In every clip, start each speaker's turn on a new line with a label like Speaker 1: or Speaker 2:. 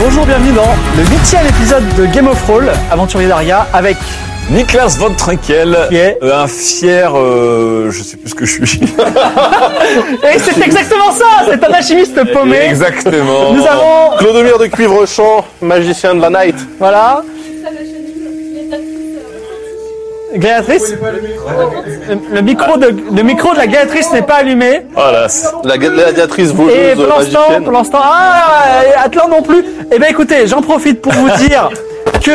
Speaker 1: Bonjour, bienvenue dans le huitième épisode de Game of Roll, Aventurier d'Aria, avec
Speaker 2: Niklas Von Trinkel,
Speaker 1: Qui est
Speaker 2: euh, un fier, euh, je sais plus ce que je suis.
Speaker 1: Et c'est exactement ça C'est un alchimiste paumé
Speaker 2: Exactement.
Speaker 1: Nous avons-
Speaker 2: Clodomir de Cuivrechamp.
Speaker 3: Magicien de la night.
Speaker 1: Voilà Gléatrice le, le micro de, le micro de la Gléatrice n'est pas allumé.
Speaker 2: Voilà.
Speaker 3: La gladiatrice
Speaker 1: Et
Speaker 3: voleuse
Speaker 1: pour l'instant, pour
Speaker 3: magicienne.
Speaker 1: l'instant, ah, et Atlan non plus. Eh ben écoutez, j'en profite pour vous dire que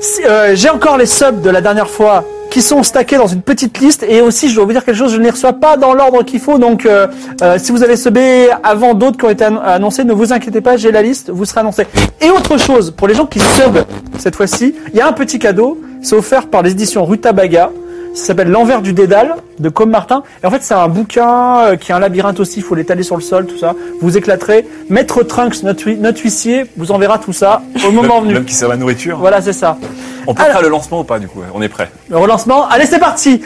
Speaker 1: si- euh, j'ai encore les subs de la dernière fois qui sont stackés dans une petite liste et aussi je dois vous dire quelque chose, je ne les reçois pas dans l'ordre qu'il faut donc euh, euh, si vous avez subé avant d'autres qui ont été annon- annoncés, ne vous inquiétez pas, j'ai la liste, vous serez annoncé. Et autre chose, pour les gens qui sub cette fois-ci, il y a un petit cadeau, c'est offert par les éditions Rutabaga. Ça s'appelle L'envers du dédale de Com Martin. Et en fait, c'est un bouquin euh, qui est un labyrinthe aussi. Il faut l'étaler sur le sol, tout ça. Vous vous éclaterez. Maître Trunks, notre, hui- notre huissier, vous enverra tout ça au moment
Speaker 4: Même,
Speaker 1: venu.
Speaker 4: même qui sert à la nourriture.
Speaker 1: Voilà, c'est ça.
Speaker 4: On peut
Speaker 1: Alors-
Speaker 4: faire le lancement ou pas du coup On est prêt.
Speaker 1: Le relancement. Allez, c'est parti.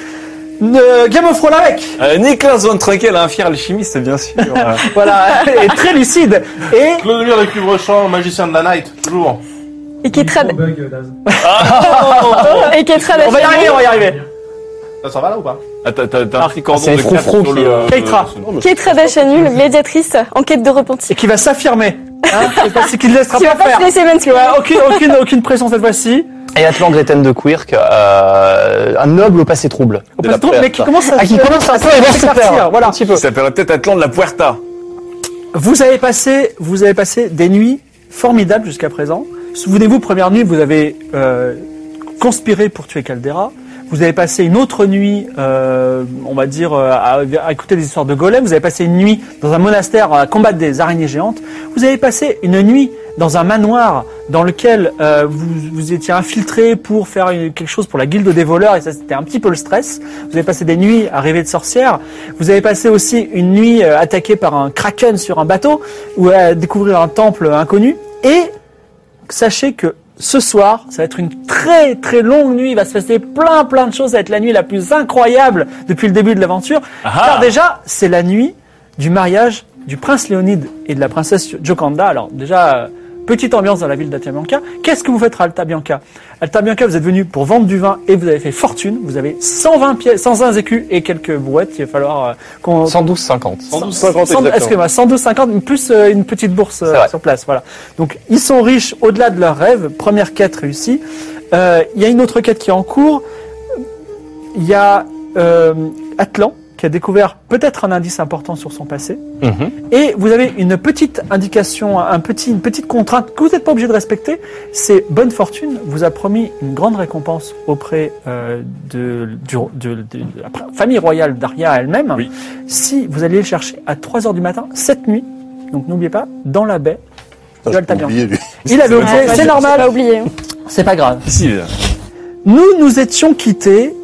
Speaker 1: Ne- Game of Roll avec.
Speaker 2: Euh, Niklas Von Trinkel, un fier alchimiste, bien sûr.
Speaker 1: Ah,
Speaker 2: Euh,
Speaker 1: Voilà. Et très lucide. Et
Speaker 3: Clodomir de Cuivrechamp, magicien de la night, toujours.
Speaker 5: Et qui est très... Et qui est très
Speaker 1: on va y arriver, on va y arriver.
Speaker 3: Ça, ça va là ou pas
Speaker 2: ah, t'as- T'as t'as un petit cordon
Speaker 6: c'est
Speaker 2: de
Speaker 6: Frofro
Speaker 2: quatre sur
Speaker 6: qui,
Speaker 2: le-
Speaker 6: euh,
Speaker 1: Keitra.
Speaker 5: Qui est très d'achat nul, médiatrice, en quête de repenti.
Speaker 1: Et qui va s'affirmer. Hein, c'est pas- c'est qu'il ne laissera
Speaker 5: Qui
Speaker 1: pas
Speaker 5: va pas
Speaker 1: faire.
Speaker 5: se laisser
Speaker 1: Tu
Speaker 5: mentir.
Speaker 1: vois, aucune, aucune, aucune pression cette fois-ci.
Speaker 6: Et Atlan Greten de Quirk, euh, un noble au passé trouble.
Speaker 1: On
Speaker 6: De
Speaker 1: peut se
Speaker 6: la
Speaker 1: tromper, mais qui
Speaker 6: Puerta.
Speaker 1: commence à
Speaker 6: Ah, qui commence un peu à
Speaker 1: s'éclaircir.
Speaker 6: s'éclaircir.
Speaker 1: Voilà.
Speaker 6: Un petit peu.
Speaker 2: Il s'appellerait peut-être Atlan de la Puerta.
Speaker 1: Vous avez passé, vous avez passé des nuits formidables jusqu'à présent. Souvenez-vous, première nuit, vous avez euh, conspiré pour tuer Caldera. Vous avez passé une autre nuit, euh, on va dire, euh, à, à écouter des histoires de golems. Vous avez passé une nuit dans un monastère à combattre des araignées géantes. Vous avez passé une nuit dans un manoir dans lequel euh, vous, vous étiez infiltré pour faire une- quelque chose pour la guilde des voleurs et ça c'était un petit peu le stress. Vous avez passé des nuits à rêver de sorcières. Vous avez passé aussi une nuit euh, attaquée par un kraken sur un bateau ou à découvrir un temple inconnu. Et sachez que ce soir, ça va être une très très longue nuit. Il va se passer plein plein de choses. Ça va être la nuit la plus incroyable depuis le début de l'aventure. Car déjà, c'est la nuit du mariage du prince Léonide et de la princesse Jocanda. Alors déjà, euh, petite ambiance dans la ville d'Altabianca. Qu'est-ce que vous faites à Altabianca Altabianca, vous êtes venu pour vendre du vin et vous avez fait fortune. Vous avez 120 pièces, 101 écus et quelques brouettes. Il va falloir euh, qu'on
Speaker 6: 112, 50.
Speaker 3: 112,50
Speaker 1: 100
Speaker 3: exactement.
Speaker 1: Excusez-moi, 112,50 plus euh, une petite bourse euh,
Speaker 6: C'est vrai.
Speaker 1: sur place. Voilà. Donc ils sont riches au-delà de leurs rêves. Première quête réussie. Euh, Il y a une autre quête qui est en cours. Il y a euh, Atlan qui a découvert peut-être un indice important sur son passé.
Speaker 6: Mhm.
Speaker 1: Et vous avez une petite indication, un petit, une petite contrainte que vous n'êtes pas obligé de respecter. C'est Bonne Fortune vous a promis une grande récompense auprès euh, de, du- de- de- de la famille royale d'Aria elle-même.
Speaker 4: Oui.
Speaker 1: Si vous allez le chercher à 3 heures du matin, cette nuit, donc n'oubliez pas, dans la baie,
Speaker 3: Putain,
Speaker 1: Joël
Speaker 3: je peux
Speaker 1: Tabian.
Speaker 3: oublier, lui.
Speaker 1: il avait oublié, c'est normal,
Speaker 5: Pas oublié.
Speaker 1: c'est pas grave.
Speaker 4: Si.
Speaker 1: Nous nous étions quittés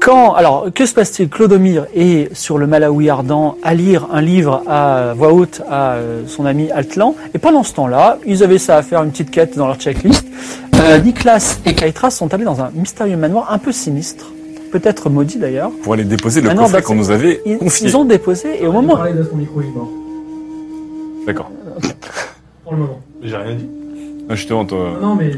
Speaker 1: quand, alors, que se passe-t-il Clodomir est sur le Malawi ardent à lire un livre à voix haute à euh, son ami Altlan. Et pendant ce temps-là, ils avaient ça à faire, une petite quête dans leur checklist. Euh, Niklas et Kaitra sont allés dans un mystérieux manoir un peu sinistre, peut-être maudit d'ailleurs.
Speaker 4: Pour aller déposer le
Speaker 1: Ah non,
Speaker 4: coffret
Speaker 1: bah,
Speaker 4: qu'on nous avait
Speaker 1: Ils,
Speaker 4: confié.
Speaker 1: ils ont déposé et au moment...
Speaker 4: D'accord.
Speaker 3: J'ai rien dit.
Speaker 4: Ah, Justement, toi.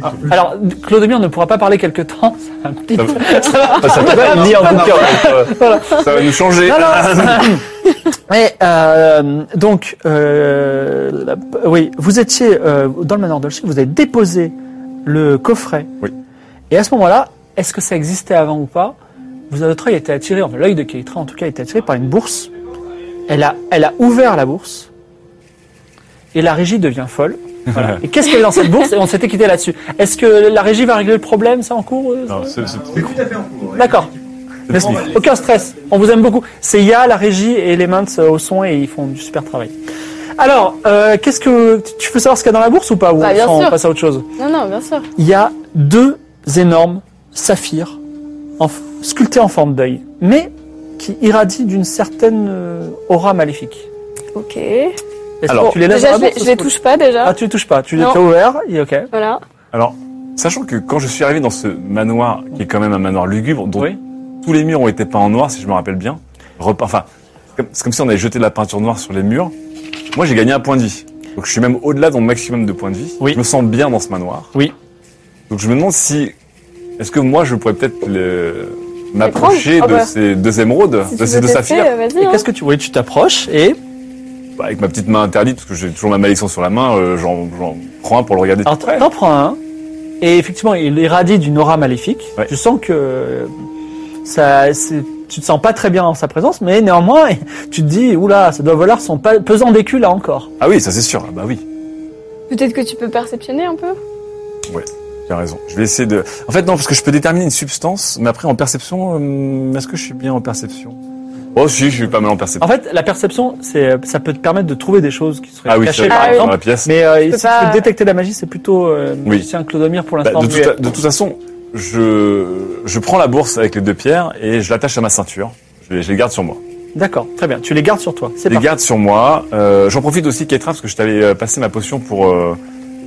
Speaker 1: Ah. Alors, Clodomir ne pourra pas parler quelque temps, c'est un petit...
Speaker 4: Ça va-
Speaker 6: Ça peut pas me dire un bouquin.
Speaker 4: ça va nous changer.
Speaker 1: Non, non. Et euh, donc, euh, la- oui, vous étiez euh, dans le manoir d'Olchy, vous avez déposé le coffret.
Speaker 4: Oui.
Speaker 1: Et à ce moment-là, est-ce que ça existait avant ou pas Vous votre œil était attiré, enfin, l'œil de Keitra en tout cas était attiré par une bourse. Elle a, elle a ouvert la bourse. Et la régie devient folle. Voilà. Et qu'est-ce qu'il y a dans cette bourse Et on s'était quitté là-dessus. Est-ce que la régie va régler le problème, ça en cours euh,
Speaker 4: Non,
Speaker 1: ça
Speaker 4: c'est c'est-
Speaker 3: C'est tout à fait en cours.
Speaker 1: D'accord. Mais c'est- aucun stress. On vous aime beaucoup. C'est Ya, la régie et les mains au son et ils font du super travail. Alors, euh, qu'est-ce que tu veux savoir ce qu'il y a dans la bourse ou pas ou
Speaker 5: Bah, bien
Speaker 1: enfin, on
Speaker 5: sûr.
Speaker 1: passe à autre chose
Speaker 5: Non, non, bien sûr.
Speaker 1: Il y a deux énormes saphirs en f- sculptés en forme d'œil, mais qui irradient d'une certaine euh, aura maléfique.
Speaker 5: Ok.
Speaker 1: Est-ce
Speaker 4: Alors,
Speaker 1: que tu les lèves
Speaker 5: Déjà,
Speaker 1: dans
Speaker 5: je
Speaker 1: la
Speaker 5: les,
Speaker 1: bourse
Speaker 5: je
Speaker 1: ou
Speaker 5: les
Speaker 1: pas
Speaker 5: touche pas déjà.
Speaker 1: Ah, tu les touches pas. Tu les
Speaker 5: Non.
Speaker 1: as ouverts. et Ok.
Speaker 5: Voilà.
Speaker 4: Alors, sachant que quand je suis arrivé dans ce manoir, qui est quand même un manoir lugubre, dont
Speaker 1: Oui.
Speaker 4: tous les murs ont été peints en noir, si je me rappelle bien, repeint- enfin, c'est comme, c'est comme si on avait jeté de la peinture noire sur les murs. Moi, j'ai gagné un point de vie. Donc, je suis même au-delà de mon maximum de points de vie.
Speaker 1: Oui.
Speaker 4: Je me sens bien dans ce manoir.
Speaker 1: Oui.
Speaker 4: Donc, je me demande si, est-ce que moi, je pourrais peut-être le- m'approcher
Speaker 5: prendre
Speaker 4: de
Speaker 5: Ah bah.
Speaker 4: ces deux émeraudes,
Speaker 5: Si
Speaker 4: Bah, de
Speaker 5: tu
Speaker 4: ces
Speaker 5: veux
Speaker 4: deux
Speaker 5: tester,
Speaker 4: saphirs,
Speaker 5: euh, vas-y.
Speaker 1: Et
Speaker 5: hein.
Speaker 1: qu'est-ce que tu Oui, tu t'approches et
Speaker 4: Bah, avec ma petite main interdite, parce que j'ai toujours ma malédiction sur la main, euh, j'en j'en prends un pour le regarder. de
Speaker 1: Alors t'en-
Speaker 4: près.
Speaker 1: t'en prends un, et effectivement il irradie d'une aura maléfique.
Speaker 4: Ouais.
Speaker 1: Tu sens que ça, c'est- tu te sens pas très bien en sa présence, mais néanmoins tu te dis oula, ça doit valoir son pa- pesant d'écu là encore.
Speaker 4: Ah oui, ça c'est sûr. Ah bah oui.
Speaker 5: Peut-être que tu peux perceptionner un peu.
Speaker 4: Tu as raison. Je vais essayer de. En fait, non, parce que je peux déterminer une substance, mais après en perception, euh, est-ce que je suis bien en perception Oh, si, je suis pas mal en perception.
Speaker 1: En fait, la perception, c'est, ça peut te permettre de trouver des choses qui seraient
Speaker 4: Ah oui,
Speaker 1: cachées
Speaker 4: ça,
Speaker 1: par
Speaker 5: Ah oui.
Speaker 4: dans
Speaker 1: exemple.
Speaker 4: la pièce.
Speaker 1: Mais euh, si
Speaker 5: peux
Speaker 1: tu
Speaker 5: pas-
Speaker 1: veux détecter la magie, c'est plutôt euh,
Speaker 4: Oui.
Speaker 1: magicien Clodomir pour
Speaker 4: Bah,
Speaker 1: l'instant.
Speaker 4: de, toute,
Speaker 1: muet.
Speaker 4: de toute façon, je je prends la bourse avec les deux pierres et je l'attache à ma ceinture. Je les, je les garde sur moi.
Speaker 1: D'accord, très bien. Tu les gardes sur toi. C'est
Speaker 4: Je les
Speaker 1: parti.
Speaker 4: garde sur moi. Euh, J'en profite aussi, Ketra, parce que je t'avais euh, passé ma potion pour. euh,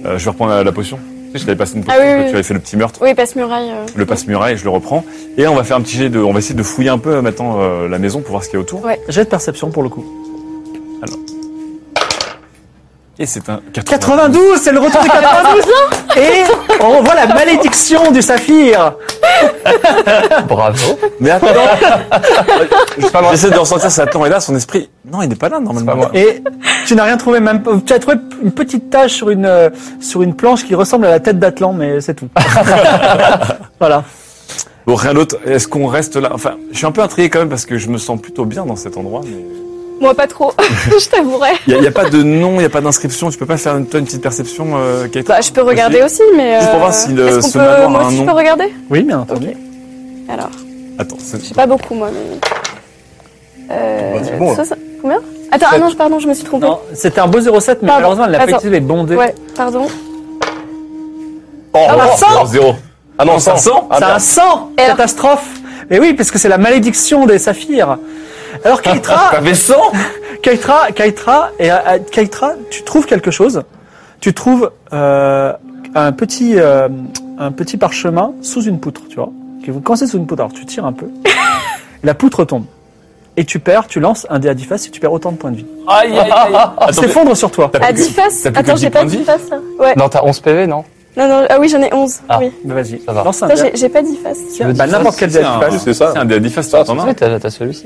Speaker 4: euh, je vais reprendre la, la potion. Tu sais, je t'avais passé une potion
Speaker 5: Ah oui,
Speaker 4: quand
Speaker 5: oui.
Speaker 4: tu avais fait le petit meurtre.
Speaker 5: Oui, passe-muraille. euh.
Speaker 4: le passe-muraille, je le reprends. Et on va faire un petit jet de, on va essayer de fouiller un peu euh, maintenant euh, la maison pour voir ce qu'il y a autour.
Speaker 1: J'ai de perception pour le coup.
Speaker 4: Et c'est un
Speaker 1: 92, c'est le retour du 92 Et
Speaker 5: hein
Speaker 1: on voit la malédiction du saphir
Speaker 6: Bravo.
Speaker 4: Mais attends, j'essaie de ressentir ça. Attends, et là, son esprit, non, il n'est pas là normalement.
Speaker 6: C'est pas moi.
Speaker 1: Et tu n'as rien trouvé, même pas- tu as trouvé une petite tache sur une euh, sur une planche qui ressemble à la tête d'Atlan, mais c'est tout. voilà.
Speaker 4: Bon, rien d'autre. Est-ce qu'on reste là Enfin, je suis un peu intrigué quand même parce que je me sens plutôt bien dans cet endroit. mais-
Speaker 5: Moi, pas trop. je t'avouerai.
Speaker 4: Il n'y a, il y a pas de nom, il n'y a pas d'inscription. Tu peux pas faire une, toi, une petite perception euh, Kate
Speaker 5: Bah, je peux regarder aussi, mais.
Speaker 4: Juste pour
Speaker 5: euh,
Speaker 4: voir si le-
Speaker 5: est-ce qu'on
Speaker 4: ce
Speaker 5: peut-
Speaker 4: manoir a
Speaker 5: Moi
Speaker 4: un
Speaker 5: aussi, je
Speaker 4: nom.
Speaker 5: peux regarder
Speaker 1: Oui, bien entendu.
Speaker 5: Alors,
Speaker 4: Attends, c'est-
Speaker 5: j'ai pas beaucoup, moi, mais. Euh,
Speaker 3: Bah, c'est
Speaker 4: hein.
Speaker 3: bon, là.
Speaker 5: soixante- Combien Attends, ah
Speaker 1: Sept.
Speaker 5: non, je- pardon, je me suis trompée.
Speaker 1: Non, c'était un beau 07, mais
Speaker 5: Pardon.
Speaker 1: malheureusement, elle l'a
Speaker 5: Attends.
Speaker 1: fait les bondés.
Speaker 5: Ouais, pardon.
Speaker 6: Oh,
Speaker 1: Ah, bah, cent
Speaker 6: zéro. Ah non,
Speaker 4: ça
Speaker 6: 500
Speaker 1: C'est un 100
Speaker 5: Alors.
Speaker 1: Catastrophe Mais oui, parce que c'est la malédiction des saphirs. Alors, Keitra,
Speaker 6: T'avais 100
Speaker 1: Keitra, Keitra, et, euh, Keitra, tu trouves quelque chose. Tu trouves euh, un petit euh, un petit parchemin sous une poutre, tu vois. Que vous commencez sous une poutre, alors tu tires un peu. la poutre tombe. Et tu perds, tu lances un dé à 10 faces et tu perds autant de points de vie.
Speaker 6: Aïe, aïe, aïe.
Speaker 1: Il s'effondre sur toi.
Speaker 5: À 10 Ah, faces
Speaker 4: t'as plus que
Speaker 5: Attends, j'ai
Speaker 4: 10
Speaker 5: pas
Speaker 4: points de
Speaker 5: 10
Speaker 4: vie
Speaker 5: faces. là. Ouais.
Speaker 6: Non, t'as 11 PV, non
Speaker 5: Non, non, ah oui, j'en ai 11.
Speaker 6: Ah.
Speaker 5: Oui.
Speaker 1: Bah, Vas-y,
Speaker 6: Ça va.
Speaker 1: lance un
Speaker 5: Ça,
Speaker 1: dé. à-
Speaker 5: j'ai- j'ai pas 10 faces.
Speaker 1: Tiens, bah, n'importe quel dé
Speaker 4: c'est
Speaker 1: à 10
Speaker 4: un,
Speaker 1: faces.
Speaker 3: C'est ça.
Speaker 4: Ah, c'est un dé à 10 faces,
Speaker 6: Ah,
Speaker 4: t'en as un.
Speaker 6: oui, t'as t'as celui-ci.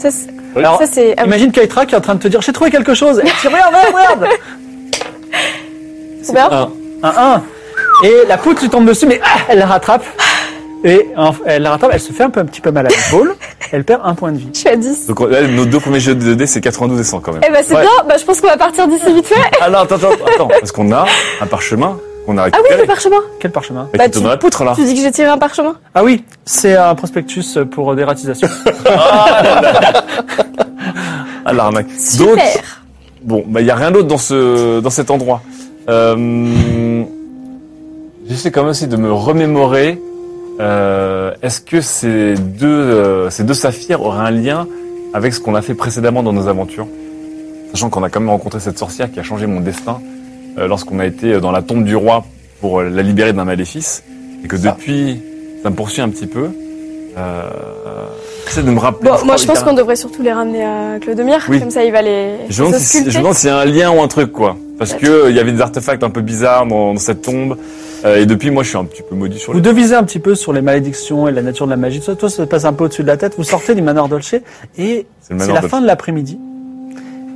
Speaker 5: Ça, c'est-
Speaker 1: Alors,
Speaker 5: ça, c'est. ah oui.
Speaker 1: imagine Keitra qui est en train de te dire J'ai trouvé quelque chose. Et tu regardes, regarde, regarde
Speaker 5: Combien
Speaker 1: un, un, un. Et la poutre lui tombe dessus, mais ah, elle la rattrape. Et enfin, elle la rattrape, elle se fait un, peu, un petit peu mal à l'épaule. Elle perd un point de vie.
Speaker 5: Je suis à 10.
Speaker 4: Donc là, nos deux premiers jeux de dés, c'est 92 et 100 quand même.
Speaker 5: Eh bah, c'est
Speaker 6: Ouais.
Speaker 5: bien. Bah, je pense qu'on va partir d'ici vite fait.
Speaker 4: Ah non, attends, attends, attends. Parce qu'on a un parchemin qu'on a
Speaker 5: Ah oui,
Speaker 4: récupéré.
Speaker 5: le parchemin.
Speaker 1: Quel parchemin
Speaker 4: Mais
Speaker 5: Bah,
Speaker 4: qui te
Speaker 5: tu-
Speaker 4: donne la poutre là.
Speaker 5: Tu dis que j'ai tiré un parchemin.
Speaker 1: Ah oui, c'est un prospectus pour euh, dératisation.
Speaker 4: Ah, l'arnaque. Donc,
Speaker 5: Super.
Speaker 4: bon, bah, il n'y a rien d'autre dans, ce, dans cet endroit. Euh, J'essaie quand même aussi de me remémorer. euh, Est-ce que ces deux, euh, ces deux saphirs auraient un lien avec ce qu'on a fait précédemment dans nos aventures Sachant qu'on a quand même rencontré cette sorcière qui a changé mon destin euh, lorsqu'on a été dans la tombe du roi pour euh, la libérer d'un maléfice. Et que depuis, ça me poursuit un petit peu. Euh, J'essaie de me rappeler.
Speaker 5: Bon, moi, je pense
Speaker 4: Carrémire.
Speaker 5: qu'on devrait surtout les ramener à Clodomir.
Speaker 4: Oui.
Speaker 5: Comme ça, il va les.
Speaker 4: Je me
Speaker 5: les
Speaker 4: demande si- je
Speaker 5: ausculter.
Speaker 4: me demande s'il y a un lien ou un truc, quoi. Parce que euh, il y avait des artefacts un peu bizarres dans, dans cette tombe. Euh, et depuis, moi, je suis un petit peu maudit sur
Speaker 1: Vous
Speaker 4: les.
Speaker 1: devisez un petit peu sur les malédictions et la nature de la magie. Toi, toi, ça te passe un peu au-dessus de la tête. Vous sortez du manoir Dolce et
Speaker 4: C'est le
Speaker 1: c'est
Speaker 4: manoir
Speaker 1: la
Speaker 4: de-
Speaker 1: fin de l'après-midi.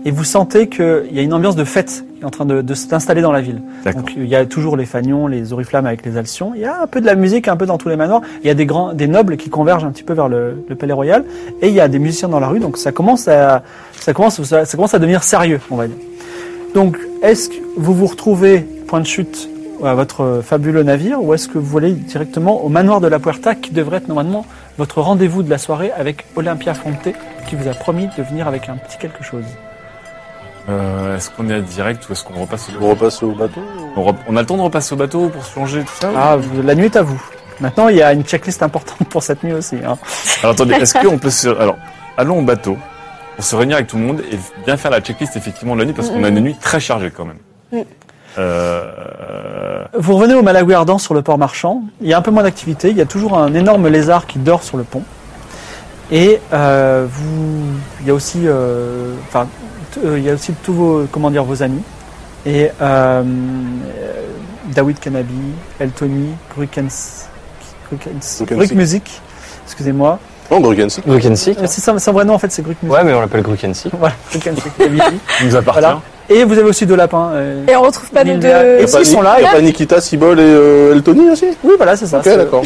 Speaker 1: Et vous sentez qu'il y a une ambiance de fête qui est en train de, de s'installer dans la ville.
Speaker 4: D'accord.
Speaker 1: Donc il y a toujours les fanions, les oriflammes avec les alcions. Il y a un peu de la musique un peu dans tous les manoirs. Il y a des grands, des nobles qui convergent un petit peu vers le, le palais royal. Et il y a des musiciens dans la rue. Donc ça commence à, ça commence, ça, ça commence à devenir sérieux, on va dire. Donc est-ce que vous vous retrouvez point de chute à votre fabuleux navire ou est-ce que vous allez directement au manoir de la Puerta qui devrait être normalement votre rendez-vous de la soirée avec Olympia Fonte qui vous a promis de venir avec un petit quelque chose.
Speaker 4: Euh, est-ce qu'on est à direct ou est-ce qu'on repasse au
Speaker 7: On repasse au bateau
Speaker 4: on, rep- on a le temps de repasser au bateau pour se changer, tout ça ou-
Speaker 1: Ah, vous- la nuit est à vous. Maintenant, il y a une checklist importante pour cette nuit aussi. Hein.
Speaker 4: Alors attendez, est-ce qu'on peut se. Alors, allons au bateau pour se réunir avec tout le monde et bien faire la checklist effectivement de la nuit parce qu'on a une nuit très chargée quand même.
Speaker 5: Mm.
Speaker 4: Euh,
Speaker 1: Vous revenez au Malawi Ardent sur le port marchand. Il y a un peu moins d'activité. Il y a toujours un énorme lézard qui dort sur le pont. Et euh, vous, il y a aussi, euh, enfin, t- euh, il y a aussi tous vos, comment dire, vos amis. Et euh, euh, Dawid Kanabi, El Tony, Grukens, Grukens,
Speaker 7: Grukensik.
Speaker 1: Gruk Music. Excusez-moi.
Speaker 7: Non, Grugensik.
Speaker 6: Grukensik
Speaker 1: Euh, C'est ça, son vrai nom en fait, c'est Gruk Music.
Speaker 6: Ouais, mais on l'appelle Grukensik.
Speaker 1: Voilà, Grukensik Kanabi.
Speaker 4: il nous appartient.
Speaker 1: Voilà. Et vous avez aussi deux lapins. euh,
Speaker 5: Et on retrouve pas de.
Speaker 1: Linda
Speaker 5: de-
Speaker 1: et S'ils sont là,
Speaker 7: Il
Speaker 1: ils-
Speaker 7: n'y a pas Nikita, Sibol et euh, Eltony aussi
Speaker 1: Oui, voilà, c'est ça.
Speaker 7: Ok,
Speaker 1: c'est-
Speaker 7: d'accord.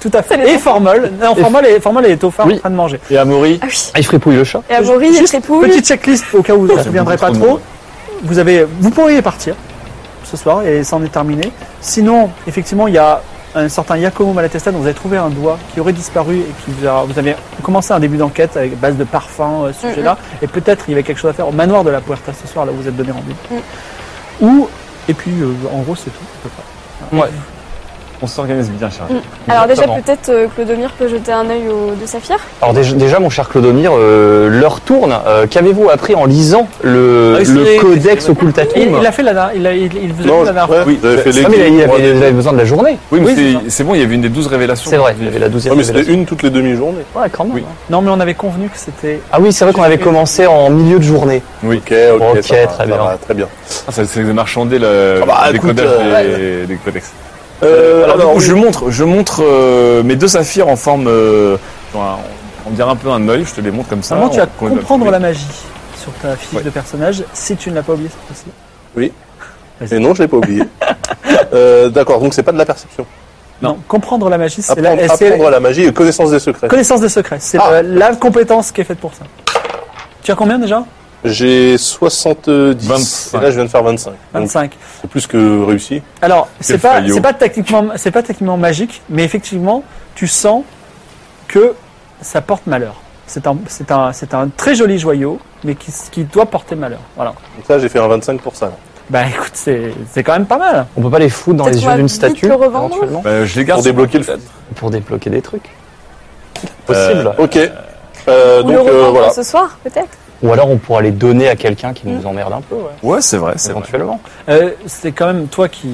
Speaker 1: Tout à fait. Et Formol. Non, Formol et, Formol et Topher
Speaker 6: Oui.
Speaker 1: en train de manger.
Speaker 4: Et Amaury
Speaker 5: Ah oui.
Speaker 6: Ah, il fripouille le chat.
Speaker 5: Et Amaury, il est très pouille.
Speaker 1: Petite checklist au cas où vous ne souviendrez pas
Speaker 4: beaucoup
Speaker 1: trop.
Speaker 4: trop de
Speaker 1: Vous, avez, vous pourriez partir ce soir et ça en est terminé. Sinon, effectivement, il y a un certain Giacomo Malatesta dont vous avez trouvé un doigt qui aurait disparu et qui vous, a- vous avez commencé un début d'enquête avec base de parfum, euh, ce sujet-là. Et peut-être il y avait quelque chose à faire au manoir de la Puerta ce soir, là où vous êtes donné rendez-vous.
Speaker 5: Mm.
Speaker 1: Ou, et puis euh, en gros, c'est tout. à peu près.
Speaker 4: On s'organise bien, Charlie.
Speaker 5: Alors déjà
Speaker 4: Exactement.
Speaker 5: peut-être euh, Clodomir peut jeter un œil au de Saphir.
Speaker 6: Alors déjà, déjà, mon cher Clodomir, euh, l'heure tourne. Euh, Qu'avez-vous appris en lisant le,
Speaker 1: Ah oui,
Speaker 6: le
Speaker 1: c'est-
Speaker 6: codex
Speaker 1: Et il,
Speaker 6: occultatum
Speaker 1: a fait la, il, a- il- il vous a
Speaker 7: Non,
Speaker 1: dit la dernière
Speaker 7: ouais, vous avez fait les
Speaker 6: Ah, mais il, a- il
Speaker 7: guillemets,
Speaker 6: avait, il avait besoin de la journée.
Speaker 4: Oui, mais
Speaker 1: Oui,
Speaker 4: c'est-
Speaker 1: c'est ça.
Speaker 4: c'est bon, il y avait une des 12 révélations.
Speaker 6: C'est vrai, il y avait la douzième.
Speaker 7: Non, mais c'était
Speaker 6: révélation.
Speaker 7: une toutes les demi-journées.
Speaker 6: Ouais, quand même.
Speaker 4: Oui.
Speaker 1: Non, mais on avait convenu que c'était
Speaker 6: Ah oui, c'est vrai qu'on avait commencé en milieu de journée.
Speaker 7: Ok,
Speaker 4: Eh,
Speaker 7: ok,
Speaker 6: Ok,
Speaker 7: ça va,
Speaker 6: très
Speaker 7: ça
Speaker 6: bien.
Speaker 7: va, très bien.
Speaker 4: Ah, ça c'est marchandé le,
Speaker 7: Ah bah,
Speaker 4: les
Speaker 7: écoute,
Speaker 4: codages
Speaker 7: euh,
Speaker 4: des, des codex.
Speaker 7: Euh,
Speaker 4: alors, du coup,
Speaker 7: alors,
Speaker 4: je montre, je montre euh, mes deux saphirs en forme. euh, genre un- on dirait un peu un œil, je te les montre comme ça.
Speaker 1: Comment
Speaker 7: Ah,
Speaker 1: tu vas
Speaker 4: On- on-
Speaker 1: comprendre la magie sur ta fiche
Speaker 4: Ouais.
Speaker 1: de personnage si tu ne l'as pas oublié cette fois-ci
Speaker 7: Et non, je l'ai pas oublié. Euh, D'accord, donc c'est pas de la perception.
Speaker 1: Non. Comprendre la magie, c'est la,
Speaker 7: Apprendre,
Speaker 1: c'est
Speaker 7: apprendre à la magie et connaissance des secrets.
Speaker 1: connaissance des secrets. C'est
Speaker 7: Ah.
Speaker 1: euh, la compétence qui est faite pour ça. Tu as combien déjà
Speaker 7: J'ai 70.
Speaker 4: 25.
Speaker 7: Et là, je viens de faire 25. Donc,
Speaker 1: 25.
Speaker 7: c'est plus que réussi.
Speaker 1: Alors, c'est pas,
Speaker 4: faillot.
Speaker 1: c'est pas techniquement, c'est pas techniquement magique, mais effectivement, tu sens que ça porte malheur. C'est un, c'est un, c'est un très joli joyau, mais qui, qui doit porter malheur. Voilà.
Speaker 7: Donc là, j'ai fait un 25 pour ça. là.
Speaker 1: Bah écoute, c'est, c'est quand même pas mal.
Speaker 6: On peut pas les foutre dans
Speaker 5: Peut-être
Speaker 6: les
Speaker 5: qu'on
Speaker 6: yeux
Speaker 5: va
Speaker 6: d'une
Speaker 5: vite
Speaker 6: statue,
Speaker 5: le revendre.
Speaker 6: éventuellement,
Speaker 4: Bah, je les garde.
Speaker 7: Pour débloquer le fait.
Speaker 6: pour débloquer des trucs. Possible.
Speaker 7: Ok. Euh,
Speaker 5: Ou le
Speaker 7: donc euh,
Speaker 5: revendre
Speaker 7: voilà.
Speaker 5: ce soir peut-être.
Speaker 6: Ou alors on pourra les donner à quelqu'un qui nous emmerde un peu, ouais,
Speaker 4: Ouais, c'est vrai, c'est vrai.
Speaker 6: éventuellement.
Speaker 1: Euh, c'est quand même toi qui,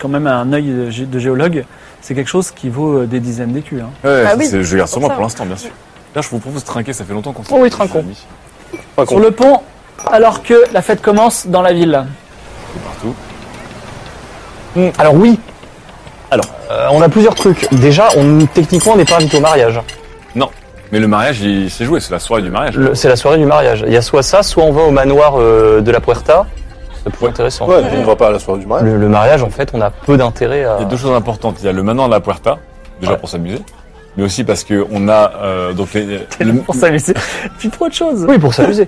Speaker 1: quand même, a un œil de, gé- de géologue. C'est quelque chose qui vaut euh, des dizaines d'écus. Hein.
Speaker 4: Ouais,
Speaker 5: Ah
Speaker 4: ça,
Speaker 5: oui,
Speaker 4: c'est- je garde sur
Speaker 5: pour
Speaker 4: moi
Speaker 5: ça.
Speaker 4: pour l'instant, bien sûr. Là, je vous propose de trinquer, ça fait longtemps qu'on s'est
Speaker 6: Oh oui,
Speaker 4: pas vu,
Speaker 6: trinquons.
Speaker 4: les amis.
Speaker 7: Pas
Speaker 1: Sur
Speaker 7: con.
Speaker 1: le pont, alors que la fête commence dans la ville.
Speaker 4: Partout.
Speaker 6: Hmm, Alors oui.
Speaker 4: Alors.
Speaker 6: Euh, on a plusieurs trucs. Déjà, on techniquement on n'est pas invité au mariage.
Speaker 4: Mais le mariage, il s'est joué, c'est la soirée du mariage.
Speaker 6: Le- C'est la soirée du mariage. Il y a soit ça, soit on va au manoir euh, de la Puerta. C'est plus
Speaker 4: Ouais.
Speaker 6: intéressant.
Speaker 7: Ouais, on ne va pas à la soirée du mariage.
Speaker 6: Le, le mariage, en fait, on a peu d'intérêt à.
Speaker 4: Il y a deux choses importantes. Il y a le maintenant de la Puerta, déjà
Speaker 6: Ouais.
Speaker 4: pour s'amuser, mais aussi parce que on a euh, donc les- le-
Speaker 1: Pour s'amuser. Puis pour autre chose.
Speaker 6: Oui, pour s'amuser.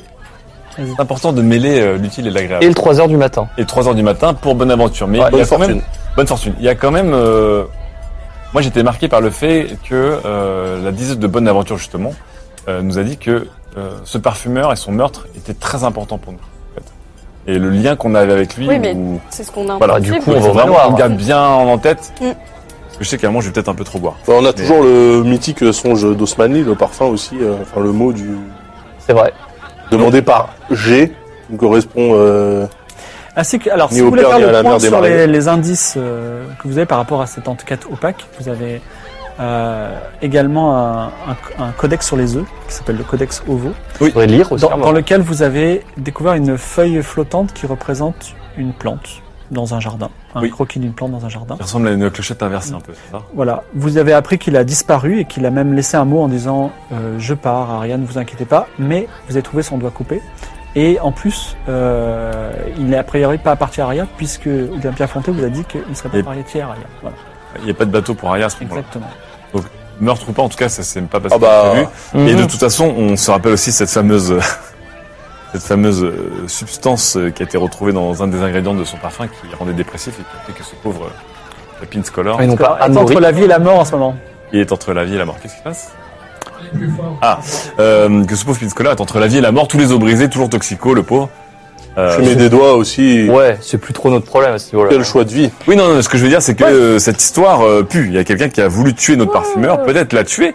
Speaker 4: c'est important de mêler euh, l'utile et
Speaker 7: Ah.
Speaker 4: l'agréable.
Speaker 6: Et le 3h du matin.
Speaker 4: Et 3 heures du matin pour bonne aventure. Mais
Speaker 6: Ouais,
Speaker 4: il y a
Speaker 7: Bonne
Speaker 4: quand même-
Speaker 7: fortune.
Speaker 4: bonne fortune. Il y a quand même. euh, moi, j'étais marqué par le fait que euh, la diseuse de Bonne Aventure justement euh, nous a dit que euh, ce parfumeur et son meurtre étaient très importants pour nous. en fait. Et le lien qu'on avait avec lui.
Speaker 5: Oui, mais-
Speaker 4: où-
Speaker 5: C'est ce qu'on a.
Speaker 4: Voilà,
Speaker 5: imposé.
Speaker 6: du coup,
Speaker 4: faut
Speaker 6: on va au
Speaker 4: vraiment
Speaker 6: manoir.
Speaker 4: qu'on garde bien en tête.
Speaker 5: Mm.
Speaker 4: Parce que je sais qu'à un moment, je vais peut-être un peu trop boire.
Speaker 7: Enfin, on a toujours le mythique songe d'Osmani, le parfum aussi, euh, enfin le mot du
Speaker 6: C'est vrai.
Speaker 7: demandé par G, qui correspond. Euh...
Speaker 1: Ainsi que, alors,
Speaker 7: Ni
Speaker 1: si vous
Speaker 7: au
Speaker 1: voulez
Speaker 7: père,
Speaker 1: faire
Speaker 7: ni à
Speaker 1: le
Speaker 7: la
Speaker 1: point
Speaker 7: mère des
Speaker 1: sur les,
Speaker 7: mariés.
Speaker 1: les indices euh, que vous avez par rapport à cette enquête opaque, vous avez euh, également un, un- un codex sur les œufs qui s'appelle le codex ovo,
Speaker 6: Il faudrait
Speaker 7: Oh,
Speaker 6: lire aussi.
Speaker 1: dans,
Speaker 6: hein,
Speaker 1: dans lequel vous avez découvert une feuille flottante qui représente une plante. dans un jardin, un
Speaker 4: Oui.
Speaker 1: croquis d'une plante dans un jardin.
Speaker 4: Il ressemble à une clochette inversée un peu, c'est ça
Speaker 1: Voilà, vous avez appris qu'il a disparu et qu'il a même laissé un mot en disant euh, je pars, Ariane, ne vous inquiétez pas, mais vous avez trouvé son doigt coupé. Et en plus, euh, il n'est a priori pas parti à Ariane puisque Julien Pierre Fonté vous a dit qu'il ne serait pas
Speaker 4: Et-
Speaker 1: marié à Ariane. Voilà,
Speaker 4: Il n'y a pas de bateau pour Aria à ce moment-là.
Speaker 1: exactement.
Speaker 4: Meurtre ou pas, en tout cas, ça s'est pas passé
Speaker 7: Ah bah.
Speaker 4: comme prévu. Et de toute façon, on se rappelle aussi cette fameuse, cette fameuse euh, substance euh, qui a été retrouvée dans un des ingrédients de son parfum qui rendait dépressif et qui fait que ce pauvre euh, Pepin Scholar,
Speaker 6: Ils n'ont pas
Speaker 1: Attends,
Speaker 6: Anne-Marie.
Speaker 1: entre la vie et la mort en ce moment.
Speaker 4: il est entre la vie et la mort. Qu'est-ce qui se passe Ah, euh, que ce pauvre Pepin Scholar est entre la vie et la mort, tous les os brisés, toujours toxico, le pauvre. Euh,
Speaker 7: Je mets des doigts aussi.
Speaker 6: Ouais, c'est plus trop notre problème à ce niveau-là.
Speaker 7: Quel choix de vie.
Speaker 4: Oui, non, non, ce que je veux dire, c'est que euh, cette histoire euh, pue. Il y a quelqu'un qui a voulu tuer notre parfumeur, peut-être l'a tué.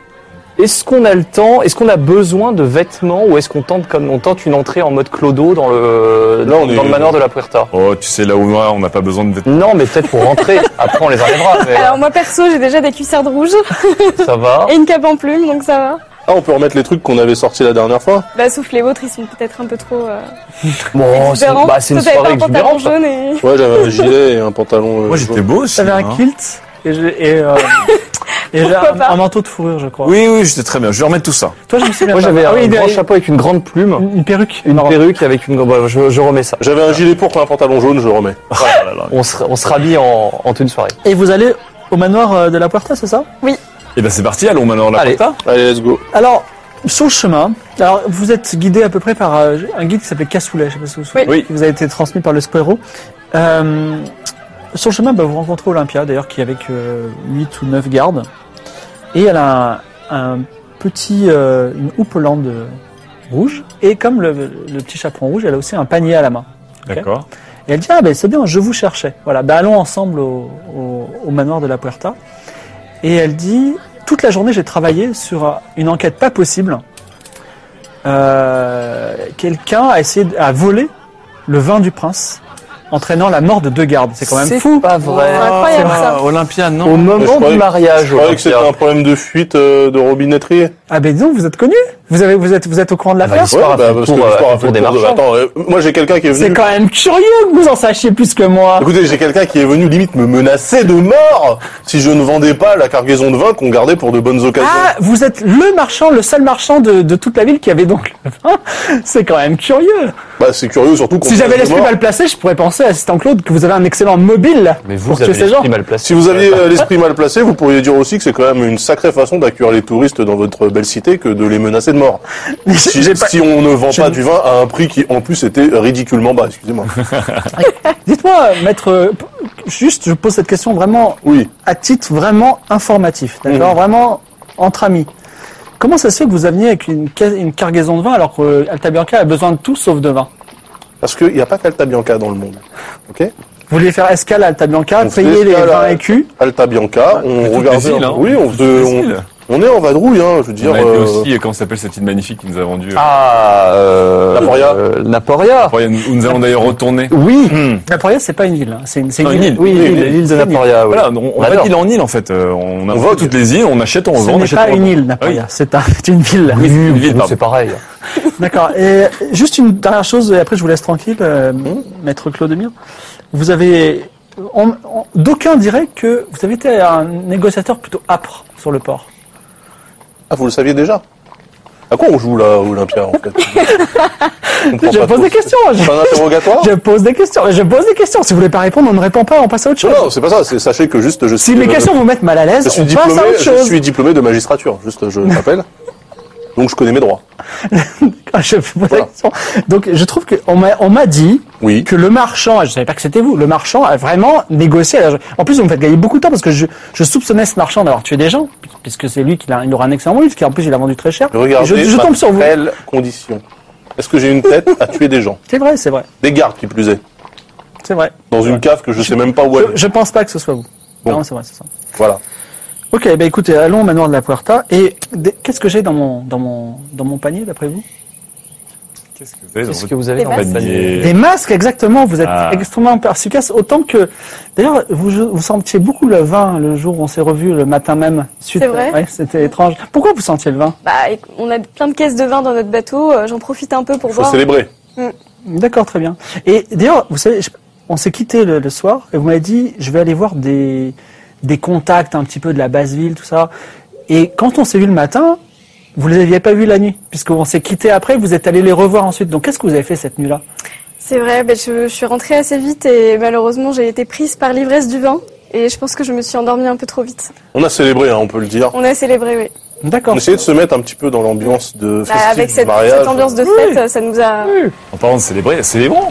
Speaker 6: Est-ce qu'on a le temps Est-ce qu'on a besoin de vêtements ou est-ce qu'on tente comme on tente une entrée en mode clodo dans le
Speaker 7: Là, on
Speaker 6: dans
Speaker 7: est-
Speaker 6: le manoir de la Puerta
Speaker 4: Oh, tu sais, là où on va, on n'a pas besoin de vêtements.
Speaker 6: Non, mais peut-être pour rentrer. Après, on les enlèvera. Mais euh,
Speaker 5: Alors moi perso, j'ai déjà des cuissardes rouges
Speaker 6: ça va.
Speaker 5: et une cape en plume, donc ça va.
Speaker 7: Ah, on peut remettre les trucs qu'on avait sortis la dernière fois
Speaker 5: Bah sauf les vôtres, ils sont peut-être un peu trop euh,
Speaker 6: Bon, c'est
Speaker 5: exubérants.
Speaker 6: bah, c'est une
Speaker 5: Toi, t'avais
Speaker 6: soirée
Speaker 5: pas un pantalon
Speaker 6: exubérante. hein.
Speaker 5: jaune et...
Speaker 7: Ouais, j'avais un gilet et un pantalon. euh,
Speaker 4: Moi, j'étais
Speaker 7: jaune.
Speaker 4: beau aussi.
Speaker 1: J'avais
Speaker 4: hein.
Speaker 1: un kilt et, j'ai- et, euh, et j'ai
Speaker 5: Pourquoi
Speaker 1: un,
Speaker 5: pas
Speaker 1: un manteau de fourrure, je crois.
Speaker 4: Oui, oui, j'étais très bien. Je vais remettre tout ça.
Speaker 1: Toi, je me souviens
Speaker 6: Moi,
Speaker 1: pas.
Speaker 6: j'avais
Speaker 1: Ah
Speaker 6: un
Speaker 1: oui,
Speaker 6: grand
Speaker 1: des-
Speaker 6: chapeau avec une grande plume,
Speaker 1: une, une perruque.
Speaker 6: une
Speaker 1: Pardon.
Speaker 6: perruque avec une. grande- bah, je, je remets ça.
Speaker 7: J'avais un gilet pourpre et un pantalon jaune, je remets.
Speaker 6: On se, on se rhabille en, en tenue de soirée.
Speaker 1: Et vous allez au manoir euh, de la Puerta, c'est ça
Speaker 7: Eh
Speaker 4: Et ben, c'est parti, allons maintenant la
Speaker 6: Allez.
Speaker 4: Porta.
Speaker 7: Allez, let's go.
Speaker 1: Alors, sur le chemin, alors vous êtes guidé à peu près par euh, un guide qui s'appelait Cassoulet, je sais pas si vous vous souvenez,
Speaker 4: Oui.
Speaker 1: qui vous a été transmis par le Squero. Euh, sur le chemin, bah, vous rencontrez Olympia, d'ailleurs, qui est avec 8 ou 9 gardes. Et elle a un, un petit, euh, une houppe Hollande euh, rouge. Et comme le, le petit chaperon rouge, elle a aussi un panier à la main.
Speaker 4: D'accord.
Speaker 1: Et elle dit ah ben c'est bien, je vous cherchais. Voilà, ben allons ensemble au, au- au manoir de la Puerta. Et elle dit toute la journée j'ai travaillé sur euh, une enquête pas possible. Euh, Quelqu'un a essayé de- a volé le vin du prince, entraînant la mort de deux gardes. C'est quand même fou.
Speaker 6: Pas vrai.
Speaker 5: C'est incroyable ça.
Speaker 4: Olympia, non.
Speaker 6: Au
Speaker 7: Je
Speaker 6: moment
Speaker 7: croyais-
Speaker 6: du mariage,
Speaker 7: Je croyais que c'était
Speaker 6: Olympia.
Speaker 7: un problème de fuite euh, de robinetterie.
Speaker 1: Ah ben dis donc vous êtes connu. Vous avez vous êtes vous êtes au courant de l'affaire.
Speaker 6: L'histoire a fait le tour, euh,
Speaker 7: l'histoire
Speaker 6: a
Speaker 7: a
Speaker 6: fait
Speaker 7: fait
Speaker 6: le
Speaker 7: Bah, le
Speaker 6: tour des
Speaker 7: tour de-
Speaker 6: marchands.
Speaker 7: Attends, euh, moi j'ai quelqu'un qui est
Speaker 1: c'est
Speaker 7: venu.
Speaker 1: quand même curieux que vous en sachiez plus que moi.
Speaker 7: Écoutez, j'ai quelqu'un qui est venu limite me menacer de mort si je ne vendais pas la cargaison de vin qu'on gardait pour de bonnes occasions.
Speaker 1: Ah, vous êtes le marchand, le seul marchand de, de toute la ville qui avait donc le vin. C'est quand même curieux.
Speaker 7: Bah, c'est curieux surtout qu'on
Speaker 1: Si j'avais
Speaker 7: menace de
Speaker 1: l'esprit
Speaker 7: mort.
Speaker 1: mal placé, je pourrais penser, assistant Claude, que vous avez un excellent mobile
Speaker 6: Mais
Speaker 1: pour
Speaker 6: vous, vous
Speaker 1: tuer
Speaker 6: avez
Speaker 1: ces gens.
Speaker 6: l'esprit mal placé.
Speaker 7: Si vous aviez euh, l'esprit mal placé, vous pourriez dire aussi que c'est quand même une sacrée façon d'accueillir les touristes dans votre belle cité que de les menacer de mort. Si,
Speaker 1: J'ai pas-
Speaker 7: si on ne vend
Speaker 1: j'ai-
Speaker 7: pas du vin à un prix qui en plus était ridiculement bas, excusez-moi.
Speaker 1: Dites-moi, maître, euh, p- juste, je pose cette question vraiment
Speaker 7: Oui.
Speaker 1: à titre vraiment informatif,
Speaker 4: Mhm.
Speaker 1: d'accord Vraiment entre amis. Comment ça se fait que vous ameniez avec une, ca- une cargaison de vin alors que euh, Altabianca a besoin de tout sauf de vin
Speaker 7: Parce qu'il n'y a pas qu'Alta Bianca dans le monde. Ok
Speaker 1: Vous voulez faire escale à Altabianca,
Speaker 7: On fait
Speaker 1: payer les
Speaker 7: escale à-
Speaker 1: vins écus
Speaker 7: Alta Bianca, on regarde.
Speaker 4: les îles, hein.
Speaker 7: Oui, on,
Speaker 4: Toutes
Speaker 7: se-
Speaker 4: les
Speaker 7: on,
Speaker 4: îles.
Speaker 7: on est en vadrouille, hein, je veux dire.
Speaker 4: on a été
Speaker 7: euh,
Speaker 4: aussi, euh, comment s'appelle cette île magnifique qui nous a vendue euh,
Speaker 6: Ah, euh,
Speaker 7: Naporia.
Speaker 6: euh, Naporia.
Speaker 4: Brian, où nous allons d'ailleurs retourner.
Speaker 6: Oui.
Speaker 1: La Poria, c'est pas une île, hein, c'est une, c'est
Speaker 4: Non, une île.
Speaker 6: Oui, l'île l'île de
Speaker 1: C'est une île.
Speaker 6: Naporia. oui.
Speaker 4: Voilà, on, on va
Speaker 6: J'adore.
Speaker 4: d'île en île en fait. Euh, on a
Speaker 7: On vogue.
Speaker 4: toutes les îles, on achète, on
Speaker 1: Ce
Speaker 4: vend, on
Speaker 1: n'est
Speaker 4: achète.
Speaker 1: pas
Speaker 4: on
Speaker 1: une
Speaker 4: vend.
Speaker 1: île, Naporia, c'est un- c'est une ville.
Speaker 4: Ah Oui, c'est une
Speaker 6: Pour
Speaker 4: ville,
Speaker 6: nous,
Speaker 4: pardon.
Speaker 6: C'est pareil.
Speaker 1: D'accord. Et juste une dernière chose, et après je vous laisse tranquille, euh, maître Claude Mire. Vous avez. on- on- D'aucuns diraient que vous avez été un négociateur plutôt âpre sur le port.
Speaker 7: Ah, vous le saviez déjà À quoi on joue là, Olympia, en fait Je comprends
Speaker 1: Je
Speaker 7: pas
Speaker 1: pose
Speaker 7: trop.
Speaker 1: des questions. hein,
Speaker 7: C'est
Speaker 1: Je,
Speaker 7: un interrogatoire
Speaker 1: je pose des questions. Je pose des questions. Si vous voulez pas répondre, on ne répond pas. On passe à autre chose.
Speaker 7: Non, c'est pas ça. c'est- Sachez que juste je suis.
Speaker 1: si mes
Speaker 7: euh,
Speaker 1: questions vous mettent mal à l'aise,
Speaker 7: Je suis
Speaker 1: on passe
Speaker 7: diplômé.
Speaker 1: à autre
Speaker 7: Je
Speaker 1: chose.
Speaker 7: suis diplômé de magistrature. Juste, je rappelle. Donc je connais mes droits.
Speaker 1: Ah, Je pose
Speaker 7: Voilà.
Speaker 1: des questions. Donc je trouve qu'on m'a on m'a dit
Speaker 7: Oui.
Speaker 1: que le marchand, je savais pas que c'était vous, le marchand a vraiment négocié. Alors, je- En plus, vous me faites gagner beaucoup de temps parce que je, je soupçonnais ce marchand d'avoir tué des gens, pu- puisque c'est lui qui l'a- il aura un excellent livre, qui en plus il a vendu très cher.
Speaker 7: Regardez.
Speaker 1: je, je
Speaker 7: ma
Speaker 1: tombe sur vous.
Speaker 7: Belle condition. Est-ce que j'ai une tête à tuer des gens
Speaker 1: C'est vrai, c'est vrai,
Speaker 7: Des gardes qui plus est.
Speaker 1: c'est vrai.
Speaker 7: Dans une cave que je sais même pas où elle
Speaker 1: Je,
Speaker 7: est.
Speaker 1: je pense pas que ce soit vous.
Speaker 7: Bon.
Speaker 1: Non, c'est vrai, c'est ça.
Speaker 7: Voilà.
Speaker 1: Ok, ben écoutez, allons au manoir de la Puerta. Et dé- qu'est-ce que j'ai dans mon dans mon dans mon panier d'après vous
Speaker 4: Qu'est-ce que vous avez dans
Speaker 6: Qu'est-ce
Speaker 4: votre
Speaker 6: que vous avez
Speaker 5: Les
Speaker 6: dans votre
Speaker 5: masques.
Speaker 6: panier
Speaker 1: Des masques, exactement. Vous êtes
Speaker 4: Ah.
Speaker 1: extrêmement perspicace, autant que. D'ailleurs, vous, vous sentiez beaucoup le vin le jour où on s'est revu le matin même. Suite-
Speaker 5: C'est vrai
Speaker 1: Ouais, c'était étrange. Pourquoi vous sentiez le vin
Speaker 5: Bah, éc- on a plein de caisses de vin dans notre bateau. euh, J'en profite un peu pour
Speaker 7: Faut
Speaker 5: boire.
Speaker 7: célébrer.
Speaker 1: D'accord, très bien. Et d'ailleurs, vous savez, je- on s'est quitté le, le soir et vous m'avez dit je vais aller voir des, des contacts un petit peu de la basse ville, tout ça. Et quand on s'est vu le matin, vous les aviez pas vus la nuit, puisqu'on s'est quitté après, vous êtes allé les revoir ensuite. Donc qu'est-ce que vous avez fait cette nuit-là
Speaker 5: C'est vrai, ben, je, je suis rentrée assez vite et malheureusement j'ai été prise par l'ivresse du vin et je pense que je me suis endormie un peu trop vite.
Speaker 7: On a célébré, hein, on peut le dire.
Speaker 5: On a célébré, oui.
Speaker 7: On
Speaker 1: D'accord.
Speaker 7: essayait de se mettre un petit peu dans l'ambiance de
Speaker 5: Bah,
Speaker 7: festif,
Speaker 5: avec
Speaker 7: du
Speaker 5: cette,
Speaker 7: mariage.
Speaker 5: cette ambiance de
Speaker 6: hein.
Speaker 1: Oui.
Speaker 5: fête, ça nous a...
Speaker 4: En parlant de célébrer, célébrons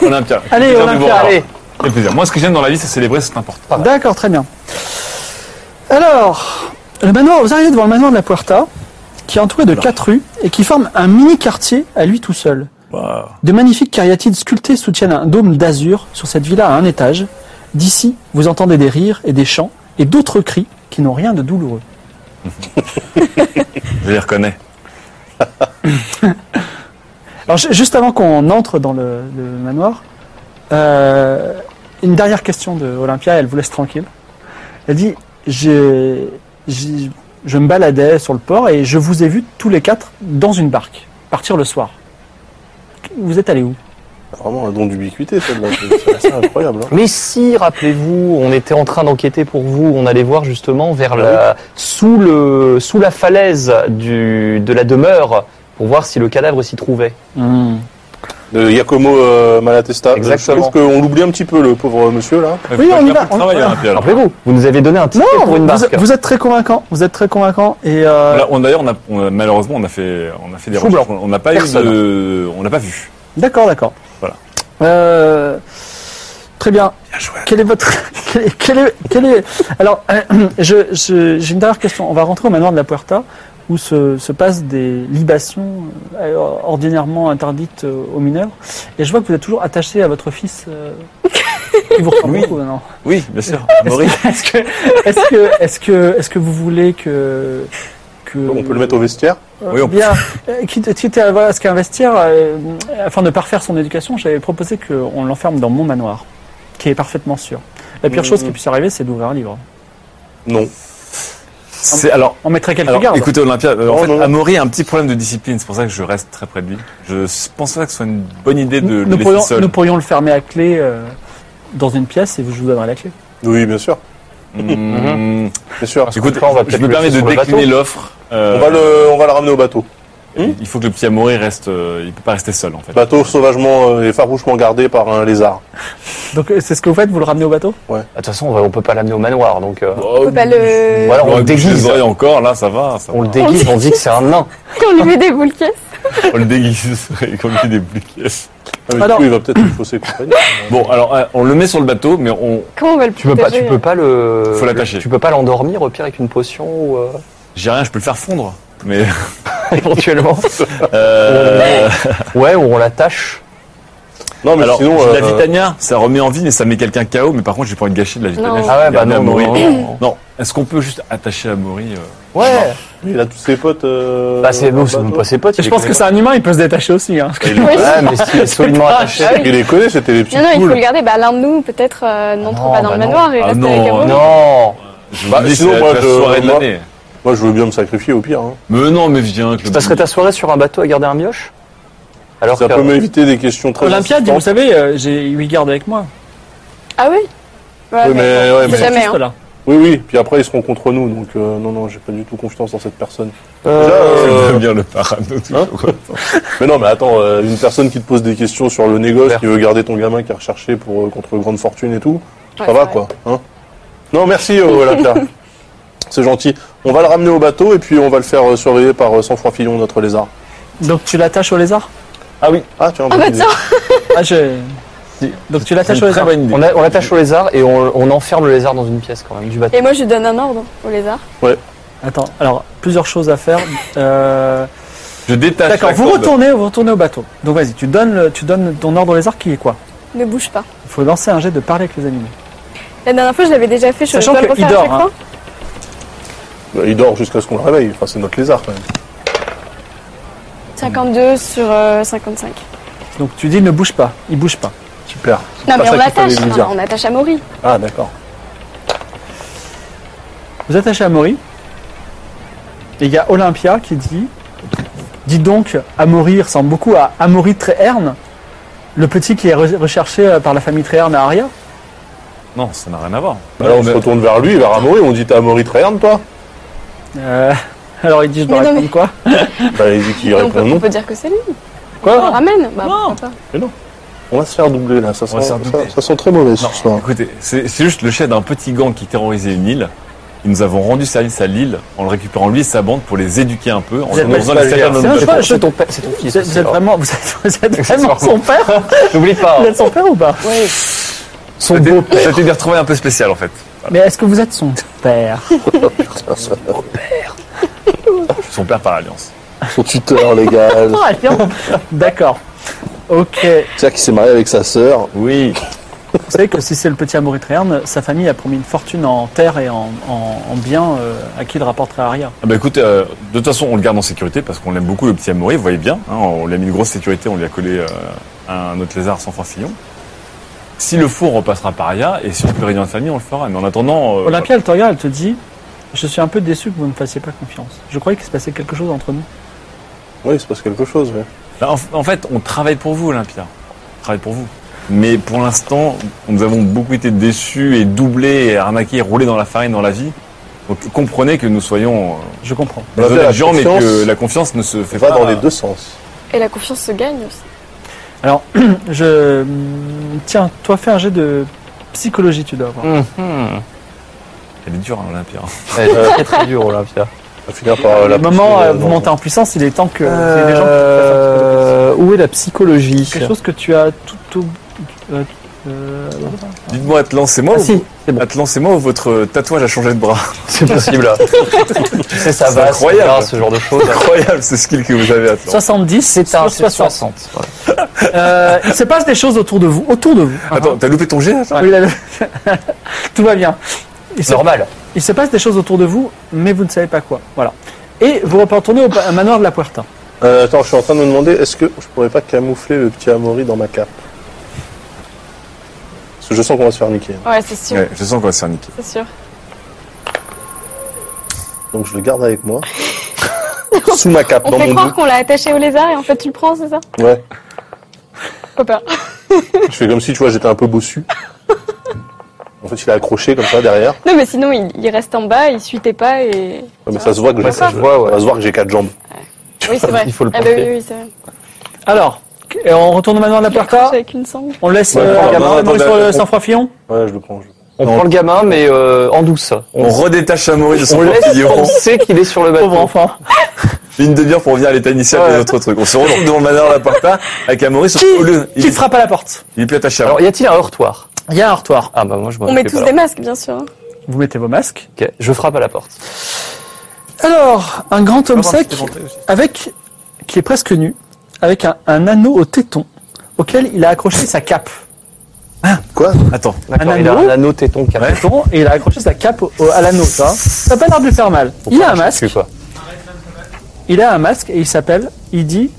Speaker 4: Bon, Olympia.
Speaker 1: Allez,
Speaker 4: Plaisir de
Speaker 1: Olympia,
Speaker 4: vous revoir.
Speaker 1: allez.
Speaker 4: Quel plaisir. Moi, ce que j'aime dans la vie, c'est célébrer, c'est important.
Speaker 1: D'accord, très bien. Alors, le manoir, vous arrivez devant le manoir de la Puerta, qui est entouré de quatre rues et qui forme un mini quartier à lui tout seul. De magnifiques cariatides sculptées soutiennent un dôme d'azur sur cette villa à un étage. D'ici, vous entendez des rires et des chants et d'autres cris qui n'ont rien de douloureux.
Speaker 4: Je les reconnais.
Speaker 1: Alors, ju- juste avant qu'on entre dans le, le manoir, euh, une dernière question de Olympia, elle vous laisse tranquille. Elle dit j'ai- j'ai- Je me baladais sur le port et je vous ai vus tous les quatre dans une barque, partir le soir. Vous êtes allés où
Speaker 7: Vraiment un don d'ubiquité, celle-là. C'est- C'est assez incroyable. hein.
Speaker 6: Mais si, rappelez-vous, on était en train d'enquêter pour vous, on allait voir justement vers la, sous, le, sous la falaise du, de la demeure pour voir si le cadavre s'y trouvait. Hmm.
Speaker 7: De Giacomo euh, Malatesta.
Speaker 6: Exactement.
Speaker 7: Je trouve qu'on l'oublie un petit peu, le pauvre monsieur, là.
Speaker 1: Oui,
Speaker 4: Ouais, faut
Speaker 1: on
Speaker 4: faire
Speaker 1: y
Speaker 4: un
Speaker 1: va,
Speaker 4: peu de
Speaker 1: on-
Speaker 4: travail,
Speaker 1: voilà.
Speaker 4: Olympia, là.
Speaker 6: Rappelez-vous, vous nous avez donné un ticket pour une
Speaker 1: vous,
Speaker 6: barque.
Speaker 1: vous êtes très convaincant, vous êtes très convaincant et euh,
Speaker 4: On a- on- D'ailleurs, on a- on a- malheureusement, on a fait, on a fait des
Speaker 6: Fou
Speaker 4: recherches. On n'a pas eu
Speaker 6: Personne.
Speaker 4: de, on n'a pas vu.
Speaker 1: d'accord, d'accord.
Speaker 4: Voilà.
Speaker 1: Euh, très bien. Quel est votre quel est, quel est- quel est- alors euh, je- je- j'ai une dernière question. On va rentrer au manoir de la Puerta où se, se passent des libations euh, ordinairement interdites euh, aux mineurs et je vois que vous êtes toujours attaché à votre fils. euh, il vous ressemble
Speaker 4: Oui.
Speaker 1: beaucoup maintenant.
Speaker 4: Oui, bien sûr. Maurice.
Speaker 1: Est-ce que est-ce que est-ce que est-ce que vous voulez que que
Speaker 7: On peut le mettre au vestiaire.
Speaker 1: Euh,
Speaker 4: Oui, on-
Speaker 1: Bien, euh, quitte, quitte à voilà, ce qu'investir, euh, afin de parfaire son éducation, j'avais proposé qu'on l'enferme dans mon manoir, qui est parfaitement sûr. La pire
Speaker 4: Mmh.
Speaker 1: chose qui puisse arriver, c'est d'ouvrir un livre.
Speaker 7: Non.
Speaker 4: C'est- alors,
Speaker 1: On mettrait quelques
Speaker 4: alors,
Speaker 1: gardes.
Speaker 4: écoutez, Olympia, euh, en
Speaker 7: Non,
Speaker 4: fait,
Speaker 7: non, non.
Speaker 4: Amaury a un petit problème de discipline. C'est pour ça que je reste très près de lui. Je pense pas que ce soit une bonne idée de
Speaker 1: nous,
Speaker 4: le
Speaker 1: nous
Speaker 4: laisser
Speaker 1: pourrions,
Speaker 4: seul.
Speaker 1: nous pourrions le fermer à clé euh, dans une pièce et je vous donnerai la clé.
Speaker 7: Oui, bien sûr.
Speaker 4: Mmh.
Speaker 7: Bien sûr.
Speaker 4: Écoute,
Speaker 6: que là, on va
Speaker 4: je
Speaker 6: peut-être
Speaker 4: me
Speaker 6: le
Speaker 4: permets de
Speaker 6: laisser sur le
Speaker 4: décliner
Speaker 6: bateau.
Speaker 4: l'offre. Euh,
Speaker 7: On va le, on va le ramener au bateau.
Speaker 6: Hmm
Speaker 4: Il faut que le petit Amaury reste. euh, il peut pas rester seul en
Speaker 6: Bah,
Speaker 4: fait.
Speaker 7: Bateau sauvagement euh, et farouchement gardé par un lézard.
Speaker 1: Donc euh, c'est ce que vous faites, vous le ramenez au bateau
Speaker 6: Ah, De toute façon, on, va- on peut pas l'amener au manoir, donc euh,
Speaker 5: On peut pas le...
Speaker 6: Voilà. on
Speaker 4: aurait
Speaker 6: le
Speaker 4: pu
Speaker 6: déguise.
Speaker 4: les oreilles encore. Là, ça va. ça
Speaker 6: on le
Speaker 4: va.
Speaker 6: déguise, on dit que c'est un nain.
Speaker 5: On lui met des boules caisses.
Speaker 4: on le déguise. et Comme il est plus caisse.
Speaker 7: Ah, mais
Speaker 1: Alors-
Speaker 7: Du coup, il va peut-être nous fausser compagnie.
Speaker 4: Bon, alors euh, on le met sur le bateau, mais on.
Speaker 5: Comment on va le
Speaker 6: Tu peux pas, tu
Speaker 5: protéger,
Speaker 6: peux pas le,
Speaker 4: Faut l'attacher.
Speaker 6: tu peux pas l'endormir au pire avec une potion ou euh,
Speaker 4: J'ai rien. Je peux le faire fondre. Mais
Speaker 6: éventuellement.
Speaker 4: euh,
Speaker 6: ouais, ou on l'attache.
Speaker 7: Non, mais
Speaker 4: alors,
Speaker 7: sinon,
Speaker 4: j'ai de
Speaker 7: euh,
Speaker 4: la vitania, ça remet en vie, mais ça met quelqu'un KO. Mais par contre, j'ai pas envie de gâcher de la vitania.
Speaker 5: Non.
Speaker 4: je vais
Speaker 6: Ah ouais, bah
Speaker 4: garder
Speaker 6: non,
Speaker 4: Amaury.
Speaker 6: non, non, non.
Speaker 4: Non, est-ce qu'on peut juste attacher Amaury euh,
Speaker 6: Ouais.
Speaker 7: il a tous ses potes. euh,
Speaker 6: Bah c'est
Speaker 7: dans le
Speaker 6: nous, c'est
Speaker 7: bateau.
Speaker 6: pas ses potes.
Speaker 1: Je
Speaker 6: il les
Speaker 1: pense que
Speaker 6: connaît
Speaker 1: c'est un humain, il peut se détacher aussi. hein.
Speaker 4: et le-
Speaker 5: Oui.
Speaker 6: pas. Ouais, mais si, il est solidement attaché.
Speaker 5: Ah oui.
Speaker 7: Il les connaît, c'était les petits.
Speaker 5: Non, non, il faut
Speaker 7: poules.
Speaker 5: le garder. Bah, l'un de nous, peut-être, euh, n'entre
Speaker 6: Non,
Speaker 5: pas dans
Speaker 6: bah
Speaker 5: le
Speaker 6: non.
Speaker 5: manoir et
Speaker 4: Ah
Speaker 5: reste
Speaker 4: non,
Speaker 5: avec Amaury.
Speaker 6: Non.
Speaker 4: Je
Speaker 7: Bah,
Speaker 4: vous dis,
Speaker 7: sinon,
Speaker 4: c'est
Speaker 7: moi,
Speaker 4: la
Speaker 7: je-
Speaker 4: soirée de
Speaker 7: moi-
Speaker 4: l'année.
Speaker 7: Moi, je veux bien me sacrifier au pire. hein.
Speaker 4: Mais non, mais viens. que
Speaker 6: Tu
Speaker 4: le-
Speaker 6: passerais ta soirée sur un bateau à garder un mioche Alors
Speaker 7: Ça
Speaker 6: que-
Speaker 7: peut m'éviter des questions très
Speaker 1: Olympia dit, vous
Speaker 7: insistantes.
Speaker 1: savez, euh, j'ai huit gardes avec moi.
Speaker 5: Ah oui Ouais,
Speaker 7: Oui, mais, ouais,
Speaker 5: on sait
Speaker 7: mais-
Speaker 5: jamais,
Speaker 1: Juste
Speaker 5: hein.
Speaker 1: là.
Speaker 7: Oui, oui. Puis après, ils seront contre nous. Donc, euh, non, non, j'ai pas du tout confiance en cette personne.
Speaker 6: Euh,
Speaker 7: Déjà, euh,
Speaker 4: Ça devient le parano. toujours.
Speaker 7: Mais non, mais attends, euh, une personne qui te pose des questions sur le négoce,
Speaker 6: Claire.
Speaker 7: qui veut garder ton gamin qui est recherché pour euh, contre grande fortune et tout,
Speaker 5: Ouais,
Speaker 7: ça va
Speaker 5: c'est
Speaker 7: quoi, hein Non, merci euh, Olympia. C'est gentil. On va le ramener au bateau et puis on va le faire euh, surveiller par euh, Sang-Froid Fillon, notre lézard.
Speaker 1: Donc tu l'attaches au lézard
Speaker 7: Ah oui. Ah tiens.
Speaker 5: Ah
Speaker 7: bonne
Speaker 5: bah
Speaker 7: idée.
Speaker 5: tiens
Speaker 1: Ah, je-
Speaker 4: Si.
Speaker 1: Donc tu
Speaker 4: C'est
Speaker 1: l'attaches
Speaker 4: une
Speaker 1: au
Speaker 4: très
Speaker 1: lézard
Speaker 4: bonne idée.
Speaker 6: on, a- on l'attache au lézard et on, on enferme le lézard dans une pièce quand même du bateau.
Speaker 5: Et moi, je lui donne un ordre au lézard.
Speaker 1: Attends, alors plusieurs choses à faire. Euh,
Speaker 4: Je détache.
Speaker 1: D'accord,
Speaker 4: la
Speaker 1: vous
Speaker 4: corde.
Speaker 1: retournez, vous retournez au bateau. Donc vas-y, tu donnes, le- tu donnes ton ordre au lézard qui est quoi
Speaker 5: Ne bouge pas.
Speaker 1: Il faut lancer un jet de parler avec les animaux.
Speaker 5: La dernière fois, je l'avais déjà fait. Je
Speaker 1: Sachant
Speaker 5: dois le
Speaker 1: que
Speaker 5: refaire
Speaker 1: il dort,
Speaker 5: à chaque
Speaker 1: hein.
Speaker 5: fois.
Speaker 7: Bah, il dort jusqu'à ce qu'on le réveille. Enfin, c'est notre lézard quand même.
Speaker 5: 52 sur euh, 55.
Speaker 1: Donc tu dis ne bouge pas, il bouge pas.
Speaker 7: Super.
Speaker 4: Bah,
Speaker 5: Non, mais
Speaker 7: pas
Speaker 5: on
Speaker 7: ça qu'il fallait
Speaker 5: l'attache.
Speaker 7: lui
Speaker 5: Non,
Speaker 7: dire.
Speaker 5: non, On attache Amaury.
Speaker 7: Ah d'accord.
Speaker 1: Vous attachez Amaury. Et il y a Olympia qui dit Dis donc, Amaury ressemble beaucoup à Amaury Tréherne. Le petit qui est re- recherché euh, par la famille Tréherne à Aria
Speaker 4: Non, ça n'a rien à voir.
Speaker 7: Alors Bah, on se retourne vers lui, vers Amaury, on dit t'as Amaury Traherne toi
Speaker 1: Euh, Alors il dit, je dois
Speaker 5: Mais non,
Speaker 1: répondre
Speaker 5: mais-
Speaker 1: quoi
Speaker 7: Bah il dit qu'il
Speaker 5: on, peut,
Speaker 7: répond
Speaker 5: on
Speaker 7: non.
Speaker 5: peut dire que c'est lui. On
Speaker 1: Quoi
Speaker 5: ramène. Bah, pourquoi pas.
Speaker 7: On va se faire doubler là, ça
Speaker 4: On va
Speaker 7: sent,
Speaker 4: se faire doubler.
Speaker 7: ça- ça sent très mauvais
Speaker 4: Non,
Speaker 7: ce soir.
Speaker 4: écoutez, c'est c'est juste le chef d'un petit gang qui terrorisait une île. Et nous avons rendu service à l'île en le récupérant lui et sa bande pour les éduquer un peu, en
Speaker 1: Vous êtes hein.
Speaker 4: leur
Speaker 1: pas
Speaker 4: faisant les stagiaires
Speaker 7: stagiaire,
Speaker 4: de
Speaker 1: c'est
Speaker 4: notre
Speaker 1: vrai,
Speaker 4: époque.
Speaker 1: pas-
Speaker 6: c'est ton, père- c'est ton fils.
Speaker 1: Vous êtes, vous
Speaker 6: aussi,
Speaker 1: êtes
Speaker 6: alors.
Speaker 1: vraiment, vous êtes, vous êtes vraiment
Speaker 6: C'est
Speaker 1: son père
Speaker 6: N'oublie pas.
Speaker 1: Vous êtes son père ou pas hein.
Speaker 5: Ouais.
Speaker 6: Son
Speaker 4: C'était-
Speaker 6: beau-père.
Speaker 4: C'était des retrouvailles un peu spéciales en fait.
Speaker 1: Mais est-ce que vous êtes son père
Speaker 4: Son père par alliance.
Speaker 7: Son tuteur les gars,
Speaker 1: Oh, Alliance. D'accord. Ok.
Speaker 7: c'est-à-dire qu'il s'est marié avec sa sœur.
Speaker 4: Oui.
Speaker 1: Vous savez que si c'est le petit Amaury Tréherne, sa famille a promis une fortune en terre et en, en- en biens euh, à qui il rapporterait à rien.
Speaker 4: Ah bah écoute, euh, de toute façon, on le garde en sécurité parce qu'on l'aime beaucoup, le petit Amaury, vous voyez bien. hein, on lui a mis une grosse sécurité, on lui a collé euh, un autre lézard sans farfillon. Si le four repassera par Aria et si on peut réunir une famille, on le fera. Mais en attendant. euh,
Speaker 1: Olympia, elle te regarde, elle te dit Je suis un peu déçu que vous ne me fassiez pas confiance. Je croyais qu'il se passait quelque chose entre nous.
Speaker 7: Oui, il se passe quelque chose. ouais.
Speaker 4: Bah, en, en fait, on travaille pour vous, Olympia. On travaille pour vous. Mais pour l'instant, nous avons beaucoup été déçus et doublés et arnaqués et roulés dans la farine dans la vie. Donc comprenez que nous soyons euh,
Speaker 1: Je comprends.
Speaker 4: des
Speaker 7: Olympia,
Speaker 4: honnêtes
Speaker 7: la
Speaker 4: gens, mais
Speaker 7: confiance
Speaker 4: que la confiance ne se fait
Speaker 7: Il va
Speaker 4: pas
Speaker 7: dans les deux sens.
Speaker 5: Et la confiance se gagne aussi.
Speaker 1: Je. hum, Tiens, toi, fais un jet de psychologie, tu dois avoir.
Speaker 6: Mhm.
Speaker 4: Elle est dure, hein, Olympia.
Speaker 6: Ouais, Eh, c'est très très dur, Olympia.
Speaker 7: Il va finir par euh, la
Speaker 1: Le moment
Speaker 7: pousser,
Speaker 1: euh,
Speaker 7: euh,
Speaker 1: vous
Speaker 7: dans-
Speaker 1: montez en puissance, il est temps que.
Speaker 6: Euh,
Speaker 1: les gens fassent un petit peu
Speaker 6: où est la psychologie
Speaker 1: de- quelque chose que tu as tout. au- euh, euh, oh.
Speaker 4: Dites-moi, Atlan, c'est moi
Speaker 6: Ah
Speaker 4: ou-
Speaker 6: si, c'est bon.
Speaker 4: Atlan, c'est moi ou votre euh, tatouage a changé de bras
Speaker 6: C'est possible. là. tu sais, ça
Speaker 4: C'est incroyable.
Speaker 6: va, incroyable. ce genre de choses.
Speaker 4: Incroyable ce skill que vous avez, Atlan.
Speaker 1: 70, c'est un 60.
Speaker 6: 60.
Speaker 1: Euh, il se passe des choses autour de vous. Autour de vous.
Speaker 4: Attends, t'as loupé ton jet, Atlan
Speaker 1: Oui, là, le- Tout va bien. Il se,
Speaker 6: Normal.
Speaker 1: il se passe des choses autour de vous, mais vous ne savez pas quoi. Voilà. Et vous retournez au pa- manoir de la Puerta.
Speaker 7: Euh, attends, je suis en train de me demander, est-ce que je pourrais pas camoufler le petit Amaury dans ma cape Parce que je sens qu'on va se faire niquer. hein.
Speaker 5: Ouais, c'est sûr.
Speaker 4: Ouais, je sens qu'on va se faire niquer.
Speaker 5: C'est sûr.
Speaker 7: Donc je le garde avec moi. Sous ma cape,
Speaker 5: On
Speaker 7: dans
Speaker 5: fait
Speaker 7: mon
Speaker 5: croire
Speaker 7: dos.
Speaker 5: qu'on l'a attaché au lézard et en fait tu le prends, c'est ça
Speaker 7: Ouais.
Speaker 5: Pourquoi pas
Speaker 7: Je fais comme si, tu vois, j'étais un peu bossu. En fait, il est accroché comme ça derrière.
Speaker 5: Non, mais sinon il, il reste en bas, il suit tes pas et.
Speaker 7: Ouais, mais ça se voit que j'ai
Speaker 5: Ouais, ça
Speaker 7: quatre
Speaker 5: se
Speaker 7: jambes.
Speaker 6: voit, ouais.
Speaker 7: Ça se voit que j'ai quatre jambes.
Speaker 5: Oui, c'est vrai.
Speaker 6: Il faut le
Speaker 5: ah, bah
Speaker 6: porter.
Speaker 5: oui, oui, c'est vrai.
Speaker 1: Alors, qu- et on retourne au manoir de la
Speaker 5: Il
Speaker 1: Puerta.
Speaker 5: accroche avec une sangle.
Speaker 1: On laisse
Speaker 7: Ouais,
Speaker 1: euh,
Speaker 7: non,
Speaker 1: Gabriel
Speaker 4: non,
Speaker 1: Amaury
Speaker 4: attendez,
Speaker 1: sur le
Speaker 4: on-
Speaker 1: sang-froid Fillon.
Speaker 7: Ouais, je le prends. je-
Speaker 6: On prend le gamin, mais euh, en douce.
Speaker 4: On redétache Amaury de son
Speaker 6: On laisse
Speaker 4: papillon.
Speaker 6: penser qu'il est sur le
Speaker 1: Pauvre
Speaker 6: bateau.
Speaker 1: enfant.
Speaker 4: Une demi-heure pour revenir à l'état initial
Speaker 6: Ouais.
Speaker 4: des autres trucs. On se retrouve devant le manoir de la Porta avec Amaury, sauf
Speaker 1: Qui-
Speaker 4: qu'au lieu, il,
Speaker 1: Qui frappe à la porte
Speaker 4: il est plus attaché à moi.
Speaker 6: Alors, y a-t-il un heurtoir
Speaker 1: Il y a un artoir.
Speaker 6: Ah bah moi je m'en
Speaker 5: On met
Speaker 6: fais
Speaker 5: tous
Speaker 6: pas
Speaker 5: des
Speaker 6: là.
Speaker 5: masques, bien sûr. hein.
Speaker 1: Vous mettez vos masques.
Speaker 6: Ok, je frappe à la porte.
Speaker 1: Alors, un grand homme sec avec qui est presque nu, avec un, un anneau au téton auquel il a accroché sa cape.
Speaker 7: Quoi
Speaker 4: Attends.
Speaker 6: D'accord,
Speaker 1: Un
Speaker 6: il a
Speaker 1: anneau
Speaker 6: un anneau téton qui
Speaker 1: Un téton, et il a accroché sa cape au- au- à l'anneau. Ça, ça a pas l'air de lui faire mal. Il a un masque. Il a un masque et il s'appelle, il dit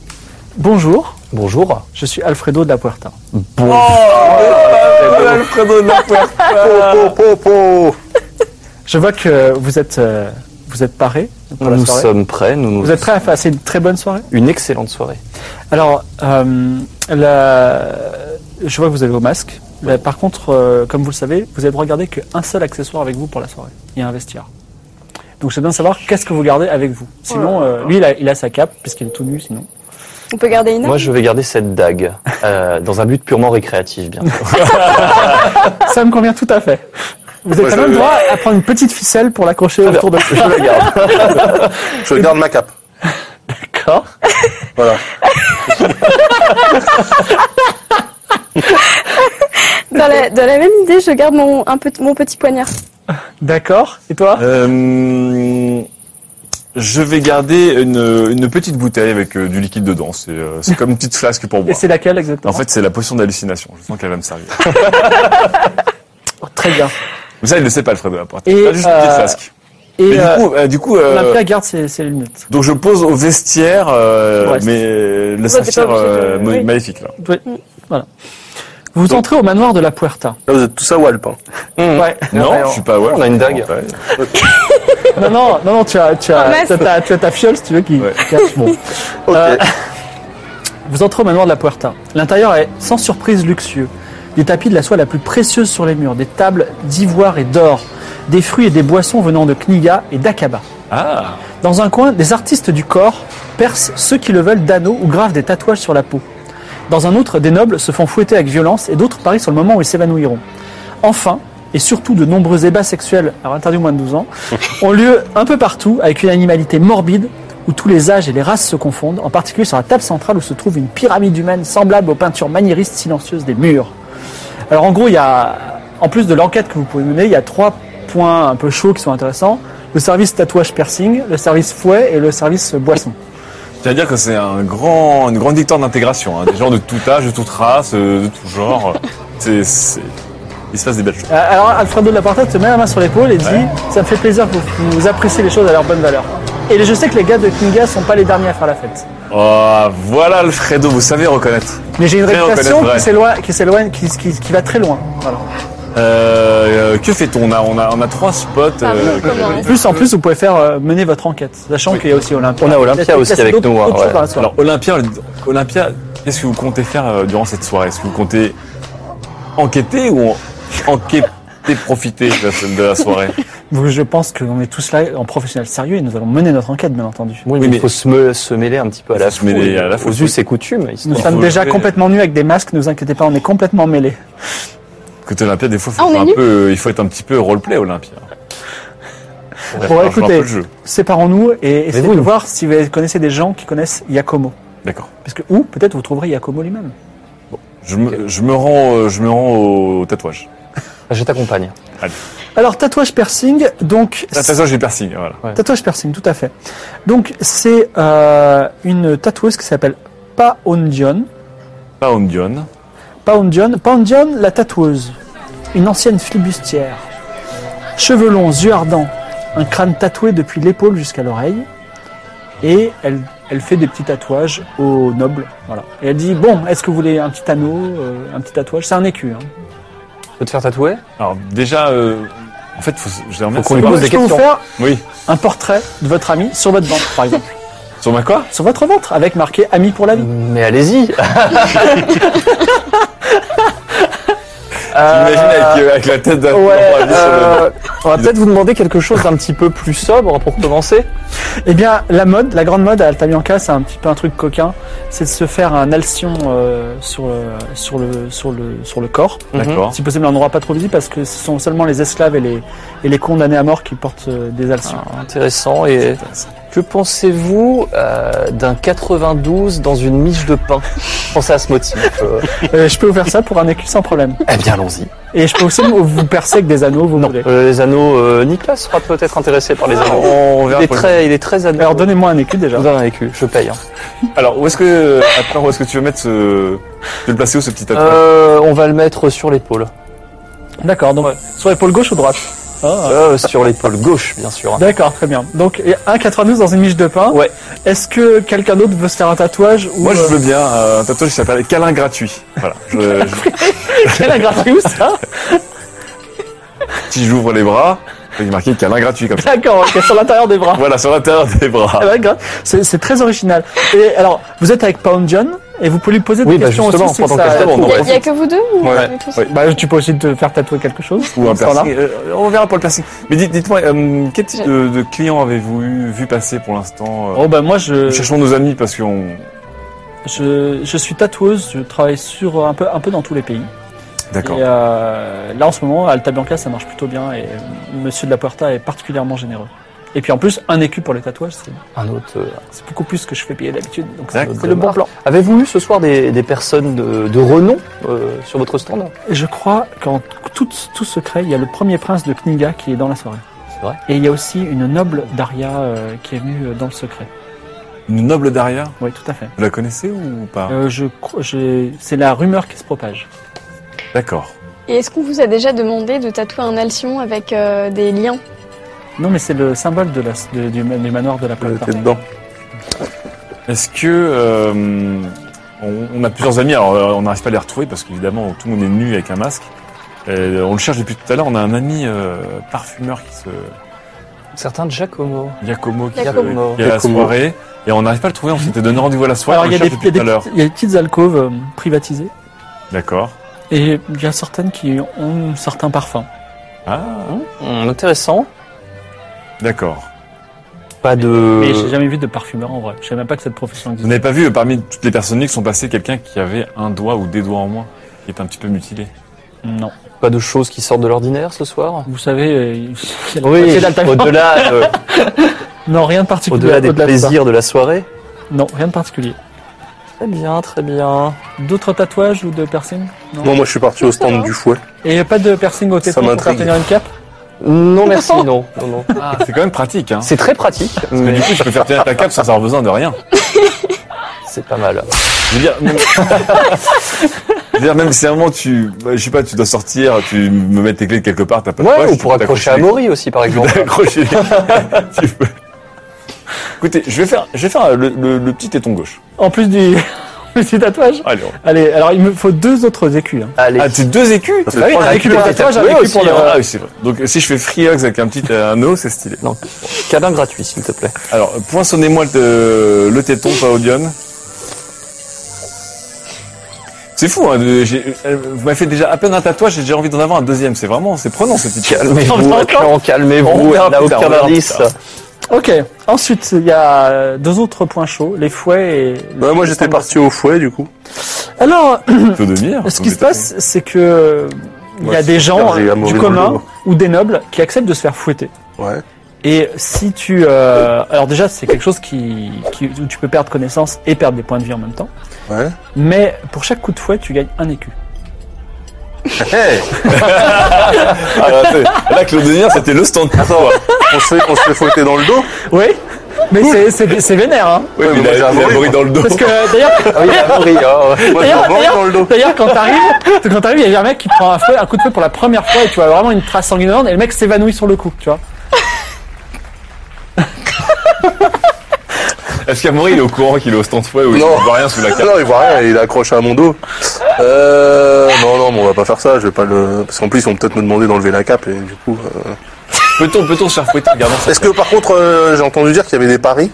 Speaker 1: Bonjour,
Speaker 6: Bonjour.
Speaker 1: je suis Alfredo de la Puerta.
Speaker 5: Oh,
Speaker 4: Alfredo de la
Speaker 7: Po, po, po
Speaker 1: Je vois que vous êtes, euh, vous êtes parés pour la
Speaker 6: Nous
Speaker 1: soirée.
Speaker 6: sommes prêts. Nous, nous-
Speaker 1: Vous êtes prêts à passer une très bonne soirée
Speaker 6: Une excellente soirée.
Speaker 1: Alors, euh, la... je vois que vous avez vos masques. Mais par contre, euh, comme vous le savez, vous avez regardé qu'un seul accessoire avec vous pour la soirée et un vestiaire. Donc, c'est bien de savoir qu'est-ce que vous gardez avec vous. Sinon, euh, lui, il a, il a sa cape, puisqu'il est tout nu, sinon.
Speaker 5: On peut garder une arme.
Speaker 6: Moi je vais garder cette dague euh, dans un but purement récréatif, bien sûr.
Speaker 1: Ça me convient tout à fait. Vous avez
Speaker 4: Moi,
Speaker 1: quand
Speaker 4: je- Ah,
Speaker 1: même droit à prendre une petite ficelle pour l'accrocher autour de vous.
Speaker 6: je la garde.
Speaker 7: Je garde ma cape.
Speaker 1: D'accord.
Speaker 7: Voilà.
Speaker 5: Dans la, dans la même idée, je garde mon, un peu, mon petit poignard.
Speaker 1: D'accord. Et toi
Speaker 4: Euh, je vais garder une, une petite bouteille avec euh, du liquide dedans. C'est euh, c'est comme une petite flasque pour
Speaker 1: Et
Speaker 4: boire.
Speaker 1: c'est laquelle exactement
Speaker 4: En fait, c'est la potion d'hallucination. Je sens qu'elle va me servir.
Speaker 1: Oh, très bien.
Speaker 4: Mais ça, il le sait pas, Alfredo de la Porta.
Speaker 1: Et,
Speaker 4: Il a juste une petite
Speaker 1: euh,
Speaker 4: flasque.
Speaker 1: Et
Speaker 4: Mais
Speaker 1: euh,
Speaker 4: du coup, euh, du coup euh,
Speaker 1: Olympia garde ses, ses lunettes.
Speaker 4: donc je pose au vestiaire, euh,
Speaker 1: Ouais.
Speaker 4: mais euh, le
Speaker 5: t'es pas
Speaker 4: saphir
Speaker 5: obligé de-
Speaker 4: euh, mo-
Speaker 5: oui.
Speaker 4: maléfique là.
Speaker 1: Ouais. Voilà. Vous entrez au manoir de la Puerta.
Speaker 7: Là, vous êtes tous à hein. Walpin.
Speaker 1: Mmh. Ouais.
Speaker 4: Non,
Speaker 6: Ouais, on-
Speaker 4: je suis pas. Ouais,
Speaker 6: on a une dague.
Speaker 4: Ouais.
Speaker 1: Non, non, non, non, tu as, tu as,
Speaker 5: Ah, mince.
Speaker 1: tu as ta, tu as ta fiole, si tu veux, qui,
Speaker 4: Ouais.
Speaker 1: qui cache. Bon.
Speaker 7: Ok.
Speaker 1: Euh, Vous entrez au manoir de la Puerta. L'intérieur est sans surprise luxueux. Des tapis de la soie la plus précieuse sur les murs, des tables d'ivoire et d'or, des fruits et des boissons venant de Kniga et d'Akaba.
Speaker 4: Ah
Speaker 1: Dans un coin, des artistes du corps percent ceux qui le veulent d'anneaux ou gravent des tatouages sur la peau. Dans un autre, des nobles se font fouetter avec violence et d'autres parient sur le moment où ils s'évanouiront. Enfin, et surtout de nombreux ébats sexuels, alors interdits aux moins de 12 ans, ont lieu un peu partout avec une animalité morbide où tous les âges et les races se confondent, en particulier sur la table centrale où se trouve une pyramide humaine semblable aux peintures maniéristes silencieuses des murs. Alors en gros, il y a, en plus de l'enquête que vous pouvez mener, il y a trois points un peu chauds qui sont intéressants. Le service tatouage piercing, le service fouet et le service boisson.
Speaker 4: C'est-à-dire que c'est un grand, une grande victoire d'intégration. hein. Des gens de tout âge, de toute race, euh, de tout genre. C'est, c'est- Il se passe des belles choses.
Speaker 1: Euh, Alors Alfredo de la Porta te met la main sur l'épaule et dit Ça me fait plaisir que vous, vous appréciez les choses à leur bonne valeur. Et je sais que les gars de Kinga sont pas les derniers à faire la fête.
Speaker 4: Oh, voilà Alfredo, vous savez reconnaître.
Speaker 1: Mais j'ai une
Speaker 4: Très
Speaker 1: réputation
Speaker 4: reconnaître, ouais.
Speaker 1: qui s'éloigne, qui, s'éloigne- qui, qui, qui va très loin. Voilà.
Speaker 4: Euh, euh, que fait-on on a, on, a, on a trois spots.
Speaker 5: Pardon,
Speaker 4: euh,
Speaker 5: comment
Speaker 1: Plus en plus, vous pouvez faire euh, mener votre enquête, sachant qu'il y a aussi Olympia.
Speaker 6: On a Olympia
Speaker 1: Peut-être
Speaker 6: aussi
Speaker 1: placer
Speaker 6: avec
Speaker 1: d'autres-
Speaker 6: nous, hein,
Speaker 1: d'autres
Speaker 6: ouais.
Speaker 1: choses dans la soirée.
Speaker 4: Alors Olympia, Olympia, qu'est-ce que vous comptez faire euh, durant cette soirée Est-ce que vous comptez enquêter ou en- enquêter profiter de la, de la soirée
Speaker 1: Vous- je pense qu'on est tous là en professionnel sérieux et nous allons mener notre enquête, bien entendu.
Speaker 6: Oui,
Speaker 4: Oui,
Speaker 6: mais
Speaker 4: mais-
Speaker 6: il faut se, me- se mêler un petit peu à
Speaker 4: Il faut
Speaker 6: la
Speaker 4: se
Speaker 6: foule,
Speaker 4: mêler à la foule,
Speaker 6: aux
Speaker 4: oui.
Speaker 6: us et coutumes.
Speaker 1: Nous
Speaker 6: histoire.
Speaker 4: Il
Speaker 1: sommes
Speaker 4: faut
Speaker 1: déjà
Speaker 4: jouer.
Speaker 1: complètement nus avec des masques, ne vous inquiétez pas, on est complètement mêlés.
Speaker 4: Côté Olympia, des fois, faut
Speaker 5: Ah, on
Speaker 4: faire
Speaker 5: est
Speaker 4: un
Speaker 5: nus
Speaker 4: peu, euh, il faut être un petit peu roleplay Olympia. Pour
Speaker 1: Bon,
Speaker 4: faire jouer un peu
Speaker 1: écoutez.
Speaker 4: le jeu.
Speaker 1: Séparons-nous et essayez
Speaker 6: vous,
Speaker 1: de
Speaker 6: nous-
Speaker 1: voir si vous connaissez des gens qui connaissent Yakomo.
Speaker 4: D'accord.
Speaker 1: Parce que, ou peut-être vous trouverez Yakomo lui-même.
Speaker 4: Je me, je me rends, euh, je me rends au, au tatouage.
Speaker 6: Je t'accompagne.
Speaker 1: Alors, tatouage piercing, donc.
Speaker 4: Ah, Tatouage et piercing, voilà.
Speaker 1: Tatouage piercing, tout à fait. Donc, c'est euh, une tatoueuse qui s'appelle Paondion.
Speaker 4: Pas Ondion.
Speaker 1: Paondion. Paondion, la tatoueuse. Une ancienne flibustière. Cheveux longs, yeux ardents, un crâne tatoué depuis l'épaule jusqu'à l'oreille. Et elle, elle fait des petits tatouages aux nobles. Voilà. Et elle dit Bon, est-ce que vous voulez un petit anneau, euh, un petit tatouage C'est un écu. Hein.
Speaker 6: Tu veux te faire tatouer
Speaker 4: Alors déjà, euh, en fait, faut, je les remercie.
Speaker 6: qu'on lui pose
Speaker 1: Je
Speaker 6: des
Speaker 1: peux vous
Speaker 6: questions.
Speaker 1: faire
Speaker 4: Oui.
Speaker 1: un portrait de votre ami sur votre ventre, par exemple.
Speaker 4: Sur ma quoi
Speaker 1: sur votre ventre, avec marqué Ami pour la vie.
Speaker 6: Mais allez-y
Speaker 4: J'imagine avec, euh, avec la tête d'un.
Speaker 6: Ouais,
Speaker 4: Non, elle est sur le-
Speaker 6: euh, on va peut-être vous demander quelque chose d'un petit peu plus sobre hein, pour commencer.
Speaker 1: Eh bien, la mode, la grande mode à Alta Bianca, c'est un petit peu un truc coquin. C'est de se faire un alcyon euh, sur, le- sur, le, sur, le, sur le corps.
Speaker 6: Euh,
Speaker 4: D'accord.
Speaker 6: mm-hmm.
Speaker 1: Si possible, un endroit pas trop visible parce que ce sont seulement les esclaves et les, et les condamnés à mort qui portent euh, des alcyons.
Speaker 6: Ah, Intéressant. Et que pensez-vous euh, d'un 92 dans une miche de pain Pensez à ce motif. euh.
Speaker 1: Euh, je peux vous faire ça pour un écu sans problème.
Speaker 6: Eh bien, allons-y.
Speaker 1: Et je peux aussi vous- vous percer avec des anneaux, vous voulez.
Speaker 6: Euh, les anneaux, euh, Nicolas sera peut-être intéressé par les anneaux.
Speaker 4: On verra
Speaker 6: Il est
Speaker 4: pour le-
Speaker 6: très, il est très anneau.
Speaker 1: Alors donnez-moi un écu déjà.
Speaker 6: Je vous donne un écu, je paye. hein.
Speaker 4: Alors, où est-ce que. Attends, où est-ce que tu veux mettre ce. Tu veux le placer où ce petit tatouage
Speaker 6: Euh, on va le mettre sur l'épaule.
Speaker 1: D'accord, donc sur l'épaule gauche ou droite Ah.
Speaker 6: Euh, sur l'épaule gauche, bien sûr. hein.
Speaker 1: D'accord, très bien. Donc et 1,92 dans une miche de pain.
Speaker 6: Ouais.
Speaker 1: Est-ce que quelqu'un d'autre veut se faire un tatouage ou
Speaker 4: Moi, je
Speaker 1: euh,
Speaker 4: veux bien euh, un tatouage qui s'appelle câlin gratuit. Voilà. Je- je-
Speaker 1: quelle agrafe où ça
Speaker 4: si j'ouvre les bras, il est marqué câlin gratuit comme ça.
Speaker 1: D'accord, ok, sur l'intérieur des bras.
Speaker 4: Voilà, sur l'intérieur des
Speaker 1: Ah
Speaker 4: bras.
Speaker 1: bah, grave. C'est c'est très original. Et alors, vous êtes avec Pound John et vous pouvez lui poser des
Speaker 6: Oui, bah,
Speaker 1: questions
Speaker 6: justement,
Speaker 1: aussi.
Speaker 6: pendant
Speaker 1: ça-
Speaker 6: qu'elle se demande,
Speaker 5: Il
Speaker 6: on
Speaker 5: y a-
Speaker 6: va-
Speaker 5: il y a que vous deux ou
Speaker 4: Ouais.
Speaker 5: on est tous-
Speaker 4: Ouais.
Speaker 1: Bah, tu peux aussi te faire tatouer quelque chose.
Speaker 4: Ou un
Speaker 1: Ça va
Speaker 4: piercing. Euh, on verra pour le piercing. Mais dites- dites-moi, euh, quel type
Speaker 5: Je-
Speaker 4: de, de clients avez-vous eu, vu passer pour l'instant euh,
Speaker 1: Oh bah moi
Speaker 4: Nous
Speaker 1: je,
Speaker 4: cherchons nos amis parce qu'on.
Speaker 1: je je suis tatoueuse, je travaille sur un peu un peu dans tous les pays.
Speaker 4: D'accord.
Speaker 1: Et euh, là en ce moment, à Alta Bianca ça marche plutôt bien et euh, Monsieur de la Puerta est particulièrement généreux. Et puis en plus, un écu pour les tatouages, c'est
Speaker 6: Un autre. euh,
Speaker 1: c'est beaucoup plus que je fais payer d'habitude, donc c'est
Speaker 4: D'accord.
Speaker 1: c'est le bon plan.
Speaker 6: Avez-vous eu ce soir des, des personnes de, de renom euh, sur votre stand
Speaker 1: Je crois qu'en tout, tout secret, il y a le premier prince de Kniga qui est dans la soirée.
Speaker 6: C'est vrai
Speaker 1: Et il y a aussi une noble Daria euh, qui est venue euh, dans le secret.
Speaker 4: Une noble Daria,
Speaker 1: Oui, tout à fait.
Speaker 4: vous la connaissez ou pas
Speaker 1: Euh, je, cro- je- c'est la rumeur qui se propage.
Speaker 4: D'accord.
Speaker 5: Et est-ce qu'on vous a déjà demandé de tatouer un alcyon avec euh, des liens
Speaker 1: Non, mais c'est le symbole de la, de- du, du manoir de la Plata.
Speaker 4: T'es dedans. Est-ce que euh, on, on a plusieurs amis Alors euh, on n'arrive pas à les retrouver parce qu'évidemment tout le monde est nu avec un masque. Et, euh, on le cherche depuis tout à l'heure. On a un ami euh, parfumeur qui se
Speaker 6: Certains Giacomo.
Speaker 4: Giacomo qui
Speaker 5: Giacomo.
Speaker 4: qui est à la
Speaker 7: Giacomo.
Speaker 4: soirée. Et on n'arrive pas à le trouver, on s'était donné rendez-vous à la soirée.
Speaker 1: Alors,
Speaker 4: on
Speaker 1: il y, a des, il y a
Speaker 4: le cherche depuis
Speaker 1: des
Speaker 4: tout à l'heure.
Speaker 1: petites- il y a des petites alcôves euh, privatisées.
Speaker 4: D'accord.
Speaker 1: Et il y a certaines qui ont certains parfums.
Speaker 4: Ah,
Speaker 6: Hum, intéressant.
Speaker 4: d'accord.
Speaker 6: Pas de.
Speaker 1: Mais j'ai jamais vu de parfumeur en vrai. Je savais même pas que cette profession
Speaker 4: Vous
Speaker 1: existait.
Speaker 4: n'avez pas vu euh, parmi toutes les personnes qui sont passées quelqu'un qui avait un doigt ou des doigts en moins, qui est un petit peu mutilé.
Speaker 1: Non.
Speaker 6: Pas de choses qui sortent de l'ordinaire ce soir
Speaker 1: Vous savez, euh, il y a la moitié
Speaker 6: Oui,
Speaker 1: d'Altamira.
Speaker 6: au-delà euh,
Speaker 1: Non, rien de particulier.
Speaker 6: au-delà des
Speaker 1: au-delà de ça.
Speaker 6: plaisirs de la soirée.
Speaker 1: Non, rien de particulier.
Speaker 6: Très bien, très bien.
Speaker 1: D'autres tatouages ou de piercings Non.
Speaker 7: Non, moi je suis parti au stand du fouet.
Speaker 1: Et pas de piercing au téton pour faire
Speaker 7: m'intrigue.
Speaker 1: tenir une cape
Speaker 6: Non, merci, non. non, non.
Speaker 4: C'est quand même pratique, hein.
Speaker 6: C'est très pratique,
Speaker 4: Parce que
Speaker 6: mais
Speaker 4: du coup, tu peux faire tenir ta cape sans avoir besoin de rien.
Speaker 6: c'est pas mal.
Speaker 4: Je veux dire, même... Je veux dire, même si à un moment tu, bah, je sais pas, tu dois sortir, tu me mets tes clés de quelque part, t'as pas de
Speaker 6: Ouais,
Speaker 4: poche,
Speaker 6: ou
Speaker 4: tu
Speaker 6: pour
Speaker 4: peux
Speaker 6: accrocher à
Speaker 4: t'accrocher
Speaker 6: Maury aussi, par
Speaker 4: les-
Speaker 6: exemple.
Speaker 4: t'accrocher les- tu peux. Écoutez, je vais faire, je vais faire euh, le, le- le petit téton gauche.
Speaker 1: En plus du, en plus du tatouage
Speaker 4: Allez. on-
Speaker 1: Allez, alors il me faut deux autres écus. hein.
Speaker 6: Allez.
Speaker 4: Ah, t'es deux écus.
Speaker 7: Ça fait trois
Speaker 1: avec
Speaker 4: écus
Speaker 1: le
Speaker 4: pour
Speaker 1: tatouage,
Speaker 4: tatouer
Speaker 1: avec lui
Speaker 4: aussi,
Speaker 1: pour le-
Speaker 4: hein. Ah oui, c'est vrai. Donc si je fais Freeox avec un petit euh, un O, c'est stylé.
Speaker 6: Non, câlin gratuit, s'il te plaît.
Speaker 4: Alors, poinçonnez-moi le, le téton, pas Odion. C'est fou, hein, de- j'ai- euh, vous m'avez fait déjà à peine un tatouage, j'ai déjà envie d'en avoir un deuxième. C'est vraiment, c'est prenant ce petit
Speaker 6: Calmez-vous, Atlan,
Speaker 4: On
Speaker 6: calmez-vous,
Speaker 4: verra
Speaker 6: on n'a
Speaker 4: plus tard,
Speaker 6: aucun
Speaker 4: on verra plus
Speaker 6: indice.
Speaker 4: tard.
Speaker 1: Ok. Ensuite, il y a euh, deux autres points chauds, les fouets et.
Speaker 7: Bah, moi j'étais parti au fouet du coup.
Speaker 1: Alors,
Speaker 7: Ah,
Speaker 4: peu de mire.
Speaker 1: ce qui se passe, c'est que il y
Speaker 7: Moi,
Speaker 1: a des gens
Speaker 7: super, j'ai eu un
Speaker 1: euh, du
Speaker 7: mauvais
Speaker 1: commun
Speaker 7: boulot.
Speaker 1: ou des nobles qui acceptent de se faire fouetter.
Speaker 7: Ouais.
Speaker 1: Et si tu... euh, alors déjà, c'est quelque chose qui, qui, où tu peux perdre connaissance et perdre des points de vie en même temps.
Speaker 7: Ouais.
Speaker 1: Mais pour chaque coup de fouet, tu gagnes un écu.
Speaker 7: Hey
Speaker 4: Ah, là, c'est- là, que le devenir, c'était le stand.
Speaker 7: Attends, on se fait, on se fait fouetter dans le dos
Speaker 1: Oui Mais c'est- c'est c'est vénère, hein
Speaker 4: Oui, mais
Speaker 7: Ouais,
Speaker 4: il
Speaker 7: moi, j'ai
Speaker 4: a, il a
Speaker 7: abandonné.
Speaker 4: brûlé dans le dos.
Speaker 1: Parce que d'ailleurs,
Speaker 6: Ah oui, Maury, oh.
Speaker 7: Moi
Speaker 1: D'ailleurs,
Speaker 7: je m'en vais
Speaker 1: d'ailleurs-
Speaker 7: dans le dos.
Speaker 1: d'ailleurs, quand t'arrives, quand t'arrives, il y a un mec qui prend un, fouet, un coup de fouet pour la première fois et tu vois vraiment une trace sanguinolente et le mec s'évanouit sur le coup, tu vois.
Speaker 4: Est-ce qu'Amaury, il est au courant qu'il est au stand fouet ou il
Speaker 7: Non.
Speaker 4: voit rien sous la
Speaker 7: Ah
Speaker 4: cape
Speaker 7: non, il voit rien, il est accroché à mon dos. Euh, non, non, mais on va pas faire ça, je vais pas le. Parce qu'en plus, ils vont peut-être me demander d'enlever la cape et du coup. euh,
Speaker 4: Peut-on, peut-on se faire fouetter en gardant sa
Speaker 7: Est-ce que par contre, euh, j'ai entendu dire qu'il y avait des paris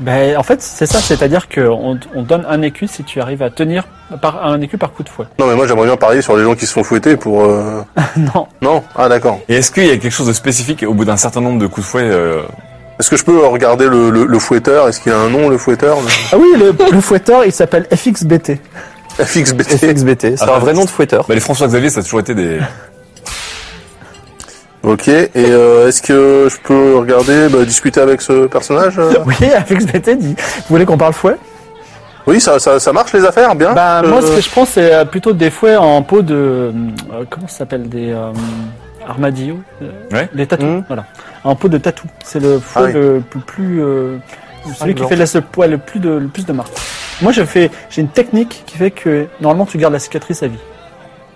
Speaker 1: Ben, en fait, c'est ça, c'est-à-dire qu'on on donne un écu si tu arrives à tenir par, un écu par coup de fouet.
Speaker 7: Non, mais moi j'aimerais bien parier sur les gens qui se sont fouettés pour. euh,
Speaker 1: non.
Speaker 7: Non Ah, d'accord.
Speaker 4: Et est-ce qu'il y a quelque chose de spécifique au bout d'un certain nombre de coups de fouet euh,
Speaker 7: Est-ce que je peux euh, regarder le, le, le fouetteur Est-ce qu'il a un nom, le fouetteur le-
Speaker 1: Ah oui, le, le fouetteur, il s'appelle FXBT.
Speaker 7: FXBT.
Speaker 6: FXBT, c'est
Speaker 4: Ah,
Speaker 6: un vrai nom de fouetteur.
Speaker 4: bah, Les François-Xavier, ça a toujours été des...
Speaker 7: Ok, et euh, est-ce que je peux regarder, bah, discuter avec ce personnage euh
Speaker 1: Oui, FXBT dit, vous voulez qu'on parle fouet
Speaker 7: Oui, ça, ça, ça marche les affaires, bien
Speaker 1: Bah
Speaker 7: Euh,
Speaker 1: moi ce que je prends c'est euh, plutôt des fouets en peau de euh, comment ça s'appelle des euh, armadillos euh,
Speaker 4: Ouais.
Speaker 1: des tatous
Speaker 6: Mhm.
Speaker 1: voilà en peau de tatou c'est le fouet
Speaker 7: Mmh. Ah oui.
Speaker 1: le plus, plus, euh, celui qui
Speaker 6: Sanglant.
Speaker 1: fait laisser le poids le plus de le plus de marques moi je fais j'ai une technique qui fait que normalement tu gardes la cicatrice à vie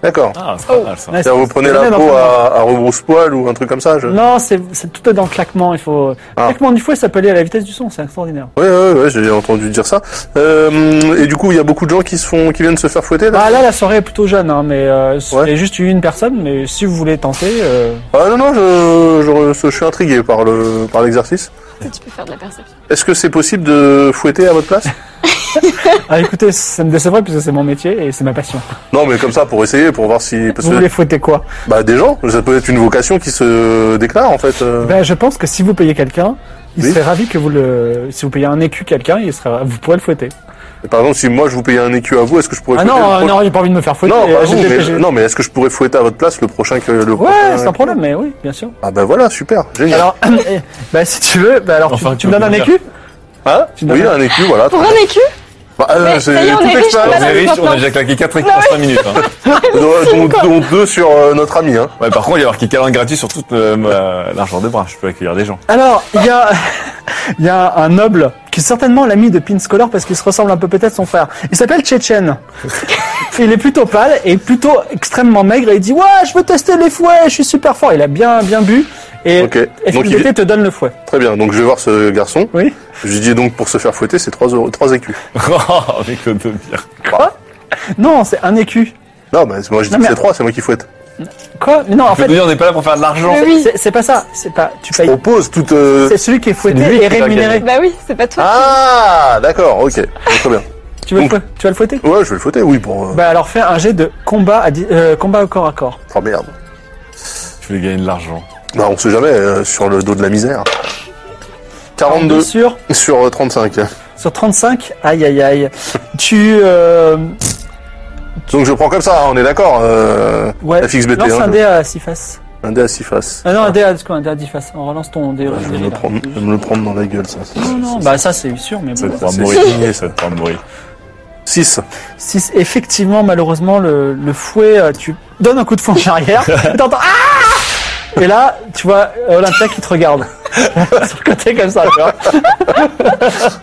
Speaker 7: D'accord.
Speaker 4: Ah, c'est pas mal, ça.
Speaker 1: Ouais,
Speaker 7: C'est-à-dire, vous
Speaker 1: c'est-
Speaker 7: prenez
Speaker 1: c'est
Speaker 7: la
Speaker 1: même
Speaker 7: peau
Speaker 1: un peu-
Speaker 7: à, à rebrousse-poil ou un truc comme ça je...
Speaker 1: non c'est c'est- tout est dans le claquement il faut le
Speaker 7: Ah.
Speaker 1: claquement du fouet ça peut aller à la vitesse du son c'est extraordinaire
Speaker 7: Ouais, ouais, ouais, j'ai entendu dire ça. Euh, et du coup, il y a beaucoup de gens qui se font, qui viennent se faire fouetter là.
Speaker 1: bah là la soirée est plutôt jeune hein, mais euh, il
Speaker 7: Ouais.
Speaker 1: y a juste une personne mais si vous voulez tenter euh,
Speaker 7: Ah non, non, je, je, je suis intrigué par le, par l'exercice.
Speaker 5: Tu peux faire de la perception.
Speaker 7: Est-ce que c'est possible de fouetter à votre place
Speaker 1: Ah écoutez, ça me décevrait puisque c'est mon métier et c'est ma passion.
Speaker 7: Non, mais comme ça pour essayer, pour voir si, parce
Speaker 1: Vous
Speaker 7: que
Speaker 1: voulez fouetter quoi
Speaker 7: bah des gens, ça peut être une vocation qui se déclare en fait. euh.
Speaker 1: Ben je pense que si vous payez quelqu'un, il
Speaker 7: Oui.
Speaker 1: serait ravi que vous le. Si vous payez un écu quelqu'un, il sera. Vous pourrez le fouetter.
Speaker 7: Et Par exemple, si moi je vous payais un écu à vous, est-ce que je pourrais
Speaker 1: Ah
Speaker 7: fouetter
Speaker 1: non,
Speaker 7: le
Speaker 1: euh,
Speaker 7: pro-
Speaker 1: non, j'ai pas envie de me faire fouetter.
Speaker 7: non,
Speaker 1: euh,
Speaker 7: pas
Speaker 1: j'ai
Speaker 7: vous,
Speaker 1: des-
Speaker 7: mais,
Speaker 1: j'ai-
Speaker 7: non, mais est-ce que je pourrais fouetter à votre place le prochain que le
Speaker 1: Ouais,
Speaker 7: prochain-
Speaker 1: c'est un problème, mais oui, bien sûr.
Speaker 7: Ah bah voilà, super, génial.
Speaker 1: Alors, eh, bah si tu veux, bah alors tu-
Speaker 4: Enfin,
Speaker 1: tu,
Speaker 4: tu
Speaker 1: me
Speaker 4: veux
Speaker 1: donnes un
Speaker 4: bien
Speaker 1: écu
Speaker 7: Hein
Speaker 1: tu
Speaker 7: oui,
Speaker 1: donnes-
Speaker 7: un écu, voilà.
Speaker 5: Pour un écu
Speaker 7: Bah, euh,
Speaker 5: Mais ça y est, on est riche,
Speaker 4: On
Speaker 7: expérience.
Speaker 4: est
Speaker 5: Voilà,
Speaker 4: riche, on
Speaker 5: maintenant.
Speaker 4: a déjà claqué 4 écrans en 5 minutes. hein.
Speaker 7: dont, dont- dont deux sur euh, notre ami. Hein.
Speaker 4: Ouais, par contre, il va y avoir qui calendrier gratuit sur toute euh, ma- l'argent de bras. Je peux accueillir des gens.
Speaker 1: Alors, il y a. Il y a un noble qui est certainement l'ami de Pin Scholar parce qu'il se ressemble un peu peut-être à son frère. Il s'appelle Tchétchène. il est plutôt pâle et plutôt extrêmement maigre et il dit ouais je veux tester les fouets, je suis super fort. Il a bien bien bu et
Speaker 7: Ok.
Speaker 1: Et
Speaker 7: Donc, il
Speaker 1: FXBT
Speaker 7: est...
Speaker 1: te donne le fouet.
Speaker 7: Très bien. Donc je vais voir ce garçon.
Speaker 1: Oui.
Speaker 7: Je lui dis donc pour se faire fouetter, c'est 3 euros, 3 écus.
Speaker 4: Oh, avec le demi
Speaker 1: Non, c'est un écu.
Speaker 7: Non, bah, c'est- moi je dis
Speaker 1: Non, mais-
Speaker 7: que c'est 3, c'est moi qui fouette.
Speaker 1: Quoi Mais Non, en
Speaker 4: Je veux
Speaker 1: fait,
Speaker 4: dire, on n'est pas là pour faire de l'argent.
Speaker 5: Mais oui.
Speaker 1: c'est c'est pas ça. C'est pas. Tu payes.
Speaker 7: Oppose toute. euh,
Speaker 1: C'est celui qui est fouetté
Speaker 6: lui
Speaker 1: et
Speaker 6: qui va
Speaker 1: rémunéré.
Speaker 5: Bah oui, c'est pas toi.
Speaker 7: Ah, d'accord, ok. Très bien.
Speaker 1: Tu veux, le fou- tu vas le fouetter
Speaker 7: Ouais, je vais le fouetter, oui, pour. euh,
Speaker 1: Bah alors fais un jet de combat à di- euh, combat au corps à corps.
Speaker 7: Oh merde.
Speaker 4: Je vais gagner de l'argent.
Speaker 7: Bah, on sait jamais, euh, sur le dos de la misère. 42
Speaker 1: sur
Speaker 7: sur euh, 35.
Speaker 1: sur 35. Aïe aïe aïe. tu euh,
Speaker 7: Donc je prends comme ça, hein, on est d'accord. Euh,
Speaker 1: ouais.
Speaker 7: FXBT,
Speaker 1: Lance
Speaker 7: hein,
Speaker 1: un
Speaker 7: je-
Speaker 1: dé à 6 faces.
Speaker 7: un dé à 6 faces.
Speaker 1: Ah non, un dé à quoi, un dé à 10 faces. On relance ton dé.
Speaker 7: Ouais, je vais
Speaker 1: dé-
Speaker 7: me,
Speaker 1: là.
Speaker 7: prendre, je vais me le prendre dans la gueule, ça.
Speaker 1: Non, non, bah ça c'est sûr, mais
Speaker 4: Ça
Speaker 1: bon.
Speaker 4: te fera
Speaker 7: c'est
Speaker 4: mourir.
Speaker 7: signé,
Speaker 4: Ça te fera mourir.
Speaker 7: 6.
Speaker 1: Si c'est- effectivement, malheureusement, le, le fouet, euh, tu donnes un coup de fouet en arrière, et t'entends Ah Et là, tu vois euh, Olympia qui te regarde. Sur le côté comme ça, tu vois.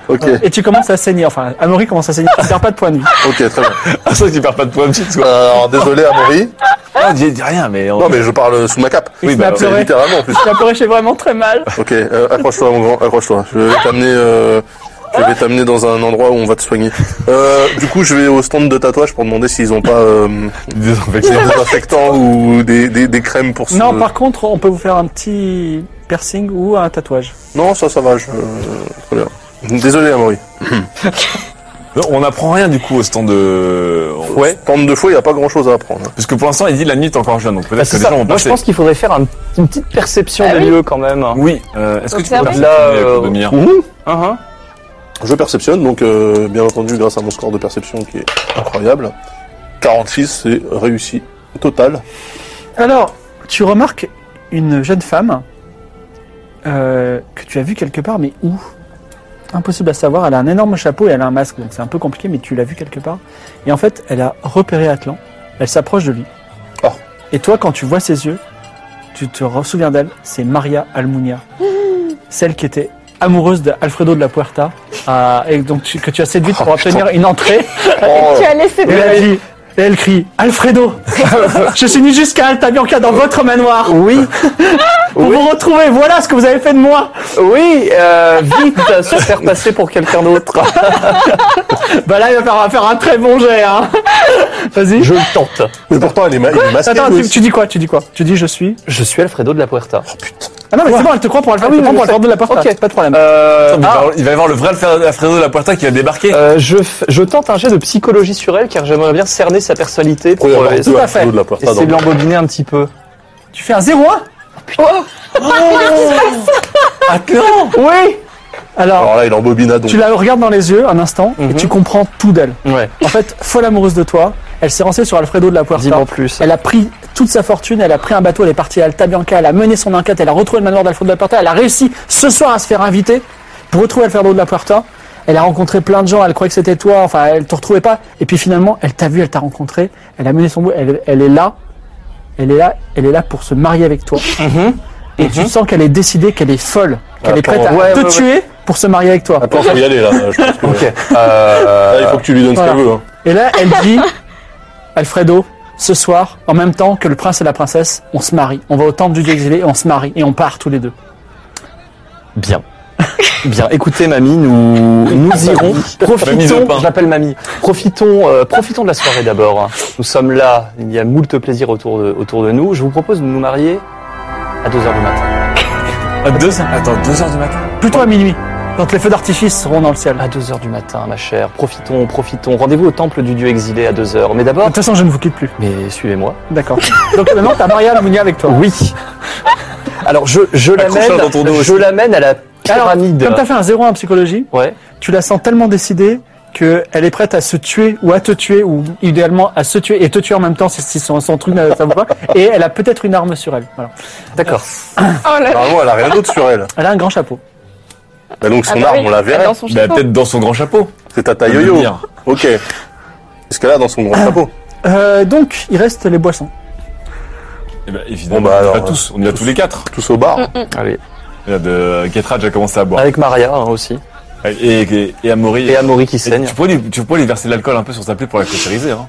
Speaker 7: Ok,
Speaker 1: Et tu commences à saigner. Enfin, Amaury commence à saigner. Tu perds pas de point de vie.
Speaker 7: ok, très bien.
Speaker 4: Ah, ça, tu perds pas de points petite, quoi.
Speaker 7: Euh, alors désolé Amaury.
Speaker 4: Ah, dis, dis rien, mais. on-
Speaker 7: Non mais je parle sous ma cape.
Speaker 1: Il se met à
Speaker 7: C'est
Speaker 1: pleurer.
Speaker 7: littéralement en plus.
Speaker 1: Il a pleuré, j'ai vraiment très mal.
Speaker 7: Ok, euh, accroche-toi mon grand, accroche-toi. Je vais t'amener, euh, je vais t'amener dans un endroit où on va te soigner. Euh, du coup, je vais au stand de tatouage pour demander s'ils ont pas euh, des
Speaker 4: Désinfection.
Speaker 7: désinfectants ou des, des, des crèmes pour. se-
Speaker 1: Non, par contre, on peut vous faire un petit piercing ou un tatouage.
Speaker 7: Non, ça, ça va. Je... Très bien. Désolé Amaury.
Speaker 4: Non, on n'apprend rien, du coup, au stand de.
Speaker 7: Ouais. Stand de fouet, il y a pas grand-chose à apprendre.
Speaker 4: Parce que pour l'instant, il dit la nuit est encore jeune, donc
Speaker 6: Bah,
Speaker 4: peut-être que
Speaker 6: c'est
Speaker 4: les
Speaker 6: ça.
Speaker 4: gens vont
Speaker 6: Moi, je
Speaker 4: passer.
Speaker 6: pense qu'il faudrait faire un- une petite perception
Speaker 5: Ah
Speaker 6: des
Speaker 5: oui.
Speaker 6: lieux quand même.
Speaker 4: Oui, euh, est-ce que tu peux
Speaker 5: Observer.
Speaker 4: me
Speaker 6: Là,
Speaker 4: donner la
Speaker 6: euh,
Speaker 4: courbe de mire
Speaker 6: Hein, hein.
Speaker 7: Je perceptionne, donc euh, bien entendu grâce à mon score de perception qui est incroyable. 46, c'est réussi total.
Speaker 1: Alors, tu remarques une jeune femme euh, que tu as vue quelque part, mais où Impossible à savoir. Elle a un énorme chapeau et elle a un masque, donc c'est un peu compliqué, mais tu l'as vue quelque part. Et en fait, elle a repéré Atlan. Elle s'approche de lui.
Speaker 7: Oh.
Speaker 1: Et toi, quand tu vois ses yeux, tu te re- souviens d'elle. C'est Maria Almunia, celle qui était amoureuse de Alfredo de la Puerta, euh, et donc tu- que tu as séduite pour obtenir une entrée
Speaker 7: Oh,
Speaker 5: Tu as laissé
Speaker 1: et elle dit, et elle crie, Alfredo, je suis venu jusqu'à Alta Bianca dans votre manoir. Oui. Pour vous retrouver, voilà ce que vous avez fait de moi.
Speaker 6: Oui, euh, vite se faire passer pour quelqu'un d'autre.
Speaker 1: Bah là, il va faire, va faire un très bon jet, hein. Vas-y.
Speaker 6: Je le tente.
Speaker 7: mais pourtant elle est, ma elle est masquée.
Speaker 1: Attends,
Speaker 7: oui.
Speaker 1: tu, tu dis quoi Tu dis quoi Tu dis je suis.
Speaker 6: Je suis Alfredo de la Puerta.
Speaker 1: Ah non, mais c'est bon, elle te croit pour Alfredo.
Speaker 6: Ah oui,
Speaker 1: elle te prend pour
Speaker 6: oui, je sais.
Speaker 1: Alfredo de la porte.
Speaker 6: Ok.
Speaker 1: pas de problème.
Speaker 6: Euh,
Speaker 4: Attends, mais il va y
Speaker 6: ah,
Speaker 4: avoir- il va y avoir le vrai Alfred- Alfredo de la Puerta qui va débarquer.
Speaker 6: euh, je, f- je tente un jet de psychologie sur elle car j'aimerais bien cerner sa personnalité pour
Speaker 7: Premièrement,
Speaker 6: euh,
Speaker 7: deux
Speaker 1: à fait.
Speaker 7: Alfredo de la Puerta
Speaker 6: essayer de
Speaker 7: dans-
Speaker 6: l'embobiner un petit peu.
Speaker 1: Tu fais un hein? 0-1
Speaker 6: Oh, Ah,
Speaker 4: Atlan
Speaker 1: Ah, Oui. Alors,
Speaker 7: Alors là, il embobine à donc.
Speaker 1: tu la regardes dans les yeux un instant et
Speaker 6: Oh. Mhm.
Speaker 1: tu comprends tout d'elle.
Speaker 6: Ouais.
Speaker 1: En fait, folle amoureuse de toi, elle s'est lancée sur Alfredo de la Puerta.
Speaker 6: Dis-moi plus.
Speaker 1: Elle a pris toute sa fortune, elle a pris un bateau, elle est partie à Alta Bianca, elle a mené son enquête, elle a retrouvé le manoir d'Alfredo de la Puerta, elle a réussi ce soir à se faire inviter pour retrouver Alfredo de la Puerta. Elle a rencontré plein de gens, elle croyait que c'était toi, enfin elle te retrouvait pas. Et puis finalement, elle t'a vu, elle t'a rencontré, elle a mené son bout, elle, elle est là, elle est là, elle est là pour se marier avec toi.
Speaker 6: Mhm.
Speaker 1: Et tu sens qu'elle est décidée, qu'elle est folle, qu'elle est
Speaker 7: Attends,
Speaker 1: prête à
Speaker 6: ouais,
Speaker 1: te
Speaker 6: ouais, ouais.
Speaker 1: tuer pour se marier avec toi.
Speaker 7: Attends, faut y aller là. Je pense que...
Speaker 6: Ok.
Speaker 4: Ah,
Speaker 7: Là, il
Speaker 6: Euh,
Speaker 7: faut que tu lui donnes ce
Speaker 1: Voilà.
Speaker 7: qu'elle veut. hein.
Speaker 1: Et là, elle dit, Alfredo, ce soir, en même temps que le prince et la princesse, on se marie. On va au temple du dieu exilé et on se marie. Et on part tous les deux.
Speaker 6: Bien. Bien, écoutez mamie, nous, nous irons,
Speaker 4: Mamie de
Speaker 6: profitons,
Speaker 4: pain.
Speaker 6: je l'appelle mamie, profitons, euh, profitons de la soirée d'abord. hein. Nous sommes là, il y a moult plaisir autour de, autour de nous, je vous propose de nous marier à 2h du matin.
Speaker 4: À deux, attends, 2 heures du matin.
Speaker 1: Plutôt à minuit, quand les feux d'artifice seront dans le ciel.
Speaker 6: À 2h du matin ma chère, profitons, profitons, rendez-vous au temple du dieu exilé à 2h,
Speaker 1: De
Speaker 6: mais d'abord,
Speaker 1: toute façon, je ne vous quitte plus.
Speaker 6: mais suivez-moi.
Speaker 1: D'accord. Donc maintenant, t'as Maria Lamounia avec toi.
Speaker 6: Oui. Alors je, je
Speaker 4: Accroche-la
Speaker 6: l'amène,
Speaker 4: dans ton dos
Speaker 6: je
Speaker 4: aussi.
Speaker 6: l'amène à la
Speaker 1: Alors,
Speaker 6: pyramide.
Speaker 1: comme t'as fait un 0 en psychologie,
Speaker 6: ouais.
Speaker 1: tu la sens tellement décidée que elle est prête à se tuer ou à te tuer ou idéalement à se tuer et te tuer en même temps si, si son, son truc ne ça vaut pas. Et elle a peut-être une arme sur elle. Voilà.
Speaker 6: D'accord.
Speaker 5: Oh là là.
Speaker 7: Apparemment, elle a rien d'autre sur elle.
Speaker 1: Elle a un grand chapeau.
Speaker 7: Bah, donc son
Speaker 5: Ah bah
Speaker 7: arme,
Speaker 5: oui,
Speaker 7: on la
Speaker 5: elle est
Speaker 7: verrait.
Speaker 5: Dans son
Speaker 4: Bah,
Speaker 5: chapeau.
Speaker 4: peut-être dans son grand chapeau.
Speaker 7: C'est à ta yo-yo.
Speaker 4: Bien.
Speaker 7: Ok. Est-ce qu'elle a dans son grand chapeau
Speaker 1: Euh, donc, il reste les boissons.
Speaker 4: Eh ben, évidemment,
Speaker 7: Bon, bah,
Speaker 4: on y va
Speaker 7: alors,
Speaker 4: tous, on y va tous les quatre.
Speaker 7: Tous au bar.
Speaker 6: Allez.
Speaker 4: Regarde, euh, Ketraj a commencé à boire.
Speaker 6: Avec Maria hein, aussi.
Speaker 4: Et, et, et Amaury.
Speaker 6: Et Amaury qui
Speaker 4: Et
Speaker 6: saigne.
Speaker 4: Tu pourrais, lui, tu pourrais lui verser de l'alcool un peu sur sa plaie pour la cauteriser. Hein.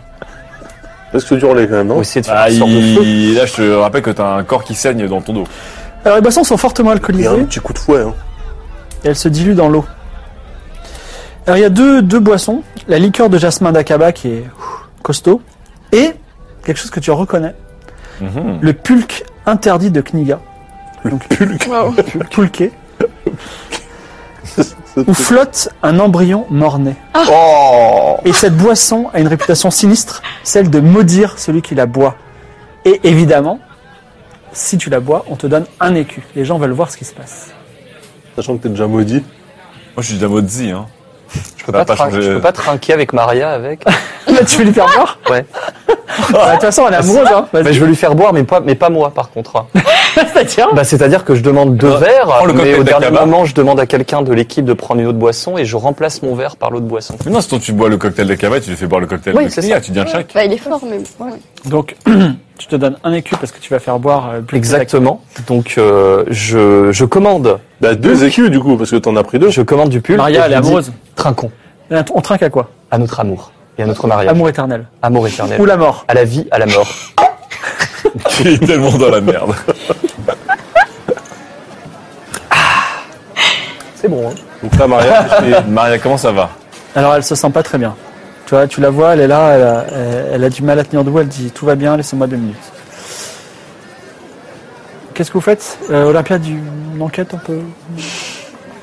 Speaker 7: Est-ce que tu relais quand même, non
Speaker 6: On va essayer de faire
Speaker 4: Ah,
Speaker 6: un sort de feu.
Speaker 4: il, là, je te rappelle que t'as un corps qui saigne dans ton dos.
Speaker 1: Alors, les boissons sont fortement
Speaker 7: Il y
Speaker 1: alcoolisées.
Speaker 7: a un petit coup de fouet. Hein.
Speaker 1: et elle se dilue dans l'eau. Alors il y a deux, deux boissons, la liqueur de jasmin d'Akaba qui est ouf, costaud, et quelque chose que tu reconnais,
Speaker 4: Mhm.
Speaker 1: le pulque interdit de Kniga,
Speaker 5: Waouh.
Speaker 1: pulqué,
Speaker 7: C'est-
Speaker 1: où flotte un embryon mort-né.
Speaker 7: Oh
Speaker 1: Et cette boisson a une réputation sinistre, celle de maudire celui qui la boit. Et évidemment, si tu la bois, on te donne un écu. Les gens veulent voir ce qui se passe.
Speaker 7: Sachant que t'es déjà maudit.
Speaker 4: Moi, je suis déjà maudit, hein. Je peux
Speaker 6: Pas trin- Je peux pas trinquer avec Maria avec.
Speaker 1: Là, tu veux lui faire boire
Speaker 6: Ouais.
Speaker 1: Bah, De toute façon, elle est amoureuse, hein. Vas-y.
Speaker 6: Bah, je veux lui faire boire, mais pas, mais pas moi par contre. hein.
Speaker 1: Tiens.
Speaker 6: Bah, c'est-à-dire que je demande deux verres,
Speaker 4: prends le
Speaker 6: mais
Speaker 4: cocktail
Speaker 6: au dernier
Speaker 4: d'Aqaba.
Speaker 6: moment, je demande à quelqu'un de l'équipe de prendre une autre boisson et je remplace mon verre par l'autre boisson.
Speaker 4: Mais non, sinon tu bois le cocktail de cava et tu lui fais boire le cocktail
Speaker 6: Oui,
Speaker 4: de
Speaker 6: c'est
Speaker 4: Kniga,
Speaker 6: ça.
Speaker 4: tu dis un chèque.
Speaker 5: Bah, il est fort, mais ouais.
Speaker 1: Donc, tu te donnes un écu parce que tu vas faire boire euh, plus
Speaker 6: Exactement. Donc, euh, je, je commande,
Speaker 7: Bah deux écus du coup, parce que t'en as pris deux.
Speaker 6: je commande du pull.
Speaker 1: Maria,
Speaker 6: et
Speaker 1: elle est
Speaker 6: je dis,
Speaker 1: amoureuse.
Speaker 6: Trinquons
Speaker 1: On trinque à quoi
Speaker 6: à notre amour et à notre mariage.
Speaker 1: Amour éternel.
Speaker 6: Amour éternel.
Speaker 1: Ou la mort.
Speaker 6: À la vie, à la mort.
Speaker 4: Tu es tellement dans la merde.
Speaker 6: Ah. C'est bon. Hein.
Speaker 7: Donc là, Maria,
Speaker 4: Et Maria, comment ça va
Speaker 1: Alors, elle se sent pas très bien. Tu vois, tu la vois, elle est là, elle a, elle- elle a du mal à tenir debout, elle dit tout va bien, laissez-moi deux minutes. Qu'est-ce que vous faites Euh, Olympia, du- une enquête un peu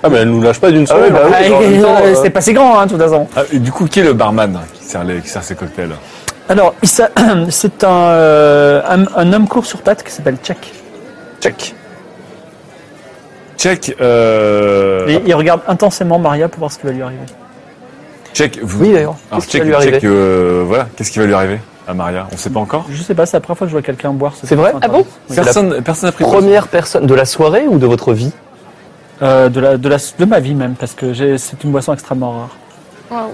Speaker 7: ah mais elle nous lâche pas d'une hein. seule.
Speaker 6: ouais, bah oui, genre, en même temps, euh,
Speaker 1: C'est pas si grand, hein, tout à façon.
Speaker 4: Ah, et Du coup, qui est le barman qui sert, les, qui sert ses cocktails
Speaker 1: Alors, il s'a- c'est un, euh, un, un homme court sur pattes qui s'appelle Tchak.
Speaker 6: Check.
Speaker 4: Check, euh...
Speaker 1: Et il regarde intensément Maria pour voir ce qui va lui arriver.
Speaker 4: Check, ah, vous...
Speaker 6: Oui, d'ailleurs.
Speaker 4: Alors,
Speaker 6: Qu'est-ce qui va
Speaker 4: check,
Speaker 6: lui arriver
Speaker 4: check, euh, voilà, qu'est-ce qui va lui arriver à Maria On sait pas encore
Speaker 1: Je sais pas, c'est la première fois que je vois quelqu'un boire ce
Speaker 6: C'est vrai
Speaker 1: truc.
Speaker 5: Ah bon
Speaker 1: Oui.
Speaker 4: Personne personne n'a pris
Speaker 6: Première personne de la soirée ou de votre vie
Speaker 1: Euh, de, la, de, la, de ma vie même, parce que j'ai- c'est une boisson extrêmement rare.
Speaker 5: Waouh.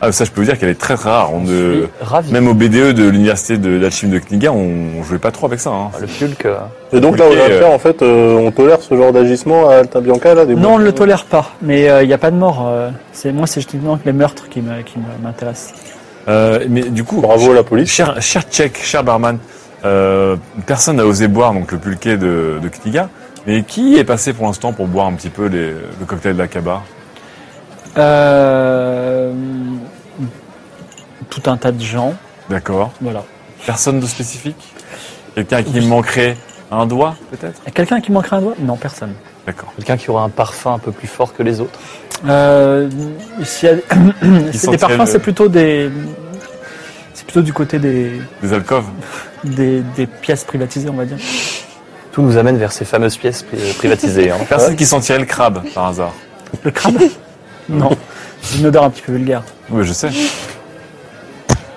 Speaker 4: Ah, ça, je peux vous dire qu'elle est très très rare. On
Speaker 6: Je
Speaker 4: ne...
Speaker 6: suis Ravi.
Speaker 4: Même au BDE de l'université de l'alchimie de Kniga, on, on jouait pas trop avec ça. Hein.
Speaker 6: Le pulque. euh,
Speaker 7: Et donc là,
Speaker 4: Ok,
Speaker 7: Olympia,
Speaker 4: euh.
Speaker 7: en fait, euh, on tolère ce genre d'agissement à Alta Bianca là. Des
Speaker 1: Non, on ne le tolère pas, mais il n'y a pas de mort. euh, c'est Moi, c'est justement que les meurtres qui me- qui me- m'intéressent.
Speaker 4: Euh, mais du coup,
Speaker 7: Bravo à la police.
Speaker 4: Cher, cher Tchèque, cher barman, euh, personne n'a osé boire donc le pulquet de, de Kniga. Mais qui est passé pour l'instant pour boire un petit peu les, le cocktail de la Caba
Speaker 1: Euh, tout un tas de gens,
Speaker 4: D'accord.
Speaker 1: voilà.
Speaker 4: Personne de spécifique Quelqu'un à qui manquerait un doigt, peut-être
Speaker 1: Y a Quelqu'un qui manquerait un doigt Non, personne.
Speaker 4: D'accord.
Speaker 6: Quelqu'un qui aura un parfum un peu plus fort que les autres.
Speaker 1: Euh, s'il y a- c'est
Speaker 4: sentiraient
Speaker 1: des parfums,
Speaker 4: le-
Speaker 1: c'est plutôt des... C'est plutôt du côté des,
Speaker 4: Des alcoves
Speaker 1: des, des pièces privatisées, on va dire.
Speaker 6: Tout nous amène vers ces fameuses pièces pri- privatisées. hein.
Speaker 4: Personne qui sentirait le crabe, par hasard
Speaker 1: Le crabe Non, c'est une odeur un petit peu vulgaire.
Speaker 4: Oui, je sais.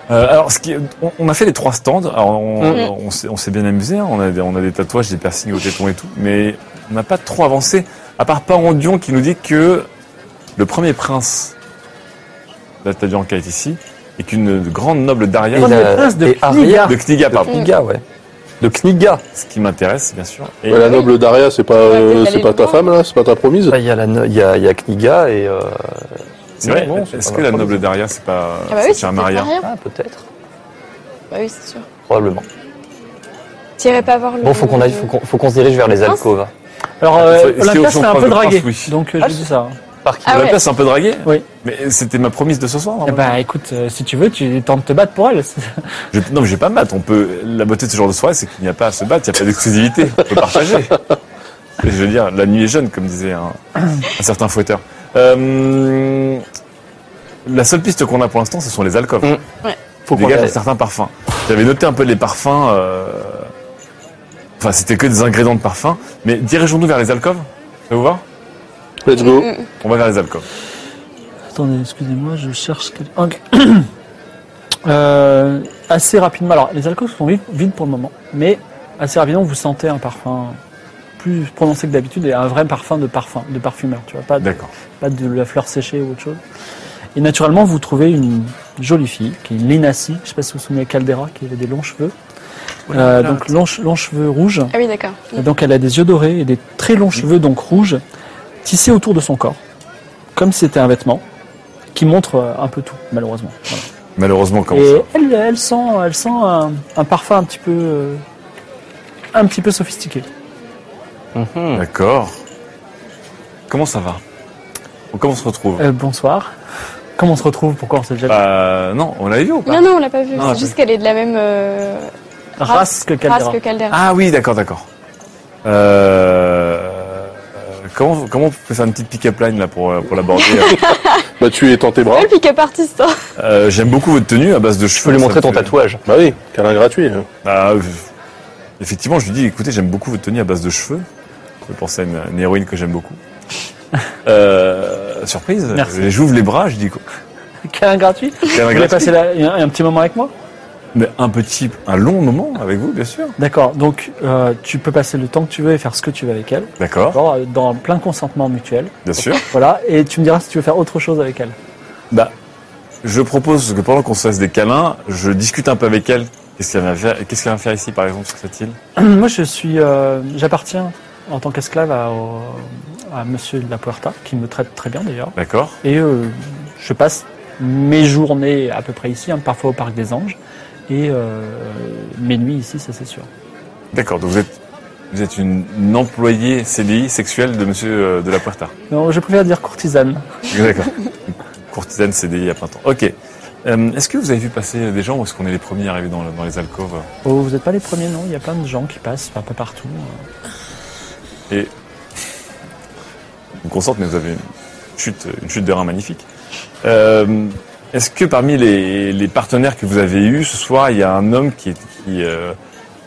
Speaker 4: Euh, alors, ce qui, on, on a fait les trois stands. Alors, on,
Speaker 5: Mm.
Speaker 4: on s'est- on s'est bien amusé. hein. On a, des- on a des tatouages, des piercings au téton et tout, mais on n'a pas trop avancé. À part Parondion qui nous dit que le premier prince d'Altabianca est ici et qu'une grande noble Daria
Speaker 6: Et
Speaker 1: Premier
Speaker 6: la-
Speaker 1: prince de
Speaker 6: et
Speaker 1: Kniga.
Speaker 6: Aria.
Speaker 4: de Kniga, pardon.
Speaker 6: Kniga, ouais. De Kniga.
Speaker 4: Ce qui m'intéresse, bien sûr. Et
Speaker 7: Ouais, la noble Daria, c'est pas, euh,
Speaker 5: Ouais, peut-être
Speaker 7: c'est
Speaker 5: aller
Speaker 7: pas
Speaker 5: le
Speaker 7: ta
Speaker 5: voir.
Speaker 7: femme là, c'est pas ta promise.
Speaker 6: Là, Il y, a la no- il y a, il y a Kniga et. euh,
Speaker 4: c'est vrai.
Speaker 6: non, non, c'est
Speaker 4: Est-ce
Speaker 6: pas
Speaker 4: que
Speaker 6: ma
Speaker 4: la
Speaker 6: promise.
Speaker 4: noble Daria, c'est pas
Speaker 5: Ah bah oui,
Speaker 4: c'est
Speaker 5: c'est
Speaker 4: un Maria
Speaker 5: rien.
Speaker 6: Ah, peut-être.
Speaker 5: Bah oui, c'est sûr.
Speaker 6: Probablement.
Speaker 5: T'irais pas voir le.
Speaker 6: Bon, faut qu'on aille, faut qu'on, faut qu'on se dirige vers les
Speaker 5: Mince.
Speaker 6: alcôves.
Speaker 1: Alors, euh,
Speaker 4: Ah, C'est- c'est
Speaker 1: Olympia
Speaker 4: option
Speaker 1: se fait un
Speaker 4: prince
Speaker 1: peu
Speaker 4: de prince,
Speaker 1: draguer,
Speaker 4: oui.
Speaker 1: donc euh,
Speaker 6: Ah,
Speaker 1: je dis ça.
Speaker 6: Par qui
Speaker 5: Ah
Speaker 4: la
Speaker 5: ouais.
Speaker 4: place un peu draguée
Speaker 1: Oui.
Speaker 4: Mais c'était ma promise de ce soir. hein.
Speaker 1: Eh ben, écoute, euh, si tu veux, tu tentes de te battre pour elle.
Speaker 4: Je- non, mais j'ai pas me battre. On peut. La beauté de ce genre de soirée, c'est qu'il n'y a pas à se battre. Il n'y a pas d'exclusivité. On peut partager. Et je veux dire, la nuit est jeune, comme disait un, un certain fouetteur. Euh, la seule piste qu'on a pour l'instant, ce sont les alcools.
Speaker 6: Mm.
Speaker 5: Ouais.
Speaker 4: Faut
Speaker 6: qu'on regarde.
Speaker 4: certains parfums. J'avais noté un peu les parfums. euh, Enfin, c'était que des ingrédients de parfum. Mais dirigeons-nous vers les alcools. Ça vous va
Speaker 7: Let's go.
Speaker 4: On va vers les alcools.
Speaker 1: Attendez, excusez-moi, je cherche quelque... Ok. Euh, assez rapidement. Alors, les alcools sont vi- vides pour le moment, mais assez rapidement, vous sentez un parfum plus prononcé que d'habitude et un vrai parfum de parfum, de parfumeur, tu vois, pas de,
Speaker 4: D'accord.
Speaker 1: pas de la fleur séchée ou autre chose. Et naturellement, vous trouvez une jolie fille qui est Linassi, je sais pas si vous vous souvenez de Caldera, qui avait des longs cheveux. Euh, donc, longs, che- longs cheveux rouges.
Speaker 5: Ah oui, d'accord.
Speaker 1: Et donc elle a des yeux dorés et des très longs cheveux donc rouges tissés autour de son corps, comme si c'était un vêtement qui montre euh, un peu tout malheureusement. Voilà.
Speaker 4: Malheureusement, comment
Speaker 1: Et elle, elle sent, elle sent un, un parfum un petit peu, euh, un petit peu sophistiqué.
Speaker 4: ça D'accord. Comment ça va Comment on se retrouve
Speaker 1: Euh, bonsoir. Comment on
Speaker 4: Bah.
Speaker 1: se retrouve Pourquoi on se jette
Speaker 4: Euh, non, on l'avait vu ou pas
Speaker 5: Non, non, on l'a pas vu.
Speaker 4: Non,
Speaker 5: C'est
Speaker 4: je-
Speaker 5: juste qu'elle est de la même. euh,
Speaker 1: Rask Caldera.
Speaker 5: Rask Caldera.
Speaker 4: Ah oui, d'accord, d'accord. Euh, euh, comment, comment on peut faire une petite pick-up line là pour, euh, pour l'aborder euh
Speaker 7: Bah, tu étends tes bras.
Speaker 5: Le pick-up artiste. hein.
Speaker 4: Euh, J'aime beaucoup votre tenue à base de cheveux.
Speaker 6: Je peux lui montrer ton tatouage.
Speaker 7: Bah oui, câlin gratuit. hein.
Speaker 4: Bah, euh, effectivement, je lui dis, écoutez, j'aime beaucoup votre tenue à base de cheveux. Ça me fait penser à une, une héroïne que j'aime beaucoup. Euh, surprise.
Speaker 1: Merci.
Speaker 4: J'ouvre les bras, je dis quoi
Speaker 1: Câlin gratuit. Vous
Speaker 4: Câlin
Speaker 1: voulez
Speaker 4: gratuit.
Speaker 1: passer la- un, un petit moment avec moi
Speaker 4: Mais un petit, un long moment avec vous, bien sûr.
Speaker 1: D'accord. Donc euh, tu peux passer le temps que tu veux et faire ce que tu veux avec elle.
Speaker 4: D'accord,
Speaker 1: D'accord, euh, Dans plein consentement mutuel.
Speaker 4: bien sûr.
Speaker 1: Voilà. Et tu me diras si tu veux faire autre chose avec elle.
Speaker 4: Bah, je propose que pendant qu'on se fasse des câlins, je discute un peu avec elle. Qu'est-ce qu'elle vient faire, qu'est-ce qu'elle vient faire ici, par exemple, sur cette île
Speaker 1: Moi, je suis, euh, j'appartiens en tant qu'esclave à, au- à Monsieur de la Puerta, qui me traite très bien d'ailleurs.
Speaker 4: D'accord.
Speaker 1: Et euh, je passe mes journées à peu près ici, hein, parfois au Parc des Anges, et euh, mes nuits ici, ça c'est sûr.
Speaker 4: D'accord, donc vous êtes, vous êtes une, une employée CDI sexuelle de monsieur euh, de la Puerta.
Speaker 1: Non, je préfère dire courtisane.
Speaker 4: D'accord. Courtisane CDI à plein temps. Ok. Euh, est-ce que vous avez vu passer des gens ou est-ce qu'on est les premiers arrivés dans, le- dans les alcôves
Speaker 1: Oh, vous n'êtes pas les premiers, non Il y a plein de gens qui passent un peu partout. hein.
Speaker 4: Vous consente, mais vous avez une chute, une chute de rein magnifique. Euh, est-ce que parmi les, les partenaires que vous avez eus ce soir, il y a un homme qui, est- qui, euh,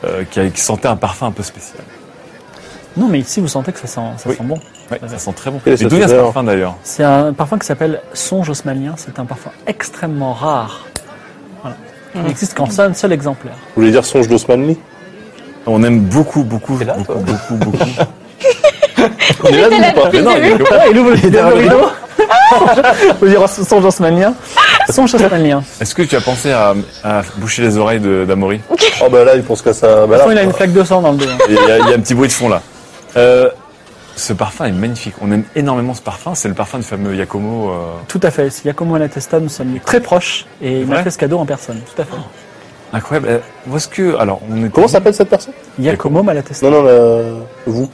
Speaker 4: euh, qui, a- qui sentait un parfum un peu spécial
Speaker 1: Non, mais ici, vous sentez que ça sent, ça
Speaker 4: Oui.
Speaker 1: sent bon.
Speaker 4: Ouais, ça sent très bon.
Speaker 7: Et
Speaker 4: Et
Speaker 7: les
Speaker 4: d'où vient ce
Speaker 7: odeurs.
Speaker 4: parfum d'ailleurs
Speaker 1: C'est un parfum qui s'appelle Songe osmanien. C'est un parfum extrêmement rare. Voilà. Il n'existe qu'en un seul exemplaire.
Speaker 7: Vous voulez dire songe d'Osmanli
Speaker 4: On aime beaucoup, beaucoup,
Speaker 6: T'es là,
Speaker 4: beaucoup,
Speaker 6: toi
Speaker 4: beaucoup, beaucoup.
Speaker 7: On est là, nous, ou pas
Speaker 4: Mais non, il est
Speaker 1: Ah, il ouvre les le rideau. Vous dire Songe osmanien Songe osmanien.
Speaker 4: Est-ce que tu as pensé à, à boucher les oreilles de- d'Amaury
Speaker 7: Oh bah là, il pense qu'à ça. Bah
Speaker 1: De toute façon, il a
Speaker 7: là.
Speaker 1: une flaque de sang dans le dos. hein.
Speaker 4: Il y, a il y a un petit bruit de fond là. Euh, ce parfum est magnifique. On aime énormément ce parfum. C'est le parfum du fameux Yakomo. euh,
Speaker 1: Tout à fait. Si Yacomo et la Testa, nous sommes très proches et il m'a
Speaker 4: vrai
Speaker 1: fait ce cadeau en personne. Tout à fait.
Speaker 4: incroyable. Euh, Où est-ce que alors on est
Speaker 7: Comment s'appelle cette personne
Speaker 1: Yacomo Malatesta.
Speaker 7: Non, non, la- vous.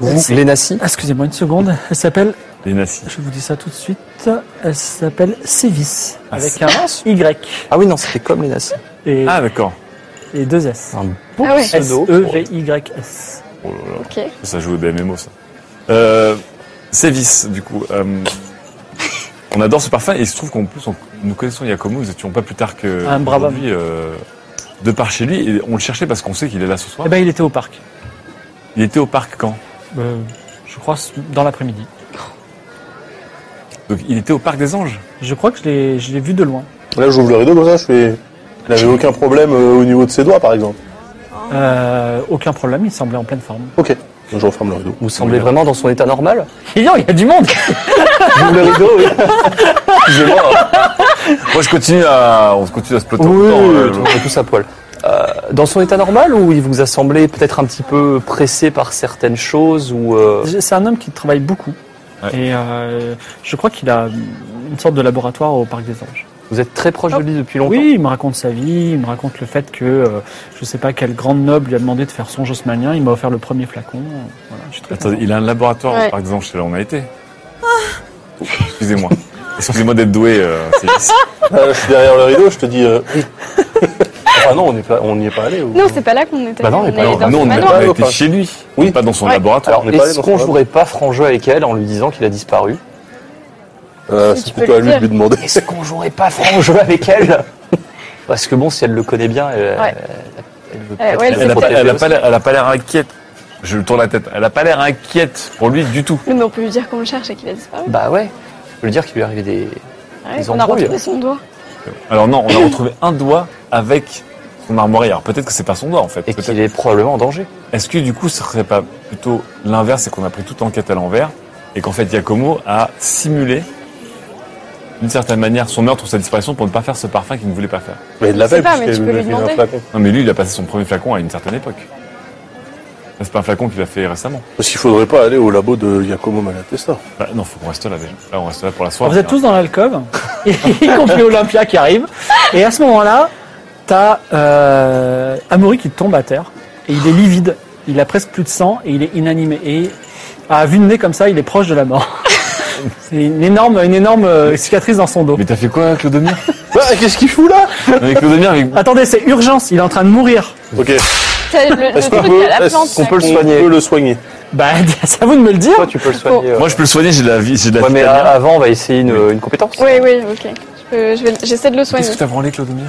Speaker 6: Vous, Lénassi
Speaker 1: Excusez-moi une seconde. Elle s'appelle,
Speaker 4: Les Nassi.
Speaker 1: je vous dis ça tout de suite, elle s'appelle Sévis.
Speaker 4: Ah,
Speaker 1: Avec un Y
Speaker 6: Ah oui, non, c'était comme Lénassi.
Speaker 1: et,
Speaker 4: Ah d'accord.
Speaker 1: et deux S.
Speaker 6: Un
Speaker 5: Ah ouais.
Speaker 1: S-E-V-Y-S.
Speaker 4: Oh là là.
Speaker 5: Ok.
Speaker 4: Ça joue au DMMO ça. Euh, Sévis du coup. Euh, on adore ce parfum et il se trouve qu'en plus on- nous connaissons Yakomo. Nous étions pas plus tard que
Speaker 1: Un brave
Speaker 4: aujourd'hui, euh, de par chez lui et on le cherchait parce qu'on sait qu'il est là ce soir.
Speaker 1: Eh ben, il était au parc.
Speaker 4: Il était au parc quand
Speaker 1: Euh, je crois dans l'après-midi.
Speaker 4: Donc il était au parc des anges.
Speaker 1: Je crois que je l'ai, je l'ai vu de loin.
Speaker 7: Là, j'ouvre le rideau comme ça, je fais. Il n'avait aucun problème euh, au niveau de ses doigts, par exemple.
Speaker 1: Euh, aucun problème, il semblait en pleine forme.
Speaker 7: Ok. Donc, je referme le rideau.
Speaker 6: Vous semblez vraiment dans son état normal
Speaker 1: Et non, il y a du monde
Speaker 6: Vous le rideau, oui. Excusez-moi,
Speaker 4: Moi je continue à on continue à se plotter. en même temps, euh,
Speaker 6: on est tous à poil. Euh, dans son état normal ou il vous a semblé peut-être un petit peu pressé par certaines choses ou euh,
Speaker 1: C'est un homme qui travaille beaucoup.
Speaker 4: Ouais.
Speaker 1: Et euh, je crois qu'il a une sorte de laboratoire au Parc des Anges.
Speaker 6: vous êtes très proche de lui depuis longtemps
Speaker 1: Oui, il me raconte sa vie, il me raconte le fait que euh, je sais pas quel grand noble lui a demandé de faire son josmanien, il m'a offert le premier flacon. Voilà, je suis très
Speaker 4: Attends,
Speaker 1: content.
Speaker 4: il a un laboratoire
Speaker 5: Ouais.
Speaker 4: au Parc des Anges, c'est là où on a été. Excusez-moi. Excusez-moi d'être doué. euh, Célis.
Speaker 7: Là, je suis derrière le rideau, je te dis. euh, oui. ah non, on n'y est pas, on n'y est pas allé. ou-
Speaker 5: Non, c'est pas là qu'on était.
Speaker 6: Bah non, on est
Speaker 5: on
Speaker 6: pas
Speaker 5: allait
Speaker 6: là.
Speaker 5: dans
Speaker 4: non,
Speaker 5: son
Speaker 4: on, est-
Speaker 5: manoir.
Speaker 4: on a
Speaker 7: ou
Speaker 4: été
Speaker 7: pas
Speaker 4: chez lui,
Speaker 7: Oui.
Speaker 4: mais pas dans son
Speaker 5: Ouais.
Speaker 4: laboratoire.
Speaker 7: on n'est pas allé
Speaker 6: Est-ce
Speaker 7: dans
Speaker 6: qu'on
Speaker 7: son
Speaker 6: jouerait pas franc-jeu avec elle en lui disant qu'il a disparu
Speaker 7: Euh,
Speaker 5: Si,
Speaker 7: c'est
Speaker 5: tu peux
Speaker 7: plutôt à
Speaker 5: le
Speaker 7: lui de
Speaker 5: dire.
Speaker 7: lui demander.
Speaker 6: Est-ce qu'on jouerait pas franc-jeu avec elle Parce que bon, si elle le connaît bien,
Speaker 5: Ouais.
Speaker 6: elle, elle
Speaker 5: Euh,
Speaker 6: veut
Speaker 5: ouais,
Speaker 6: peut-être
Speaker 5: elle
Speaker 4: Elle
Speaker 6: la
Speaker 4: a pas,
Speaker 6: protéger
Speaker 4: elle a
Speaker 6: aussi.
Speaker 4: pas l'air- elle a pas l'air inquiète. Je lui tourne la tête. Elle a pas l'air inquiète pour lui du tout.
Speaker 5: Mais on peut lui dire qu'on le cherche et qu'il a disparu.
Speaker 6: Bah ouais, je veux dire qu'il lui arrivait des...
Speaker 5: Ouais,
Speaker 6: ils
Speaker 5: on a
Speaker 6: embrouillent.
Speaker 5: retrouvé son doigt.
Speaker 4: Alors non, on a retrouvé un doigt avec son armoirie. Alors peut-être que c'est pas son doigt en fait.
Speaker 6: Et
Speaker 4: Peut-être-
Speaker 6: qu'il est probablement en danger.
Speaker 4: Est-ce que du coup, ce serait pas plutôt l'inverse, c'est qu'on a pris toute l'enquête à l'envers et qu'en fait, Giacomo a simulé d'une certaine manière son meurtre ou sa disparition pour ne pas faire ce parfum qu'il ne voulait pas faire.
Speaker 7: Mais de
Speaker 5: Je sais
Speaker 7: l'appel,
Speaker 5: pas, mais tu peux lui
Speaker 7: un
Speaker 5: demander.
Speaker 7: flacon.
Speaker 4: Non, mais lui, il a passé son premier flacon à une certaine époque. Ça, C'est pas un flacon qu'il a fait récemment.
Speaker 7: Parce qu'il faudrait pas aller au labo de Giacomo Malatesta.
Speaker 4: Bah, non, faut qu'on reste là déjà. Là, on reste là pour la
Speaker 1: Alors,
Speaker 4: soirée. hein.
Speaker 1: vous êtes tous dans l'alcôve, y compris Olympia qui arrive. Et à ce moment-là, t'as euh, Amaury qui tombe à terre. Et il est livide. Il a presque plus de sang et il est inanimé. Et à vue de nez comme ça, il est proche de la mort. C'est une énorme, une énorme euh, cicatrice dans son dos.
Speaker 4: Mais t'as fait quoi, Clodomir
Speaker 7: Ah, qu'est-ce qu'il fout là
Speaker 4: Avec Clodomir, avec...
Speaker 1: Attendez, c'est urgence, il est en train de mourir.
Speaker 7: Ok.
Speaker 8: C'est le, le
Speaker 7: Est-ce qu'on
Speaker 8: truc
Speaker 7: peut,
Speaker 8: à la
Speaker 7: est-ce
Speaker 8: plante.
Speaker 7: qu'on
Speaker 8: là.
Speaker 7: peut le soigner On peut le soigner.
Speaker 1: Bah, c'est à vous de me le dire.
Speaker 6: Toi, tu peux le soigner. euh.
Speaker 4: moi je peux le soigner, j'ai de la vie, j'ai de la
Speaker 6: Ouais, mais
Speaker 4: vitamine.
Speaker 6: a- avant, on va essayer une, une compétence.
Speaker 5: Oui, oui, ok. Je peux- je vais- J'essaie de le soigner.
Speaker 4: Qu'est-ce que t'as branlé, Clodomir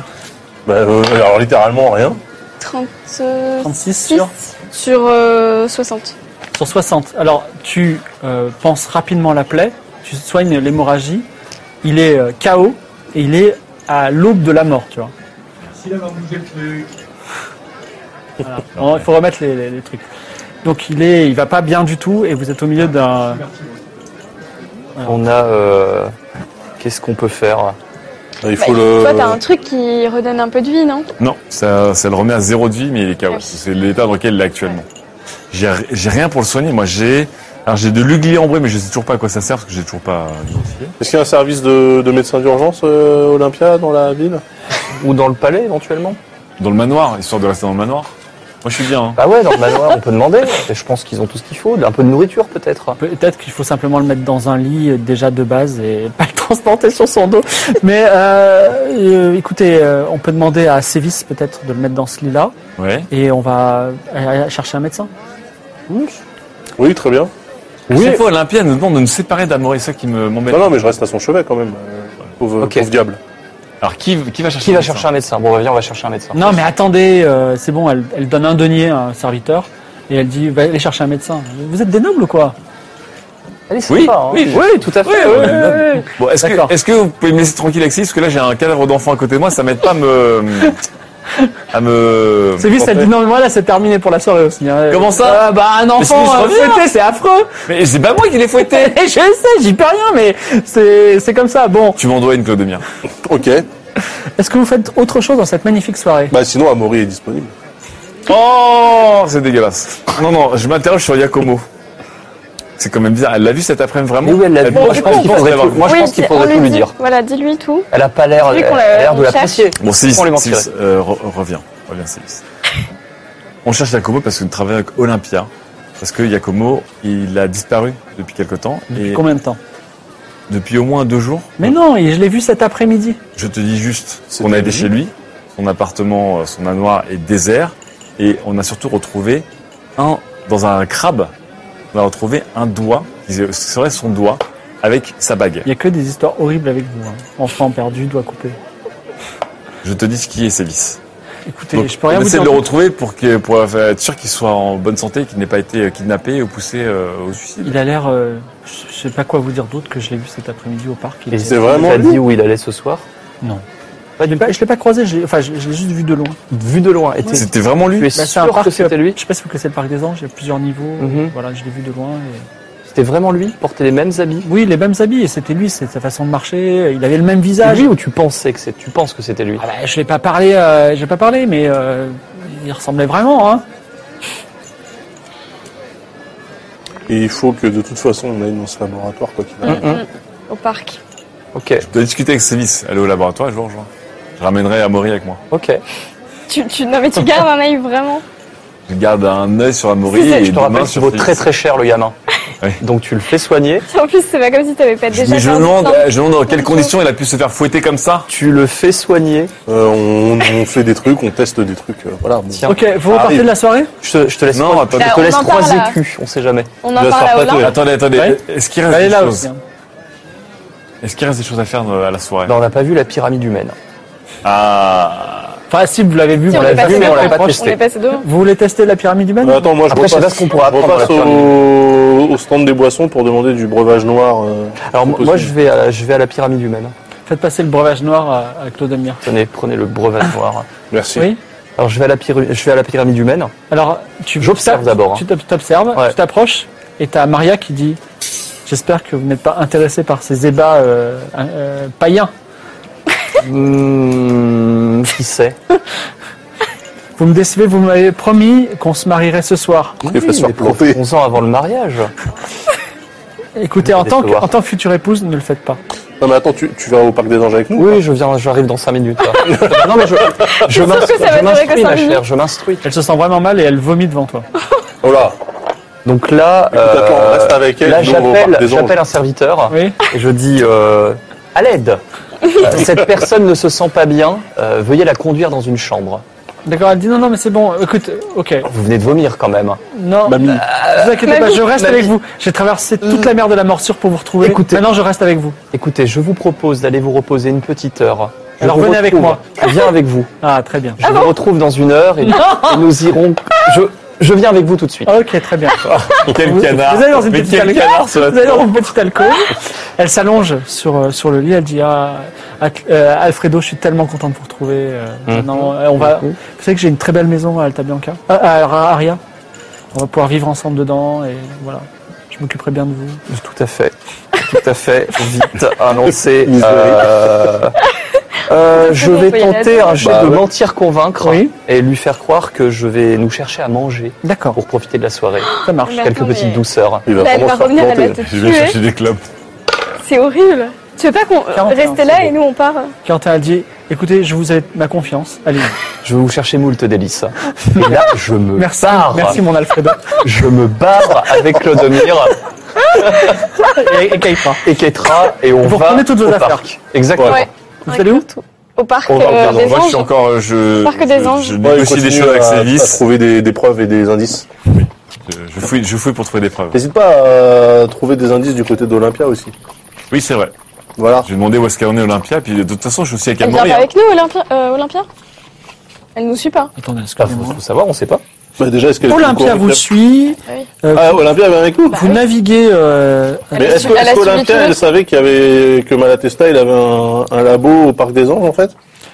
Speaker 7: Bah, euh, alors littéralement rien.
Speaker 5: 36
Speaker 1: 36 sur,
Speaker 5: sur euh, 60.
Speaker 1: sur 60. Alors, tu euh, penses rapidement la plaie, tu soignes l'hémorragie, il est euh, KO et il est à l'aube de la mort, tu vois. Voilà. Bon, Il faut remettre les, les- les trucs. Donc, il est, il va pas bien du tout et vous êtes au milieu d'un.
Speaker 6: On a. euh, Qu'est-ce qu'on peut faire
Speaker 7: Euh, Il
Speaker 5: Bah,
Speaker 7: faut le.
Speaker 5: Toi, t'as un truc qui redonne un peu de vie, non
Speaker 4: Non, ça, ça le remet à zéro de vie, mais il est KO.
Speaker 5: Ouais.
Speaker 4: C'est l'état dans lequel il est actuellement. J'ai ri- j'ai rien pour le soigner. Moi, j'ai, alors j'ai de l'ugly en mais je sais toujours pas à quoi ça sert parce que j'ai toujours pas identifié.
Speaker 7: Est-ce qu'il y a un service de, de médecin d'urgence euh, Olympia dans la ville
Speaker 6: Ou dans le palais, éventuellement
Speaker 4: Dans le manoir, histoire de rester dans le manoir. Moi, je suis bien. hein.
Speaker 6: Bah ouais, dans le manoir, on peut demander. Et je pense qu'ils ont tout ce qu'il faut. Un peu de nourriture, peut-être.
Speaker 1: Peut-être qu'il faut simplement le mettre dans un lit euh, déjà de base et pas le transporter sur son dos. Mais euh, euh, écoutez, euh, on peut demander à Sévis peut-être de le mettre dans ce lit-là
Speaker 4: Ouais.
Speaker 1: et on va euh, chercher un médecin.
Speaker 7: Oui, très bien.
Speaker 4: Oui. Chaque fois, Olympia nous demande de nous séparer d'Amoré, c'est ça qui me- m'embête.
Speaker 7: Non, non, mais je reste à son chevet quand même. euh, Pauvre,
Speaker 6: Ok.
Speaker 7: pauvre diable.
Speaker 4: Alors, qui, qui va chercher
Speaker 6: Qui
Speaker 4: le
Speaker 6: va
Speaker 4: médecin
Speaker 6: chercher un médecin Bon, bah viens, on va chercher un médecin.
Speaker 1: Non, mais attendez, euh, c'est bon, elle, elle donne un denier à un serviteur et elle dit va aller chercher un médecin. Vous êtes des nobles ou quoi
Speaker 6: Elle est sympa,
Speaker 4: Oui,
Speaker 6: hein.
Speaker 4: oui,
Speaker 6: oui, tout à fait.
Speaker 4: oui,
Speaker 6: oui,
Speaker 4: oui,
Speaker 6: oui, oui.
Speaker 4: Bon, est-ce
Speaker 1: D'accord.
Speaker 4: que, est-ce que vous pouvez me laisser tranquille, Alexis, parce que là, j'ai un cadavre d'enfant à côté de moi, ça m'aide pas à me, à me.
Speaker 1: Sévis, elle dit non, mais moi là, c'est terminé pour la soirée aussi. hein.
Speaker 4: Comment ça
Speaker 1: Euh, Bah, un
Speaker 4: Sévis,
Speaker 1: enfant euh,
Speaker 4: reviens
Speaker 1: fouetté, c'est affreux
Speaker 4: Mais c'est pas moi qui l'ai fouetté.
Speaker 1: Je sais, j'y peux rien, mais c'est c'est comme ça. Bon,
Speaker 4: Tu m'en dois une, Clodomir.
Speaker 7: Ok.
Speaker 1: est-ce que vous faites autre chose dans cette magnifique soirée
Speaker 7: Bah sinon, Amaury est disponible.
Speaker 4: Oh, c'est dégueulasse. Non, non, je m'interroge sur Yakomo. C'est quand même bizarre. Elle l'a vu cet après-midi vraiment
Speaker 6: Mais oui, elle l'a vu. Euh, Moi, je pense qu'il faudrait
Speaker 4: l'avoir
Speaker 6: tout-
Speaker 4: vu.
Speaker 6: moi, je
Speaker 5: Oui,
Speaker 6: pense qu'il
Speaker 5: c'est-
Speaker 6: faudrait
Speaker 5: on
Speaker 6: tout lui
Speaker 5: dit-
Speaker 6: dire.
Speaker 5: Voilà, dis-lui tout.
Speaker 6: Elle a pas l'air,
Speaker 5: Vu qu'on
Speaker 6: elle
Speaker 5: l'a-
Speaker 1: Euh,
Speaker 6: a l'air
Speaker 5: on
Speaker 6: de
Speaker 5: cherche.
Speaker 6: l'apprécier.
Speaker 4: Bon, Célis,
Speaker 6: On lui mentirait.
Speaker 4: Célis, euh, re- reviens. Reviens, Célis. On cherche Yakomo parce que nous travaillons avec Olympia. Parce que Yakomo, il a disparu depuis quelque temps. Et
Speaker 1: Combien de temps
Speaker 4: depuis au moins deux jours.
Speaker 1: Mais non, et je l'ai vu cet après-midi.
Speaker 4: Je te dis juste
Speaker 7: C'est
Speaker 4: qu'on a
Speaker 7: terrible.
Speaker 4: été chez lui. Son appartement, euh, son manoir est désert. Et on a surtout retrouvé un,
Speaker 6: Hein
Speaker 4: dans un crabe, on a retrouvé un doigt, qui serait son doigt, avec sa bague.
Speaker 1: Il y a que des histoires horribles avec vous. hein. Enfant perdu, doigt coupé.
Speaker 4: Je te dis ce qui est Sévis.
Speaker 1: Écoutez,
Speaker 4: Donc,
Speaker 1: je peux
Speaker 4: on
Speaker 1: rien vous
Speaker 4: essaie
Speaker 1: dire.
Speaker 4: de le retrouver pour, que, pour être sûr qu'il soit en bonne santé, et qu'il n'ait pas été kidnappé ou poussé euh, au suicide.
Speaker 1: Il a l'air, euh, je je sais pas quoi vous dire d'autre que je l'ai vu cet après-midi au parc. Il
Speaker 6: Mais
Speaker 1: était-
Speaker 7: C'est vraiment
Speaker 6: Il t'a
Speaker 7: lui
Speaker 6: dit où il allait ce soir
Speaker 1: Je l'ai pas- je l'ai pas croisé, je l'ai enfin, je- je l'ai juste vu de loin.
Speaker 6: Vu de loin. Et t'es-
Speaker 4: C'était vraiment
Speaker 6: Tu
Speaker 4: lui.
Speaker 6: es
Speaker 1: Bah, c'est un
Speaker 6: sûr
Speaker 1: parc,
Speaker 6: que c'était lui
Speaker 1: Je sais pas si vous connaissez le parc des Anges, il y a plusieurs niveaux.
Speaker 6: Mhm.
Speaker 1: Voilà, je l'ai vu de loin. et-
Speaker 6: C'était vraiment lui Il portait les mêmes habits
Speaker 1: Oui, les mêmes habits, et c'était lui, c'est sa façon de marcher, il avait le même
Speaker 6: C'est
Speaker 1: visage.
Speaker 6: lui ou tu pensais que c'est Tu penses que c'était lui
Speaker 1: Ah bah, je l'ai pas parlé, euh, j'ai pas parlé, mais euh, il ressemblait vraiment. Hein.
Speaker 7: Et il faut que de toute façon, on aille dans ce laboratoire quoi qu'il arrive.
Speaker 6: Mhm.
Speaker 5: Au parc.
Speaker 6: Ok,
Speaker 4: Je dois discuter avec Sévis. Allez au laboratoire, je vous rejoins. Je ramènerai Amaury avec moi.
Speaker 6: ok.
Speaker 5: Tu, tu, non, mais tu gardes un œil vraiment.
Speaker 4: Je garde un œil sur Amaury
Speaker 5: Si, si,
Speaker 4: et
Speaker 6: Je
Speaker 4: deux
Speaker 6: te
Speaker 4: mains
Speaker 6: rappelle qu'il
Speaker 4: sur
Speaker 6: vaut
Speaker 4: Sévis.
Speaker 6: très très cher le gamin.
Speaker 4: Ouais.
Speaker 6: Donc tu le fais soigner.
Speaker 5: En plus, c'est pas comme si t'avais pas déjà.
Speaker 4: Mais je me
Speaker 5: perdu
Speaker 4: demande, euh,
Speaker 5: tant de
Speaker 4: je me demande dans quelles conditions il a pu se faire fouetter comme ça.
Speaker 6: Tu le fais soigner.
Speaker 7: Euh, on, on fait des trucs, on teste des trucs. euh, voilà. bon.
Speaker 6: Tiens,
Speaker 1: Ok, vous repartez
Speaker 4: arrive.
Speaker 1: de la soirée
Speaker 6: je, te, je te laisse.
Speaker 4: Non, attendez.
Speaker 6: je te
Speaker 5: Bah, on
Speaker 6: laisse
Speaker 5: en
Speaker 6: trois
Speaker 5: parle, là.
Speaker 6: écus, on sait jamais.
Speaker 5: On
Speaker 7: Il
Speaker 5: en
Speaker 7: doit se
Speaker 5: parle
Speaker 7: faire
Speaker 5: à
Speaker 7: tatouer.
Speaker 5: Olympe.
Speaker 4: Attendez, attendez.
Speaker 1: Ouais.
Speaker 4: Est-ce qu'il reste
Speaker 1: Elle est
Speaker 4: des
Speaker 1: là
Speaker 4: choses
Speaker 1: aussi. hein.
Speaker 4: Est-ce qu'il reste des choses à faire euh, à la soirée
Speaker 6: Ben, on n'a pas vu la pyramide humaine.
Speaker 4: Ah.
Speaker 1: Enfin, si vous l'avez vu,
Speaker 5: Si,
Speaker 1: vous
Speaker 5: on est
Speaker 1: l'avez
Speaker 6: l'a
Speaker 5: passé
Speaker 6: vu, mais on l'a
Speaker 5: devant.
Speaker 6: pas
Speaker 5: On
Speaker 6: testé.
Speaker 5: est passé devant.
Speaker 1: Vous voulez tester la pyramide humaine
Speaker 7: Mais attends, moi je
Speaker 6: Après, je sais
Speaker 7: repasse,
Speaker 6: pas ce qu'on pourra
Speaker 7: je
Speaker 6: apprendre
Speaker 7: repasse
Speaker 6: à la
Speaker 7: au, au stand des boissons pour demander du breuvage noir. euh.
Speaker 6: Alors
Speaker 7: C'est
Speaker 6: moi,
Speaker 7: possible.
Speaker 6: moi, je vais à, je vais à la pyramide humaine.
Speaker 1: Faites passer le breuvage noir à, à Claude Amir.
Speaker 6: Tenez, prenez le brevet noir.
Speaker 7: Merci.
Speaker 1: Oui.
Speaker 6: Alors je vais à la, pyru- je vais à la pyramide humaine.
Speaker 1: Alors, tu
Speaker 6: J'observe
Speaker 1: t'as-
Speaker 6: d'abord, hein.
Speaker 1: Tu t'ob- t'observes,
Speaker 6: Ouais.
Speaker 1: tu t'approches, et t'as Maria qui dit J'espère que vous n'êtes pas intéressé par ces ébats euh, euh, païens.
Speaker 6: Hmm, qui sait
Speaker 1: Vous me décevez, vous m'avez promis qu'on se marierait ce soir.
Speaker 7: Il va se faire
Speaker 6: Mais
Speaker 7: planter.
Speaker 6: profitons-en avant le mariage.
Speaker 1: Écoutez,
Speaker 6: Je vais
Speaker 1: en tant, que,
Speaker 6: décevoir.
Speaker 1: en tant que future épouse, ne le faites pas.
Speaker 7: Non mais attends, tu, tu vas au parc des anges avec nous
Speaker 6: Oui, je viens, j'arrive dans 5 minutes. là. non, mais je, je
Speaker 5: Sauf que
Speaker 6: m'instru-
Speaker 5: ça va durer
Speaker 6: je
Speaker 5: que
Speaker 6: m'instruis,
Speaker 5: cinq
Speaker 6: ma
Speaker 5: minutes.
Speaker 6: chère, je m'instruis.
Speaker 1: Elle se sent vraiment mal et elle vomit devant toi.
Speaker 7: Oh là
Speaker 6: Donc là, euh,
Speaker 7: Écoute, attends, on reste avec elle,
Speaker 6: là
Speaker 7: nous, on va au parc des
Speaker 6: j'appelle, j'appelle un serviteur.
Speaker 1: Oui.
Speaker 6: Et je dis euh, à l'aide. Euh, Cette personne ne se sent pas bien. euh, veuillez la conduire dans une chambre.
Speaker 1: D'accord, elle dit non, non, mais c'est bon, écoute, ok.
Speaker 6: Vous venez de vomir quand même.
Speaker 1: Non,
Speaker 2: Mamie.
Speaker 1: ne vous inquiétez pas, je reste
Speaker 6: Mamie.
Speaker 1: avec vous. J'ai traversé toute la mer de la morsure pour vous retrouver.
Speaker 6: Écoutez.
Speaker 1: Maintenant, je reste avec vous.
Speaker 6: Écoutez, je vous propose d'aller vous reposer une petite heure. Je
Speaker 1: Alors,
Speaker 6: vous
Speaker 1: venez avec
Speaker 6: retrouve.
Speaker 1: moi.
Speaker 6: Je viens avec vous.
Speaker 1: Ah, très bien.
Speaker 6: Je vous retrouve dans une heure et, et nous irons. Je, je viens avec vous tout de suite.
Speaker 1: Ok, très bien.
Speaker 4: Quel
Speaker 1: Ah, Vous-
Speaker 4: canard
Speaker 1: Vous allez dans une
Speaker 4: Mais
Speaker 1: petite
Speaker 4: quel
Speaker 1: alcôve.
Speaker 4: canard sur la
Speaker 1: Vous allez dans une petite alcôve. Elle s'allonge sur, euh, sur le lit. Elle dit ah, à- euh, Alfredo, je suis tellement contente de vous retrouver. euh,
Speaker 4: Hum.
Speaker 1: maintenant, euh, on va. Vous savez que j'ai une très belle maison à Altabianca, Ah, à, Ra- Aria. On va pouvoir vivre ensemble dedans et voilà. Je m'occuperai bien de vous.
Speaker 6: Tout à fait. Tout à fait. Vite annoncer.
Speaker 7: Misery.
Speaker 6: euh, euh, je
Speaker 5: Bon
Speaker 6: vais
Speaker 5: voyage.
Speaker 6: tenter un jet
Speaker 7: Bah
Speaker 6: de
Speaker 7: ouais.
Speaker 6: mentir convaincre
Speaker 1: Oui.
Speaker 6: et lui faire croire que je vais nous chercher à manger
Speaker 1: D'accord,
Speaker 6: pour profiter de la soirée.
Speaker 1: ça marche.
Speaker 5: Mais
Speaker 6: Quelques
Speaker 5: attends,
Speaker 6: petites
Speaker 5: mais-
Speaker 6: douceurs.
Speaker 7: Il va
Speaker 5: Bah, elle
Speaker 7: vraiment
Speaker 5: va
Speaker 7: se faire
Speaker 5: revenir, elle va
Speaker 7: planter.
Speaker 5: te
Speaker 4: Je vais
Speaker 5: tuer.
Speaker 4: chercher des clopes.
Speaker 5: C'est horrible. Tu veux pas qu'on
Speaker 1: 41,
Speaker 5: reste là
Speaker 1: c'est
Speaker 5: et nous on part
Speaker 1: Quentin a dit Écoutez, je vous ai ma confiance. Allez,
Speaker 6: Je vais vous chercher moult délices. Et là, je me
Speaker 1: merci.
Speaker 6: barre.
Speaker 1: Merci, mon Alfredo.
Speaker 6: Je me barre avec Clodomir
Speaker 1: et, et Kaïpra.
Speaker 6: et Ketra et on
Speaker 1: Vous
Speaker 6: va
Speaker 1: reprenez toutes vos
Speaker 6: au
Speaker 1: affaires.
Speaker 6: parc. Exactement.
Speaker 5: Ouais.
Speaker 1: Vous allez où
Speaker 5: Au parc
Speaker 6: On va au
Speaker 5: euh,
Speaker 6: parc,
Speaker 4: Pardon,
Speaker 5: des
Speaker 4: moi je
Speaker 5: anges.
Speaker 4: suis encore. euh, Je,
Speaker 5: Parc des
Speaker 4: je-
Speaker 5: anges.
Speaker 4: Je
Speaker 7: Ouais, il
Speaker 4: négocie des
Speaker 7: continue
Speaker 4: choses avec
Speaker 7: à-
Speaker 4: ses
Speaker 7: à
Speaker 4: vis.
Speaker 7: trouver des, des preuves et des indices.
Speaker 4: Euh, Je fouille, je fouille pour trouver des preuves.
Speaker 7: N'hésite pas à trouver des indices du côté d'Olympia aussi.
Speaker 4: Oui, c'est vrai.
Speaker 7: Voilà.
Speaker 4: J'ai demandé où est-ce qu'elle en est Olympia, puis de toute façon, je suis aussi à
Speaker 5: Elle vient
Speaker 4: Camori.
Speaker 5: pas
Speaker 4: hein.
Speaker 5: avec nous, Olympia, euh, Olympia Elle nous suit pas.
Speaker 1: Attendez,
Speaker 6: Ah, faut, faut savoir, on sait pas.
Speaker 7: Bah, déjà, est-ce qu'elle
Speaker 1: Olympia vous suit.
Speaker 5: Oui.
Speaker 1: Euh,
Speaker 7: Ah, Olympia vient avec nous
Speaker 1: Vous naviguez. euh,
Speaker 7: Mais
Speaker 5: Elle a
Speaker 7: est-ce
Speaker 5: su- elle a suivi tout
Speaker 7: qu'Olympia,
Speaker 5: le
Speaker 7: elle
Speaker 5: reste.
Speaker 7: savait qu'il y avait que Malatesta, il avait un, un labo au Parc des Anges, en fait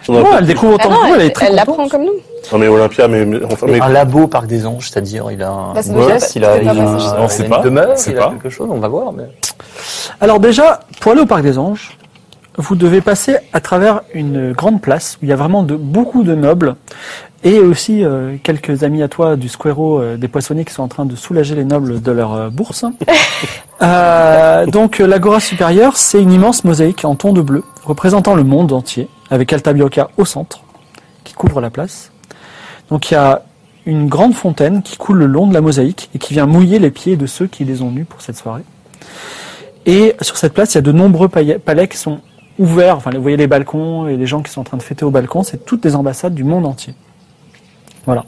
Speaker 7: On a
Speaker 1: ouais,
Speaker 7: pas-
Speaker 1: elle découvre autant
Speaker 5: Ah non,
Speaker 1: que vous, elle
Speaker 5: elle
Speaker 1: est très
Speaker 5: elle la prend
Speaker 1: contente.
Speaker 5: comme nous.
Speaker 7: Non, mais Olympia, mais, mais- enfin, mais
Speaker 6: Un labo Parc des Anges, c'est-à-dire il a un
Speaker 5: Bah, c'est
Speaker 6: une
Speaker 5: déjà-
Speaker 6: pièce, il a,
Speaker 5: c'est pas
Speaker 6: il a
Speaker 5: passé,
Speaker 6: un-
Speaker 5: je sais
Speaker 6: il a
Speaker 4: pas. On sait
Speaker 6: une
Speaker 4: pas,
Speaker 6: demeure,
Speaker 4: on sait
Speaker 6: il a
Speaker 4: pas.
Speaker 6: quelque chose, on va voir. Mais...
Speaker 1: Alors déjà, pour aller au Parc des Anges, vous devez passer à travers une grande place où il y a vraiment de, beaucoup de nobles et aussi euh, quelques amis à toi du Squero euh, des Poissonniers qui sont en train de soulager les nobles de leur euh, bourse. Euh, donc euh, l'agora supérieure, c'est une immense mosaïque en ton de bleu représentant le monde entier avec Altabioca au centre qui couvre la place. Donc il y a une grande fontaine qui coule le long de la mosaïque et qui vient mouiller les pieds de ceux qui les ont nus pour cette soirée. Et sur cette place, il y a de nombreux paille- palais qui sont ouverts. Enfin, vous voyez les balcons et les gens qui sont en train de fêter au balcon. C'est toutes des ambassades du monde entier. Voilà.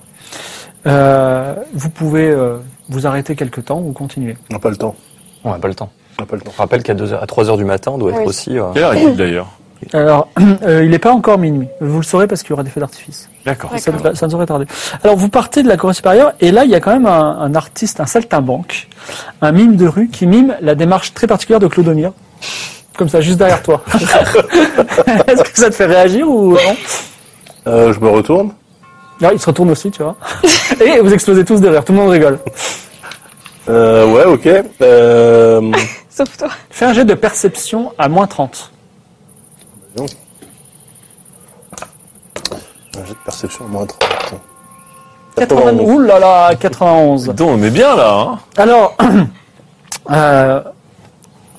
Speaker 1: Euh, vous pouvez euh, vous arrêter quelque temps ou continuer.
Speaker 7: on n'a pas le temps.
Speaker 6: On n'a pas le temps.
Speaker 7: On n'a pas le temps.
Speaker 6: Je rappelle qu'à 2 heures- à 3 heures du matin, on doit être
Speaker 5: Oui.
Speaker 6: aussi. euh,
Speaker 4: Quelle heure est-il d'ailleurs
Speaker 1: Alors, euh, il n'est pas encore minuit. Vous le saurez parce qu'il y aura des feux d'artifice.
Speaker 4: D'accord.
Speaker 1: Ça, ça ne saurait tarder. Alors, vous partez de la Corée supérieure et là, il y a quand même un, un artiste, un saltimbanque, un mime de rue qui mime la démarche très particulière de Clodomir. Comme ça, juste derrière toi. Est-ce que ça te fait réagir ou non
Speaker 7: Euh, je me retourne.
Speaker 1: Là, Ah, il se retourne aussi, tu vois. Et vous explosez tous de rire, tout le monde rigole.
Speaker 7: Euh, ouais, ok. Euh,
Speaker 5: Sauf toi.
Speaker 1: Fais un jet de perception à moins 30.
Speaker 7: un jet ah, de perception, moins 30.
Speaker 1: 80, ouh là là, 91.
Speaker 4: Donc, on est bien là, hein
Speaker 1: Alors, euh,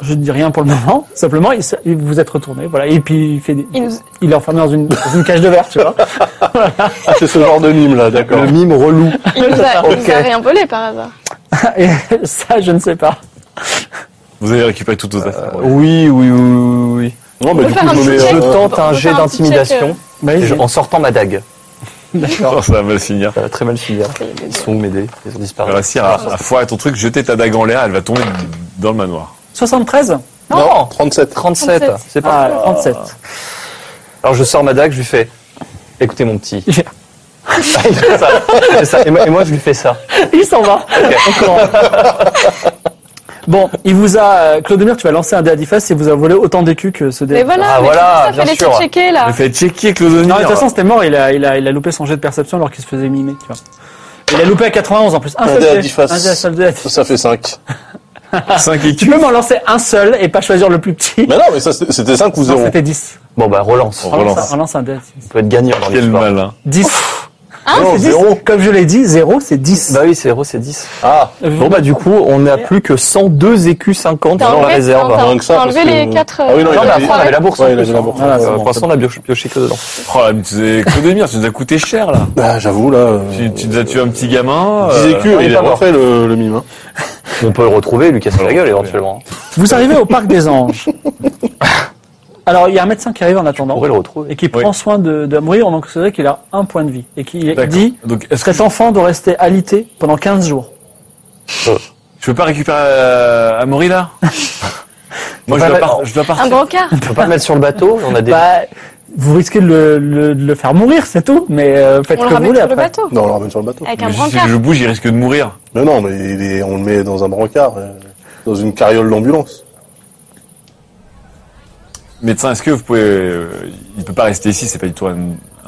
Speaker 1: je ne dis rien pour le moment, simplement, il, se- il- vous êtes retourné, voilà, et puis il, fait des-
Speaker 5: Il nous-
Speaker 1: il est enfermé dans une, dans une cage de verre, tu vois.
Speaker 7: Ah, c'est ce genre de mime, là, d'accord.
Speaker 6: Le mime relou.
Speaker 5: Il nous a, il nous a
Speaker 6: Ok.
Speaker 5: rien volé par hasard.
Speaker 1: Et ça, je ne sais pas.
Speaker 4: Vous avez récupéré toutes vos affaires. ouais.
Speaker 6: Oui, oui, oui, oui. oui.
Speaker 7: Non, mais
Speaker 5: peut
Speaker 7: du
Speaker 5: faire
Speaker 7: coup, je
Speaker 5: un
Speaker 7: me
Speaker 5: petit
Speaker 7: mets...
Speaker 5: check.
Speaker 6: Je
Speaker 7: euh,
Speaker 6: tente
Speaker 5: on
Speaker 6: un
Speaker 5: peut
Speaker 6: jet
Speaker 5: faire un petit
Speaker 6: d'intimidation
Speaker 1: Bah,
Speaker 6: et je-
Speaker 1: il-
Speaker 6: en sortant ma dague.
Speaker 4: Oh, ça va mal finir.
Speaker 6: Ça va Euh, très mal finir. Ils sont où mes dés Ils ont
Speaker 4: Tu vas
Speaker 6: disparu.
Speaker 4: réussir à, à foirer ton truc, jeter ta dague en l'air, elle va tomber dans le manoir.
Speaker 1: 73
Speaker 6: Non
Speaker 7: 37.
Speaker 6: 37.
Speaker 5: 37.
Speaker 6: C'est pas.
Speaker 1: Ah, 37.
Speaker 6: Alors je sors ma dague, je lui fais. Écoutez mon petit.
Speaker 1: Il fait-
Speaker 6: Il fait ça. Il fait ça. Et, moi, et moi, je lui fais ça.
Speaker 1: Il s'en va. Encore. Bon, il vous a... Claudemir, tu vas lancer un dé à 10 faces et vous a volé autant d'écus que ce dé.
Speaker 5: Mais voilà,
Speaker 6: Ah,
Speaker 5: mais
Speaker 6: voilà,
Speaker 5: tout ça,
Speaker 6: bien
Speaker 5: fallait
Speaker 6: sûr.
Speaker 5: se checker là.
Speaker 4: Elle fait checker
Speaker 1: Non,
Speaker 4: Clodomir.
Speaker 1: mais de toute façon, c'était mort, il a, il, a, il a loupé son jet de perception alors qu'il se faisait mimer, tu vois. Il a loupé à 91 en plus. Un,
Speaker 7: Un
Speaker 1: seul
Speaker 7: dé à
Speaker 1: dé.
Speaker 7: dix faces.
Speaker 1: Un dé à seul dé à dix.
Speaker 7: Ça fait 5.
Speaker 5: Ah.
Speaker 4: 5
Speaker 1: Tu peux m'en lancer un seul et pas choisir le plus petit
Speaker 7: Mais non, mais ça, c'était- c'était 5 ou
Speaker 1: Non,
Speaker 7: 0.
Speaker 1: c'était 10.
Speaker 6: Bon bah relance.
Speaker 4: Bah, On
Speaker 6: On
Speaker 1: Relance,
Speaker 4: relance.
Speaker 1: un- relance un dé à 10.
Speaker 6: peut être gagnant dans
Speaker 4: Quel
Speaker 6: l'histoire.
Speaker 4: malin.
Speaker 1: 10.
Speaker 6: Oh,
Speaker 7: Non,
Speaker 1: Ah, C'est dix.
Speaker 7: zéro.
Speaker 1: Comme je l'ai dit, 0, c'est 10.
Speaker 6: Bah oui, c'est 0, c'est 10.
Speaker 7: Ah,
Speaker 1: Euh,
Speaker 6: Bon, bah du coup, on n'a plus que 102 écus 50
Speaker 5: T'as
Speaker 6: dans la
Speaker 5: enlevé-
Speaker 6: réserve.
Speaker 5: t'as-
Speaker 7: Rien que ça,
Speaker 5: t'as
Speaker 7: parce
Speaker 5: enlevé
Speaker 7: que-
Speaker 5: les euh, 4.
Speaker 7: Ah oui, non, il
Speaker 6: Non,
Speaker 7: avait-
Speaker 6: mais après, on avait la bourse. en
Speaker 7: Ouais, il
Speaker 6: plus,
Speaker 7: avait la
Speaker 6: hein.
Speaker 7: bourse.
Speaker 6: Euh,
Speaker 1: Voilà, Ah, c'est bon,
Speaker 6: Pour l'instant, on a bio- pioché que dedans.
Speaker 4: Oh là, mais c'est que des mires, tu nous as coûté cher là.
Speaker 7: bah, j'avoue, là. euh,
Speaker 4: Tu, tu nous as tué un petit gamin.
Speaker 7: 10
Speaker 4: euh,
Speaker 7: écus,
Speaker 4: il est
Speaker 7: il
Speaker 4: pas
Speaker 7: a
Speaker 4: mort.
Speaker 7: refait le, le mime. Hein.
Speaker 6: On peut le retrouver, lui casser la gueule éventuellement.
Speaker 1: Vous arrivez au parc des anges. Alors, il y a un médecin qui arrive en
Speaker 6: On
Speaker 1: attendant
Speaker 6: pourrait le retrouver.
Speaker 1: et qui prend soin de, de mourir, donc c'est vrai qu'il a un point de vie et qui
Speaker 4: D'accord.
Speaker 1: dit
Speaker 4: Donc est-ce que
Speaker 1: cet enfant doit rester alité pendant 15 jours.
Speaker 4: je peux pas récupérer euh, Amaury là Moi je
Speaker 6: Bah,
Speaker 4: dois,
Speaker 6: bah,
Speaker 4: par- je dois
Speaker 5: Un
Speaker 4: partir.
Speaker 5: brancard
Speaker 6: On peut pas le mettre sur le bateau, on a des...
Speaker 1: Bah, vous risquez de le, le- de le faire mourir, c'est tout, mais euh, faites ce que
Speaker 5: On le
Speaker 1: vous
Speaker 5: ramène
Speaker 1: voulez
Speaker 5: sur le
Speaker 1: après.
Speaker 5: bateau.
Speaker 7: Non, on le ramène sur le bateau.
Speaker 5: Avec un
Speaker 4: Mais si
Speaker 5: brancard.
Speaker 4: je bouge, il risque de mourir.
Speaker 7: Mais non, mais il est- on le met dans un brancard, euh, dans une carriole d'ambulance.
Speaker 4: Médecin, est-ce que vous pouvez euh, Il peut pas rester ici, c'est pas du tout un,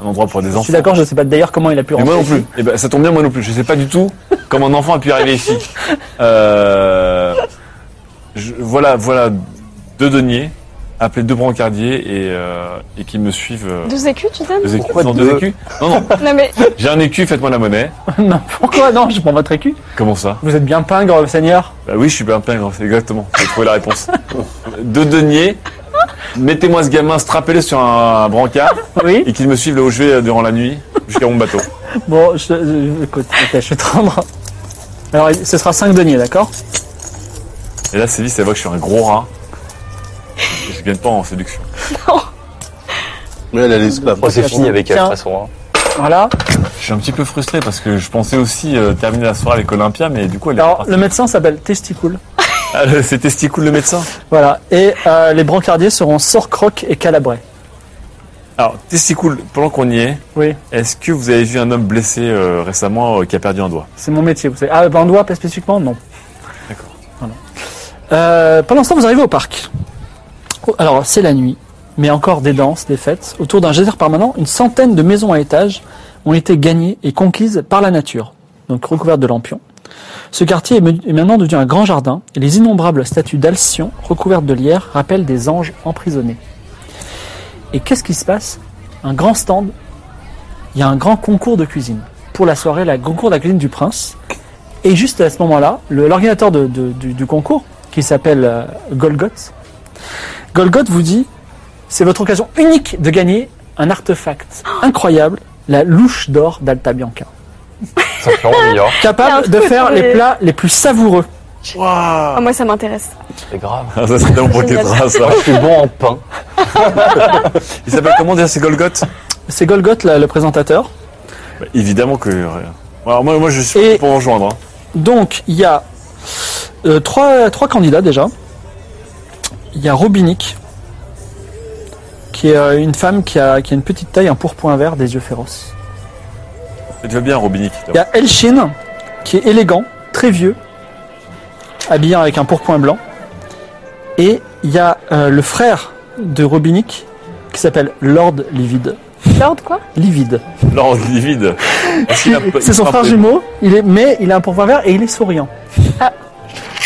Speaker 4: un endroit pour des enfants.
Speaker 1: Je suis d'accord, je sais pas d'ailleurs comment il a pu
Speaker 4: Et
Speaker 1: rentrer.
Speaker 4: moi non plus. Et ben, ça tombe bien, moi non plus. Je sais pas du tout comment un enfant a pu arriver ici. Euh, je- voilà, voilà deux deniers, appelez deux brancardiers et, euh, et qui me suivent. euh,
Speaker 5: 12 écus, tu donnes
Speaker 4: deux écus.
Speaker 6: Pourquoi
Speaker 4: Non,
Speaker 6: deux
Speaker 4: écus Non, non.
Speaker 5: Non, mais
Speaker 4: J'ai un écu, faites-moi la monnaie.
Speaker 1: non, pourquoi non Je prends votre écu.
Speaker 4: Comment ça
Speaker 1: Vous êtes bien pingre, seigneur.
Speaker 4: Bah oui, je suis bien plein, c'est exactement. J'ai trouvé la réponse. deux deniers. Mettez-moi ce gamin, strappez-le sur un brancard
Speaker 1: Oui.
Speaker 4: et qu'il me suive là où je vais euh, durant la nuit jusqu'à mon bateau.
Speaker 1: Bon, je, je- écoute, ok, je vais te rendre. Alors, ce sera 5 deniers, d'accord
Speaker 4: Et là, Céline, elle voit que je suis un gros rat. Et je gagne pas en séduction.
Speaker 7: Mais elle, elle est esclave.
Speaker 6: Oh, c'est fini avec elle de
Speaker 1: Tiens.
Speaker 6: toute façon. hein.
Speaker 1: Voilà.
Speaker 4: Je suis un petit peu frustré parce que je pensais aussi euh, terminer la soirée avec Olympia, mais du coup, elle est
Speaker 1: Alors,
Speaker 4: repartie.
Speaker 1: le médecin s'appelle Testicule.
Speaker 4: Ah, le- c'est testicule le médecin.
Speaker 1: Voilà. Et euh, les brancardiers seront Sorcroc et Calabret.
Speaker 4: Alors, testicule, pendant qu'on y est,
Speaker 1: Oui.
Speaker 4: est-ce que vous avez vu un homme blessé euh, récemment euh, qui a perdu un doigt
Speaker 1: C'est mon métier, vous savez. Ah, ben, on doit pas spécifiquement Non.
Speaker 4: D'accord.
Speaker 1: Voilà. Euh, pendant ce temps, vous arrivez au parc. Oh, Alors, c'est la nuit, mais encore des danses, des fêtes. Autour d'un geyser permanent, une centaine de maisons à étages ont été gagnées et conquises par la nature, donc recouvertes de lampions. Ce quartier est me- est maintenant devenu un grand jardin et les innombrables statues d'Alcyon, recouvertes de lierre, rappellent des anges emprisonnés. Et qu'est-ce qui se passe Un grand stand, il y a un grand concours de cuisine. Pour la soirée, la concours de la cuisine du prince. Et juste à ce moment-là, le- l'organisateur de- de- du, du concours, qui s'appelle euh, Golgoth, Golgoth vous dit c'est votre occasion unique de gagner un artefact incroyable, la louche d'or d'Alta Bianca.
Speaker 6: Ça fait vraiment meilleur.
Speaker 5: Il y a un
Speaker 1: Capable
Speaker 5: truc
Speaker 1: de faire
Speaker 5: dans les-
Speaker 1: les plats les plus savoureux.
Speaker 5: ah, moi, ça m'intéresse.
Speaker 6: C'est grave.
Speaker 4: Ah, Ça, c'est tellement pour
Speaker 5: Génial.
Speaker 4: Kétra, ça.
Speaker 6: Moi, je suis bon en pain.
Speaker 4: Il s'appelle comment déjà C'est Golgoth
Speaker 1: C'est Golgoth, là, le présentateur.
Speaker 4: Bah, Évidemment que. euh, Alors, moi, moi, je suis
Speaker 1: Et-
Speaker 4: pour rejoindre. hein.
Speaker 1: Donc, il y a euh, trois, trois candidats déjà. Il y a Robinic, qui est euh, une femme qui a, qui a une petite taille, un pourpoint vert, des yeux féroces.
Speaker 4: Et Tu vas bien, Robinic.
Speaker 1: Il y a Elshin, qui est élégant, très vieux, habillé avec un pourpoint blanc. Et il y a euh, le frère de Robinic, qui s'appelle Lord Livide.
Speaker 5: Lord, quoi
Speaker 1: Livide.
Speaker 4: Non, il est vide. Est-ce qu'il a-
Speaker 1: C'est son
Speaker 4: il a-
Speaker 1: frère jumeau, il est, mais il a un pourpoint vert et il est souriant.
Speaker 5: Ah.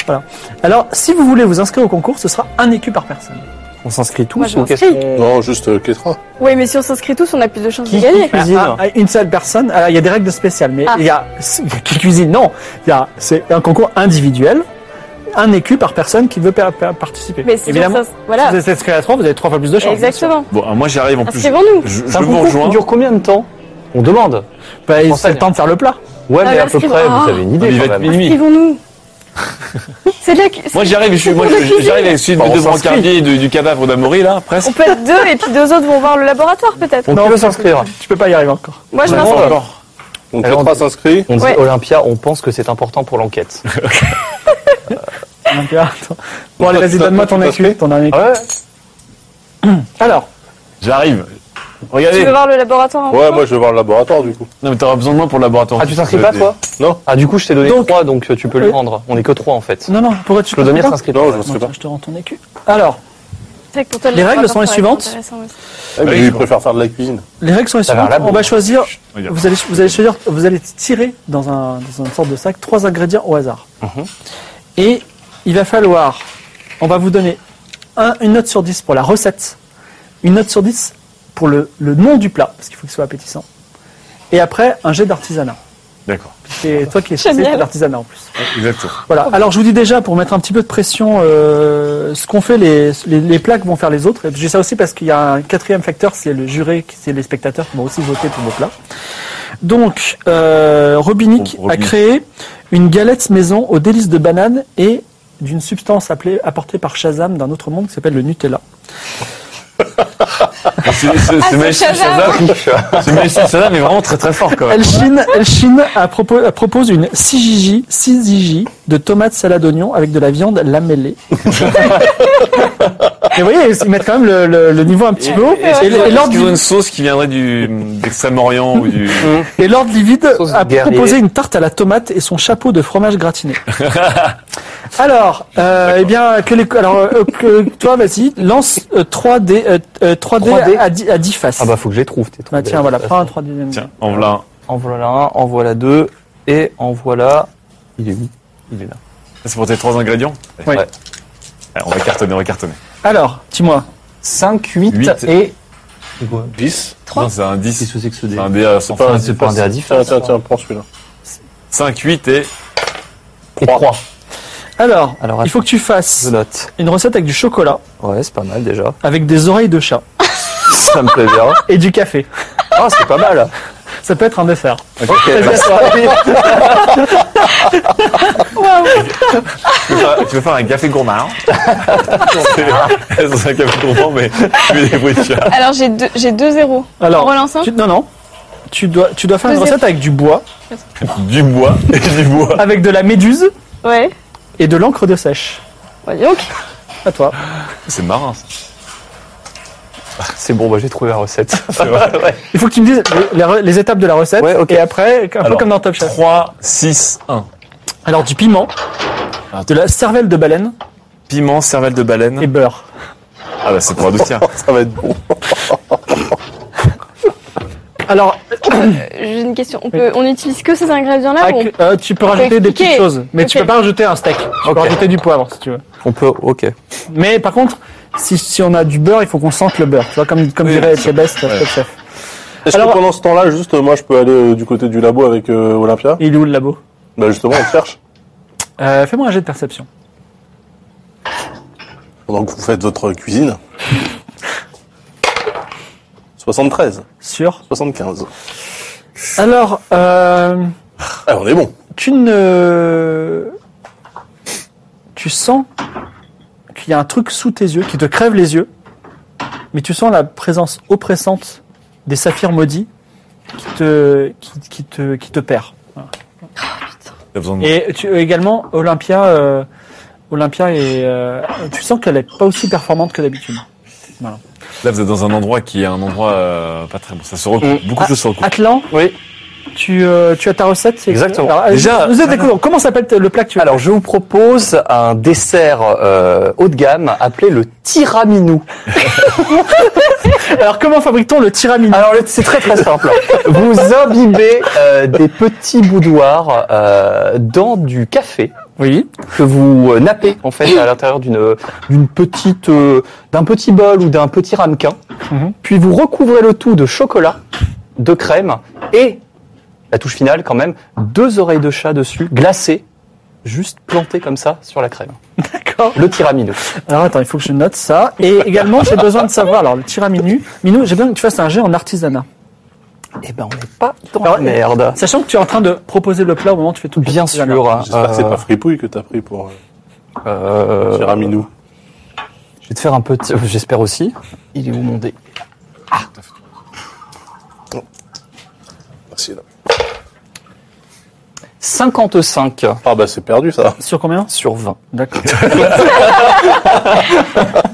Speaker 1: Voilà. Alors, si vous voulez vous inscrire au concours, ce sera un écu par personne.
Speaker 6: On s'inscrit
Speaker 5: Moi,
Speaker 6: tous
Speaker 5: je
Speaker 6: ou qu'est-ce
Speaker 5: m'inscris.
Speaker 6: qu'on...
Speaker 7: Non, juste euh, Ketra.
Speaker 5: Oui, mais si on s'inscrit tous, on a plus de chances de
Speaker 6: Qui-
Speaker 5: gagner.
Speaker 6: qui- Cuisine.
Speaker 1: Ah, ah, une seule personne. Alors, il y a des règles spéciales, mais
Speaker 5: Ah.
Speaker 1: il y a, il y a qui cuisine Non, il y a, c'est un concours individuel, un écu par personne qui veut pa- pa- participer.
Speaker 5: Mais si
Speaker 1: Évidemment,
Speaker 5: on s'inscrit. Voilà,
Speaker 1: si vous êtes inscrit à trois, vous avez trois fois plus de chances.
Speaker 5: exactement.
Speaker 4: Bon, ah, moi, j'arrive en plus. Je,
Speaker 5: Inscrivons-nous.
Speaker 4: je,
Speaker 6: C'est un
Speaker 4: vous
Speaker 6: concours qui
Speaker 4: rejoins.
Speaker 6: dure combien de temps On demande.
Speaker 1: bien sûr. Bah,
Speaker 6: Pour ça,
Speaker 1: c'est le temps de faire le plat.
Speaker 6: Ouais,
Speaker 5: Ah,
Speaker 6: mais à
Speaker 5: mais
Speaker 6: peu près,
Speaker 5: inscrivons-
Speaker 6: vous avez une
Speaker 4: Non, mais
Speaker 6: idée
Speaker 4: il va
Speaker 6: quand
Speaker 4: être
Speaker 6: même.
Speaker 4: minuit.
Speaker 5: Inscrivons-nous. C'est de la cu-
Speaker 4: Moi, j'arrive, je suis, moi, je- j'arrive avec celui de
Speaker 6: Bon, on
Speaker 4: deux
Speaker 6: s'inscrit.
Speaker 4: brancardiers et du, du cadavre d'Amaury, là, presque.
Speaker 5: On peut être deux et puis deux autres vont voir le laboratoire peut-être.
Speaker 6: On
Speaker 1: Non,
Speaker 6: peut s'inscrire.
Speaker 1: Tu peux pas y arriver encore.
Speaker 5: Moi je
Speaker 4: Bon,
Speaker 5: m'inscris.
Speaker 4: alors.
Speaker 7: Oh, Donc
Speaker 6: Alors,
Speaker 7: Ketra s'inscrit.
Speaker 6: On dit
Speaker 5: Ouais.
Speaker 6: Olympia, on pense que c'est important pour l'enquête.
Speaker 1: Donc, euh, attends. Bon, allez,
Speaker 7: toi,
Speaker 1: vas-y,
Speaker 7: toi,
Speaker 1: donne-moi
Speaker 7: toi,
Speaker 1: ton
Speaker 7: tu
Speaker 1: écu, ton dernier écu.
Speaker 6: Ouais.
Speaker 1: Alors,
Speaker 4: J'arrive.
Speaker 5: Tu
Speaker 4: Regardez.
Speaker 5: veux voir le laboratoire en
Speaker 7: Ouais,
Speaker 5: même
Speaker 7: moi, je vais voir le laboratoire, du coup.
Speaker 4: Non, mais t'auras besoin de moi pour le laboratoire.
Speaker 6: Ah, tu s'inscris pas, toi
Speaker 7: Non.
Speaker 6: Ah, du coup, je t'ai donné
Speaker 1: Donc-
Speaker 6: 3, donc euh, tu peux lui
Speaker 1: Oui.
Speaker 6: rendre. On est que 3 en fait.
Speaker 1: non, non, pourquoi tu
Speaker 6: Clodomir
Speaker 1: pas
Speaker 6: s'inscrit.
Speaker 7: Non, je ne
Speaker 1: Bon,
Speaker 7: sais pas.
Speaker 1: Je te rends ton écu. Alors,
Speaker 5: temps C'est que pour toi, le
Speaker 1: Les règles
Speaker 5: laboratoire,
Speaker 1: sont
Speaker 5: ça va
Speaker 1: les
Speaker 5: être intéressant aussi.
Speaker 7: Ah, mais
Speaker 4: Oui,
Speaker 7: lui,
Speaker 4: je
Speaker 7: il préfère faire de la cuisine.
Speaker 1: les règles sont les
Speaker 6: Ça va,
Speaker 1: suivantes.
Speaker 6: là,
Speaker 1: On
Speaker 6: bon.
Speaker 1: va choisir
Speaker 4: Regarde.
Speaker 1: Vous allez, vous allez choisir, vous allez tirer dans, un, dans une sorte de sac trois ingrédients au hasard.
Speaker 7: Mhm.
Speaker 1: Et il va falloir, on va vous donner un- une note sur 10 pour la recette, une note sur 10 pour le, le nom du plat, parce qu'il faut qu'il soit appétissant, et après un jet d'artisanat.
Speaker 4: D'accord.
Speaker 1: C'est toi qui es censé
Speaker 5: Génial.
Speaker 1: faire l'artisanat en plus.
Speaker 4: Exactement.
Speaker 1: Voilà. Alors je vous dis déjà pour mettre un petit peu de pression, euh, ce qu'on fait, les, les, les plaques vont faire les autres. Et j'ai ça aussi parce qu'il y a un quatrième facteur, c'est le juré, qui- c'est les spectateurs qui vont aussi voter pour vos plats. Donc euh, Robinic
Speaker 4: Bon,
Speaker 1: a
Speaker 4: Robinic.
Speaker 1: créé une galette maison aux délices de banane et d'une substance appelée, apportée par Shazam d'un autre monde qui s'appelle le Nutella. Ah,
Speaker 4: C'est c'est- c'est
Speaker 5: c'est
Speaker 4: Melchior
Speaker 5: Shazam.
Speaker 4: Shazam. C'est Melchior Shazam, mais vraiment très très fort quand même.
Speaker 1: Elchine, Elchine a propo- a propose une 6 gigi de tomates salade oignon avec de la viande lamellée. Mais vous voyez, ils mettent quand même le, le- le niveau un petit peu haut. Et, et
Speaker 4: Est-ce
Speaker 1: Lord,
Speaker 4: qu'ils ont une sauce qui viendrait du d'Extrême-Orient ou du.
Speaker 1: et Lord Livide
Speaker 6: Sauce
Speaker 1: a
Speaker 6: guerrier.
Speaker 1: proposé une tarte à la tomate et son chapeau de fromage gratiné. Alors, euh, eh bien, que les, alors, euh, que- toi, vas-y, lance euh, 3D, euh, euh, 3D,
Speaker 6: 3D.
Speaker 1: à, 10 à 10 faces.
Speaker 6: Ah bah faut que je les trouve, tes
Speaker 1: Bah,
Speaker 6: trucs.
Speaker 1: tiens, voilà, prends un 3D.
Speaker 4: Tiens, en voilà un.
Speaker 6: En voilà un, en voilà deux, et en voilà. Il est où Il est là.
Speaker 4: Ça, C'est pour tes trois ingrédients
Speaker 1: Ouais.
Speaker 4: Ouais, on va cartonner, on va cartonner.
Speaker 1: Alors, dis-moi.
Speaker 6: 5, 8,
Speaker 4: Huit.
Speaker 6: et. C'est quoi
Speaker 7: 10.
Speaker 4: Non, c'est un 10.
Speaker 6: que c'est que ce
Speaker 4: C'est
Speaker 6: dé
Speaker 4: un dé à 100
Speaker 6: pas- c'est pas un dé à dix
Speaker 7: Tiens,
Speaker 6: faces.
Speaker 7: tiens, tiens, prends celui-là.
Speaker 4: 5, 8 et.
Speaker 6: Et 3.
Speaker 1: Alors,
Speaker 6: Alors,
Speaker 1: il faut que tu fasses
Speaker 6: Je note.
Speaker 1: une recette avec du chocolat.
Speaker 6: Ouais, c'est pas mal déjà.
Speaker 1: avec des oreilles de chat
Speaker 6: Ça me plaît bien.
Speaker 1: et du café.
Speaker 6: Ah, c'est pas mal.
Speaker 1: Ça peut être un dessert.
Speaker 6: Ok.
Speaker 1: Vas-y, assois-toi.
Speaker 4: Tu veux faire- tu veux faire un café gourmand C'est c'est un café gourmand, mais tu mets des bruits de chat.
Speaker 5: Alors j'ai deux, j'ai deux zéros. On
Speaker 1: Alors,
Speaker 5: relance un
Speaker 1: tu, non, non. Tu dois, tu dois faire une
Speaker 5: Deuxième.
Speaker 1: recette avec du bois,
Speaker 4: Du bois et du bois.
Speaker 1: avec de la méduse
Speaker 5: Ouais.
Speaker 1: et de l'encre de sèche.
Speaker 5: Bah, dis donc.
Speaker 1: À toi.
Speaker 4: C'est marrant ça.
Speaker 6: C'est bon, bah, j'ai trouvé la recette.
Speaker 4: C'est vrai.
Speaker 1: Il faut que tu me dises les, les- les étapes de la recette.
Speaker 6: Ouais, ok.
Speaker 1: Et après, un peu
Speaker 4: Alors,
Speaker 1: comme dans Top Chef.
Speaker 4: 3, 6, 1.
Speaker 1: Alors, du piment,
Speaker 6: Ah.
Speaker 4: Attends.
Speaker 1: de la cervelle de baleine
Speaker 4: Piment, cervelle de baleine.
Speaker 1: et beurre.
Speaker 4: Ah bah c'est pour adoucir.
Speaker 7: Ça va être bon.
Speaker 1: Alors,
Speaker 5: Euh, J'ai une question. On, peut, on utilise que ces ingrédients-là
Speaker 1: ah,
Speaker 5: ou on-
Speaker 1: que- euh, tu peux rajouter des
Speaker 5: expliquer.
Speaker 1: petites choses, mais tu
Speaker 5: Ok.
Speaker 1: peux pas rajouter un steak. Tu
Speaker 6: Ok.
Speaker 1: peux rajouter du poivre si tu veux.
Speaker 6: On peut, ok.
Speaker 1: Mais par contre, si, si on a du beurre, il faut qu'on sente le beurre. Tu vois, comme, comme
Speaker 7: Oui,
Speaker 1: dirait Chebest, Top Chef.
Speaker 7: Est-ce
Speaker 1: Alors-
Speaker 7: que pendant ce temps-là, juste, euh, moi, je peux aller euh, du côté du labo avec euh, Olympia
Speaker 1: Il est où le labo
Speaker 7: Bah, justement, on cherche.
Speaker 1: Euh, Fais-moi un jet de perception.
Speaker 7: Pendant que vous faites votre cuisine. 73,
Speaker 1: Sûr.
Speaker 7: 75.
Speaker 1: Alors, euh,
Speaker 7: Ah, on est bon.
Speaker 1: tu ne... Tu sens qu'il y a un truc sous tes yeux qui te crève les yeux, mais tu sens la présence oppressante des saphirs maudits qui te, qui, qui te, qui te perd.
Speaker 4: T'as besoin de
Speaker 1: Et tu, également, Olympia, euh, Olympia est, euh, tu sens qu'elle est pas aussi performante que d'habitude.
Speaker 4: Là, vous êtes dans un endroit qui est un endroit euh, pas très bon. Ça se
Speaker 7: Mm.
Speaker 4: recoupe. Beaucoup de choses se recoupent.
Speaker 1: Atlan,
Speaker 6: Oui.
Speaker 1: tu, euh, tu as ta recette c'est-
Speaker 6: Exactement.
Speaker 1: Alors, euh,
Speaker 6: Déjà-
Speaker 1: nous êtes d'accord. Comment s'appelle le plat que tu as
Speaker 6: Alors, je vous propose un dessert euh, haut de gamme appelé le tiraminou.
Speaker 1: Alors, comment fabrique-t-on le tiramisu
Speaker 6: Alors, le- c'est très très simple. Vous imbibez euh, des petits boudoirs euh, dans du café
Speaker 1: Oui.
Speaker 6: que vous euh, nappez en fait à l'intérieur d'une d'une petite euh, d'un petit bol ou d'un petit ramequin.
Speaker 1: Mhm.
Speaker 6: Puis vous recouvrez le tout de chocolat, de crème et la touche finale quand même deux oreilles de chat dessus glacées, juste plantées comme ça sur la crème.
Speaker 1: D'accord.
Speaker 6: Le tiraminou.
Speaker 1: Alors, attends, il faut que je note ça. Et également, j'ai besoin de savoir. Alors, le tiramisu, Minou, j'ai besoin que tu fasses un jet en artisanat.
Speaker 6: Eh ben on n'est pas dans
Speaker 1: Alors,
Speaker 6: la merde.
Speaker 1: Sachant que tu es en train de proposer le plat au moment où tu fais tout. le
Speaker 6: Bien
Speaker 1: artisanat.
Speaker 6: sûr. hein,
Speaker 7: J'espère que c'est
Speaker 6: euh,
Speaker 7: pas fripouille que t'as pris pour euh,
Speaker 6: euh,
Speaker 7: Tiraminou.
Speaker 6: Je vais te faire un petit. J'espère aussi. Il est où mon dé
Speaker 7: Merci, bah, là.
Speaker 6: 55
Speaker 7: Ah, bah, c'est perdu, ça.
Speaker 1: Sur combien
Speaker 6: sur 20.
Speaker 1: D'accord.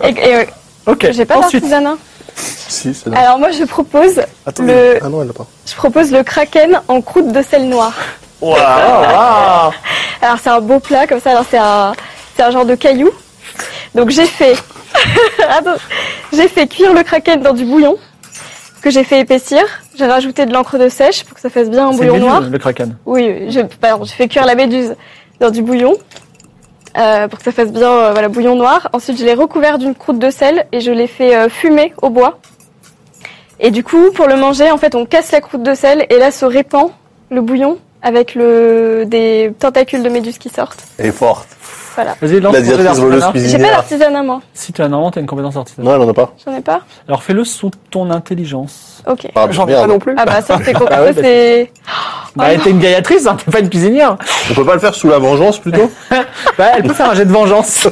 Speaker 5: Et, et, euh,
Speaker 1: Ok.
Speaker 5: j'ai pas
Speaker 1: Ensuite,
Speaker 5: d'artisanat.
Speaker 7: Si, c'est là.
Speaker 5: Alors moi je propose,
Speaker 7: Attends,
Speaker 5: Euh, le-
Speaker 7: Ah non, elle l'a pas.
Speaker 5: je propose le kraken en croûte de sel noir. Alors c'est un beau plat comme ça. Alors c'est un, c'est un genre de caillou. Donc j'ai fait, Attends. j'ai fait cuire le kraken dans du bouillon que j'ai fait épaissir. J'ai rajouté de l'encre de sèche pour que ça fasse bien un
Speaker 1: c'est
Speaker 5: bouillon
Speaker 1: Méduse,
Speaker 5: noir.
Speaker 1: le kraken.
Speaker 5: Oui, je, pardon, j'ai fait cuire la méduse dans du bouillon euh, pour que ça fasse bien euh, voilà, bouillon noir. Ensuite, je l'ai recouvert d'une croûte de sel et je l'ai fait euh, fumer au bois. Et du coup, pour le manger, en fait, on casse la croûte de sel et là se répand le bouillon avec le des tentacules de méduse qui sortent.
Speaker 7: Elle est forte.
Speaker 1: Vas-y, lance
Speaker 7: La
Speaker 1: ton jet
Speaker 7: directrice voleuse
Speaker 1: d'artisanat.
Speaker 5: J'ai pas
Speaker 7: cuisinière.
Speaker 5: d'artisanat moi.
Speaker 1: Si tu as normalement, t'as une compétence artisanale.
Speaker 7: Non, elle en a pas.
Speaker 5: J'en ai pas.
Speaker 1: Alors fais-le sous ton intelligence.
Speaker 5: Ok.
Speaker 7: Ah,
Speaker 6: J'en ai
Speaker 7: merde.
Speaker 6: pas non plus.
Speaker 5: Ah bah ça c'est con-
Speaker 1: Ah ouais, bah-
Speaker 5: ça, c'est
Speaker 1: Bah, t'es une gaillatrice, hein, t'es pas une cuisinière.
Speaker 7: On peut pas le faire sous la vengeance plutôt
Speaker 1: Bah, elle peut faire un jet de vengeance.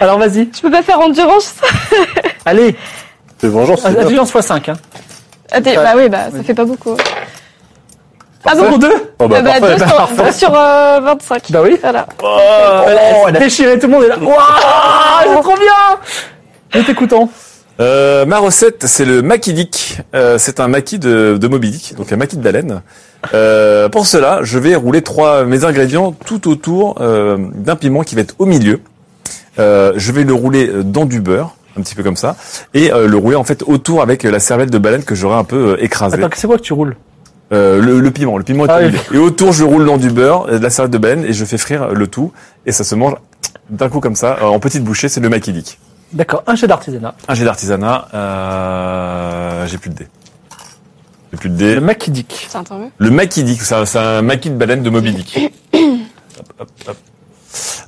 Speaker 1: Alors vas-y,
Speaker 5: Je peux pas faire endurance.
Speaker 1: allez,
Speaker 7: C'est vengeance, c'est bien.
Speaker 1: intelligence x5. Hein.
Speaker 5: Attends,
Speaker 1: Ça-
Speaker 5: bah oui bah ça
Speaker 1: oui.
Speaker 5: fait pas beaucoup.
Speaker 1: Ah
Speaker 5: bon
Speaker 1: pour deux
Speaker 7: Oh,
Speaker 5: Ah
Speaker 7: bah,
Speaker 5: bah,
Speaker 7: parfait.
Speaker 5: deux sur, deux sur, euh, 25.
Speaker 1: Bah oui.
Speaker 5: Voilà.
Speaker 1: Oh, elle a Oh, déchiré tout le monde est là. Waouh, c'est trop bien Nous t'écoutons.
Speaker 4: Euh, ma recette, c'est le maquis Dick. Euh, c'est un maquis de, de Moby Dick, donc un maquis de baleine. Euh, pour cela, je vais rouler trois mes ingrédients tout autour euh, d'un piment qui va être au milieu. Euh, je vais le rouler dans du beurre, un petit peu comme ça, et euh, le rouler en fait autour avec euh, la cervelle de baleine que j'aurai un peu euh, écrasée.
Speaker 1: Attends, c'est quoi que tu roules
Speaker 4: Euh, le, le piment, le piment est
Speaker 1: Ah
Speaker 4: au
Speaker 1: oui.
Speaker 4: milieu. Et autour, je roule dans du beurre, euh, de la salade de baleine, et je fais frire le tout, et ça se mange d'un coup comme ça, euh, en petite bouchée. C'est le maquis Dick.
Speaker 1: D'accord, un jet d'artisanat.
Speaker 4: Un jet d'artisanat. Euh, j'ai plus de dés. J'ai plus de dés.
Speaker 1: Le
Speaker 4: Le,
Speaker 1: maquidique.
Speaker 5: Putain, tant mieux.
Speaker 4: maquis Dick, c'est un, c'est un maquis de baleine de Moby Dick. Hop, hop, hop.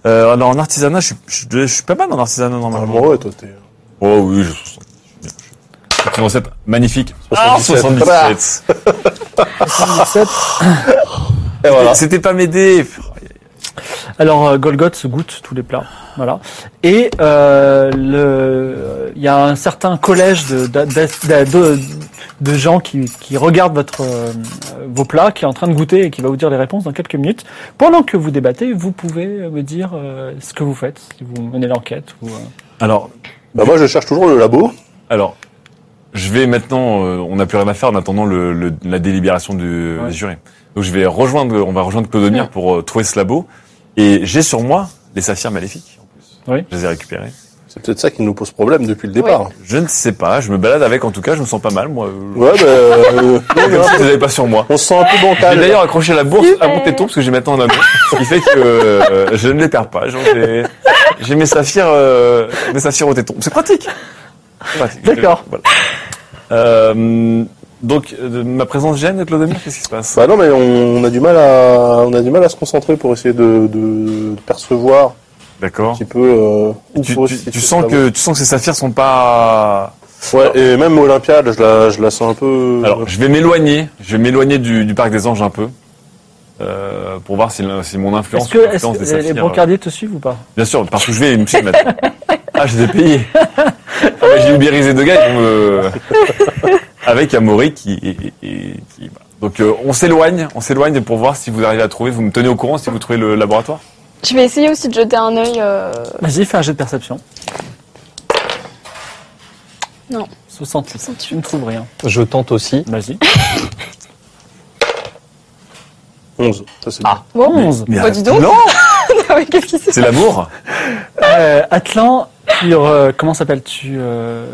Speaker 4: Euh, alors en artisanat, je suis, je, suis- je suis pas mal en artisanat normalement.
Speaker 1: Ah
Speaker 7: Normalement, ouais, toi, t'es. euh,
Speaker 4: Oh oui, je suis bien. C'est une recette magnifique.
Speaker 1: Ah,
Speaker 7: 77.
Speaker 4: 77.
Speaker 1: 77.
Speaker 7: Et voilà.
Speaker 4: C'était pas m'aider.
Speaker 1: Alors euh, Golgoth se goûte tous les plats, voilà. Et euh, le, il y a un certain collège de d'a- d'a- d'a- de, de gens qui, qui regardent votre euh, vos plats, qui est en train de goûter et qui va vous dire les réponses dans quelques minutes. Pendant que vous débattez, vous pouvez me dire euh, ce que vous faites, si vous menez l'enquête ou. euh,
Speaker 4: Alors,
Speaker 7: Bah, moi, je cherche toujours le labo.
Speaker 4: alors, je vais maintenant. euh, on n'a plus rien à faire en attendant le, le- la délibération du
Speaker 1: Ouais.
Speaker 4: des jurés. Donc je vais rejoindre. On va rejoindre Clodomir pour euh, trouver ce labo. Et j'ai sur moi les saphirs maléfiques. En plus.
Speaker 1: Oui.
Speaker 4: Je les ai récupérés.
Speaker 7: C'est peut-être ça qui nous pose problème depuis le départ.
Speaker 4: Je ne sais pas. Je me balade avec. En tout cas, je me sens pas mal moi. Euh,
Speaker 7: Ouais, bah. euh,
Speaker 4: Comme si je les avais pas sur moi.
Speaker 7: on se sent un peu
Speaker 4: J'ai
Speaker 7: bancal.
Speaker 4: d'ailleurs accroché la bourse à mon
Speaker 5: Super.
Speaker 4: téton parce que j'ai maintenant un amour. ce qui fait que euh, je ne les perds pas. Genre, J'ai j'ai mes saphirs, euh, mes saphirs au téton. C'est pratique. C'est pratique.
Speaker 1: D'accord.
Speaker 4: Voilà. Euh, donc euh, ma présence gêne, Clodomir. Qu'est-ce qui se passe
Speaker 7: Bah non, mais on, on a du mal à, on a du mal à se concentrer pour essayer de, de, de percevoir un
Speaker 4: D'accord.
Speaker 7: petit peu. Euh, où
Speaker 4: Tu,
Speaker 7: faut
Speaker 4: tu-
Speaker 7: situer
Speaker 4: tu
Speaker 7: ce
Speaker 4: sens
Speaker 7: labo.
Speaker 4: que tu sens que ces saphirs sont pas.
Speaker 7: Ouais, et même Olympia, là, je la, je la sens un
Speaker 1: Euh,
Speaker 7: peu.
Speaker 4: Alors je vais m'éloigner. Je vais m'éloigner du, du parc des anges un peu. Euh, pour voir si, la- si mon influence
Speaker 1: Est-ce que,
Speaker 4: ou
Speaker 1: est-ce
Speaker 4: l'influence
Speaker 1: que euh,
Speaker 4: des
Speaker 1: les
Speaker 4: saphirs.
Speaker 1: brancardiers te suivent ou pas
Speaker 4: Bien sûr, parce que je vais me suivre maintenant. Ah, je les ai payés. Ah, bah, J'ai ubérisé deux gars ils vont me- avec Amaury qui. et- et- qui- voilà. Donc euh, on s'éloigne, on s'éloigne pour voir si vous arrivez à trouver. Vous me tenez au courant si vous trouvez le laboratoire.
Speaker 5: Je vais essayer aussi de jeter un œil. euh,
Speaker 1: Vas-y, fais un jet de perception.
Speaker 5: Non.
Speaker 1: 68. Tu ne trouves rien.
Speaker 6: Je tente aussi.
Speaker 1: Vas-y.
Speaker 7: 11. Ça, c'est
Speaker 6: Ah.
Speaker 5: Bon.
Speaker 1: Onze.
Speaker 4: Mais
Speaker 5: Bah,
Speaker 4: arrête.
Speaker 5: dis donc.
Speaker 4: Non,
Speaker 5: Ah ouais, Qu'est-ce qui se
Speaker 4: c'est l'amour.
Speaker 1: Euh, Atlan, tu, euh, comment s'appelle tu, euh,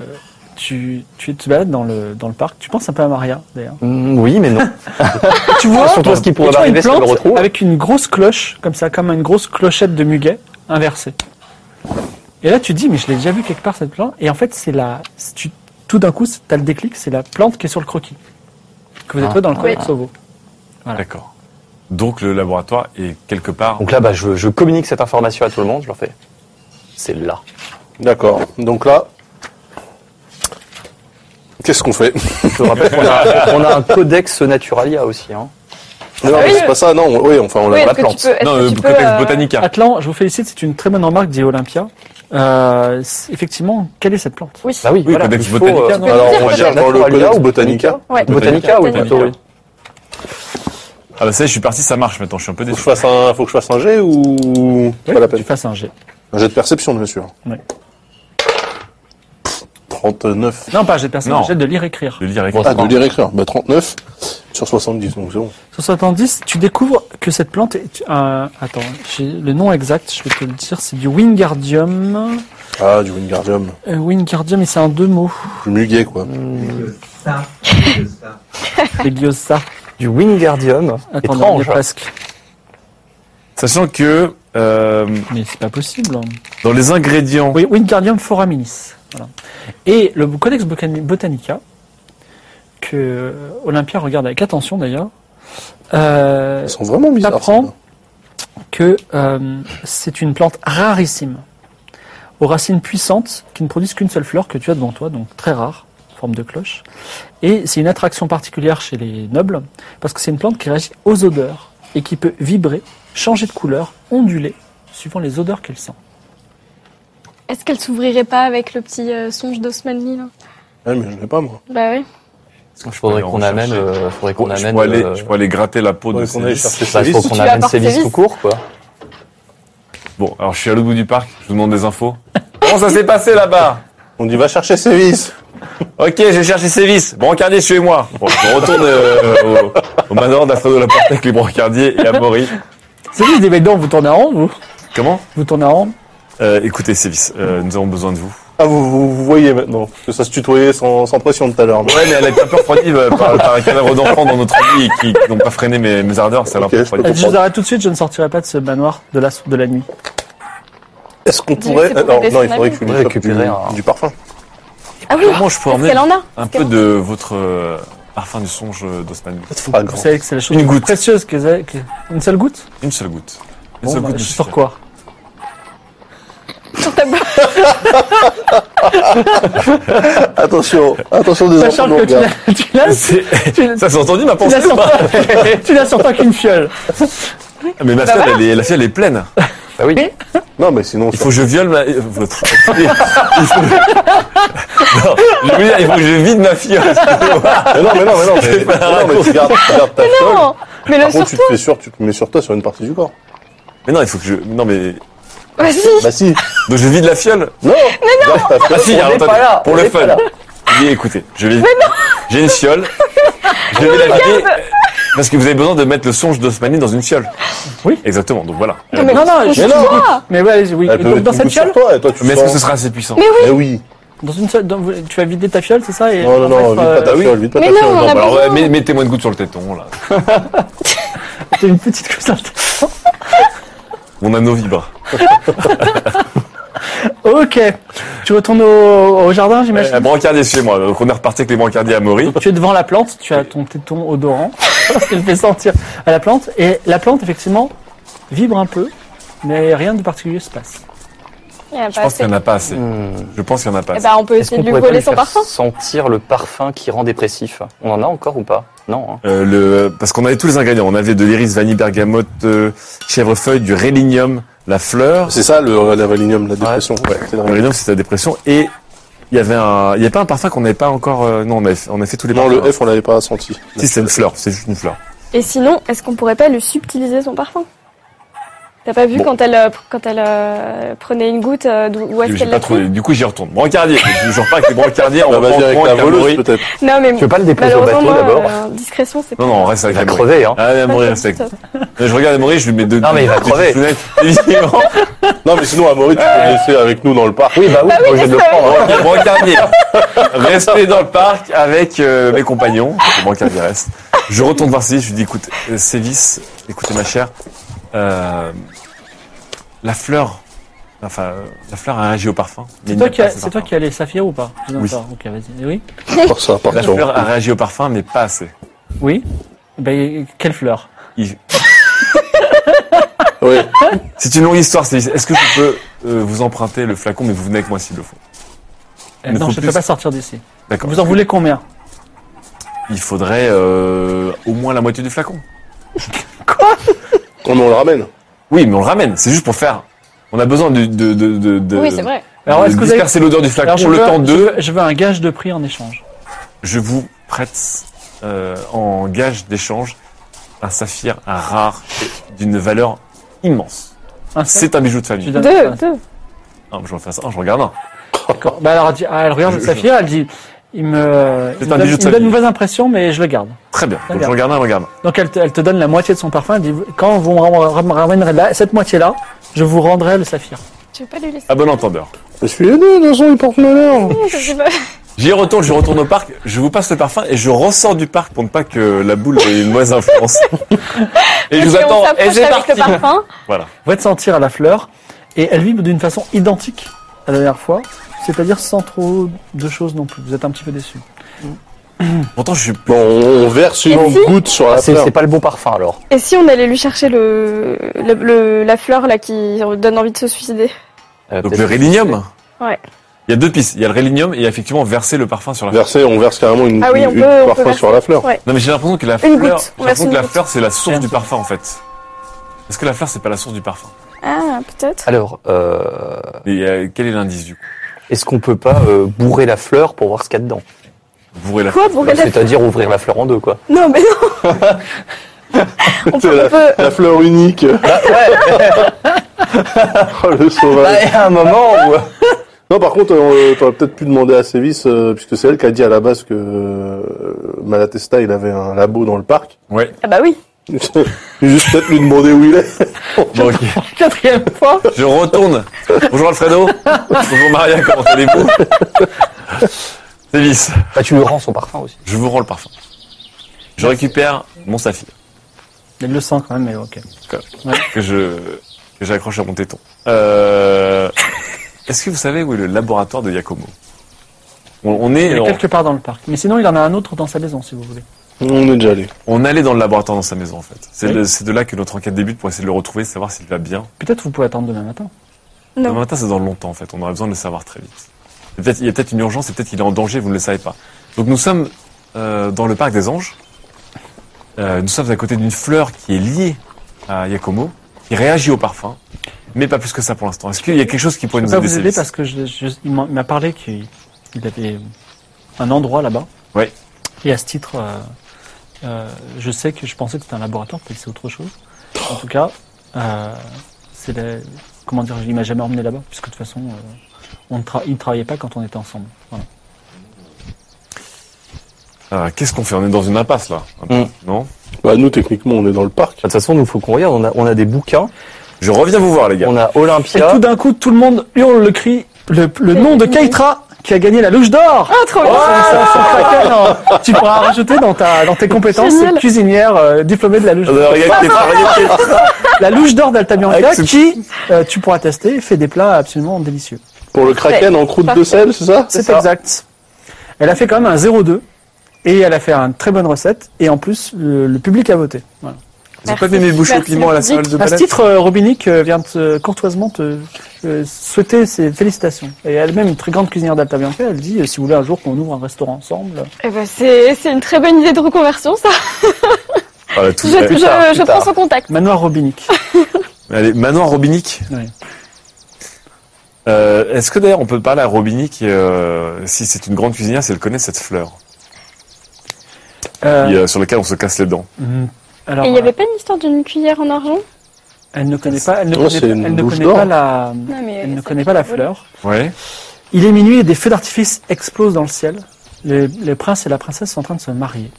Speaker 1: tu, tu te balades dans le, dans le parc. Tu penses un peu à Maria, d'ailleurs.
Speaker 6: Mm, oui, mais non.
Speaker 1: Tu vois,
Speaker 6: Ah, Surtout ce qui pourrait
Speaker 1: tu vois
Speaker 6: m'arriver
Speaker 1: une
Speaker 6: si elle me
Speaker 1: plante
Speaker 6: retrouve.
Speaker 1: avec une grosse cloche, comme ça, comme une grosse clochette de muguet inversée. Et là, tu te dis, mais je l'ai déjà vu quelque part, cette plante. Et en fait, c'est la, c'est- tu, tout d'un coup, c'est- t'as le déclic, c'est la plante qui est sur le croquis. Que vous
Speaker 6: Ah.
Speaker 1: avez trouvé dans le coin
Speaker 5: Oui.
Speaker 1: de Sauveau.
Speaker 4: D'accord. Donc le laboratoire est quelque part.
Speaker 6: Donc là, bah, je, je communique cette information à tout le monde. Je leur fais. C'est là.
Speaker 7: D'accord. Donc là, qu'est-ce qu'on fait
Speaker 6: Je te rappelle qu'on a, on a un codex naturalia aussi. Hein.
Speaker 7: Non, mais
Speaker 5: Ah oui.
Speaker 7: c'est pas ça. Non, on- oui, enfin, on
Speaker 5: Oui,
Speaker 7: l'a.
Speaker 5: est-ce
Speaker 6: la
Speaker 5: que
Speaker 6: plante.
Speaker 5: tu peux, est-ce
Speaker 4: Non,
Speaker 5: que
Speaker 4: euh,
Speaker 5: tu peux,
Speaker 4: Codex
Speaker 5: euh,
Speaker 4: Botanica.
Speaker 1: Atlan, je vous félicite, c'est une très bonne remarque, dit Olympia. Euh, c'est- effectivement, quelle est cette plante
Speaker 5: Oui.
Speaker 6: Bah oui,
Speaker 4: Oui,
Speaker 6: voilà,
Speaker 4: Codex
Speaker 6: il faut,
Speaker 4: Botanica,
Speaker 6: euh,
Speaker 4: non
Speaker 7: Alors,
Speaker 5: dire,
Speaker 7: on
Speaker 5: Codex
Speaker 7: cherche dans le
Speaker 6: Naturalia
Speaker 7: codex
Speaker 6: ou
Speaker 7: Botanica.
Speaker 5: Ouais.
Speaker 6: Botanica, oui, plutôt, oui.
Speaker 4: Ah bah ça, y est, je suis parti, ça marche maintenant. Je suis un peu
Speaker 7: Faut que
Speaker 4: déçu.
Speaker 7: je fasse un, faut que je fasse un jet ou pas la
Speaker 1: Tu
Speaker 7: peine.
Speaker 1: fasses un jet.
Speaker 7: Un jet de perception, bien sûr.
Speaker 1: Ouais.
Speaker 7: 39.
Speaker 1: Non, pas un jet de personne,
Speaker 4: Non.
Speaker 1: un jet de lire écrire.
Speaker 4: De lire avec
Speaker 7: Ah, de lire écrire. Bah, 39 sur 70, donc c'est bon.
Speaker 1: Sur 70, tu découvres que cette plante est... un- attends, j'ai le nom exact, je vais te le dire, c'est du Wingardium.
Speaker 7: Ah, du Wingardium.
Speaker 1: Euh, Wingardium, et c'est en deux mots.
Speaker 7: Du muguet, quoi.
Speaker 1: Euh. Légiosa.
Speaker 6: Du Wingardium.
Speaker 1: Attends, on y est
Speaker 6: Étrange. hein.
Speaker 1: presque.
Speaker 4: Sachant que euh,
Speaker 1: Mais c'est pas possible. hein.
Speaker 4: dans les ingrédients.
Speaker 1: Oui, Wingardium foraminis. Voilà. Et le Codex Bocan- Botanica que euh, Olympia regarde avec attention d'ailleurs, euh,
Speaker 7: Ils sont vraiment bizarres.
Speaker 1: T'apprends
Speaker 7: celles-là.
Speaker 1: que euh, c'est une plante rarissime, aux racines puissantes qui ne produisent qu'une seule fleur que tu as devant toi, donc très rare, forme de cloche. Et c'est une attraction particulière chez les nobles, parce que c'est une plante qui réagit aux odeurs et qui peut vibrer, changer de couleur, onduler, suivant les odeurs qu'elle sent.
Speaker 5: Est-ce qu'elle s'ouvrirait pas avec le petit euh, songe d'Osmanli là
Speaker 7: Ouais, mais je l'ai pas, moi.
Speaker 5: Bah oui.
Speaker 6: Il faudrait qu'on amène, euh, faudrait qu'on
Speaker 4: je,
Speaker 6: amène.
Speaker 4: pourrais aller,
Speaker 6: euh,
Speaker 4: je pourrais aller gratter la peau de
Speaker 7: Faudrait qu'on aille
Speaker 4: Célis.
Speaker 7: chercher
Speaker 6: bah,
Speaker 7: Célis.
Speaker 6: faut qu'on
Speaker 5: Tu
Speaker 6: amène
Speaker 5: apportes
Speaker 6: Célis
Speaker 5: Célis.
Speaker 6: tout court, quoi.
Speaker 4: Bon, alors je suis à l'autre bout du parc, je vous demande des infos. Comment ça s'est passé là-bas
Speaker 7: On dit va chercher Sévis.
Speaker 4: Ok, je vais chercher Sévis. Brancardier chez moi. Bon, je retourne euh, au, au manoir d'Astro de la Porte avec les brancardiers et Amaury.
Speaker 1: C'est juste des bêtes d'or, vous tournez en rond, vous
Speaker 4: Comment
Speaker 1: Vous tournez en rond
Speaker 4: euh, Écoutez, Sévis, euh, nous avons besoin de vous.
Speaker 7: Ah, vous, vous, vous voyez maintenant que ça se tutoyait sans, sans pression tout à l'heure.
Speaker 4: Ouais, mais elle est un peu refroidie euh, par, par un cadavre d'enfant dans notre vie qui, qui n'ont pas freiné mes, mes ardeurs. Ça l'a un
Speaker 7: Ok,
Speaker 4: peu
Speaker 7: je
Speaker 4: refroidi.
Speaker 1: Euh, Je vous arrête tout de suite, je ne sortirai pas de ce manoir de la, de la nuit.
Speaker 7: Est-ce qu'on
Speaker 5: Dis-lui,
Speaker 7: pourrait.
Speaker 5: c'est pour
Speaker 7: Alors,
Speaker 5: aider
Speaker 7: non,
Speaker 5: son
Speaker 7: il faudrait que
Speaker 5: ami.
Speaker 7: tu lui
Speaker 6: Ouais,
Speaker 7: chopes du,
Speaker 6: récupérer un-
Speaker 7: du parfum.
Speaker 5: Ah oui.
Speaker 4: Comment je peux
Speaker 5: Est-ce
Speaker 4: emmener
Speaker 5: qu'elle en a
Speaker 4: un
Speaker 5: Est-ce
Speaker 4: peu
Speaker 5: qu'elle en
Speaker 4: de votre euh, parfum du songe euh, d'Osman
Speaker 7: Ça te fera
Speaker 1: Vous
Speaker 7: grand.
Speaker 1: savez que c'est la chose
Speaker 4: Une
Speaker 1: la plus
Speaker 4: goutte.
Speaker 1: précieuse que vous avez- que- Une seule goutte
Speaker 4: Une seule goutte. Une
Speaker 1: Bon,
Speaker 4: seule
Speaker 1: bah,
Speaker 4: goutte
Speaker 1: je
Speaker 4: me
Speaker 1: sors
Speaker 4: suffit.
Speaker 1: quoi
Speaker 5: a Sur ta boîte.
Speaker 7: Attention, attention des
Speaker 1: Sachant
Speaker 7: enfants nous
Speaker 1: que tu
Speaker 7: regardent.
Speaker 1: l'as- tu l'as
Speaker 4: C'est-
Speaker 1: tu l'as-
Speaker 4: Ça s'est entendu ma
Speaker 1: tu l'as
Speaker 4: pensée ou
Speaker 1: sur
Speaker 4: pas
Speaker 1: toi- tu l'as sur toi qu'une fiole.
Speaker 4: Mais ma
Speaker 5: Bah
Speaker 4: fiole, elle est, la fiole est pleine.
Speaker 6: Bah oui.
Speaker 7: Non, mais sinon,
Speaker 4: Il faut que je viole ma. euh, votre- Il faut... Non, je veux dire, il faut que je vide ma fiole.
Speaker 7: Mais non, mais non, mais non, mais, mais non, mais tu gardes, tu gardes ta fiole.
Speaker 5: Non Mais
Speaker 7: Par
Speaker 5: le
Speaker 7: contre,
Speaker 5: surtout.
Speaker 7: tu te fais sur, tu te mets sur toi, sur une partie du corps.
Speaker 4: Mais non, il faut que je. Non, mais.
Speaker 5: Bah si
Speaker 7: Bah si.
Speaker 4: Donc je vide la fiole
Speaker 7: Non. Mais non.
Speaker 4: Ah si, alors,
Speaker 6: n'est
Speaker 4: attendez,
Speaker 6: pas là,
Speaker 4: pour
Speaker 6: on
Speaker 4: le
Speaker 6: n'est pas
Speaker 4: fun.
Speaker 6: là.
Speaker 4: J'ai- écoutez, je vais. J'ai une fiole. Je vais la vider. euh, Parce que vous avez besoin de mettre le songe d'Osmani dans une fiole.
Speaker 1: Oui.
Speaker 4: Exactement, donc voilà.
Speaker 5: Non, mais,
Speaker 1: Non, non, je-
Speaker 5: mais
Speaker 1: non.
Speaker 5: toi
Speaker 1: Mais ouais, allez-y, oui.
Speaker 7: Elle peut
Speaker 1: Donc,
Speaker 7: mettre
Speaker 1: dans
Speaker 7: une
Speaker 1: cette
Speaker 7: goutte sur
Speaker 1: fiole
Speaker 7: toi, et toi, tu
Speaker 4: Mais est-ce que
Speaker 7: sens-
Speaker 4: ce sera assez puissant
Speaker 7: Eh oui.
Speaker 1: Dans une seule, dans- tu vas vider ta fiole, c'est ça et
Speaker 7: Non, non, non,
Speaker 1: en
Speaker 7: vite
Speaker 1: fait, euh,
Speaker 7: pas ta
Speaker 4: oui.
Speaker 7: fiole, vite pas ta
Speaker 5: Mais
Speaker 7: fiole.
Speaker 5: non, on a
Speaker 7: bah,
Speaker 4: Alors, ouais,
Speaker 5: besoin.
Speaker 4: mets- mettez-moi une goutte sur le téton, là.
Speaker 1: T'as une petite goutte. dans ta-
Speaker 4: Mon anneau vibre.
Speaker 1: Ok. Tu retournes au, au jardin, j'imagine.
Speaker 7: Eh
Speaker 4: Un Eh, brancardier chez moi, donc on est reparti avec les brancardiers à Maury.
Speaker 7: ben.
Speaker 1: Tu es devant la plante, tu as ton téton odorant, tu le fais sentir à la plante, et la plante, effectivement, vibre un peu, mais rien de particulier se passe.
Speaker 5: Il y en a
Speaker 4: Je
Speaker 5: pas
Speaker 4: pense qu'il
Speaker 5: assez.
Speaker 4: n'y en a pas assez.
Speaker 6: Hmm.
Speaker 4: Je pense qu'il n'y en a pas
Speaker 5: bah, Eh
Speaker 4: assez.
Speaker 5: ben, on peut
Speaker 6: Est-ce
Speaker 5: essayer
Speaker 6: qu'on
Speaker 5: de lui
Speaker 6: pourrait pas
Speaker 5: voler
Speaker 6: lui
Speaker 5: son
Speaker 6: faire
Speaker 5: parfum.
Speaker 6: sentir le parfum qui rend dépressif On en a encore ou pas Non. hein.
Speaker 4: Euh, le, parce qu'on avait tous les ingrédients. On avait de l'iris, vanille, bergamote, euh, chèvrefeuille, du rélinium, la fleur.
Speaker 7: C'est ça, le, la valinium, la dépression. Ouais, c'est
Speaker 4: Le
Speaker 7: dingue.
Speaker 4: rélinium, c'est la dépression. Et il y avait un, il y avait pas un parfum qu'on n'avait pas encore. euh, non, on avait, fait- on a fait tous les
Speaker 7: Non,
Speaker 4: parfums.
Speaker 7: le F, on l'avait pas senti.
Speaker 4: Si c'est une fleur, c'est juste une fleur.
Speaker 5: Et sinon, est-ce qu'on pourrait pas lui subtiliser son parfum T'as pas vu
Speaker 4: Bon.
Speaker 5: quand elle, euh, pr- quand elle euh, prenait une goutte, euh, d'où- où est-ce
Speaker 4: J'ai
Speaker 5: qu'elle
Speaker 4: pas
Speaker 5: l'a
Speaker 4: trouvé.
Speaker 5: pris
Speaker 4: Du coup, j'y retourne. Brancardier. je joue pas avec les brancardiers. On
Speaker 7: Bah,
Speaker 4: va
Speaker 7: vas-y avec la voleuse, peut-être.
Speaker 5: Non, mais
Speaker 6: Tu veux pas le déposer au
Speaker 5: malheureusement,
Speaker 6: bateau d'abord
Speaker 5: moi, euh, discrétion, c'est pas.
Speaker 4: Non, non, on reste
Speaker 6: Il
Speaker 4: avec
Speaker 6: va
Speaker 4: Amaury.
Speaker 6: crever, hein.
Speaker 4: Ah, Amaury, reste avec. Je regarde Amaury, je lui mets deux.
Speaker 6: Non, mais il va
Speaker 4: deux petites
Speaker 6: crever.
Speaker 4: fenêtres, Évidemment.
Speaker 7: Non, mais sinon, Amaury, tu peux le laisser avec nous dans le parc.
Speaker 6: Oui, bah oui, moi, je vais le prendre. hein.
Speaker 4: Brancardier. Restez dans le parc avec euh, mes compagnons. Le Brancardier reste. Je retourne voir Cévis, je lui dis écoute, euh, Célis, écoutez ma chère, euh, la fleur, enfin, euh, la fleur a réagi au parfum. mais
Speaker 1: C'est
Speaker 4: il
Speaker 1: toi,
Speaker 4: n'a
Speaker 1: qui
Speaker 4: pas
Speaker 1: as-
Speaker 4: assez
Speaker 1: c'est toi
Speaker 4: parfum.
Speaker 1: qui as les saphirs ou pas Je vous
Speaker 4: Oui.
Speaker 1: entends. Ok, vas-y. Oui.
Speaker 7: Par ça, par
Speaker 4: La
Speaker 7: ça.
Speaker 4: fleur a réagi au parfum, mais pas assez.
Speaker 1: Oui. Ben, quelle fleur
Speaker 4: Il-
Speaker 7: Oui.
Speaker 4: C'est une longue histoire, Célis. Est-ce que je peux euh, vous emprunter le flacon, mais vous venez avec moi s'il le faut
Speaker 1: Euh,
Speaker 4: Mais
Speaker 1: Non,
Speaker 4: faut
Speaker 1: je ne
Speaker 4: plus.
Speaker 1: peux pas sortir d'ici.
Speaker 4: D'accord.
Speaker 1: Vous en voulez combien
Speaker 4: Il faudrait euh, au moins la moitié du flacon.
Speaker 7: Non, mais on le ramène.
Speaker 4: Oui, mais on le ramène. C'est juste pour faire. On a besoin de. de, de, de- de-
Speaker 5: Oui, c'est vrai.
Speaker 1: Alors,
Speaker 4: de
Speaker 1: est-ce que vous avez-
Speaker 4: disperser l'odeur du flacon
Speaker 1: Alors, je
Speaker 4: le
Speaker 1: veux-
Speaker 4: temps
Speaker 1: je
Speaker 4: de.
Speaker 1: veux- Je veux un gage de prix en échange.
Speaker 4: Je vous prête euh, en gage d'échange un saphir, un rare d'une valeur immense.
Speaker 1: Un seul
Speaker 4: C'est un bijou de
Speaker 1: Tu
Speaker 4: famille.
Speaker 1: donnes-
Speaker 5: Deux,
Speaker 1: Ah,
Speaker 5: deux.
Speaker 4: Ah, je vais en faire ça. Ah, je regarde un.
Speaker 1: d'accord. Bah, alors, elle dit- ah, elle regarde le
Speaker 4: Je-
Speaker 1: saphir, elle dit, il me,
Speaker 4: C'est
Speaker 1: il me
Speaker 4: un
Speaker 1: donne,
Speaker 4: bijou de
Speaker 1: il me
Speaker 4: famille.
Speaker 1: donne une mauvaise impression, mais je le garde.
Speaker 4: Très bien. Donc
Speaker 1: D'accord.
Speaker 4: je regarde un, je regarde un.
Speaker 1: Donc elle te, elle te donne la moitié de son parfum. Elle dit quand vous me ram- ramènerez la- cette moitié-là, je vous rendrai le saphir.
Speaker 5: Tu veux pas lui laisser
Speaker 4: À bon entendeur.
Speaker 7: Je suis aidé, de toute façon, il porte malheur.
Speaker 4: Ah.
Speaker 5: Je sais pas.
Speaker 4: J'y retourne, je retourne au parc, je vous passe le parfum et je ressors du parc pour ne pas que la boule ait une mauvaise influence. Et je vous
Speaker 5: Parce qu'on
Speaker 4: attends, et
Speaker 5: s'approche
Speaker 4: c'est
Speaker 5: avec
Speaker 4: parti
Speaker 5: le parfum.
Speaker 4: Voilà.
Speaker 1: Vous êtes sentir à la fleur et elle vibre d'une façon identique à la dernière fois, c'est-à-dire sans trop de choses non plus. Vous êtes un petit peu déçu.
Speaker 4: Pourtant, je suis.
Speaker 7: Bon, on, on verse une
Speaker 5: Et si-
Speaker 7: goutte sur la
Speaker 6: Ah, c'est
Speaker 7: fleur.
Speaker 6: c'est pas le bon parfum alors.
Speaker 5: Et si on allait lui chercher le, le- le- la fleur là qui donne envie de se suicider
Speaker 6: Euh,
Speaker 4: Donc
Speaker 6: peut-être
Speaker 4: le
Speaker 6: que-
Speaker 4: rélinium
Speaker 5: Ouais.
Speaker 4: Il y a deux pistes. Il y a le rélinium et il y a effectivement verser le parfum sur la fleur.
Speaker 7: Verser, on verse carrément une,
Speaker 5: Ah oui, on
Speaker 7: une- une
Speaker 5: peut- on peut
Speaker 7: parfum
Speaker 5: verser.
Speaker 7: sur la fleur.
Speaker 5: Ouais.
Speaker 4: Non, mais j'ai l'impression que la fleur.
Speaker 5: goutte.
Speaker 4: J'ai
Speaker 5: On verse
Speaker 4: l'impression
Speaker 5: une
Speaker 4: que la
Speaker 5: goutte.
Speaker 4: fleur, c'est la source du parfum en fait. Est-ce que la fleur, c'est pas la source du parfum
Speaker 5: Ah, peut-être.
Speaker 6: Alors, euh,
Speaker 4: Et euh, quel est l'indice du coup
Speaker 6: est-ce qu'on peut pas euh, bourrer la fleur pour voir ce qu'il y a dedans
Speaker 4: Bourrer la
Speaker 5: Ah, Quoi pour qu'elle la-
Speaker 6: C'est-à-dire ouvrir la fleur en deux, quoi.
Speaker 5: Non, mais non on, peut, on peut-
Speaker 7: La fleur unique.
Speaker 6: Ah,
Speaker 7: oh, le sauvage.
Speaker 6: Bah, y a un moment où...
Speaker 7: Non, par contre, euh, t'aurais peut-être pu demander à Sévis, euh, puisque c'est elle qui a dit à la base que euh, Malatesta, il avait un labo dans le parc.
Speaker 4: Ouais.
Speaker 5: Ah bah oui.
Speaker 7: Juste peut-être lui demander où il est.
Speaker 4: Bon, ok.
Speaker 5: Quatrième fois.
Speaker 4: Je retourne. Bonjour Alfredo. Bonjour Maria, comment allez-vous Sévis,
Speaker 6: Bah, tu lui rends son parfum aussi.
Speaker 4: je vous rends le parfum. Je récupère mon saphir
Speaker 1: Il le sent quand même, mais ok.
Speaker 4: que je que j'accroche à mon téton. Euh, Est-ce que vous savez où est le laboratoire de Yakomo on, on
Speaker 1: Il
Speaker 4: est
Speaker 1: est
Speaker 4: on,
Speaker 1: quelque part dans le parc. Mais sinon, il en a un autre dans sa maison, si vous voulez.
Speaker 7: On est déjà allé.
Speaker 4: on allait dans le laboratoire dans sa maison en fait. C'est
Speaker 1: Oui.
Speaker 4: de- c'est de là que notre enquête débute pour essayer de le retrouver, savoir s'il va bien.
Speaker 1: Peut-être vous pouvez attendre demain matin.
Speaker 5: Non.
Speaker 4: Demain matin, c'est dans longtemps en fait. On aura besoin de le savoir très vite. Et peut-être- Il y a peut-être une urgence et peut-être qu'il est en danger, vous ne le savez pas. Donc nous sommes euh, dans le parc des anges. Euh, nous sommes à côté d'une fleur qui est liée à Yakomo, qui réagit au parfum, mais pas plus que ça pour l'instant. Est-ce qu'il y a quelque chose qui pourrait
Speaker 1: Je
Speaker 4: nous
Speaker 1: peux pas
Speaker 4: aider
Speaker 1: vous aider
Speaker 4: Célis
Speaker 1: parce que je, je- il m'en- il m'a parlé qu'il il avait un endroit là-bas.
Speaker 4: Ouais.
Speaker 1: Et à ce titre, euh, euh, je sais que je pensais que c'était un laboratoire, peut-être que c'est autre chose. En tout cas, euh, c'est la- comment dire, il m'a jamais emmené là-bas puisque de toute façon, euh, on ne tra- il ne travaillait pas quand on était ensemble. Voilà.
Speaker 4: Ah, Qu'est-ce qu'on fait On est dans une impasse là. un peu,
Speaker 7: Mm.
Speaker 4: Non
Speaker 7: Bah, nous, techniquement, on est dans le parc.
Speaker 6: De toute façon, nous, faut qu'on regarde. On a, on a des bouquins,
Speaker 4: Je reviens vous voir les gars.
Speaker 6: on a
Speaker 1: Et
Speaker 6: Olympia.
Speaker 1: tout d'un coup, tout le monde hurle le cri, le, le nom de Keitra qui a gagné la louche d'or.
Speaker 5: Ah, trop bien.
Speaker 4: Oh,
Speaker 1: Ça, ça, ça, ça, hein. tu pourras rajouter dans, ta, dans tes compétences
Speaker 5: Génial.
Speaker 1: cette cuisinière euh, diplômée de la louche d'or.
Speaker 4: Euh, regarde, t'es- regarde, t'es-
Speaker 1: La louche d'or d'Altamiranta
Speaker 4: Avec ce-
Speaker 1: qui, euh, tu pourras tester, fait des plats absolument délicieux.
Speaker 7: Pour le kraken en croûte de sel, c'est ça
Speaker 1: C'est exact. Elle a fait quand même un 0,2 et elle a fait une très bonne recette et en plus le, le public a voté. Voilà.
Speaker 4: Ils ont pas mis mes bouches au
Speaker 5: Merci,
Speaker 4: piment à la
Speaker 5: merci.
Speaker 4: salle de
Speaker 1: À ce
Speaker 4: palette.
Speaker 1: titre, euh, Robinic euh, vient te- courtoisement te euh, souhaiter ses félicitations. Et elle-même, une très grande cuisinière d'Altamiranta, elle dit euh, si vous voulez un jour qu'on ouvre un restaurant ensemble. euh,
Speaker 5: Eh ben, c'est c'est une très bonne idée de reconversion, ça.
Speaker 4: Voilà, tout
Speaker 5: Je,
Speaker 4: fait.
Speaker 5: je,
Speaker 6: tard,
Speaker 5: je
Speaker 6: plus
Speaker 5: prends
Speaker 6: tard.
Speaker 5: son contact.
Speaker 1: Manoir Robinic.
Speaker 4: Allez, Manoir Robinic.
Speaker 1: Oui.
Speaker 4: Euh, Est-ce que d'ailleurs on peut parler à Robinic, euh, si c'est une grande cuisinière, si elle connaît cette fleur
Speaker 1: Euh,
Speaker 4: qui, euh, sur laquelle on se casse les dents
Speaker 1: mm, alors,
Speaker 5: Et il n'y
Speaker 1: euh,
Speaker 5: avait pas une histoire d'une cuillère en argent
Speaker 1: elle ne connaît pas, elle ne
Speaker 7: Oh,
Speaker 1: connaît,
Speaker 7: c'est
Speaker 1: pas-
Speaker 7: une
Speaker 1: elle ne
Speaker 7: louche
Speaker 1: connaît
Speaker 7: d'or.
Speaker 1: pas la,
Speaker 5: Non, mais.
Speaker 1: elle ne
Speaker 5: ça
Speaker 1: connaît
Speaker 5: fait
Speaker 1: pas la
Speaker 5: drôle.
Speaker 1: fleur.
Speaker 4: Ouais.
Speaker 1: Il est minuit et des feux d'artifice explosent dans le ciel. Les, les princes et la princesse sont en train de se marier.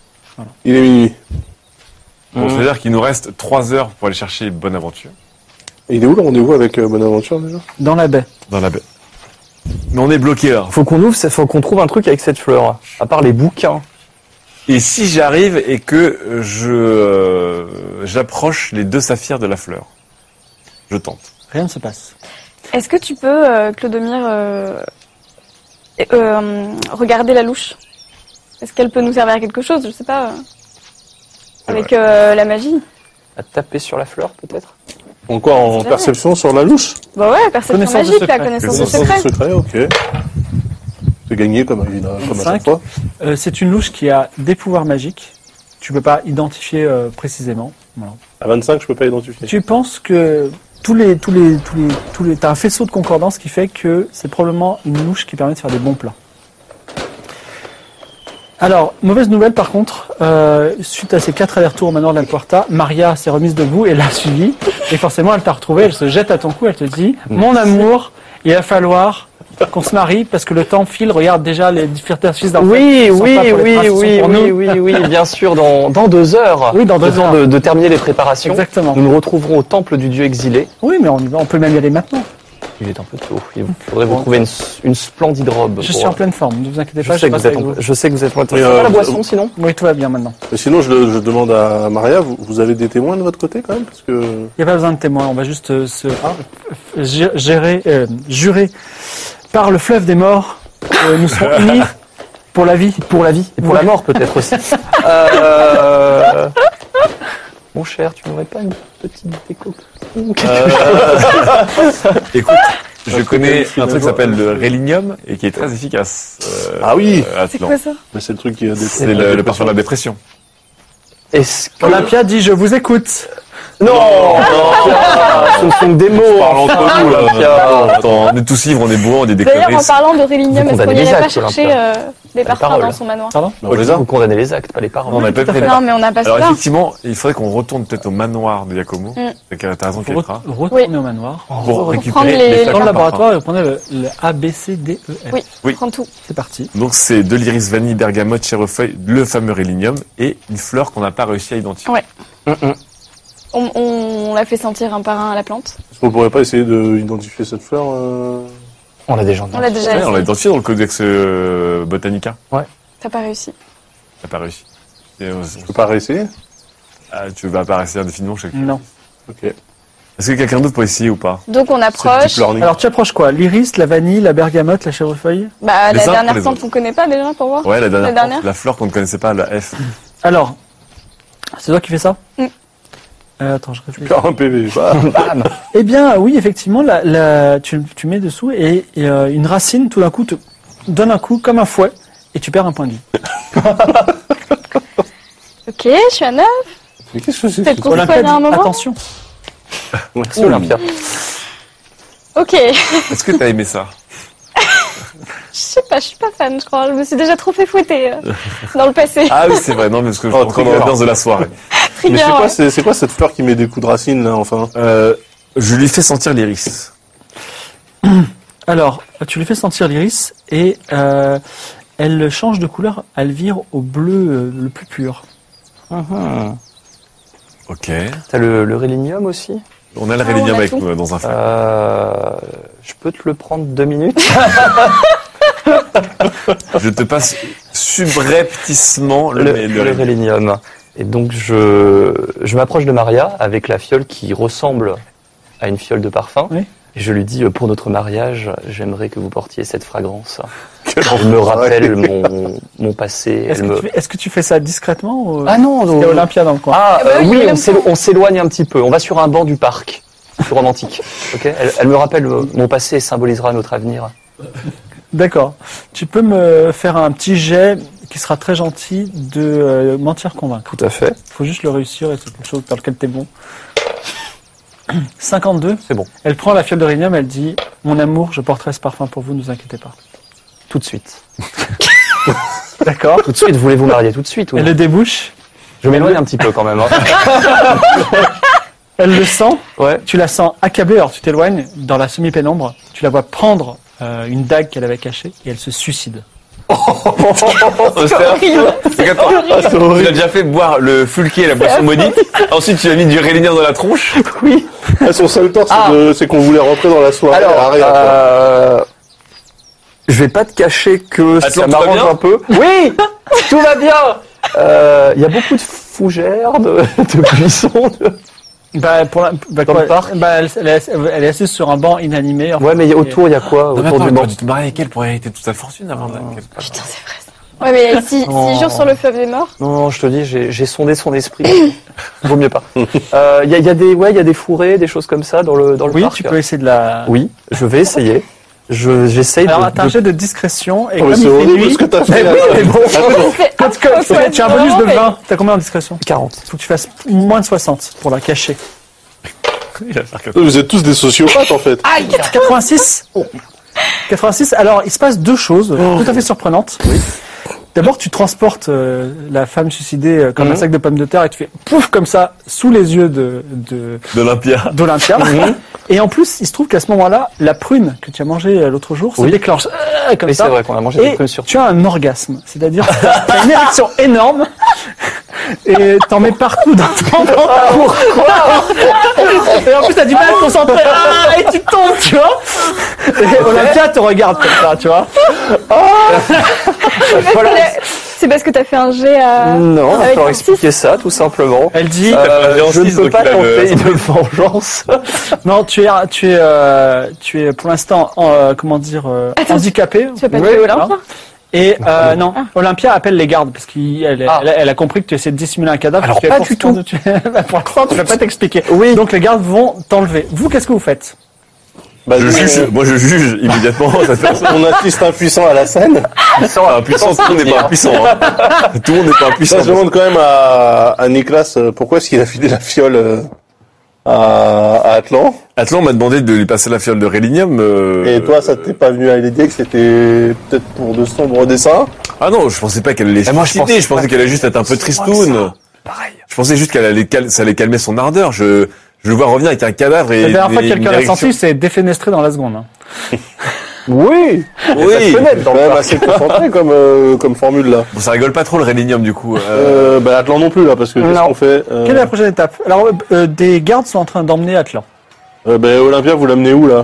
Speaker 7: Il est minuit.
Speaker 4: Bon,
Speaker 5: Euh.
Speaker 4: C'est-à-dire qu'il nous reste trois heures pour aller chercher Bonne Aventure
Speaker 7: Il est où le rendez-vous avec euh, Bonaventure déjà
Speaker 1: Dans la baie.
Speaker 4: dans la baie. Mais on est bloqué là.
Speaker 6: Faut qu'on ouvre, ça- faut qu'on trouve un truc avec cette fleur. À part les bouquins.
Speaker 4: Et si j'arrive et que euh, je euh, j'approche les deux saphirs de la fleur, je tente.
Speaker 1: Rien ne se passe.
Speaker 5: Est-ce que tu peux, euh, Clodomir, euh, euh, regarder la louche Est-ce qu'elle peut nous servir à quelque chose Je sais pas. euh, avec euh, la magie
Speaker 6: À taper sur la fleur, peut-être
Speaker 7: En quoi En
Speaker 5: C'est
Speaker 7: perception sur la louche
Speaker 5: Bah ouais, perception
Speaker 1: Connaissance du
Speaker 5: magique, la
Speaker 1: secret.
Speaker 5: connaissance
Speaker 4: Connaissance
Speaker 5: du
Speaker 4: du
Speaker 5: secret.
Speaker 7: secret, ok. C'est gagné comme, à- comme à
Speaker 1: Cinq.
Speaker 7: chaque fois.
Speaker 1: Euh, c'est une louche qui a des pouvoirs magiques. Tu peux pas identifier euh, précisément. Voilà.
Speaker 7: À 25, je peux pas identifier.
Speaker 1: Tu penses que tous les, tous les, tous les, tous les, t'as un faisceau de concordance qui fait que c'est probablement une louche qui permet de faire des bons plats. Alors, mauvaise nouvelle par contre, euh, suite à ces quatre allers-retours au manoir de la Puerta, Maria s'est remise debout et l'a suivie. Et forcément, elle t'a retrouvée, elle se jette à ton cou, elle te dit
Speaker 6: Mm.
Speaker 1: Mon amour, il va falloir qu'on se marie parce que le temps file, regarde déjà les différents fils d'enfants. qui
Speaker 6: Oui,
Speaker 1: sont
Speaker 6: oui,
Speaker 1: pas pour les
Speaker 6: oui,
Speaker 1: princes, qui sont
Speaker 6: oui,
Speaker 1: pour
Speaker 6: oui,
Speaker 1: nous.
Speaker 6: oui, oui, bien sûr, dans, dans deux heures.
Speaker 1: Oui, dans
Speaker 6: Le
Speaker 1: deux
Speaker 6: temps
Speaker 1: ans.
Speaker 6: de, de terminer les préparations.
Speaker 1: Exactement.
Speaker 6: Nous nous retrouverons au temple du dieu exilé.
Speaker 1: Oui, mais on, y va, on peut même y aller maintenant.
Speaker 6: Il est un peu tôt. Il faudrait vous trouver une, une splendide robe.
Speaker 1: Je
Speaker 6: pour-
Speaker 1: suis en pleine forme, ne vous inquiétez
Speaker 6: je
Speaker 1: pas,
Speaker 6: sais, que
Speaker 1: passe
Speaker 6: vous êtes
Speaker 1: avec
Speaker 6: en-
Speaker 1: vous.
Speaker 6: je sais que vous êtes en
Speaker 7: Mais,
Speaker 6: Ça va,
Speaker 7: euh,
Speaker 6: la
Speaker 7: vous-
Speaker 6: boisson, sinon
Speaker 1: Oui, tout va bien maintenant.
Speaker 7: Et sinon, je, je demande à Maria, vous, vous avez des témoins de votre côté quand même Parce que.
Speaker 1: Il n'y a pas besoin de témoins, on va juste euh, se f- gé- gérer, euh, jurer par le fleuve des morts. euh, nous serons unis Pour la vie.
Speaker 6: Pour la vie et pour
Speaker 1: Oui.
Speaker 6: la mort peut-être aussi. Euh, Mon cher, tu n'aurais pas une petite déco Euh,
Speaker 4: Écoute, je connais un truc qui s'appelle le rélinium et qui est très efficace. euh,
Speaker 7: Ah oui.
Speaker 4: euh, à
Speaker 5: C'est
Speaker 4: Atlan.
Speaker 5: quoi ça
Speaker 7: Mais bah, c'est le truc qui a des.
Speaker 4: C'est le, le parfum de la dépression.
Speaker 6: Est-ce que...
Speaker 1: Olympia dit je vous écoute.
Speaker 6: Non, Ce ne sont que des mots
Speaker 4: Parlons entre
Speaker 6: Oh, enfin,
Speaker 4: nous, là.
Speaker 6: Olympia.
Speaker 4: Attends, on est tous ivres, on est bourrés, on est des
Speaker 5: D'ailleurs, en
Speaker 4: conneries.
Speaker 5: parlant d'Aurélinium,
Speaker 6: Vous
Speaker 5: est-ce qu'on
Speaker 6: condamnez
Speaker 5: n'irait
Speaker 6: les
Speaker 5: pas
Speaker 6: actes,
Speaker 5: chercher euh, des parfums
Speaker 6: paroles.
Speaker 5: dans son manoir
Speaker 4: On les a
Speaker 6: Vous condamnez les actes, pas les paroles.
Speaker 4: On n'avait pas Mm. pris les
Speaker 5: Non, mais on n'a pas
Speaker 4: Alors
Speaker 5: cela.
Speaker 4: effectivement, il faudrait qu'on retourne peut-être au manoir de Yakomo. T'as t'as raison,
Speaker 1: Faut
Speaker 6: Ah.
Speaker 4: Kétra.
Speaker 1: re- retourner au manoir.
Speaker 4: Pour
Speaker 5: prendre
Speaker 4: récupérer
Speaker 5: les-
Speaker 4: les
Speaker 5: les-
Speaker 1: Dans le
Speaker 4: flacons de parfum.
Speaker 1: laboratoire, vous prenez le, le A, B, C, D, E, F.
Speaker 5: Oui.
Speaker 4: oui.
Speaker 5: Prends tout.
Speaker 1: C'est parti.
Speaker 4: Donc c'est de l'iris vanille, bergamote, chèvrefeuille, le fameux rélinium et une fleur qu'on n'a pas réussi à identifier.
Speaker 5: Ouais.
Speaker 6: Mm,
Speaker 5: On, on- on l'a fait sentir un par un à la plante.
Speaker 7: Est-ce qu'on pourrait pas essayer d'identifier cette fleur euh,
Speaker 6: On l'a déjà
Speaker 5: On l'a
Speaker 6: entendu.
Speaker 5: déjà
Speaker 4: Ouais, on l'a
Speaker 5: essayé.
Speaker 4: identifié dans le codex euh, botanica.
Speaker 5: T'as pas réussi.
Speaker 4: T'as pas réussi. Et, euh,
Speaker 7: Je peux pas réessayer
Speaker 4: ah, tu vas pas rester indéfiniment chez
Speaker 1: Non.
Speaker 7: Ok.
Speaker 4: Est-ce que quelqu'un d'autre peut essayer ou pas
Speaker 5: Donc on approche.
Speaker 7: learning.
Speaker 1: Alors tu approches quoi L'iris, la vanille, la bergamote, la chèvrefeuille
Speaker 4: Les
Speaker 5: Bah, la
Speaker 4: uns pour
Speaker 5: dernière
Speaker 4: les
Speaker 5: plante
Speaker 4: autres.
Speaker 5: qu'on connaît pas déjà pour voir.
Speaker 4: Ouais, la dernière,
Speaker 5: La dernière
Speaker 4: la fleur qu'on ne connaissait pas, la F.
Speaker 1: Alors, c'est toi qui fais ça
Speaker 5: Mm.
Speaker 1: Euh, Attends, je réfléchis.
Speaker 7: un PV. bah.
Speaker 1: Eh bien, oui, effectivement, la, la- tu, tu mets dessous et, et, euh, une racine, tout d'un coup, te donne un coup comme un fouet et tu perds un point de vie.
Speaker 5: Ok, je suis à 9.
Speaker 7: Mais qu'est-ce que c'est
Speaker 5: Peut-être
Speaker 7: que
Speaker 5: qu'on se
Speaker 1: Olympia
Speaker 5: soigne à un
Speaker 1: dit,
Speaker 5: moment.
Speaker 1: attention.
Speaker 6: C'est Olympia.
Speaker 5: Ok, je
Speaker 4: Est-ce que t'as aimé ça
Speaker 5: sais pas, je suis pas fan, je crois. Je me suis déjà trop fait fouetter euh, dans le passé.
Speaker 4: Ah oui, c'est vrai, non, parce que je
Speaker 7: Oh,
Speaker 4: rentre dans
Speaker 7: trigger.
Speaker 4: la danse de la soirée.
Speaker 7: Mais
Speaker 5: Trigger.
Speaker 7: c'est
Speaker 5: ouais.
Speaker 7: quoi, c'est- c'est quoi cette fleur qui met des coups de racine là enfin
Speaker 4: Euh, je lui fais sentir l'iris.
Speaker 1: Alors, tu lui fais sentir l'iris et euh, elle change de couleur, elle vire au bleu euh, le plus pur.
Speaker 6: Ah,
Speaker 4: Ok.
Speaker 6: T'as le, le rélinium aussi
Speaker 4: On a le
Speaker 5: Ah, on
Speaker 4: rélinium
Speaker 5: a
Speaker 4: avec
Speaker 5: tout.
Speaker 4: nous dans un flac.
Speaker 6: Euh, Je peux te le prendre deux minutes
Speaker 4: Je te passe subrepticement Ah. le,
Speaker 6: le,
Speaker 4: le,
Speaker 6: le
Speaker 4: rélinium.
Speaker 6: rélinium. Et donc je, je m'approche de Maria avec la fiole qui ressemble à une fiole de parfum.
Speaker 1: Oui.
Speaker 6: Et je lui dis, euh, pour notre mariage, j'aimerais que vous portiez cette fragrance. Elle me rappelle mon, mon passé.
Speaker 1: Est-ce
Speaker 6: elle
Speaker 1: que,
Speaker 6: me-
Speaker 1: tu- est-ce que tu fais ça discrètement ou... euh,
Speaker 6: Ah non,
Speaker 1: Il y a
Speaker 6: non.
Speaker 1: Olympia dans le coin.
Speaker 6: Ah
Speaker 5: Ah bah
Speaker 6: euh,
Speaker 5: oui,
Speaker 6: oui,
Speaker 5: mais
Speaker 6: on
Speaker 5: même
Speaker 6: s'élo-
Speaker 5: temps.
Speaker 6: on s'éloigne un petit peu. On va sur un banc du parc, plus romantique. Ok. elle, elle me rappelle euh, mon passé et symbolisera notre avenir.
Speaker 1: D'accord. Tu peux me faire un petit jet qui sera très gentil de euh, mentir convaincre.
Speaker 6: Tout à fait.
Speaker 1: Faut juste le réussir et c'est quelque chose dans lequel t'es bon. 52.
Speaker 6: C'est bon.
Speaker 1: Elle prend la fiole de rhinium, elle dit Mon amour, je porterai ce parfum pour vous, ne vous inquiétez pas.
Speaker 6: Tout de suite.
Speaker 1: D'accord.
Speaker 6: Tout de suite. Voulez-vous marier tout de suite ou
Speaker 1: Elle
Speaker 6: non
Speaker 1: le débouche,
Speaker 6: Je m'éloigne un petit peu quand même. hein.
Speaker 1: elle le sent,
Speaker 6: Ouais.
Speaker 1: tu la sens accablée, alors tu t'éloignes dans la semi-pénombre, tu la vois prendre euh, une dague qu'elle avait cachée et elle se suicide.
Speaker 4: Tu l'as déjà fait boire le fulki et la boisson maudite. Ensuite, tu as mis du rélinium dans la tronche.
Speaker 7: Ah, Son seul tort, c'est
Speaker 6: Ah.
Speaker 7: de- c'est qu'on voulait rentrer dans la soirée.
Speaker 6: Alors,
Speaker 7: Arrête, quoi.
Speaker 6: euh, Ah, je vais pas te cacher que
Speaker 4: Atlan,
Speaker 6: ça
Speaker 4: tout va
Speaker 6: m'arrange
Speaker 4: bien
Speaker 6: un peu. Oui, tout va bien. Euh, Il y a beaucoup de fougères, de, de buissons. de-
Speaker 1: Bah, pour la- bah,
Speaker 6: Dans
Speaker 1: quoi,
Speaker 6: le parc
Speaker 1: bah, elle, elle est, elle est assise sur un banc inanimé. enfin,
Speaker 6: Ouais, mais il y a- autour, il y a quoi
Speaker 4: Non, mais
Speaker 6: autour
Speaker 4: attends,
Speaker 6: du
Speaker 4: elle
Speaker 6: banc
Speaker 4: aurait dû te marier avec elle pour hériter toute sa fortune avant de
Speaker 5: Putain, c'est vrai ça. Ouais, mais si, si jure sur le fleuve des morts.
Speaker 6: Non, non, je te dis, j'ai j'ai sondé son esprit. Vaut mieux pas. Euh, Il y, a, y a des, ouais, il y a des fourrés, des choses comme ça dans le dans le
Speaker 1: Oui,
Speaker 6: parc.
Speaker 1: tu peux essayer de la.
Speaker 6: Oui, je vais essayer. Je j'essaye de.
Speaker 1: Alors, t'as un
Speaker 6: de-
Speaker 1: jet de discrétion et
Speaker 7: Oh, mais
Speaker 1: comme il
Speaker 7: c'est
Speaker 1: fait
Speaker 7: horrible
Speaker 1: nuit-
Speaker 7: ce que t'as
Speaker 1: Mais
Speaker 7: fait là.
Speaker 1: oui, mais bon.
Speaker 6: Ah,
Speaker 5: C'est
Speaker 1: Parce que-
Speaker 5: atroce, ouais,
Speaker 1: tu as un bonus de
Speaker 5: vraiment,
Speaker 1: 20. T'as combien en discrétion
Speaker 6: 40.
Speaker 1: Faut que tu fasses moins de 60 pour la cacher.
Speaker 7: Vous êtes tous des sociopathes en fait.
Speaker 1: 86 86, alors il se passe deux choses
Speaker 7: Oh.
Speaker 1: tout à fait surprenantes. D'abord, tu transportes euh, la femme suicidée euh,
Speaker 7: Mhm.
Speaker 1: comme un sac de pommes de terre et tu fais pouf comme ça sous les yeux de de-
Speaker 4: l'Olympia.
Speaker 1: d'Olympia.
Speaker 7: Mhm.
Speaker 1: Et en plus, il se trouve qu'à ce moment-là, la prune que tu as mangée euh, l'autre jour se
Speaker 6: Oui.
Speaker 1: déclenche euh, comme
Speaker 6: Oui, c'est
Speaker 1: ça.
Speaker 6: vrai qu'on a mangé des
Speaker 1: Et
Speaker 6: prunes sur.
Speaker 1: tu as un orgasme, c'est-à-dire que t'as une érection énorme et t'en mets partout dans ton pantalon. Et en plus t'as du mal à te concentrer Ah, et tu tombes, tu vois. Et Olympia te regarde comme ça, tu vois.
Speaker 5: parce que la- C'est parce que t'as fait un jet euh, à.
Speaker 6: Non, on va
Speaker 5: Ah, avec
Speaker 6: leur
Speaker 5: un
Speaker 6: expliquer ça tout simplement.
Speaker 1: Elle dit
Speaker 6: Euh,
Speaker 4: fait un
Speaker 6: je ne
Speaker 4: six,
Speaker 6: peux
Speaker 4: donc
Speaker 6: pas
Speaker 4: il a le-
Speaker 6: tenter de vengeance.
Speaker 1: non, tu es tu es euh, tu es pour l'instant en, euh, comment dire euh, handicapé.
Speaker 5: Tu vas pas
Speaker 1: Oui,
Speaker 5: tuer
Speaker 1: voilà.
Speaker 5: Olympia Ah.
Speaker 1: Et euh, non, Olympia appelle les gardes parce qu'elle
Speaker 6: Ah.
Speaker 1: elle, elle a compris que tu essaies de dissimuler un cadavre.
Speaker 6: Alors,
Speaker 1: Tu fais,
Speaker 6: pas
Speaker 1: pour
Speaker 6: du
Speaker 1: l'instant,
Speaker 6: tout.
Speaker 1: tu- pour l'instant, tu vas pas t'expliquer.
Speaker 6: Oui.
Speaker 1: Donc les gardes vont t'enlever. Vous, qu'est-ce que vous faites
Speaker 7: Bah,
Speaker 4: Ah, Je
Speaker 7: nous,
Speaker 4: juge, moi je juge immédiatement cette personne.
Speaker 7: on assiste impuissant à la scène.
Speaker 4: Ah, Impuissant, tout le monde n'est pas impuissant. hein. Tout le monde n'est pas impuissant.
Speaker 7: Ça, je demande quand même à, à Nicolas euh, pourquoi est-ce qu'il a filé la fiole euh, à, à Atlan.
Speaker 4: Atlan m'a demandé de lui passer la fiole de Rélinium. euh,
Speaker 7: Et toi, ça t'est pas venu à l'idée que c'était peut-être pour de sombres dessins
Speaker 4: Ah non, je pensais pas qu'elle allait
Speaker 6: Et moi, je
Speaker 4: citer,
Speaker 6: pensais
Speaker 4: je pensais
Speaker 6: pas
Speaker 4: qu'elle allait juste être un peu tristoune.
Speaker 6: Pareil.
Speaker 4: Je pensais juste qu'elle allait cal- ça allait calmer son ardeur. Je je le vois revenir avec un cadavre et
Speaker 1: La dernière fois que
Speaker 4: et une
Speaker 1: quelqu'un l'a
Speaker 4: érection.
Speaker 1: senti, c'est défenestré dans la seconde. hein.
Speaker 6: Oui.
Speaker 4: Oui.
Speaker 7: C'est quand même assez concentré comme, euh, comme formule là.
Speaker 4: Bon, ça rigole pas trop le Rélinium du coup. Euh,
Speaker 7: Euh, bah, Atlan non plus là, parce que qu'est-ce
Speaker 1: Non.
Speaker 7: qu'on fait euh,
Speaker 1: Quelle est la prochaine étape Alors, euh, des gardes sont en train d'emmener Atlan.
Speaker 7: euh, bah, Olympia, vous l'amenez où là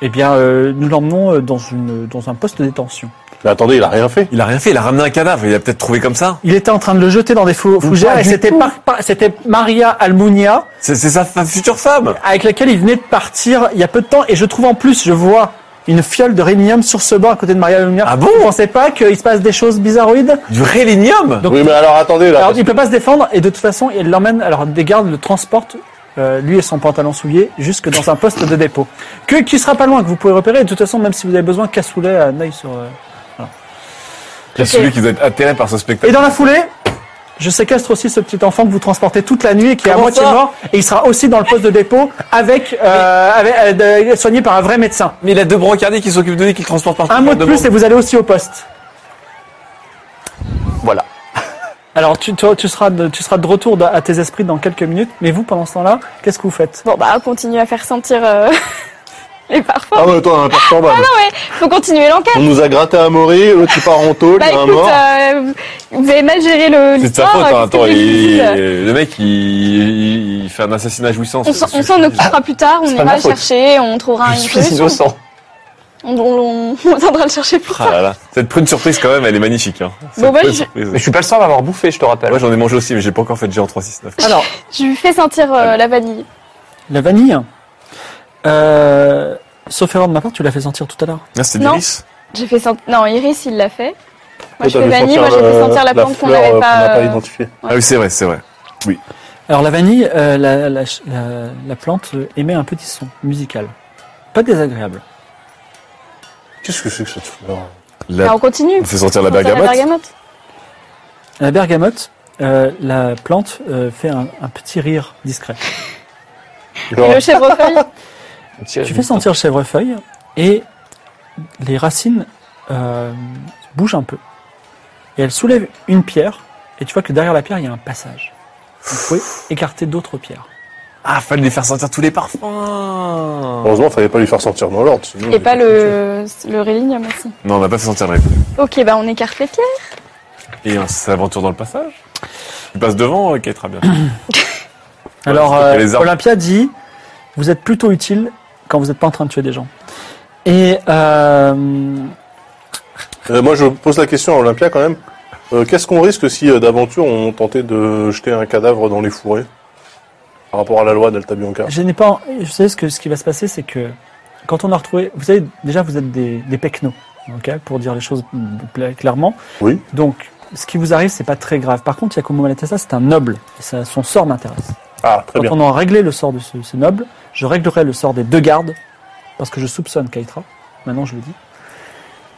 Speaker 1: Eh bien, euh, nous l'emmenons euh, dans, une, dans un poste de détention.
Speaker 7: Mais attendez, il a rien fait.
Speaker 4: Il a rien fait, il a ramené un cadavre, il a peut-être trouvé comme ça.
Speaker 1: Il était en train de le jeter dans des fou- fougères
Speaker 6: pas
Speaker 1: et
Speaker 6: du
Speaker 1: c'était
Speaker 6: tout.
Speaker 1: par- par- c'était Maria Almunia
Speaker 4: C'est c'est sa fa- future femme.
Speaker 1: avec laquelle il venait de partir il y a peu de temps et je trouve en plus, je vois une fiole de rhénium sur ce banc à côté de Maria Almunia.
Speaker 4: Ah bon Ah,
Speaker 1: Vous pensez pas qu'il se passe des choses bizarroïdes
Speaker 4: Du Rélinium
Speaker 1: Donc-
Speaker 7: oui, mais alors attendez là.
Speaker 1: Alors,
Speaker 7: parce
Speaker 1: il peut pas se défendre et de toute façon, il l'emmène. Alors, des gardes le transportent, euh, lui et son pantalon souillé, jusque dans un poste de dépôt. Que, qui sera pas loin, que vous pouvez repérer. De toute façon, même si vous avez besoin, Cassoulet a un œil sur. euh.
Speaker 4: Il y a celui qui doit être atterré par ce spectacle.
Speaker 1: Et dans la foulée, je séquestre aussi ce petit enfant que vous transportez toute la nuit et qui est à
Speaker 4: Comment
Speaker 1: moitié
Speaker 4: ça
Speaker 1: mort. Et il sera aussi dans le poste de dépôt avec, euh, avec euh, de- soigné par un vrai médecin.
Speaker 4: Mais il a deux brancardiers qui s'occupent de lui, qui le transportent partout.
Speaker 1: Un mot de plus et vous allez aussi au poste.
Speaker 6: Voilà.
Speaker 1: Alors, tu, toi, tu, seras de, tu seras de retour dans- à tes esprits dans quelques minutes. Mais vous, pendant ce temps-là, qu'est-ce que vous faites
Speaker 5: Bon, bah, on continue à faire sentir euh, les
Speaker 7: que-
Speaker 5: parfums.
Speaker 7: Ah ouais, toi, un père Corban.
Speaker 5: Faut continuer l'enquête.
Speaker 7: On nous a gratté à Maury, l'autre il part en tôle,
Speaker 5: Bah,
Speaker 7: Oh, il y a un
Speaker 5: écoute,
Speaker 7: mort.
Speaker 5: euh, vous avez mal géré le.
Speaker 4: C'est de sa
Speaker 5: l'histoire,
Speaker 4: faute,
Speaker 5: euh,
Speaker 4: hein,
Speaker 5: qu'est-ce que
Speaker 4: attends,
Speaker 5: j'ai
Speaker 4: il-
Speaker 5: dit
Speaker 4: le mec, il, il fait un assassinat jouissant.
Speaker 5: On s'en- on s'en occupera plus tard, on
Speaker 6: C'est pas
Speaker 5: ira
Speaker 6: ma
Speaker 5: le
Speaker 6: faute.
Speaker 5: chercher, on trouvera
Speaker 6: Je
Speaker 5: une
Speaker 6: suis
Speaker 5: solution.
Speaker 6: innocent.
Speaker 5: On, on, on, on viendra le chercher plus
Speaker 4: Ah
Speaker 5: tard.
Speaker 4: là là. Cette prune surprise, quand même, elle est magnifique. Hein. Cette
Speaker 5: Bon, bah,
Speaker 4: prune
Speaker 5: je-
Speaker 4: surprise.
Speaker 6: Mais je suis pas le seul à l'avoir bouffé, je te rappelle.
Speaker 4: Moi, j'en ai mangé aussi, mais j'ai pas encore fait de géant 369.
Speaker 1: Alors,
Speaker 5: Je lui fais sentir euh,
Speaker 4: Allez.
Speaker 5: la vanille.
Speaker 1: La vanille. Euh, sauf erreur de ma part, tu l'as fait sentir tout à l'heure.
Speaker 4: Ah, c'est
Speaker 5: Non.
Speaker 4: délice.
Speaker 5: J'ai fait sentir. Non, Iris, il l'a fait. Moi,
Speaker 7: Toi,
Speaker 5: je
Speaker 7: t'as
Speaker 5: fais
Speaker 7: vu
Speaker 5: vanille, moi,
Speaker 7: sentir
Speaker 5: j'ai fait
Speaker 7: le-
Speaker 5: sentir la plante qu'on
Speaker 7: fleur,
Speaker 5: n'avait
Speaker 7: euh,
Speaker 5: pas. euh,
Speaker 7: identifiée.
Speaker 4: Ah oui, c'est vrai, c'est vrai.
Speaker 1: Alors la vanille, euh, la, la, la- la plante euh, émet un petit son musical. Pas désagréable.
Speaker 7: Qu'est-ce que c'est que cette fleur
Speaker 4: La-
Speaker 5: Alors, euh, on continue.
Speaker 7: Mmh.
Speaker 4: On fait sentir la
Speaker 5: Sentir
Speaker 4: bergamote.
Speaker 5: bergamote.
Speaker 1: La bergamote, euh, la plante euh, fait un, un petit rire discret.
Speaker 5: Et le chèvrefeuille.
Speaker 1: Tu fais sentir le chèvrefeuille et les racines euh, bougent un peu. Et elle soulève une pierre et tu vois que derrière la pierre, il y a un passage. Vous pouvez écarter d'autres pierres.
Speaker 4: Ah, fallait lui faire sentir tous les parfums.
Speaker 7: Heureusement, fallait pas lui faire sortir dans l'ordre. sinon,
Speaker 5: Et
Speaker 7: j'étais
Speaker 5: pas
Speaker 7: foutu.
Speaker 5: le, le rélinium aussi.
Speaker 4: Non, on n'a pas fait sentir la prune.
Speaker 5: Ok, bah on écarte les pierres.
Speaker 4: Et on s'aventure dans le passage. Tu passes devant, ok, très bien.
Speaker 1: Alors,
Speaker 4: parce que
Speaker 1: euh,
Speaker 4: les arbres-
Speaker 1: Olympia dit, vous êtes plutôt utile quand vous n'êtes pas en train de tuer des gens. Et euh,
Speaker 7: Euh, moi, je pose la question à Olympia quand même. Euh, Qu'est-ce qu'on risque si euh, d'aventure on tentait de jeter un cadavre dans les fourrés par rapport à la loi d'Alta Bianca
Speaker 1: je n'ai pas, en- je sais ce que ce qui va se passer, c'est que quand on a retrouvé, vous savez déjà, vous êtes des, des pecnos, ok, pour dire les choses pla- clairement.
Speaker 7: Oui.
Speaker 1: Donc, ce qui vous arrive, c'est pas très grave. Par contre, Yakumo Malatesta, c'est un noble. Et ça, son sort m'intéresse.
Speaker 7: Ah, très
Speaker 1: Quand
Speaker 7: bien.
Speaker 1: on aura réglé le sort de ce, ce noble, je réglerai le sort des deux gardes, parce que je soupçonne Kaitra. Maintenant, je le dis.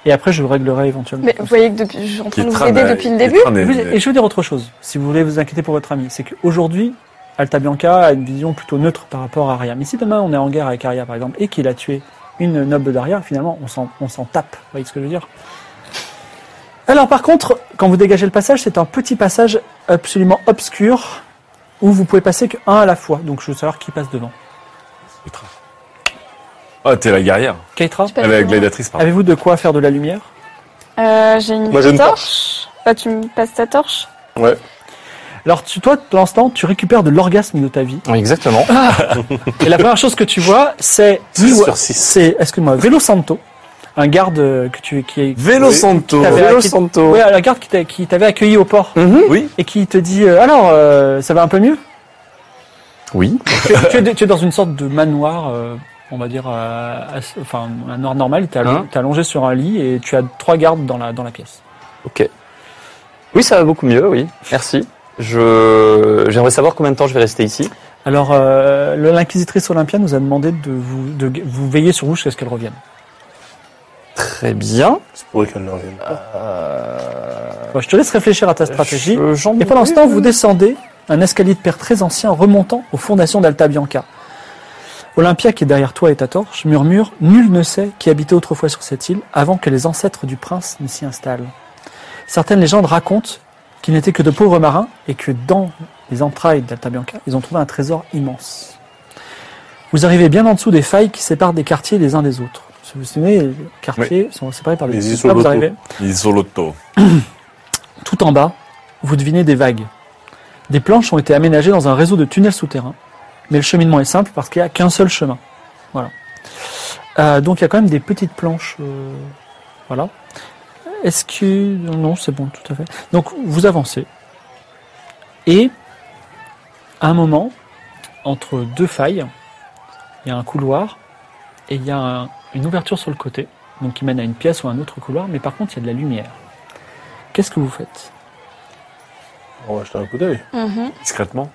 Speaker 1: Et après, je le réglerai éventuellement.
Speaker 5: Mais vous voyez que depuis, je suis en train de vous aider
Speaker 4: bah,
Speaker 5: depuis le début.
Speaker 1: Et
Speaker 4: Euh,
Speaker 1: vous- Et je veux dire autre chose, si vous voulez vous inquiéter pour votre ami, c'est qu'aujourd'hui, Alta Bianca a une vision plutôt neutre par rapport à Aria. Mais si demain on est en guerre avec Aria, par exemple, et qu'il a tué une noble d'Aria, finalement, on s'en, on s'en tape. Vous voyez ce que je veux dire Alors, par contre, quand vous dégagez le passage, c'est un petit passage absolument obscur où vous pouvez passer qu'un à la fois. Donc, je veux savoir qui passe devant.
Speaker 4: Oh, t'es la guerrière.
Speaker 1: Keitra,
Speaker 5: Pas
Speaker 4: Elle est la
Speaker 5: devant.
Speaker 4: gladiatrice, pardon.
Speaker 1: avez-vous de quoi faire de la lumière
Speaker 5: Euh, j'ai une
Speaker 7: Moi, j'ai une
Speaker 5: torche. Bah tu me passes ta torche.
Speaker 7: Ouais.
Speaker 1: Alors, tu, toi, pour l'instant, tu récupères de l'orgasme de ta vie.
Speaker 6: Oui, exactement.
Speaker 1: Et la première chose que tu vois, c'est
Speaker 7: Six sur six.
Speaker 1: c'est excuse-moi, Velo Santo, un garde euh, que tu qui est
Speaker 4: Vélo Santo.
Speaker 1: T'avais
Speaker 4: Vélo
Speaker 1: acquis-
Speaker 4: Santo.
Speaker 1: ouais, la garde qui t'a- qui t'avait accueilli au port
Speaker 4: Oui.
Speaker 1: et qui te dit euh, alors euh, ça va un peu mieux
Speaker 6: Oui.
Speaker 1: tu, tu es, tu es dans une sorte de manoir euh, on va dire, euh, ass- enfin, un noir normal, t'es
Speaker 6: Hein
Speaker 1: allo- t'es allongé sur un lit et tu as trois gardes dans la, dans la pièce.
Speaker 6: Ok. Oui, ça va beaucoup mieux, oui. Merci. Je j'aimerais savoir combien de temps je vais rester ici.
Speaker 1: Alors, euh, le- l'inquisitrice Olympia nous a demandé de vous, de g- vous veiller sur vous jusqu'à ce qu'elle revienne.
Speaker 6: Très bien.
Speaker 7: C'est pour qu'elle ne revienne
Speaker 5: Ah.
Speaker 7: pas.
Speaker 1: Bon, je te laisse réfléchir à ta stratégie.
Speaker 6: Euh, Je- j'en-
Speaker 1: Et pendant ce
Speaker 6: euh,
Speaker 1: temps, vous descendez un escalier de pierre très ancien remontant aux fondations d'Alta Bianca. Olympia, qui est derrière toi et ta torche, murmure Nul ne sait qui habitait autrefois sur cette île avant que les ancêtres du prince ne s'y installent. Certaines légendes racontent qu'ils n'étaient que de pauvres marins et que dans les entrailles d'Alta Bianca, ils ont trouvé un trésor immense. Vous arrivez bien en dessous des failles qui séparent des quartiers les uns des autres. Si vous vous souvenez, les quartiers sont séparés par le
Speaker 7: Les
Speaker 1: petit
Speaker 7: îles
Speaker 1: pas, vous
Speaker 7: Soloto.
Speaker 1: arrivez
Speaker 4: Isoloto.
Speaker 1: tout en bas, vous devinez des vagues. Des planches ont été aménagées dans un réseau de tunnels souterrains, mais le cheminement est simple parce qu'il n'y a qu'un seul chemin. Voilà. Euh, donc il y a quand même des petites planches. euh, voilà. Est-ce que. Non, c'est bon, tout à fait. Donc vous avancez. Et à un moment, entre deux failles, il y a un couloir et il y a un- une ouverture sur le côté, donc qui mène à une pièce ou à un autre couloir, mais par contre il y a de la lumière. Qu'est-ce que vous faites
Speaker 7: On va jeter un coup d'œil.
Speaker 1: Mhm.
Speaker 4: Discrètement.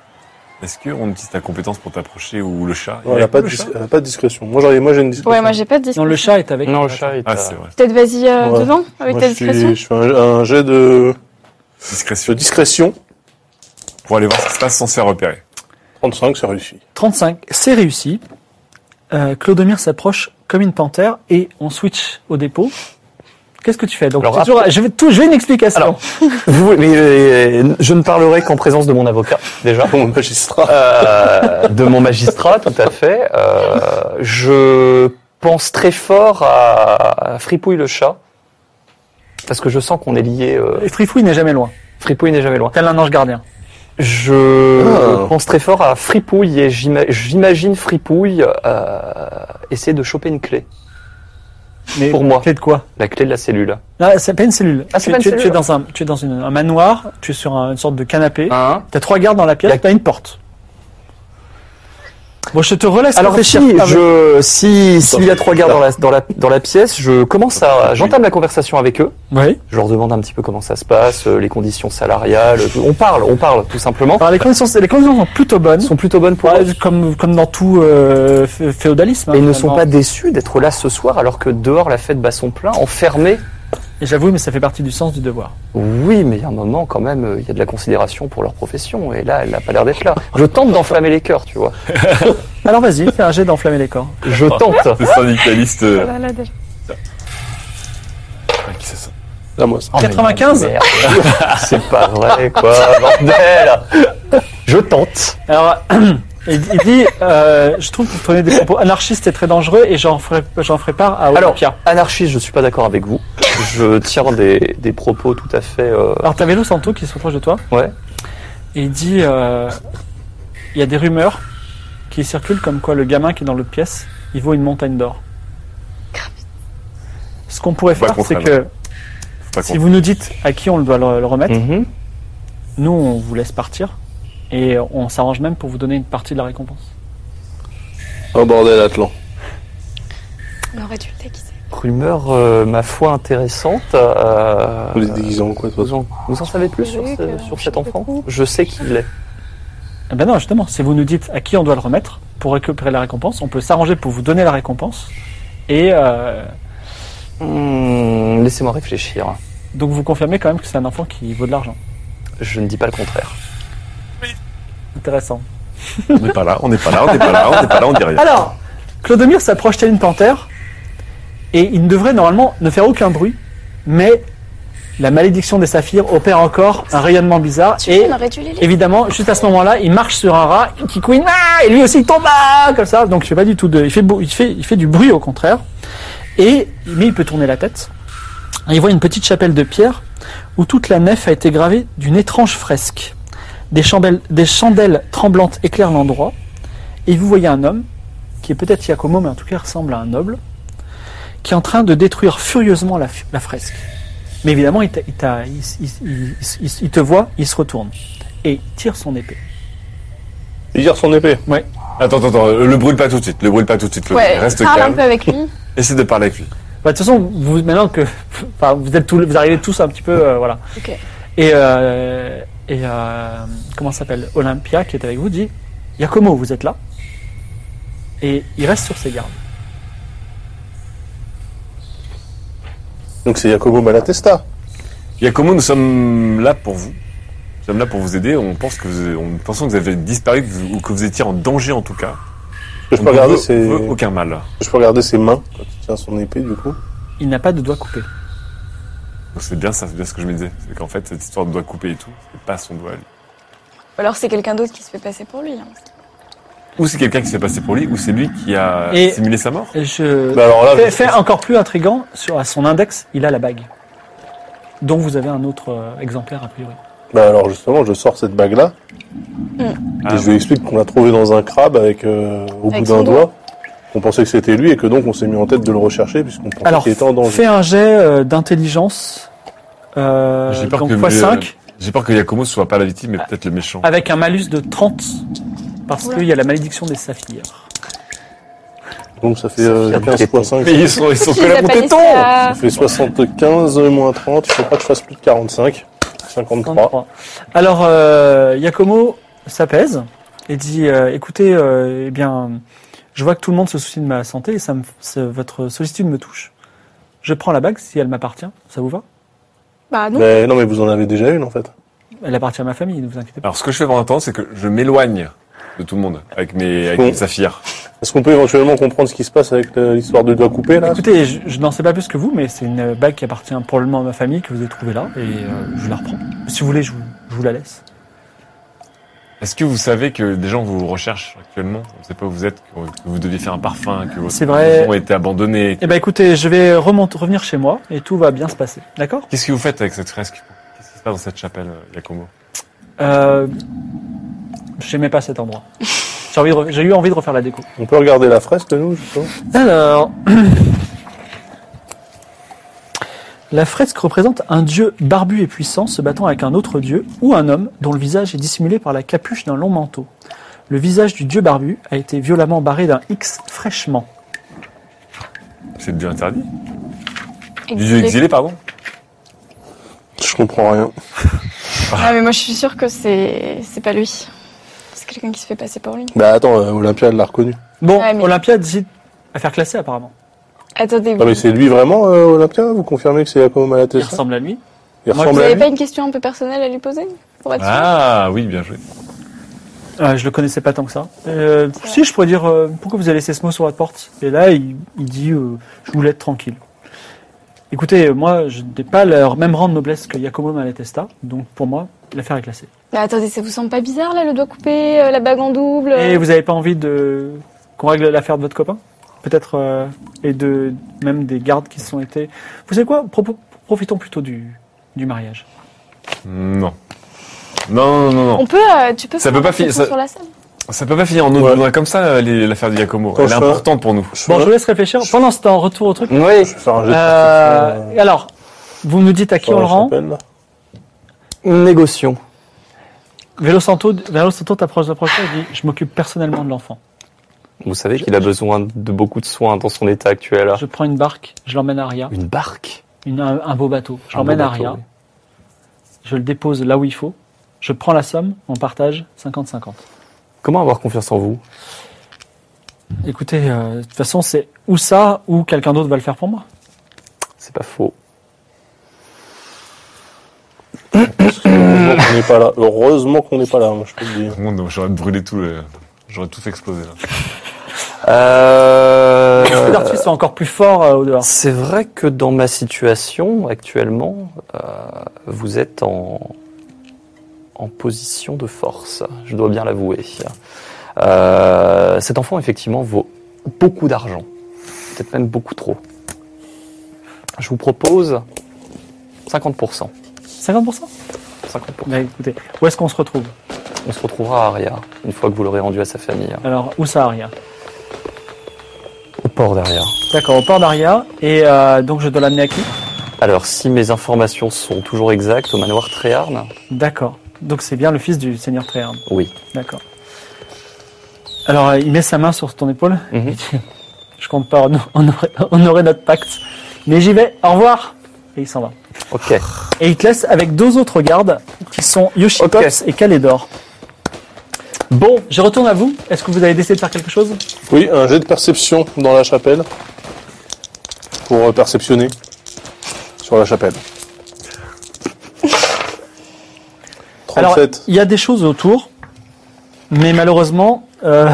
Speaker 4: Est-ce qu'on utilise ta compétence pour t'approcher ou le chat Il
Speaker 7: Non, elle hein.
Speaker 4: y a
Speaker 7: a pas
Speaker 4: que
Speaker 7: de,
Speaker 4: le
Speaker 7: dis-
Speaker 4: chat
Speaker 7: elle a pas de discrétion. Moi, j'arrive, moi, j'ai une discrétion.
Speaker 5: Ouais, moi j'ai pas de discrétion.
Speaker 1: Non, le chat est avec.
Speaker 6: Non, le chat est.
Speaker 4: Ah,
Speaker 6: à-
Speaker 4: c'est vrai.
Speaker 5: Peut-être vas-y euh,
Speaker 7: Ouais.
Speaker 5: devant avec
Speaker 7: Moi,
Speaker 5: ta
Speaker 7: je, suis-
Speaker 5: discrétion.
Speaker 7: je fais un, un jet de, de
Speaker 4: Discrétion.
Speaker 7: discrétion.
Speaker 4: Pour aller voir ce qui se passe sans se faire repérer.
Speaker 7: 35, ça réussit.
Speaker 1: 35, c'est réussi. Euh, Clodomir s'approche comme une panthère et on switch au dépôt. Qu'est-ce que tu fais Donc,
Speaker 6: Alors,
Speaker 1: t'es toujours- je vais tout, je vais une explication.
Speaker 6: Alors, Vous- mais, euh, je ne parlerai qu'en présence de mon avocat déjà.
Speaker 7: Bon, magistrat.
Speaker 6: Euh, de mon magistrat, tout à fait. Euh, je pense très fort à, à Fripouille le chat, parce que je sens qu'on est lié. euh,
Speaker 1: Et Frifouille n'est jamais loin.
Speaker 6: Fripouille n'est jamais loin.
Speaker 1: Tel un ange gardien.
Speaker 6: Je
Speaker 7: Ah.
Speaker 6: pense très fort à Fripouille et j'ima- j'imagine Fripouille euh, essayer de choper une clé.
Speaker 1: Mais
Speaker 6: Pour moi.
Speaker 1: Clé de quoi
Speaker 6: La clé de la cellule.
Speaker 1: Là, c'est pas une cellule.
Speaker 6: Ah, c'est
Speaker 1: tu,
Speaker 6: pas une
Speaker 1: tu-
Speaker 6: cellule.
Speaker 1: tu es dans un, tu es dans une- un manoir. Tu es sur un- une sorte de canapé.
Speaker 6: Hein
Speaker 1: T'as trois gardes dans la pièce.
Speaker 6: La-
Speaker 1: T'as une porte. Bon, je te relaisse
Speaker 6: Alors si
Speaker 1: réfléchir. Ah,
Speaker 6: je si s'il y a trois gardes dans la dans la dans la pièce, je commence à j'entame la conversation avec eux.
Speaker 1: Oui.
Speaker 6: Je leur demande un petit peu comment ça se passe, euh, les conditions salariales. tout. On parle, on parle tout simplement.
Speaker 1: Alors, les conditions, les conditions sont plutôt bonnes.
Speaker 6: Elles sont plutôt bonnes pour
Speaker 1: Ouais,
Speaker 6: eux.
Speaker 1: comme, comme dans tout euh, fé- féodalisme. hein,
Speaker 6: Et ils ne sont
Speaker 1: finalement.
Speaker 6: pas déçus d'être là ce soir alors que dehors la fête bat son plein, enfermés.
Speaker 1: Et j'avoue, mais ça fait partie du sens du devoir.
Speaker 6: Oui, mais il y a un moment quand même, euh, il y a de la considération pour leur profession. Et là, elle n'a pas l'air d'être là. Je tente d'enflammer les cœurs, tu vois.
Speaker 1: Alors vas-y, fais un jet d'enflammer les corps.
Speaker 6: Je tente.
Speaker 4: Le syndicaliste. euh,
Speaker 5: Voilà, là, déjà.
Speaker 4: qui c'est ça
Speaker 7: Là, Ah, moi, ça.
Speaker 6: Oh, mais
Speaker 1: 95?
Speaker 6: merde. C'est pas vrai, quoi, bordel Je tente.
Speaker 1: Alors, il, il dit, euh, je trouve que vous prenez des propos anarchistes et très dangereux, et j'en ferai, j'en ferai part à
Speaker 6: Alors,
Speaker 1: Olympia. Alors,
Speaker 6: anarchiste, je suis pas d'accord avec vous. Je tire des, des propos tout à fait. euh,
Speaker 1: t'as Vélo Santo qui se rapproche de toi.
Speaker 6: Ouais.
Speaker 1: Et il dit, euh, il y a des rumeurs qui circulent comme quoi le gamin qui est dans l'autre pièce, il vaut une montagne d'or. Ce qu'on pourrait
Speaker 4: Pas
Speaker 1: faire, c'est
Speaker 4: contraire.
Speaker 1: que
Speaker 4: Faut pas
Speaker 1: si
Speaker 4: qu'on-
Speaker 1: vous nous dites à qui on le doit le, le remettre,
Speaker 6: mhm.
Speaker 1: nous on vous laisse partir, et on s'arrange même pour vous donner une partie de la récompense.
Speaker 7: Oh bordel, Atlan.
Speaker 5: On aurait dû le déguiser.
Speaker 6: Rumeur, euh, ma foi, intéressante. euh,
Speaker 7: Vous les déguisez en quoi, toi
Speaker 6: vous, en, vous en savez plus
Speaker 5: J'ai
Speaker 6: sur,
Speaker 5: vu
Speaker 6: ce-
Speaker 5: que-
Speaker 6: sur
Speaker 5: je
Speaker 6: cet
Speaker 5: sais
Speaker 6: enfant
Speaker 5: beaucoup.
Speaker 6: Je sais qui il est.
Speaker 1: Eh Ben non, justement, si vous nous dites à qui on doit le remettre pour récupérer la récompense, on peut s'arranger pour vous donner la récompense. Et euh,
Speaker 6: Hmm, Laissez-moi réfléchir.
Speaker 1: donc vous confirmez quand même que c'est un enfant qui vaut de l'argent.
Speaker 6: Je ne dis pas le contraire.
Speaker 1: Intéressant.
Speaker 4: On n'est pas là, on n'est pas là, on n'est pas là, on n'est pas là, on dit rien.
Speaker 1: Alors, Euh, Clodomir s'approche tel une panthère et il ne devrait normalement ne faire aucun bruit, mais la malédiction des saphirs opère encore un rayonnement bizarre
Speaker 5: Tu
Speaker 1: et
Speaker 5: vois, on aurait dû les laisser.
Speaker 1: évidemment, juste à ce moment-là, il marche sur un rat qui couine ah, et lui aussi il tombe ah, comme ça. Donc il fait pas du tout de, il fait, beau- il fait, il fait du bruit au contraire. Et mais il peut tourner la tête. Et il voit une petite chapelle de pierre où toute la nef a été gravée d'une étrange fresque. Des chandelles, des chandelles tremblantes éclairent l'endroit. Et vous voyez un homme qui est peut-être Giacomo, mais en tout cas il ressemble à un noble, qui est en train de détruire furieusement la, fu- la fresque. Mais évidemment, il, t'a- il t'a- il s- il s- il s- il s- il te voit, il se retourne et il tire son épée.
Speaker 7: Il tire son épée.
Speaker 1: Ouais.
Speaker 4: Attends, attends, attends, le brûle pas tout de suite, le brûle pas tout de suite, le
Speaker 5: Ouais,
Speaker 4: reste
Speaker 5: parle un
Speaker 4: calme.
Speaker 5: peu avec lui.
Speaker 4: Essaie de parler avec lui.
Speaker 1: Bah, de toute façon, vous, maintenant que enfin, vous, êtes tous, vous arrivez tous un petit peu, euh, voilà.
Speaker 5: Ok.
Speaker 1: Et, euh, et euh, comment ça s'appelle Olympia, qui est avec vous, dit Yakomo, vous êtes là Et il reste sur ses gardes.
Speaker 7: Donc c'est Jacobo Malatesta.
Speaker 4: Yakomo, nous sommes là pour vous. Nous sommes là pour vous aider. On pense que vous, on pensons que vous avez disparu que vous- ou que vous étiez en danger en tout cas.
Speaker 7: Ce que je
Speaker 4: On
Speaker 7: peux
Speaker 4: ne
Speaker 7: regarder,
Speaker 4: veut-
Speaker 7: c'est.
Speaker 4: veut aucun mal.
Speaker 7: Je peux regarder ses mains quand il tient son épée, du coup.
Speaker 1: Il n'a pas de doigts coupés.
Speaker 4: Donc C'est bien ça, c'est bien ce que je me disais. C'est qu'en fait, cette histoire de doigt coupé et tout, c'est pas son doigt. à lui.
Speaker 5: Ou alors c'est quelqu'un d'autre qui se fait passer pour lui. hein.
Speaker 4: Ou c'est quelqu'un qui s'est passé pour lui, ou c'est lui qui a
Speaker 1: Et-
Speaker 4: simulé sa mort.
Speaker 1: Et je...
Speaker 7: Bah alors là,
Speaker 1: fait,
Speaker 7: je-
Speaker 1: fait encore plus intrigant, sur à son index, il a la bague. Dont vous avez un autre euh, exemplaire, a priori.
Speaker 7: Bah alors justement, je sors cette bague-là
Speaker 4: Ah,
Speaker 7: et je lui explique qu'on l'a trouvée dans un crabe avec euh, au
Speaker 5: Avec
Speaker 7: bout
Speaker 5: son
Speaker 7: d'un
Speaker 5: doigt.
Speaker 7: doigt. On pensait que c'était lui et que donc on s'est mis en tête de le rechercher puisqu'on pensait
Speaker 1: Alors,
Speaker 7: qu'il était en danger.
Speaker 1: fais un jet euh, d'intelligence. Euh,
Speaker 4: J'ai peur
Speaker 1: donc
Speaker 4: que
Speaker 1: x
Speaker 4: le-
Speaker 1: 5,
Speaker 4: J'ai peur que Yakomo soit pas la victime, mais peut-être le méchant.
Speaker 5: Ah.
Speaker 1: avec un malus de 30, parce
Speaker 5: Oula.
Speaker 1: qu'il y a la malédiction des saphirs.
Speaker 7: Donc ça fait euh, 15 fois 5.
Speaker 4: Mais ils sont, ils sont
Speaker 5: Qui
Speaker 4: que là
Speaker 5: les a
Speaker 4: pour
Speaker 5: pas
Speaker 4: tes
Speaker 5: laissés
Speaker 4: tons
Speaker 5: à-
Speaker 1: Ah.
Speaker 7: Ça fait 75 moins 30. Il faut pas que je fasse plus de 45. 53.
Speaker 1: 33. Alors, euh, Yakomo s'apaise et dit euh, écoutez, euh, eh bien, je vois que tout le monde se soucie de ma santé et ça me, c'est- votre sollicitude me touche. Je prends la bague si elle m'appartient. Ça vous va
Speaker 5: Bah non.
Speaker 7: Mais non mais vous en avez déjà une en fait.
Speaker 1: Elle appartient à ma famille, ne vous inquiétez pas.
Speaker 4: Alors, ce que je fais pendant un temps, c'est que je m'éloigne de tout le monde avec mes, avec
Speaker 7: Bon.
Speaker 4: mes saphirs.
Speaker 7: Est-ce qu'on peut éventuellement comprendre ce qui se passe avec euh, l'histoire de doigt coupé là
Speaker 1: Écoutez, je, je n'en sais pas plus que vous, mais c'est une bague qui appartient pour le moment à ma famille que vous avez trouvée là et euh, je la reprends. Si vous voulez, je vous, je vous la laisse.
Speaker 4: Est-ce que vous savez que des gens vous recherchent actuellement On ne sait pas où vous êtes, que que vous deviez faire un parfum, que votre
Speaker 1: C'est vrai.
Speaker 4: maison a été abandonnée.
Speaker 1: Eh ben, écoutez, je vais remonte, revenir chez moi et tout va bien se passer. D'accord
Speaker 4: Qu'est-ce que vous faites avec cette fresque Qu'est-ce qui se passe dans cette chapelle, euh, Yakomo
Speaker 1: euh, J'aimais pas cet endroit. J'ai envie de re- j'ai eu envie de refaire la déco.
Speaker 7: On peut regarder la fresque nous justement
Speaker 1: Alors, la fresque représente un dieu barbu et puissant se battant avec un autre dieu ou un homme dont le visage est dissimulé par la capuche d'un long manteau. Le visage du dieu barbu a été violemment barré d'un X fraîchement.
Speaker 4: C'est du interdit Du dieu exilé, pardon
Speaker 7: Je comprends rien.
Speaker 5: Ah mais moi je suis sûre que c'est c'est pas lui. C'est quelqu'un qui se fait passer pour lui.
Speaker 7: Bah attends, euh, Olympia elle l'a reconnu.
Speaker 1: Bon,
Speaker 5: Ouais, mais-
Speaker 1: Olympia décide à faire classer apparemment.
Speaker 5: Attendez,
Speaker 7: Non
Speaker 5: vous,
Speaker 7: Ah, mais c'est lui vraiment euh, Olympia Vous confirmez que c'est Jacobo
Speaker 1: Il
Speaker 7: Malatesta
Speaker 1: ressemble à lui.
Speaker 7: Il
Speaker 1: Moi,
Speaker 7: ressemble
Speaker 5: vous
Speaker 7: à
Speaker 5: avez
Speaker 7: lui
Speaker 5: pas une question un peu personnelle à lui poser pour être sûr
Speaker 4: Ah oui, bien joué.
Speaker 1: Euh, je le connaissais pas tant que ça. Euh, si, je pourrais dire euh, pourquoi vous avez laissé ce mot sur votre porte. Et là, il, il dit euh, je voulais être tranquille. Écoutez, euh, moi, je n'ai pas le même rang de noblesse que Giacomo Malatesta, donc pour moi, l'affaire est classée.
Speaker 5: Mais attendez, ça vous semble pas bizarre là, le doigt coupé, euh, la bague en double
Speaker 4: Eh
Speaker 1: Et vous n'avez pas envie de qu'on règle l'affaire de votre copain, peut-être, euh, et de même des gardes qui se sont été. Vous savez quoi Propo- Profitons plutôt du du mariage.
Speaker 4: Non. Non, non, non, non.
Speaker 5: On peut, euh, tu peux.
Speaker 4: Ça
Speaker 5: faire
Speaker 4: peut
Speaker 5: un
Speaker 4: pas
Speaker 5: petit
Speaker 4: finir,
Speaker 5: tour
Speaker 4: ça-
Speaker 5: sur la salle.
Speaker 4: Ça peut pas finir en
Speaker 7: Ouais.
Speaker 4: autre comme ça, euh, les- l'affaire de Yakomo.
Speaker 7: Quand
Speaker 4: Elle est
Speaker 7: ça-
Speaker 4: importante pour nous.
Speaker 1: Bon, je vous laisse réfléchir. Pendant ce temps, retour au truc.
Speaker 6: Oui.
Speaker 7: Je vais faire un jet de perception,
Speaker 1: Euh, alors, vous nous dites à qui
Speaker 7: sur
Speaker 1: on
Speaker 7: la
Speaker 1: le rend
Speaker 7: chapelle, là.
Speaker 6: Négocions.
Speaker 1: Vélo Santo, Vélo Santo t'approche de la prochaine et dit Je m'occupe personnellement de l'enfant.
Speaker 6: Vous savez qu'il a besoin de beaucoup de soins dans son état actuel.
Speaker 1: Je prends une barque, je l'emmène à Ria,
Speaker 6: Ah. Une barque
Speaker 1: une- un, un beau bateau. Je
Speaker 6: Un
Speaker 1: l'emmène
Speaker 6: beau
Speaker 1: à
Speaker 6: bateau,
Speaker 1: Ria,
Speaker 6: oui.
Speaker 1: je le dépose là où il faut, je prends la somme, on partage 50-50.
Speaker 6: Comment avoir confiance en vous
Speaker 1: Écoutez, euh, de toute façon, c'est ou ça ou quelqu'un d'autre va le faire pour moi.
Speaker 6: C'est pas faux.
Speaker 7: Heureusement qu'on n'est pas là. Heureusement qu'on n'est pas là, moi, je peux te dire.
Speaker 4: Bon, donc, J'aurais brûlé tout le... J'aurais tout fait exploser, là.
Speaker 6: Euh,
Speaker 1: L'artiste est encore plus fort euh, au dehors.
Speaker 6: C'est vrai que dans ma situation actuellement, euh, vous êtes en, en position de force, je dois bien l'avouer. Euh, cet enfant, effectivement, vaut beaucoup d'argent, peut-être même beaucoup trop. Je vous propose 50%.
Speaker 1: 50%
Speaker 6: 50%.
Speaker 1: Bah, écoutez, où est-ce qu'on se retrouve
Speaker 6: On se retrouvera à Aria, une fois que vous l'aurez rendu à sa famille,
Speaker 1: Alors, où ça, à Ria
Speaker 6: au port d'Aria.
Speaker 1: D'accord, au port d'Aria, et euh, donc je dois l'amener à qui
Speaker 6: Alors, si mes informations sont toujours exactes, au manoir Tréarn,
Speaker 1: D'accord. Donc c'est bien le fils du seigneur Tréherne.
Speaker 6: oui.
Speaker 1: D'accord. Alors, euh, il met sa main sur ton épaule.
Speaker 6: Mhm.
Speaker 1: Je compte pas honor- honorer, honorer notre pacte. Mais j'y vais, au revoir Et il s'en va.
Speaker 6: Ok.
Speaker 1: Et il te laisse avec deux autres gardes qui sont Yoshi
Speaker 6: Ok.
Speaker 1: Pops et Kalidor. Bon, je retourne à vous. Est-ce que vous avez décidé de faire quelque chose
Speaker 7: Oui, un jet de perception dans la chapelle. Pour euh, perceptionner sur la chapelle. 37.
Speaker 1: Alors, il y a des choses autour, mais malheureusement, euh,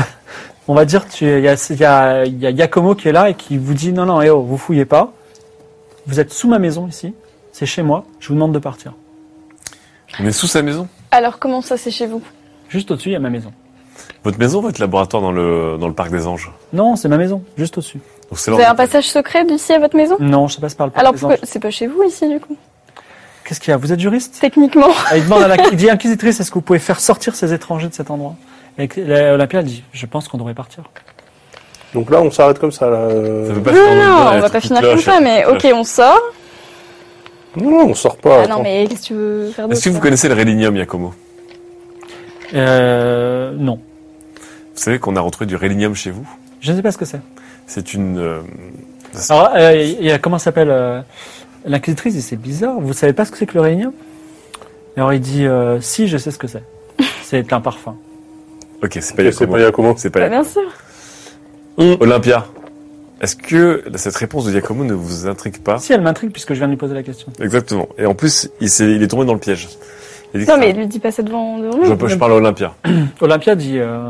Speaker 1: on va dire, tu- il y a, il y a- il y a Giacomo qui est là et qui vous dit non, non, eh oh, vous fouillez pas. Vous êtes sous ma maison ici, c'est chez moi, je vous demande de partir.
Speaker 4: On est sous sa maison.
Speaker 5: Alors comment ça c'est chez vous
Speaker 1: Juste au-dessus, il y a ma maison.
Speaker 4: Votre maison, votre laboratoire dans le, dans le parc des anges.
Speaker 1: Non, c'est ma maison, juste au-dessus.
Speaker 4: Donc c'est
Speaker 5: Vous
Speaker 4: là.
Speaker 5: avez un passage secret d'ici à votre maison
Speaker 1: Non, je passe par le parc
Speaker 5: Alors
Speaker 1: des
Speaker 5: pourquoi
Speaker 1: Anges.
Speaker 5: c'est pas chez vous ici du coup
Speaker 1: Qu'est-ce qu'il y a Vous êtes juriste
Speaker 5: Techniquement.
Speaker 1: Ah, Il demande à la il dit, inquisitrice, est-ce que vous pouvez faire sortir ces étrangers de cet endroit Et la- Olympia elle dit, je pense qu'on devrait partir.
Speaker 7: Donc là, on s'arrête comme ça. Là. euh.
Speaker 4: Ça peut
Speaker 5: Non,
Speaker 4: pas se
Speaker 5: non,
Speaker 4: faire dans le-
Speaker 5: on
Speaker 4: la
Speaker 5: va pas
Speaker 4: petite
Speaker 5: finir comme
Speaker 4: cloche,
Speaker 5: ça,
Speaker 4: la
Speaker 5: mais
Speaker 4: petite
Speaker 5: ok, on sort.
Speaker 7: Non, non, on sort pas.
Speaker 5: Ah non, mais qu'est-ce que tu veux faire
Speaker 4: cloche.
Speaker 5: d'autre
Speaker 4: Est-ce que vous
Speaker 5: quoi
Speaker 4: connaissez le rélinium, Yacomo
Speaker 1: Euh, non.
Speaker 4: Vous savez qu'on a retrouvé du rélinium chez vous
Speaker 1: Je ne sais pas ce que c'est.
Speaker 4: C'est une. euh,
Speaker 1: Alors, euh, il y a, comment s'appelle euh, l'inquisitrice dit c'est bizarre. Vous savez pas ce que c'est que le régnium Alors il dit euh, si, je sais ce que c'est. C'est un parfum.
Speaker 4: Ok, c'est pas
Speaker 7: Ok, C'est
Speaker 4: Yacomo.
Speaker 7: pas Yacomo.
Speaker 4: C'est pas
Speaker 5: Bah,
Speaker 4: Yacomo.
Speaker 5: bien sûr.
Speaker 4: Olympia, est-ce que cette réponse de Yacomo ne vous intrigue pas
Speaker 1: Si elle m'intrigue puisque je viens de lui poser la question.
Speaker 4: Exactement. Et en plus, il, s'est- il est tombé dans le piège. Il dit que
Speaker 5: Non,
Speaker 4: c'est
Speaker 5: mais
Speaker 4: un-
Speaker 5: lui dis pas ça devant, devant lui.
Speaker 4: je, je parle à Olympia.
Speaker 1: Olympia dit euh,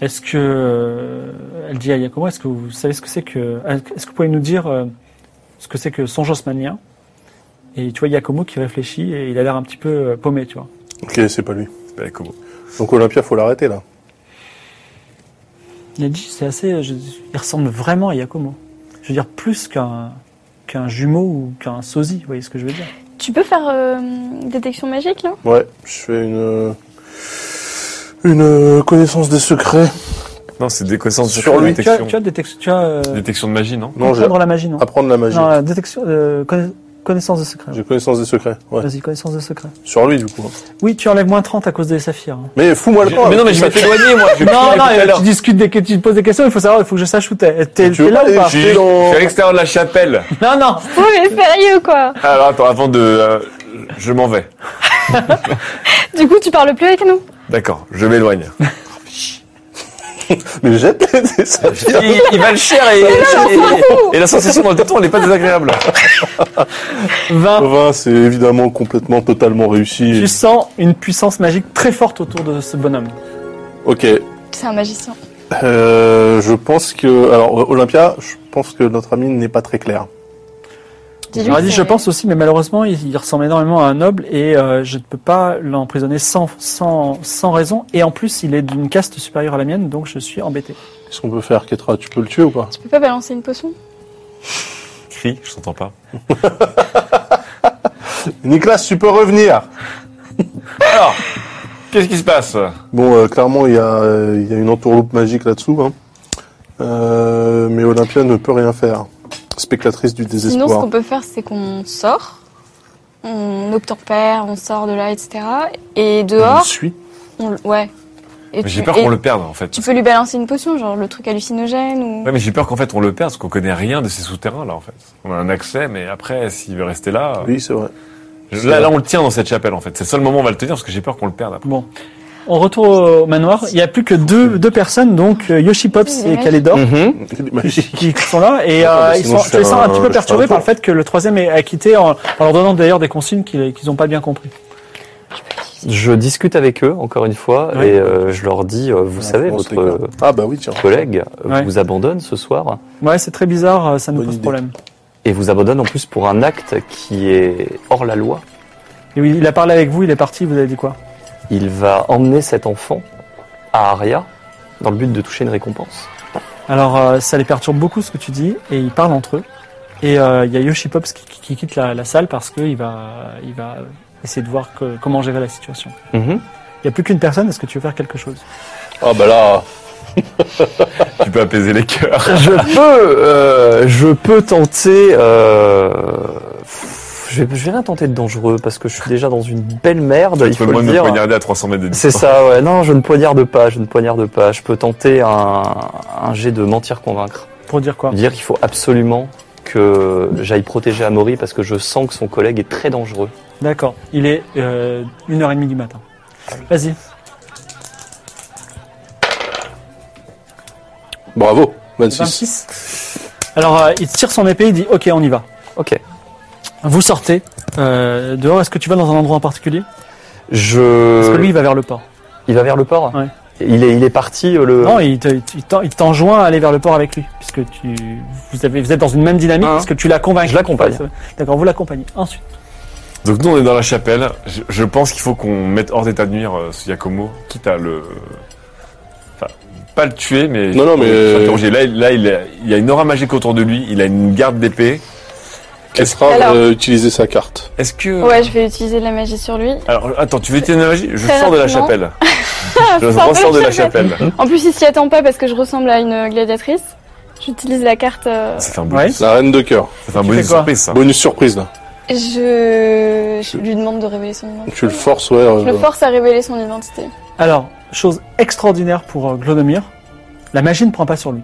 Speaker 1: est-ce que euh, elle dit à Yacomo est-ce que vous savez ce que c'est que est-ce que vous pouvez nous dire euh, ce que c'est que son josmania Et tu vois Yacomo qui réfléchit et il a l'air un petit peu euh, paumé, tu vois.
Speaker 7: Ok, c'est pas lui.
Speaker 4: C'est pas Yacomo.
Speaker 7: Donc Olympia, faut l'arrêter là.
Speaker 1: Il a dit c'est assez euh, je- il ressemble vraiment à Yacomo. Je veux dire plus qu'un qu'un jumeau ou qu'un sosie, vous voyez ce que je veux dire
Speaker 5: Tu peux faire euh, détection magique là
Speaker 7: Ouais, je fais une. euh, Une euh, connaissance des secrets.
Speaker 4: Non, c'est des connaissances
Speaker 7: Sur
Speaker 4: secrètes,
Speaker 7: lui,
Speaker 1: Tu as,
Speaker 4: détection.
Speaker 1: tu as, détection, tu as euh,
Speaker 4: Détection de magie, non
Speaker 7: Non, j'ai
Speaker 1: comprendre la magie, non
Speaker 7: apprendre la magie.
Speaker 1: Non, euh, détection, euh, conna- connaissance de secret.
Speaker 7: J'ai connaissance des secrets. Ouais.
Speaker 1: Vas-y, connaissance de secret.
Speaker 7: Sur lui, du coup.
Speaker 1: Oui, tu enlèves moins 30 à cause des saphirs. hein.
Speaker 7: Mais fous-moi le
Speaker 4: Je-
Speaker 7: camp.
Speaker 4: mais non, mais je vais t'éloigner, moi. Je vais
Speaker 1: Non,
Speaker 4: parler
Speaker 1: non,
Speaker 4: tout à
Speaker 1: euh,
Speaker 4: l'heure.
Speaker 1: tu discutes, des, que- tu te poses des questions, il faut savoir, il faut que je sache où t'es. T'es
Speaker 7: Tu
Speaker 1: t'es
Speaker 7: veux
Speaker 1: là
Speaker 7: pas
Speaker 1: ou
Speaker 7: aller
Speaker 1: pas
Speaker 4: Je suis juste- je suis à l'extérieur de la chapelle. Ah,
Speaker 1: Non, non,
Speaker 5: Oui, mais sérieux quoi
Speaker 4: Alors attends, avant de... euh, je m'en vais.
Speaker 5: Du coup, tu parles plus avec nous
Speaker 4: D'accord, je m'éloigne.
Speaker 7: Mais jette des saphirs.
Speaker 4: il, va le cher et, et la sensation dans le téton, elle est pas désagréable.
Speaker 1: 20.
Speaker 7: Vin, c'est évidemment complètement, totalement réussi.
Speaker 1: Tu sens une puissance magique très forte autour de ce bonhomme.
Speaker 7: Ok.
Speaker 5: C'est un magicien.
Speaker 7: Euh, je pense que. Alors, euh, Olympia, je pense que notre ami n'est pas très clair.
Speaker 5: Dis-lui
Speaker 1: J'aurais dit,
Speaker 5: que-
Speaker 1: je pense aussi, mais malheureusement, il, il ressemble énormément à un noble et euh, je ne peux pas l'emprisonner sans, sans, sans raison. Et en plus, il est d'une caste supérieure à la mienne, donc je suis embêté.
Speaker 7: Qu'est-ce qu'on peut faire, Ketra Tu peux le tuer ou pas
Speaker 5: Tu peux pas balancer une potion
Speaker 4: Cri, je t'entends pas.
Speaker 7: Nicolas, tu peux revenir
Speaker 4: Alors, qu'est-ce qui se passe
Speaker 7: Bon, euh, clairement, il y, a, euh, il y a une entourloupe magique là-dessous. hein. Euh, mais Olympia ne peut rien faire. Spectatrice du
Speaker 5: Sinon, ce
Speaker 7: désespoir.
Speaker 5: qu'on peut faire, c'est qu'on sort, on obtempère, on sort de là, etc. Et
Speaker 7: On le
Speaker 5: dehors,
Speaker 7: suit.
Speaker 5: on le- ouais. Et
Speaker 4: Mais J'ai
Speaker 5: tu-
Speaker 4: peur
Speaker 5: et
Speaker 4: qu'on le perde, en fait.
Speaker 5: Tu peux lui balancer une potion, genre le truc hallucinogène ou.
Speaker 4: Ouais, mais j'ai peur qu'en fait on le perde, parce qu'on connaît rien de ces souterrains, là, en fait. On a un accès, mais après, s'il veut rester là...
Speaker 7: Oui, c'est vrai.
Speaker 4: je- Là, là, on le tient dans cette chapelle, en fait. C'est le seul moment où on va le tenir, parce que j'ai peur qu'on le perde. après.
Speaker 1: Bon. On retourne au manoir. Il n'y a plus que deux, deux personnes, donc euh, Yoshi Pops et
Speaker 6: Ah.
Speaker 1: Kalidor,
Speaker 6: Mhm. Hmm
Speaker 7: Il est magique.
Speaker 1: qui sont là. Et euh, ils
Speaker 7: Attends, mais Hum. Ah, bah, sinon,
Speaker 1: sont,
Speaker 7: je
Speaker 1: je les
Speaker 7: fais
Speaker 1: sens un
Speaker 7: un-
Speaker 1: petit
Speaker 7: je
Speaker 1: peu
Speaker 7: fais
Speaker 1: perturbés
Speaker 7: un
Speaker 1: par
Speaker 7: tour.
Speaker 1: le fait que le troisième est acquitté en, en leur donnant d'ailleurs des consignes qu'ils qu'ils n'ont pas bien compris.
Speaker 6: Je discute avec eux, encore une fois,
Speaker 1: Ouais.
Speaker 6: et euh, je leur dis, euh, vous
Speaker 7: Ouais,
Speaker 6: savez,
Speaker 7: on se
Speaker 6: votre
Speaker 7: régale. Ah, bah oui, tiens.
Speaker 6: collègue euh,
Speaker 1: Ouais.
Speaker 6: vous abandonne ce soir,
Speaker 1: Ouais, c'est très bizarre, euh, ça nous
Speaker 7: Bonne
Speaker 1: pose
Speaker 7: idée.
Speaker 1: problème.
Speaker 6: et vous abandonne en plus pour un acte qui est hors la loi.
Speaker 1: Et oui, il a parlé avec vous, il est parti, vous avez dit quoi
Speaker 6: Il va emmener cet enfant à Aria dans le but de toucher une récompense.
Speaker 1: Alors, euh, ça les perturbe beaucoup ce que tu dis, et ils parlent entre eux. Et euh, il y a Yoshi Pops qui, qui- qui quitte la, la salle parce qu'il va, il va essayer de voir que- comment gérer la situation.
Speaker 6: Mhm.
Speaker 1: Il n'y a plus qu'une personne, est-ce que tu veux faire quelque chose
Speaker 7: Ah, bah là.
Speaker 4: Tu peux apaiser les cœurs.
Speaker 6: Je peux, euh, je peux tenter. euh, je vais, je vais rien tenter de dangereux parce que je suis déjà dans une belle merde, il
Speaker 4: Tu peux
Speaker 6: faut
Speaker 4: au moins
Speaker 6: le
Speaker 4: me
Speaker 6: dire.
Speaker 4: poignarder à 300 mètres de
Speaker 6: C'est
Speaker 4: distance.
Speaker 6: ça, ouais. Non, je ne poignarde pas, je ne poignarde pas. Je peux tenter un, un jet de mentir-convaincre.
Speaker 1: Pour dire quoi
Speaker 6: Dire qu'il faut absolument que j'aille protéger Amaury parce que je sens que son collègue est très dangereux.
Speaker 1: D'accord. Il est euh, 1h30 du matin. Vas-y.
Speaker 7: Bravo, 26.
Speaker 1: 26. Alors, euh, il tire son épée, il dit Ok, on y va.
Speaker 6: Ok.
Speaker 1: Vous sortez euh, dehors. Est-ce que tu vas dans un endroit en particulier Parce que
Speaker 6: Je.
Speaker 1: lui, il va vers le port.
Speaker 6: Il va vers le port
Speaker 1: Ouais.
Speaker 6: Il est, il est parti euh, le.
Speaker 1: Non, il te- il t'en- il t'enjoint à aller vers le port avec lui, puisque tu, vous, avez, vous êtes dans une même dynamique,
Speaker 6: Hein
Speaker 1: parce que tu l'as convaincu.
Speaker 6: Je l'accompagne.
Speaker 1: D'accord, vous l'accompagnez. Ensuite,
Speaker 4: Donc nous on est dans la chapelle. Je, je pense qu'il faut qu'on mette hors d'état de nuire euh, ce Yakomo, quitte à le, enfin pas le tuer, mais euh,
Speaker 7: Non, non, mais-
Speaker 4: s'interroger. Là, il- là il, a- il y a une aura magique autour de lui. Il a une garde d'épée.
Speaker 7: Qu'est-ce sera
Speaker 5: Alors.
Speaker 7: euh, utiliser sa carte
Speaker 4: Est-ce que
Speaker 5: Ouais, je vais utiliser de la magie sur lui.
Speaker 4: alors attends, tu veux utiliser la magie Je
Speaker 5: Très
Speaker 4: sors de la
Speaker 5: rapidement.
Speaker 4: chapelle. Je
Speaker 5: Sors de
Speaker 4: ressors de la
Speaker 5: la
Speaker 4: chapelle.
Speaker 1: Hum
Speaker 5: En plus, il s'y attend pas parce que je ressemble à une gladiatrice. J'utilise la carte. euh,
Speaker 4: Ça fait un bonus.
Speaker 7: La reine de cœur.
Speaker 4: Ça fait un
Speaker 1: Tu
Speaker 4: bonus
Speaker 1: fais quoi Bah,
Speaker 4: surprise. Ça.
Speaker 7: Bonus surprise là.
Speaker 5: Je... je lui demande de révéler son identité.
Speaker 7: Tu le forces, ouais.
Speaker 5: Je
Speaker 7: euh,
Speaker 5: le force à révéler son identité.
Speaker 1: alors, chose extraordinaire pour euh, Glodomir, la magie ne prend pas sur lui.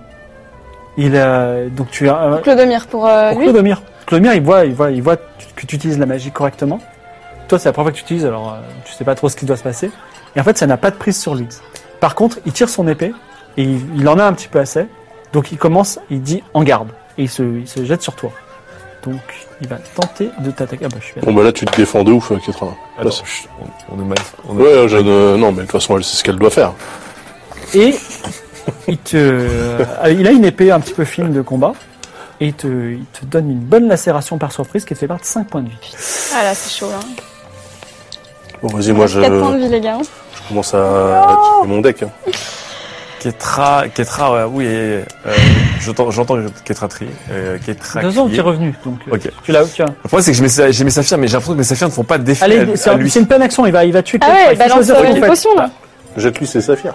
Speaker 1: Il, euh, donc tu as, euh,
Speaker 5: Clodomir pour euh,
Speaker 1: pour
Speaker 5: lui.
Speaker 1: Clodomir. Clodomir, il voit, il voit, il voit que tu utilises la magie correctement. Toi, c'est la première fois que tu utilises, alors euh, tu sais pas trop ce qui doit se passer. Et en fait, ça n'a pas de prise sur lui. Par contre, il tire son épée et il, il en a un petit peu assez. Donc, il commence, il dit en garde et il se, il se jette sur toi. Donc, il va tenter de t'attaquer. Ah bah, je suis.
Speaker 7: Bon bah là tu te défends de ouf, euh, 80.
Speaker 4: Attends, chut, on, on est mal. on est-
Speaker 7: Ouais, euh, je ne- non mais de toute façon elle sait ce qu'elle doit faire.
Speaker 1: Et il te, euh, il a une épée un petit peu fine de combat et il te, il te donne une bonne lacération par surprise qui te fait perdre 5 points de vie.
Speaker 5: Ah là, c'est chaud là.
Speaker 7: Bon vas-y moi je,
Speaker 5: 4 points de vie, les gars.
Speaker 7: je commence à activer mon deck. hein.
Speaker 4: Ketra, Ketra, ouais, oui, euh, euh, j'entends, j'entends Ketra tri, euh, Ketra.
Speaker 1: Deux ans,
Speaker 4: crier.
Speaker 1: tu es revenu, donc euh,
Speaker 4: Ok.
Speaker 1: tu l'as, tu as-
Speaker 4: Le problème, c'est que j'ai mes, sa- j'ai mes saphirs, mais j'ai l'impression que mes saphirs ne font pas d'effet
Speaker 1: Allez,
Speaker 4: à-
Speaker 1: c'est
Speaker 4: à
Speaker 1: un-
Speaker 4: lui.
Speaker 1: c'est une pleine action, il va, il va tuer
Speaker 5: Ah
Speaker 1: quelqu'un,
Speaker 5: ouais,
Speaker 1: il faut
Speaker 5: balance
Speaker 1: choisir ce
Speaker 5: euh,
Speaker 1: qu'on
Speaker 5: une
Speaker 1: fait.
Speaker 5: potion là.
Speaker 7: Jette-lui ses saphirs.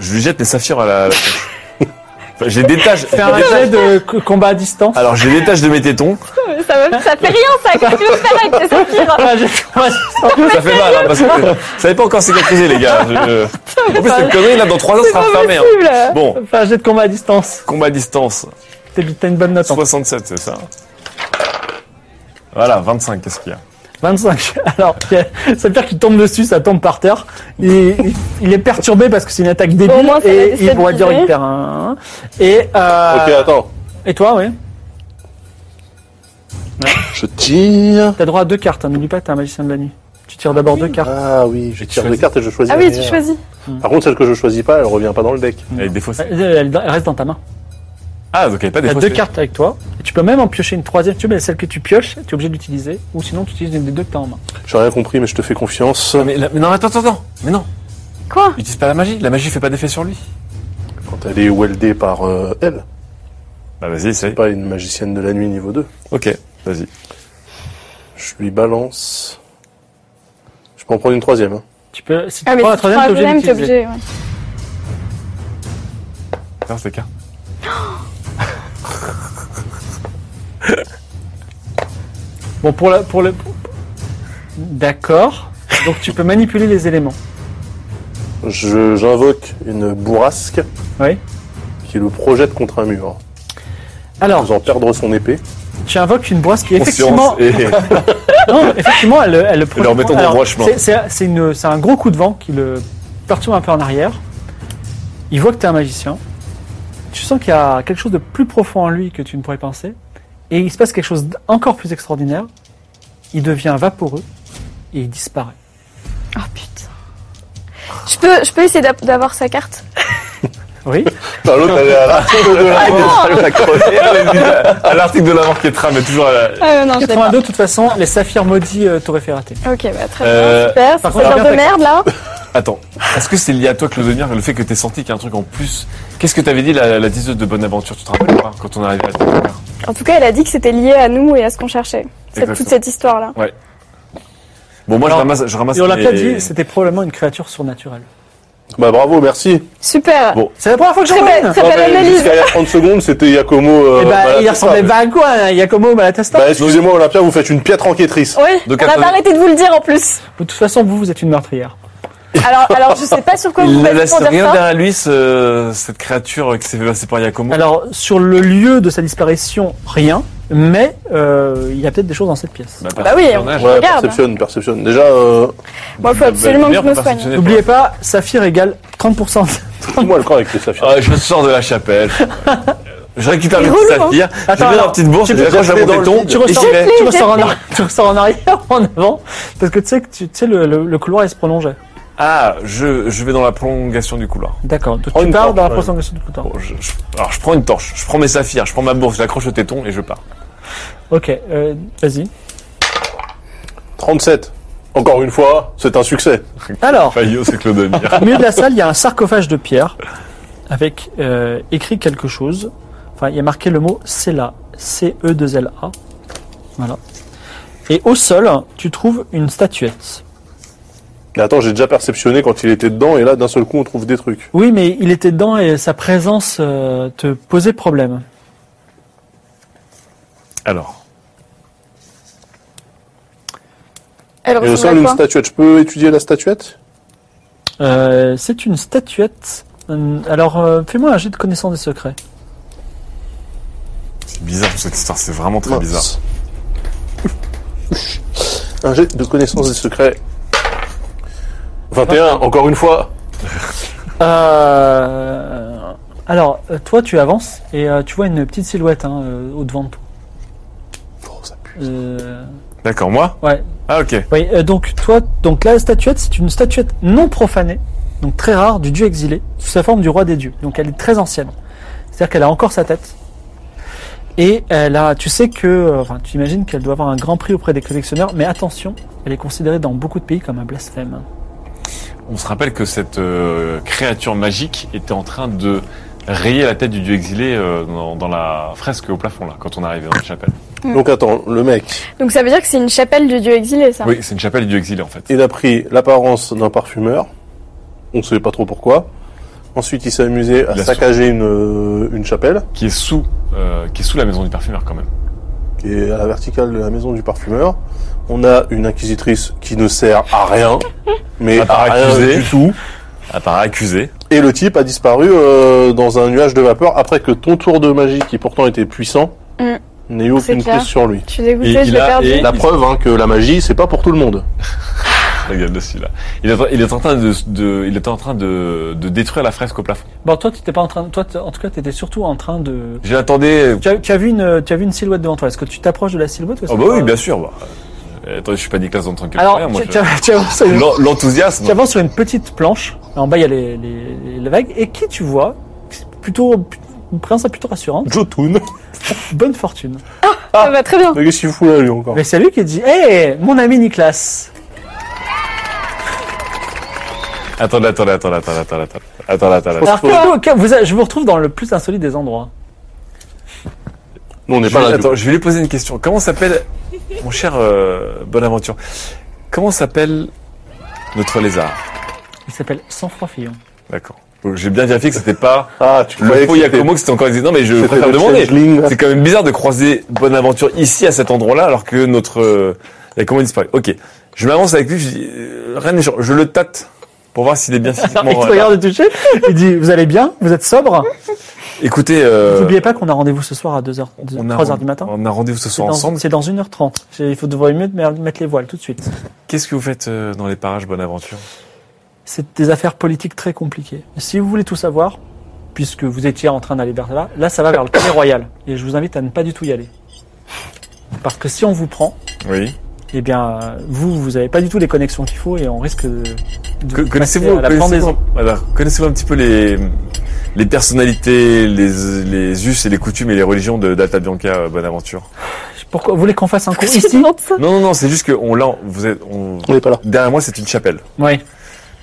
Speaker 4: Je lui jette les saphirs à la... à la tête. enfin, je les détache.
Speaker 1: Fais un jet de co- combat à distance.
Speaker 4: Alors, je les détache de mes tétons.
Speaker 5: Ça, va- ça fait rien ça. Qu'est-ce que tu veux faire avec tes saphirs
Speaker 1: Un jet de combat à distance.
Speaker 4: Ça fait mal, hein, parce que ça savez pas encore cicatrisé, les gars. Je- En plus, cette connerie, là, dans 3 ans,
Speaker 5: C'est
Speaker 4: sera
Speaker 5: pas
Speaker 4: fermé. Hein.
Speaker 5: possible.
Speaker 4: Bon,
Speaker 1: Fais un jet de combat à distance.
Speaker 4: combat à distance.
Speaker 1: T'as t'as une bonne note. hein. en
Speaker 4: 67, c'est ça Voilà, 25, qu'est-ce qu'il y a
Speaker 1: 25. Alors, ça veut dire qu'il tombe dessus, ça tombe par terre. Et, il est perturbé parce que c'est une attaque débile.
Speaker 5: Au moins, ça l'a
Speaker 1: et il, on va dire,
Speaker 5: déstabilisé.
Speaker 1: il perd un. Et,
Speaker 4: Ah.
Speaker 7: Ok
Speaker 1: euh,
Speaker 7: attends.
Speaker 1: et toi, oui.
Speaker 7: Je tire.
Speaker 1: T'as droit à deux cartes, hein. n'oublie pas, t'es un magicien de la nuit. Tu tires d'abord deux cartes.
Speaker 7: Ah oui, je
Speaker 4: Et tu
Speaker 7: tire des
Speaker 4: choisis.
Speaker 7: cartes et je choisis.
Speaker 5: Ah
Speaker 7: la
Speaker 5: oui, tu
Speaker 7: meilleure.
Speaker 5: choisis.
Speaker 7: Par contre celle que je choisis pas, elle revient pas dans le deck.
Speaker 4: Elle est défaussée.
Speaker 1: Elle, elle- elle reste dans ta main.
Speaker 4: Ah, donc elle est pas
Speaker 1: T'as
Speaker 4: défaussée.
Speaker 1: deux cartes avec toi. Et tu peux même en piocher une troisième. Tu veux, mais celle que tu pioches, tu es obligé d'utiliser. Ou sinon, tu utilises une des deux que t'as en main.
Speaker 7: J'ai rien compris mais je te fais confiance.
Speaker 4: Mais, la- mais non, attends, attends, attends. Mais non,
Speaker 5: Quoi
Speaker 4: utilise pas la magie. La magie fait pas d'effet sur lui.
Speaker 7: Quand elle est weldée par euh, elle,
Speaker 4: Bah, vas-y, essaye.
Speaker 7: pas une magicienne de la nuit niveau 2.
Speaker 4: Ok, vas-y.
Speaker 7: Je lui balance. Je peux en prendre une troisième. hein.
Speaker 1: Tu peux, si tu
Speaker 5: Ah mais
Speaker 1: prends Oh, la
Speaker 5: si tu prends
Speaker 1: troisième, t'es obligé
Speaker 5: t'es
Speaker 1: d'utiliser.
Speaker 5: obligé. ouais.
Speaker 4: Tiens, c'est cartes.
Speaker 1: Bon, pour la, pour le. pour- D'accord. Donc tu peux manipuler les éléments.
Speaker 7: Je- J'invoque une bourrasque.
Speaker 1: Oui.
Speaker 7: Qui le projette contre un mur.
Speaker 1: Alors,
Speaker 7: Faisant perdre son épée.
Speaker 1: tu invoques une brosse qui effectivement,
Speaker 4: Conscience et...
Speaker 1: non, effectivement, elle, elle le
Speaker 4: leur mettant dans le
Speaker 1: Alors,
Speaker 4: droit chemin.
Speaker 1: c'est- C'est c'est une- c'est un gros coup de vent qui le perturbe un peu en arrière. Il voit que t'es un magicien. Tu sens qu'il y a quelque chose de plus profond en lui que tu ne pourrais penser. Et il se passe quelque chose d'encore plus extraordinaire. Il devient vaporeux et il disparaît.
Speaker 5: Oh putain. Je peux, je peux essayer d'app- d'avoir sa carte.
Speaker 1: Oui.
Speaker 7: Putain, l'autre, elle est à l'article de la mort. Elle est accrochée.
Speaker 4: Ah, à l'article de la mort qui est tra, mais toujours à la...
Speaker 5: Ah euh, non, je l'ai pas.
Speaker 1: 82, de toute façon, les saphirs maudits euh, t'auraient fait rater.
Speaker 5: Ok, bah très
Speaker 4: Euh,
Speaker 5: bien, super.
Speaker 1: par
Speaker 5: C'est
Speaker 1: contre,
Speaker 5: genre
Speaker 1: regarde
Speaker 5: de
Speaker 1: ta
Speaker 5: merde là.
Speaker 4: Attends, est-ce que c'est lié à toi, Clodomir, le fait que t'es senti qu'il y a un truc en plus Qu'est-ce que t'avais dit, la, la diseuse de Bonne Aventure, tu te rappelles pas, quand on est arrivé à ta mère
Speaker 5: En tout cas, elle a dit que c'était lié à nous et à ce qu'on cherchait. Cette,
Speaker 4: Exactement.
Speaker 5: toute cette histoire là.
Speaker 4: Bon, moi,
Speaker 1: Alors,
Speaker 4: je ramasse... Je ramasse
Speaker 1: Et on l'a
Speaker 4: mes-
Speaker 1: pas dit, c'était probablement une créature surnaturelle.
Speaker 7: Bah bravo, merci.
Speaker 5: Super.
Speaker 7: Bon,
Speaker 1: C'est la première fois que j'en
Speaker 5: Très
Speaker 1: fais
Speaker 5: belle,
Speaker 1: une.
Speaker 5: très
Speaker 7: Non,
Speaker 5: belle
Speaker 7: mais
Speaker 5: analyse.
Speaker 7: Jusqu'à il y a 30 secondes, c'était Yakomo. euh,
Speaker 1: Eh ben, il
Speaker 7: Malatesta,
Speaker 1: ressemblait
Speaker 7: mais-
Speaker 1: pas à quoi, hein, Yacomo Malatesta
Speaker 7: Bah, excusez-moi, Olympia, vous faites une piètre enquêtrice.
Speaker 5: Oui,
Speaker 4: De
Speaker 5: on va
Speaker 4: quatre-
Speaker 5: pas arrêter de vous le dire en plus.
Speaker 1: De toute façon, vous, vous êtes une meurtrière.
Speaker 5: Alors, alors je sais pas sur quoi vous
Speaker 4: Il ne
Speaker 5: basez
Speaker 4: laisse
Speaker 5: pour dire
Speaker 4: rien
Speaker 5: ça.
Speaker 4: derrière lui, ce- cette créature qui s'est fait passer par Yakomo.
Speaker 1: Alors, sur le lieu de sa disparition, rien, mais euh, il y a peut-être des choses dans cette pièce.
Speaker 5: Bah oui, on-
Speaker 4: personnage.
Speaker 7: Ouais,
Speaker 5: Regarde.
Speaker 7: perception, perception. Déjà, euh,
Speaker 5: Moi,
Speaker 4: Bah,
Speaker 5: il faut absolument que je
Speaker 4: D'ailleurs,
Speaker 5: me soigne.
Speaker 4: perfectionné.
Speaker 1: N'oubliez pas, saphir égale 30%.
Speaker 7: moi le corps avec les saphirs.
Speaker 4: Ah, je sors de la chapelle. Je récupère mes
Speaker 5: Il est
Speaker 4: petits
Speaker 5: relou, hein.
Speaker 4: saphirs,
Speaker 1: Attends,
Speaker 4: je mets dans
Speaker 1: alors,
Speaker 4: la petite bourse,
Speaker 1: tu
Speaker 4: je
Speaker 1: peux
Speaker 4: raccroche à
Speaker 7: jeter
Speaker 4: mon
Speaker 7: dans le
Speaker 4: téton,
Speaker 7: vide.
Speaker 1: tu,
Speaker 4: et j'y
Speaker 1: ressors,
Speaker 4: vais.
Speaker 1: tu, ressors en arri- tu ressors en arrière, en avant, parce que tu sais que tu, tu sais, le, le- le couloir, il se prolongeait.
Speaker 4: Ah, je, je vais dans la prolongation du couloir.
Speaker 1: D'accord, donc tu
Speaker 7: Prends Oh, une
Speaker 1: pars
Speaker 7: porte,
Speaker 1: dans la
Speaker 7: ouais.
Speaker 1: prolongation du couloir.
Speaker 4: Bon, je- je- alors, je prends une torche, je prends mes saphirs, je prends ma bourse, je l'accroche au téton et je pars.
Speaker 1: Ok, euh, vas-y.
Speaker 7: 37. Ah, Encore une fois, c'est un succès.
Speaker 1: Alors,
Speaker 4: Fayot, c'est Claude Amir.
Speaker 1: au milieu de la salle, il y a un sarcophage de pierre, avec euh, écrit quelque chose. Enfin, il y a marqué le mot E Cela, C-E-2-L-A. Voilà. Et au sol, tu trouves une statuette.
Speaker 7: Mais attends, j'ai déjà perceptionné quand il était dedans, et là, d'un seul coup, on trouve des trucs.
Speaker 1: Oui, mais il était dedans et sa présence euh, te posait problème.
Speaker 4: Alors,
Speaker 5: Elle
Speaker 7: Et au sol,
Speaker 5: ressemble
Speaker 7: une
Speaker 5: à Ah, quoi
Speaker 7: statuette. Je peux étudier la statuette
Speaker 1: Euh, c'est une statuette. Hum, Alors, euh, fais-moi un jet de connaissance des secrets.
Speaker 4: c'est bizarre cette histoire, c'est vraiment très
Speaker 7: Mince.
Speaker 4: bizarre.
Speaker 7: Un jet de connaissance des secrets. 21, encore une fois.
Speaker 1: Euh, Alors, euh, toi, tu avances et euh, tu vois une petite silhouette hein, euh, au-devant de toi.
Speaker 7: Oh, ça pue.
Speaker 1: Euh,
Speaker 4: D'accord, moi
Speaker 1: Ouais.
Speaker 4: Ah, ok.
Speaker 1: Oui, euh, donc toi, donc la statuette, c'est une statuette non profanée, donc très rare, du dieu exilé, sous sa forme du roi des dieux. Donc elle est très ancienne. C'est-à-dire qu'elle a encore sa tête. Et elle a, tu sais que, euh, enfin, tu imagines qu'elle doit avoir un grand prix auprès des collectionneurs, mais attention, elle est considérée dans beaucoup de pays comme un blasphème.
Speaker 4: On se rappelle que cette euh, créature magique était en train de rayer la tête du dieu exilé euh, dans, dans la fresque au plafond, là, quand on arrivait dans la chapelle.
Speaker 5: Hmm.
Speaker 7: Donc attends, le mec,
Speaker 5: Donc ça veut dire que c'est une chapelle du dieu exilé, ça.
Speaker 4: Oui, c'est une chapelle du dieu exilé, en fait.
Speaker 7: il a pris l'apparence d'un parfumeur. On sait pas trop pourquoi. Ensuite, il s'est amusé à
Speaker 4: Il a
Speaker 7: saccager une, euh, une chapelle.
Speaker 4: Qui est sous, euh, qui est sous la maison du parfumeur, quand même.
Speaker 7: qui est à la verticale de la maison du parfumeur. On a une inquisitrice qui ne sert à rien, mais
Speaker 4: À
Speaker 7: à,
Speaker 4: part accuser.
Speaker 7: rien du tout.
Speaker 4: À part accusé.
Speaker 7: Et le type a disparu euh, dans un nuage de vapeur après que ton tour de magie, qui pourtant était puissant,
Speaker 5: Mm.
Speaker 7: n'ait eu
Speaker 5: C'est
Speaker 7: aucune
Speaker 5: clair.
Speaker 7: prise sur lui.
Speaker 5: Je suis dégoûtée,
Speaker 4: Et
Speaker 5: je
Speaker 4: il
Speaker 5: l'ai
Speaker 4: a-
Speaker 5: perdu.
Speaker 4: et-
Speaker 7: La preuve hein, que la magie, c'est pas pour tout le monde.
Speaker 4: Regarde dessus, là. Il est, en- il est en train de, de- il est en train de, de détruire la fresque au plafond.
Speaker 1: Bon, toi, tu t'es pas en train, toi, t- en tout cas, t'étais surtout en train de.
Speaker 4: Je l'attendais. euh,
Speaker 1: Tu as, tu as vu une, tu as vu une silhouette devant toi. Est-ce que tu t'approches de la silhouette ou est-ce
Speaker 4: Oh,
Speaker 1: que
Speaker 4: bah
Speaker 1: tu-
Speaker 4: oui, bien sûr, bah. Euh, Attends, je suis pas Nicolas en tant que
Speaker 6: Ah,
Speaker 1: Alors,
Speaker 4: rien, moi,
Speaker 1: tu,
Speaker 4: je-
Speaker 1: tu av- tu avances sur une-
Speaker 4: L'en- L'enthousiasme.
Speaker 1: Tu avances sur une petite planche. En bas, il y a les, les, les vagues. Et qui tu vois C'est Plutôt, une présence plutôt rassurante.
Speaker 7: Jotun. Mais
Speaker 1: Bonne fortune.
Speaker 5: Ça va très bien.
Speaker 7: qu'est-ce qu'il fout là, lui, encore
Speaker 1: Mais c'est lui qui dit Hé, mon ami Nicolas
Speaker 4: Attendez, attendez, attendez, attendez, attendez, attendez, attendez, attendez.
Speaker 1: Alors, que- oh, que- vous- je vous retrouve dans le plus insolite des endroits.
Speaker 7: Non, on n'est
Speaker 4: Je vais-
Speaker 7: pas là. du
Speaker 4: attends, je vais lui poser une question. Comment s'appelle, mon cher euh, Bonaventure, comment s'appelle notre lézard
Speaker 1: Il s'appelle Sang-Froid Fillon.
Speaker 4: D'accord. Donc, J'ai bien vérifié que c'était pas
Speaker 7: tout. Ah, tu
Speaker 4: le
Speaker 7: croyais
Speaker 4: faux
Speaker 7: que c'était-
Speaker 4: Yakomo, que c'était encore existant, mais je
Speaker 7: c'était
Speaker 4: préfère
Speaker 7: le
Speaker 4: demander.
Speaker 7: changeling, là.
Speaker 4: C'est quand même bizarre de croiser Bonaventure ici, à cet endroit-là, alors que notre euh, Yakomo a disparu. Ok. Je m'avance avec lui, je dis, euh, rien n'est changé. Je le tâte pour voir s'il est bien
Speaker 1: Alors, il
Speaker 4: physiquement.
Speaker 1: te
Speaker 4: euh, là.
Speaker 1: regarde de toucher. Il dit Vous allez bien Vous êtes sobre
Speaker 4: Écoutez, euh,
Speaker 1: N'oubliez pas qu'on a rendez-vous ce soir à 2h,
Speaker 4: on a
Speaker 1: 3h du matin.
Speaker 4: On a rendez-vous ce
Speaker 1: C'est
Speaker 4: soir
Speaker 1: dans,
Speaker 4: ensemble.
Speaker 1: c'est dans 1h30. C'est- Il faut devoir mieux de mer- mettre les voiles tout de suite.
Speaker 4: Qu'est-ce que vous faites euh, dans les parages Bonaventure
Speaker 1: C'est des affaires politiques très compliquées. Si vous voulez tout savoir, puisque vous étiez en train d'aller vers là, là ça va vers le palais royal. Et je vous invite à ne pas du tout y aller. Parce que si on vous prend,
Speaker 4: Oui.
Speaker 1: eh bien, euh, vous, vous n'avez pas du tout les connexions qu'il faut et on risque de, de
Speaker 4: Que-
Speaker 1: passer
Speaker 4: Connaissez-vous
Speaker 1: Bah, à la pendaison.
Speaker 4: connaissez-vous- voilà, connaissez-vous un petit peu les, les personnalités, les, les us et les coutumes et les religions de d'Alta Bianca euh, Bonaventure
Speaker 1: Pourquoi vous voulez qu'on fasse un cours
Speaker 5: Pourquoi tu
Speaker 1: ici
Speaker 5: demandes ça
Speaker 4: Non, non, non, c'est juste que on, là, on- vous êtes, on,
Speaker 7: On n'est pas là.
Speaker 4: derrière moi, c'est une chapelle.
Speaker 1: Oui.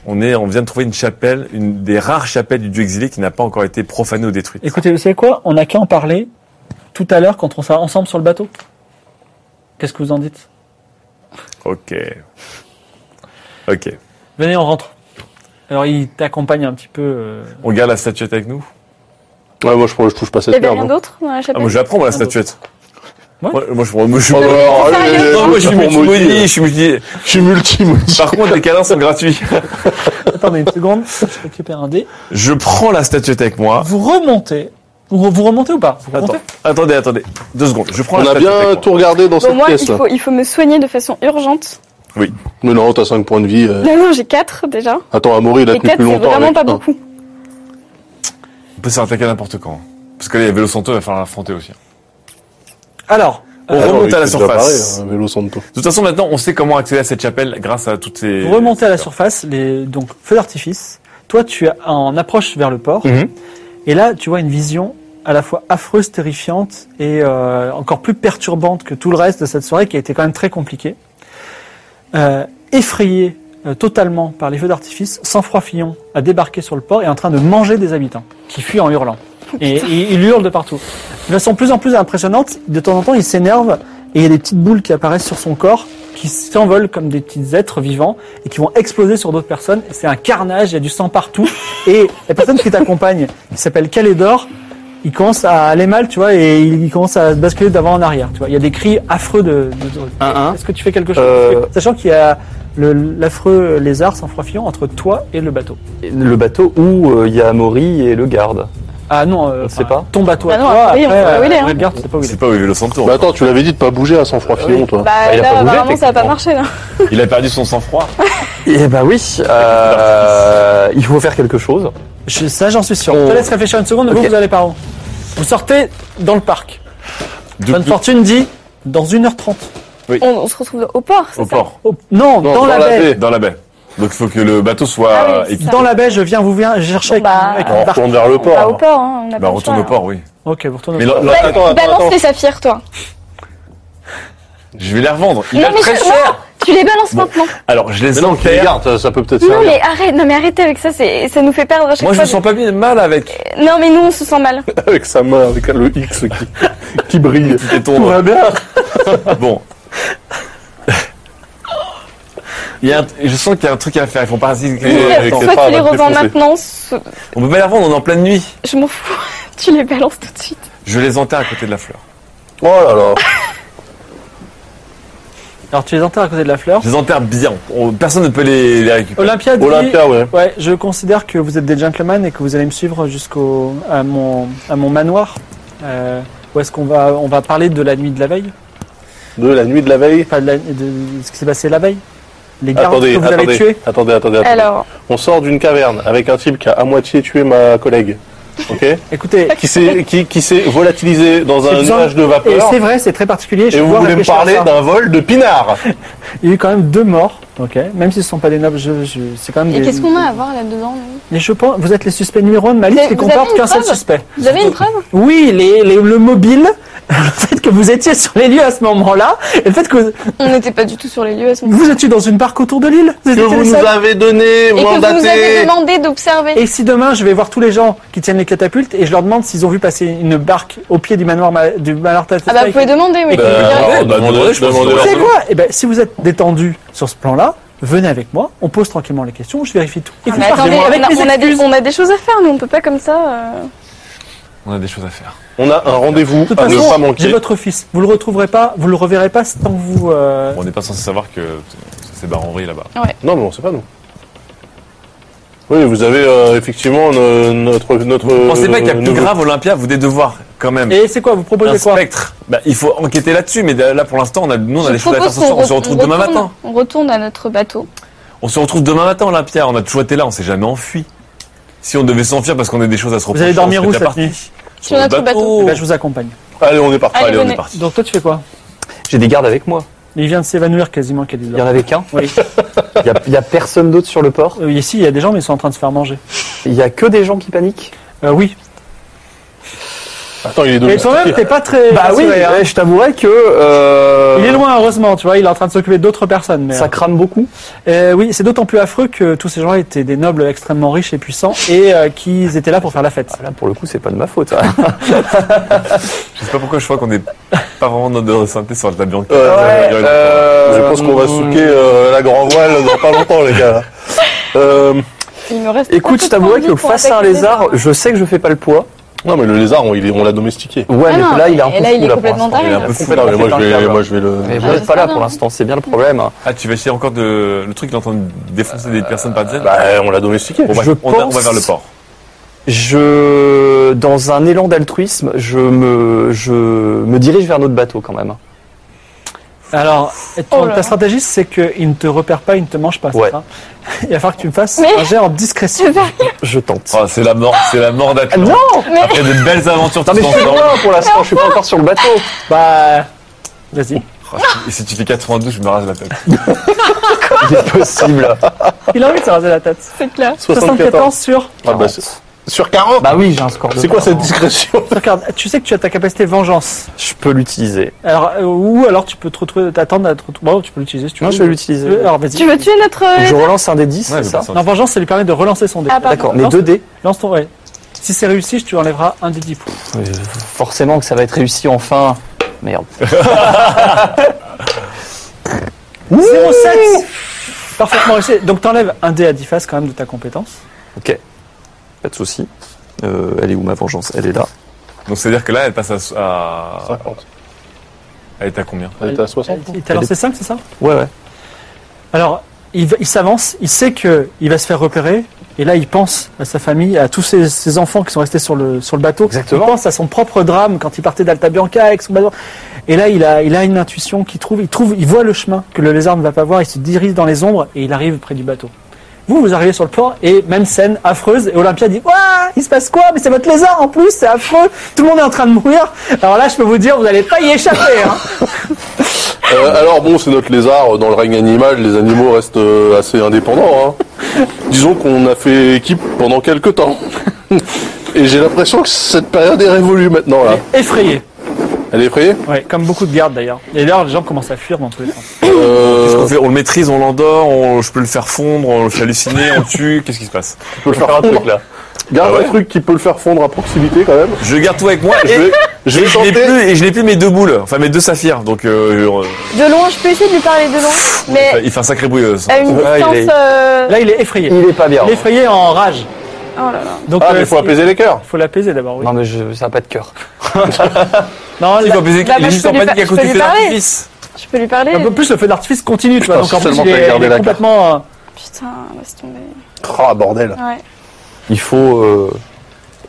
Speaker 4: On, est, on vient de trouver une chapelle, une des rares chapelles du dieu exilé qui n'a pas encore été profanée ou détruite.
Speaker 1: Écoutez, vous savez quoi On n'a qu'à en parler tout à l'heure quand on sera ensemble sur le bateau. Qu'est-ce que vous en dites
Speaker 4: Ok. Ok.
Speaker 1: Venez, on rentre. Alors il t'accompagne un petit peu. euh,
Speaker 4: On garde la statuette avec nous
Speaker 7: Ouais, moi je, prends- je touche pas
Speaker 5: Il y
Speaker 7: cette
Speaker 5: avait
Speaker 7: merde.
Speaker 5: rien
Speaker 7: hein.
Speaker 5: d'autre dans la
Speaker 4: Ah,
Speaker 5: chapelle
Speaker 4: moi je la prends moi, la statuette.
Speaker 1: Ouais.
Speaker 4: Moi, moi, je prends. Moi, je suis,
Speaker 7: Oh, bah, alors,
Speaker 5: Sérieux
Speaker 7: allez, allez,
Speaker 4: Non, moi, je suis
Speaker 7: pour
Speaker 4: multi-maudit,
Speaker 7: maudit.
Speaker 4: je suis multi-
Speaker 7: Je suis multi
Speaker 4: Par contre, les câlins sont gratuits.
Speaker 1: Attendez une seconde, je récupère un dé.
Speaker 4: Je prends la statuette avec moi.
Speaker 1: Vous remontez. Vous, vous remontez ou pas Vous
Speaker 4: Ah. Attends,
Speaker 1: remontez
Speaker 4: attendez, attendez. Deux secondes. Je prends
Speaker 7: On
Speaker 4: la
Speaker 7: a
Speaker 4: statuette
Speaker 7: bien
Speaker 4: avec moi.
Speaker 7: tout regardé dans
Speaker 5: Bon,
Speaker 7: cette
Speaker 5: moi, il
Speaker 7: pièce là.
Speaker 5: faut, il faut me soigner de façon urgente.
Speaker 7: Mais non, t'as 5 points de vie. euh.
Speaker 5: Non, non, j'ai 4 déjà.
Speaker 7: Attends, Amaury, il a
Speaker 5: Et
Speaker 7: tenu
Speaker 5: 4,
Speaker 7: plus
Speaker 5: c'est
Speaker 7: longtemps.
Speaker 5: vraiment
Speaker 7: avec,
Speaker 5: pas
Speaker 7: putain.
Speaker 5: beaucoup.
Speaker 4: On peut se faire attaquer n'importe quand. Parce que là, il y a Vélo Santo, il va falloir l'affronter aussi.
Speaker 1: Alors,
Speaker 4: On
Speaker 7: Ah,
Speaker 4: remonte
Speaker 7: non,
Speaker 4: à la
Speaker 7: c'est déjà
Speaker 4: surface.
Speaker 7: pareil, hein. un vélo sans dos.
Speaker 4: De toute façon, maintenant, on sait comment accéder à cette chapelle grâce à toutes ces.
Speaker 1: vous remontez à la surface, les, donc feu d'artifice. Toi, tu es en approche vers le port.
Speaker 4: Mhm.
Speaker 1: Et là, tu vois une vision à la fois affreuse, terrifiante et euh, encore plus perturbante que tout le reste de cette soirée qui a été quand même très compliquée. Euh, effrayé euh, totalement par les feux d'artifice, Sang-Froid Fillon a débarqué sur le port et est en train de manger des habitants qui fuient en hurlant. Et, et il hurle de partout. De façon de plus en plus impressionnante, de temps en temps, il s'énerve et il y a des petites boules qui apparaissent sur son corps qui s'envolent comme des petits êtres vivants et qui vont exploser sur d'autres personnes. C'est un carnage, il y a du sang partout. Et la personne qui t'accompagne, qui s'appelle Calédor, il commence à aller mal, tu vois, et il commence à basculer d'avant en arrière, tu vois. Il y a des cris affreux de... de- de-
Speaker 6: Un, un.
Speaker 1: Est-ce que tu fais quelque chose
Speaker 6: Ah, Euh.
Speaker 1: Sachant qu'il y a le- l'affreux lézard sans froid fuyant entre toi et le bateau.
Speaker 6: Le bateau où euh, il y a Amaury et le garde.
Speaker 1: Ah non, euh,
Speaker 6: On
Speaker 1: enfin,
Speaker 6: sait pas.
Speaker 1: Ton bateau à
Speaker 5: Bah non,
Speaker 1: toi,
Speaker 5: oui, on
Speaker 1: après,
Speaker 5: sait pas où il est,
Speaker 1: euh,
Speaker 5: hein.
Speaker 1: regarde, tu sais pas où il est.
Speaker 4: C'est pas où est Vélo Santo.
Speaker 7: Bah attends, tu l'avais dit de pas bouger à sang froid filon, toi.
Speaker 5: Bah,
Speaker 6: il a
Speaker 5: là,
Speaker 6: pas bougé,
Speaker 5: apparemment, ça va pas
Speaker 6: techniquement.
Speaker 5: marcher, là.
Speaker 4: Il a perdu son sang-froid.
Speaker 6: Eh ben oui, euh, il faut faire quelque chose.
Speaker 1: Je- ça, j'en suis sûr.
Speaker 6: On-
Speaker 1: Je te laisse réfléchir une seconde, vous,
Speaker 6: Euh, Ok.
Speaker 1: vous allez par où Vous sortez dans le parc.
Speaker 4: De-
Speaker 1: Bonne
Speaker 4: de-
Speaker 1: fortune dit dans 1h30.
Speaker 5: On, on se retrouve au port, c'est
Speaker 4: Au
Speaker 5: ça
Speaker 4: port.
Speaker 1: Oh, non, dans, la, baie.
Speaker 4: Dans la baie. Donc, il faut que le bateau soit.
Speaker 5: Ah oui,
Speaker 4: et-
Speaker 5: c'est ça.
Speaker 1: Dans la baie, je viens vous viens, j'ai cherché
Speaker 5: Bon, bah,
Speaker 1: avec,
Speaker 7: On
Speaker 1: avec un
Speaker 7: retourne vers le
Speaker 5: Bah, au
Speaker 7: port.
Speaker 5: port, hein, on a
Speaker 4: Bah,
Speaker 5: pas le
Speaker 4: retourne
Speaker 5: choix,
Speaker 4: au port, oui.
Speaker 1: Ok, vous retournez.
Speaker 4: Mais là,
Speaker 5: là.
Speaker 4: là,
Speaker 5: Ba-
Speaker 7: Attends, attends,
Speaker 5: balance
Speaker 7: attends.
Speaker 5: les saphirs, toi.
Speaker 4: je vais les revendre. Il
Speaker 5: Non,
Speaker 4: a
Speaker 5: mais
Speaker 4: très
Speaker 5: je-
Speaker 4: cher.
Speaker 5: Tu les balances
Speaker 4: Bon.
Speaker 5: maintenant.
Speaker 4: Alors, je les
Speaker 7: Mais non, tu les
Speaker 4: enterre.
Speaker 7: gardes, ça- ça peut peut-être
Speaker 5: Non,
Speaker 7: servir.
Speaker 5: mais arrête, non, mais arrêtez avec ça, c'est, ça nous fait perdre à chaque
Speaker 4: Moi, je
Speaker 5: fois.
Speaker 4: me sens pas bien mal avec.
Speaker 5: Non, mais nous, on se sent mal.
Speaker 7: Avec sa main, avec le X qui, qui brille.
Speaker 4: Et ton-
Speaker 7: Tout va bien.
Speaker 4: Bon. Il y a un- je sens qu'il y a un truc à faire. Ils font pas ainsi.
Speaker 7: avec les
Speaker 5: Soit
Speaker 7: femmes,
Speaker 5: tu les
Speaker 7: avec les
Speaker 5: revends
Speaker 7: Français.
Speaker 5: maintenant, so-
Speaker 4: On peut pas les revendre, on est en pleine nuit.
Speaker 5: je m'en fous. Tu les balances tout de suite.
Speaker 4: Je les enterre à côté de la fleur.
Speaker 7: Oh là là.
Speaker 1: Alors tu les enterres à côté de la fleur.
Speaker 4: Je les enterre bien. On- personne ne peut les, les récupérer.
Speaker 1: Olympia dit,
Speaker 7: Olympia, ouais.
Speaker 1: Ouais, je considère que vous êtes des gentlemen et que vous allez me suivre jusqu'au à mon à mon manoir. Euh, où est-ce qu'on va on va parler de la nuit de la veille
Speaker 7: De la nuit de la veille.
Speaker 1: Pas de, la- de ce qui s'est passé la veille Les gardes
Speaker 7: Attendez,
Speaker 1: que vous avez
Speaker 7: attendez,
Speaker 1: tués
Speaker 7: attendez, attendez,
Speaker 6: Ah
Speaker 7: attendez.
Speaker 5: Alors,
Speaker 7: On sort d'une caverne avec un type qui a à moitié tué ma collègue. Ok
Speaker 1: Écoutez,
Speaker 7: Qui s'est qui, qui s'est volatilisé dans
Speaker 1: C'est
Speaker 7: un
Speaker 1: bizarre.
Speaker 7: nuage de
Speaker 1: et
Speaker 7: vapeur.
Speaker 1: c'est vrai, c'est très particulier.
Speaker 7: Et
Speaker 1: je
Speaker 7: vous
Speaker 1: dois
Speaker 7: voulez me
Speaker 1: réfléchir à
Speaker 7: parler
Speaker 1: ça.
Speaker 7: d'un vol de pinard
Speaker 1: Il y a eu quand même deux morts, ok Même si ce sont pas des nobles, je, je- c'est quand même
Speaker 3: Et
Speaker 1: des...
Speaker 3: qu'est-ce qu'on a à voir là-dedans nous
Speaker 1: Mais je pense, vous êtes les suspects numéro un de ma liste
Speaker 5: Vous
Speaker 1: qui
Speaker 5: avez- vous
Speaker 1: comporte
Speaker 5: avez une
Speaker 1: qu'un seul
Speaker 5: preuve
Speaker 1: suspect.
Speaker 5: vous avez une preuve
Speaker 1: Oui, les, les- le mobile, le fait que vous étiez sur les lieux à ce moment-là, et le fait que
Speaker 5: On n'était pas du tout sur les lieux à ce moment
Speaker 1: vous étiez dans une barque autour de l'île. vous
Speaker 7: que
Speaker 1: étiez
Speaker 7: vous
Speaker 1: les
Speaker 7: nous
Speaker 1: seuls.
Speaker 7: avez donné,
Speaker 5: Et que vous nous avez
Speaker 7: mandaté.
Speaker 5: demandé d'observer.
Speaker 1: Et si demain je vais voir tous les gens qui tiennent les catapultes et je leur demande s'ils ont vu passer une barque au pied du manoir ma- du manoir Tatsuya
Speaker 5: Ah bah,
Speaker 1: et
Speaker 5: vous pouvez
Speaker 1: que-
Speaker 5: demander, oui.
Speaker 1: Bah,
Speaker 5: Regardez.
Speaker 4: Ouais,
Speaker 7: Alors,
Speaker 4: bah,
Speaker 7: demandez-
Speaker 4: demandez, je pense
Speaker 7: demandez-
Speaker 4: que-
Speaker 1: Vous savez
Speaker 7: demander.
Speaker 1: quoi Eh ben, si vous êtes détendu sur ce plan-là, venez avec moi, on pose tranquillement les questions, je vérifie tout. Et
Speaker 5: Ah,
Speaker 1: vous
Speaker 5: mais
Speaker 1: partez
Speaker 5: attendez,
Speaker 1: avec
Speaker 5: on a,
Speaker 1: les
Speaker 5: on a des,
Speaker 1: excuses.
Speaker 5: on a des choses à faire, nous, on peut pas comme ça. euh.
Speaker 4: On a des choses à faire.
Speaker 7: On a un rendez-vous
Speaker 1: De toute
Speaker 7: à ne pas
Speaker 1: façon, j'ai
Speaker 7: manquer.
Speaker 1: votre fils. Vous le retrouverez pas, vous le reverrez pas tant que vous. euh,
Speaker 4: On n'est pas censé savoir que c'est Baron Henri là-bas.
Speaker 7: Non, mais on sait pas, nous. Oui, vous avez euh, effectivement no- notre. notre
Speaker 4: Vous pensez pas qu'il y a
Speaker 7: euh,
Speaker 4: plus
Speaker 7: nouveau-
Speaker 4: grave Olympia Vous des devoirs quand même.
Speaker 1: Et c'est quoi Vous proposez
Speaker 4: un
Speaker 1: quoi
Speaker 4: spectre. Bah, il faut enquêter là-dessus, mais là pour l'instant, on a, nous on a
Speaker 5: Je
Speaker 4: des choses à faire
Speaker 5: propose
Speaker 4: ce
Speaker 5: qu'on
Speaker 4: soir. On se
Speaker 5: re-
Speaker 4: retrouve
Speaker 5: on
Speaker 4: demain
Speaker 5: retourne-
Speaker 4: matin.
Speaker 5: On retourne à notre bateau.
Speaker 4: On se retrouve demain matin, Olympia. On a toujours été là, on s'est jamais enfui. Si on devait s'enfuir parce qu'on a des choses à se reprocher,
Speaker 1: allez dormir
Speaker 4: on
Speaker 1: où cette
Speaker 4: serait déjà partis.
Speaker 1: nuit
Speaker 4: Sur
Speaker 5: Sur
Speaker 4: le
Speaker 5: notre
Speaker 4: bateau.
Speaker 1: Eh ben, je vous accompagne.
Speaker 7: Allez, on est parti.
Speaker 4: Allez,
Speaker 5: Allez,
Speaker 4: on
Speaker 6: Eh,
Speaker 5: venez.
Speaker 4: est parti.
Speaker 1: Donc toi tu fais quoi
Speaker 6: J'ai des gardes avec moi.
Speaker 1: Il vient de s'évanouir quasiment qu'elle
Speaker 6: Il y en avait qu'un.
Speaker 1: Oui.
Speaker 6: Il y a, il y a personne d'autre sur le port.
Speaker 1: Euh, ici il y a des gens mais ils sont en train de se faire manger.
Speaker 6: Il y a que des gens qui paniquent.
Speaker 1: Euh, oui.
Speaker 7: Attends, il est deux.
Speaker 1: Et toi-même t'es pas très. rassuré, hein.
Speaker 6: eh, je t'avouerais que euh,
Speaker 1: Il est loin heureusement, tu vois, il est en train de s'occuper d'autres personnes. Mais,
Speaker 6: Ça crame beaucoup.
Speaker 1: euh, oui, c'est d'autant plus affreux que tous ces gens étaient des nobles extrêmement riches et puissants et euh, qu'ils étaient là pour faire la fête.
Speaker 6: Là, pour le coup, c'est pas de ma faute. hein.
Speaker 4: Je sais pas pourquoi je crois qu'on n'est pas vraiment dans notre santé sur la Ah, Bianca.
Speaker 7: Ouais, euh, Je pense qu'on va souquer euh, la grand voile dans pas longtemps, les gars. Euh,
Speaker 5: Il me reste.
Speaker 6: Écoute, je t'avouerai que face à un lézard, je sais que je fais pas le poids.
Speaker 7: Non, mais le lézard, on, il est- on l'a domestiqué.
Speaker 6: Ouais,
Speaker 5: Ah
Speaker 6: mais
Speaker 5: non,
Speaker 6: là, il est un
Speaker 5: et
Speaker 6: peu
Speaker 5: là, il
Speaker 6: fou,
Speaker 5: est
Speaker 6: pour
Speaker 5: complètement
Speaker 6: l'instant.
Speaker 5: dingue.
Speaker 6: Il est un peu fou,
Speaker 7: mais
Speaker 6: là,
Speaker 7: moi, je
Speaker 6: complètement
Speaker 7: vais,
Speaker 6: dingue.
Speaker 7: moi, je vais le.
Speaker 6: Mais
Speaker 5: Ah,
Speaker 6: vous n'êtes pas là
Speaker 5: j'espère
Speaker 6: pour
Speaker 5: bien.
Speaker 6: l'instant, c'est bien le problème.
Speaker 4: Ah, tu vas essayer encore de, le truc d'entendre défoncer des personnes par dizaines
Speaker 7: Bah, on l'a domestiqué.
Speaker 4: Bon, Ah, bah,
Speaker 6: Euh, je
Speaker 4: on, va- on va
Speaker 6: pense-
Speaker 4: vers le port.
Speaker 6: Je, dans un élan d'altruisme, je me, je me dirige vers notre bateau quand même.
Speaker 1: Alors,
Speaker 5: Oh
Speaker 1: ton-
Speaker 5: là
Speaker 1: ta
Speaker 5: là.
Speaker 1: stratégie, c'est qu'il ne te repère pas, il ne te mange pas. c'est
Speaker 6: Ouais.
Speaker 1: ça il va falloir que tu me fasses
Speaker 5: Mais-
Speaker 1: un jet en discrétion.
Speaker 5: Je vais-
Speaker 6: Je tente.
Speaker 4: Oh, c'est la mort, c'est la mort
Speaker 6: Ah,
Speaker 4: d'Atlan.
Speaker 6: non
Speaker 5: Mais
Speaker 4: Après de belles aventures
Speaker 6: Non mais
Speaker 4: tous
Speaker 6: je suis
Speaker 4: ensemble.
Speaker 6: loin pour l'instant, je suis pas encore sur le bateau.
Speaker 1: Bah, vas-y.
Speaker 4: Et si tu fais 92, je me rase la tête.
Speaker 6: Il est possible.
Speaker 1: Il a envie de se raser la tête.
Speaker 5: c'est clair.
Speaker 1: 74 sur.
Speaker 7: Ah, bah, c'est- sur 40
Speaker 6: Bah oui, j'ai un score de
Speaker 7: C'est quoi cette
Speaker 6: 40.
Speaker 7: discrétion
Speaker 1: hein. Regarde, tu sais que tu as ta capacité vengeance.
Speaker 6: Je peux l'utiliser.
Speaker 1: Alors, euh, ou alors tu peux te retrouver, t'attendre à te retrouver. Bon, tu peux l'utiliser si tu veux.
Speaker 6: Non, je vais l'utiliser.
Speaker 1: Euh, Alors, vas-y.
Speaker 5: Tu veux tuer notre.
Speaker 6: Donc, Je relance un des 10,
Speaker 4: Ouais,
Speaker 6: c'est
Speaker 4: je
Speaker 6: ça
Speaker 4: pense
Speaker 1: Non, vengeance, ça lui permet de relancer son dé.
Speaker 5: Ah, pardon.
Speaker 6: D'accord, mais
Speaker 1: Lance-
Speaker 6: 2 dés.
Speaker 1: Lance ton, ouais. Si c'est réussi, tu enlèveras un des 10 points.
Speaker 6: Forcément que ça va être réussi enfin. Merde.
Speaker 1: 07 Parfaitement réussi. Donc, t'enlèves un dé à 10 faces quand même de ta compétence.
Speaker 6: Pas de souci. Euh, elle est où ma vengeance Elle est là.
Speaker 4: Donc c'est à dire que là, elle passe à, à- elle est à combien
Speaker 7: Elle était à 60
Speaker 1: Il t'a lancé 5, c'est ça
Speaker 6: Ouais, ouais.
Speaker 1: Alors, il, va- il s'avance, il sait que il va se faire repérer, et là, il pense à sa famille, à tous ses, ses enfants qui sont restés sur le, sur le bateau.
Speaker 6: Exactement.
Speaker 1: Il pense à son propre drame quand il partait d'Alta Bianca avec son bateau. Et là, il a, il a une intuition qu'il trouve, il trouve, il voit le chemin que le lézard ne va pas voir, il se dirige dans les ombres et il arrive près du bateau. Vous, vous arrivez sur le port et même scène affreuse et Olympia dit Ouah, il se passe quoi Mais c'est votre lézard en plus, c'est affreux, tout le monde est en train de mourir. Alors là, je peux vous dire, vous n'allez pas y échapper. Hein.
Speaker 7: Euh, alors bon, c'est notre lézard. Dans le règne animal, les animaux restent euh, assez indépendants. hein. Disons qu'on a fait équipe pendant quelques temps. Et j'ai l'impression que cette période est révolue maintenant là.
Speaker 1: Effrayé.
Speaker 7: Elle est effrayée
Speaker 1: Ouais, comme beaucoup de gardes d'ailleurs. Et d'ailleurs, les gens commencent à fuir dans tous les sens.
Speaker 4: Qu'est-ce qu'on
Speaker 7: euh,
Speaker 4: fait On le maîtrise, on l'endort, on- je peux le faire fondre, on le fait halluciner, on le tue. Qu'est-ce qui se passe
Speaker 7: Je peux le faire fondre.
Speaker 4: là.
Speaker 7: Garde
Speaker 4: Ah ouais
Speaker 7: un truc qui peut le faire fondre à proximité quand même.
Speaker 4: Je garde tout avec moi.
Speaker 7: Je
Speaker 4: Et...
Speaker 7: vais, je
Speaker 4: et
Speaker 7: vais
Speaker 4: je n'ai
Speaker 7: tenter.
Speaker 4: plus, et je n'ai plus mes deux boules, Euh, enfin mes deux saphirs, donc euh,
Speaker 5: De loin, je peux essayer de lui parler de loin,
Speaker 4: euh,
Speaker 5: mais
Speaker 4: il fait un sacré bruit. euh, ça.
Speaker 5: à une
Speaker 6: Ouais, il est-
Speaker 5: distance. euh,
Speaker 1: Là, il est effrayé.
Speaker 6: Il est pas bien.
Speaker 1: Il est effrayé en rage.
Speaker 5: Oh là là.
Speaker 1: Donc,
Speaker 7: Ah, mais
Speaker 1: euh,
Speaker 7: faut apaiser les cœurs.
Speaker 1: il faut l'apaiser d'abord, oui.
Speaker 6: Non mais je, ça n'a pas de cœur.
Speaker 1: Non,
Speaker 4: Il
Speaker 1: là,
Speaker 4: va baiser-
Speaker 5: bah,
Speaker 4: il est
Speaker 5: je
Speaker 4: juste
Speaker 5: peux
Speaker 4: en
Speaker 5: lui
Speaker 4: panique
Speaker 5: par-
Speaker 4: à cause du
Speaker 5: je peux
Speaker 4: feu
Speaker 5: lui parler.
Speaker 4: d'artifice.
Speaker 5: Je peux lui parler.
Speaker 1: un peu plus le feu d'artifice continue, tu vois.
Speaker 7: Putain,
Speaker 1: Donc en
Speaker 7: si
Speaker 1: plus,
Speaker 7: seulement
Speaker 1: il
Speaker 7: t'avais
Speaker 1: est,
Speaker 7: gardé
Speaker 1: il est
Speaker 7: la carte.
Speaker 1: complètement. euh,
Speaker 5: Putain, laisse tomber.
Speaker 7: Ah bordel.
Speaker 5: Ouais.
Speaker 6: Il faut... euh,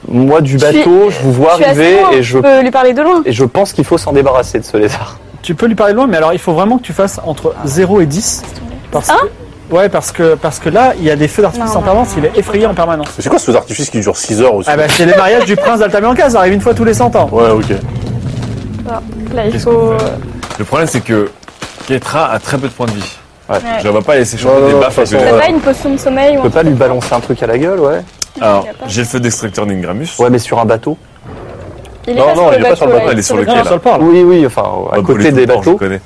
Speaker 6: moi du
Speaker 5: Tu es-
Speaker 6: bateau, je vous vois
Speaker 5: Je suis assez
Speaker 6: arriver
Speaker 5: loin,
Speaker 6: et je,
Speaker 5: peux lui parler de loin.
Speaker 6: et je pense qu'il faut s'en débarrasser de ce lézard.
Speaker 1: Tu peux lui parler de loin, mais alors il faut vraiment que tu fasses entre
Speaker 5: Ah.
Speaker 1: 0 et 10.
Speaker 5: Laisse tomber.
Speaker 1: Parce
Speaker 5: Hein
Speaker 1: que, ouais, parce que, parce que là, il y a des feux d'artifice
Speaker 5: Non,
Speaker 1: en permanence, il
Speaker 5: non,
Speaker 1: est effrayé en permanence.
Speaker 7: C'est quoi ce artifice qui dure 6 heures aussi
Speaker 1: Ah bah, c'est les mariages du prince d'Altabianca, ça arrive une fois tous les 100 ans.
Speaker 7: Ouais, ok.
Speaker 5: Bah, Là, il
Speaker 4: Qu'est-ce qu'on
Speaker 5: faut.
Speaker 4: fait Le problème c'est que Ketra a très peu de points de vie.
Speaker 5: Ouais.
Speaker 4: Je la vois pas laisser
Speaker 7: Non, non,
Speaker 4: changer des
Speaker 7: non,
Speaker 4: baffes.
Speaker 7: de toute
Speaker 4: avec
Speaker 7: façon,
Speaker 4: le-
Speaker 5: T'as pas une potion de sommeil
Speaker 6: Je
Speaker 5: ou
Speaker 6: peux
Speaker 5: un
Speaker 6: pas
Speaker 5: truc
Speaker 6: lui balancer un truc à la gueule, ouais.
Speaker 4: Alors,
Speaker 5: Il a pas.
Speaker 4: j'ai le feu destructeur d'Ingramus.
Speaker 6: Ouais mais sur un bateau.
Speaker 5: Il est
Speaker 7: Non,
Speaker 5: pas
Speaker 7: non,
Speaker 5: sur le
Speaker 7: il est pas sur le
Speaker 5: bateau,
Speaker 7: bateau,
Speaker 5: là,
Speaker 4: il est sur le
Speaker 1: Non,
Speaker 4: quai,
Speaker 1: non,
Speaker 4: là. Bah,
Speaker 1: ça le parle.
Speaker 6: Oui oui, enfin à
Speaker 4: Pas brûler
Speaker 6: côté
Speaker 4: tout
Speaker 6: des
Speaker 4: le temps, Je,
Speaker 6: bateaux.
Speaker 4: connais.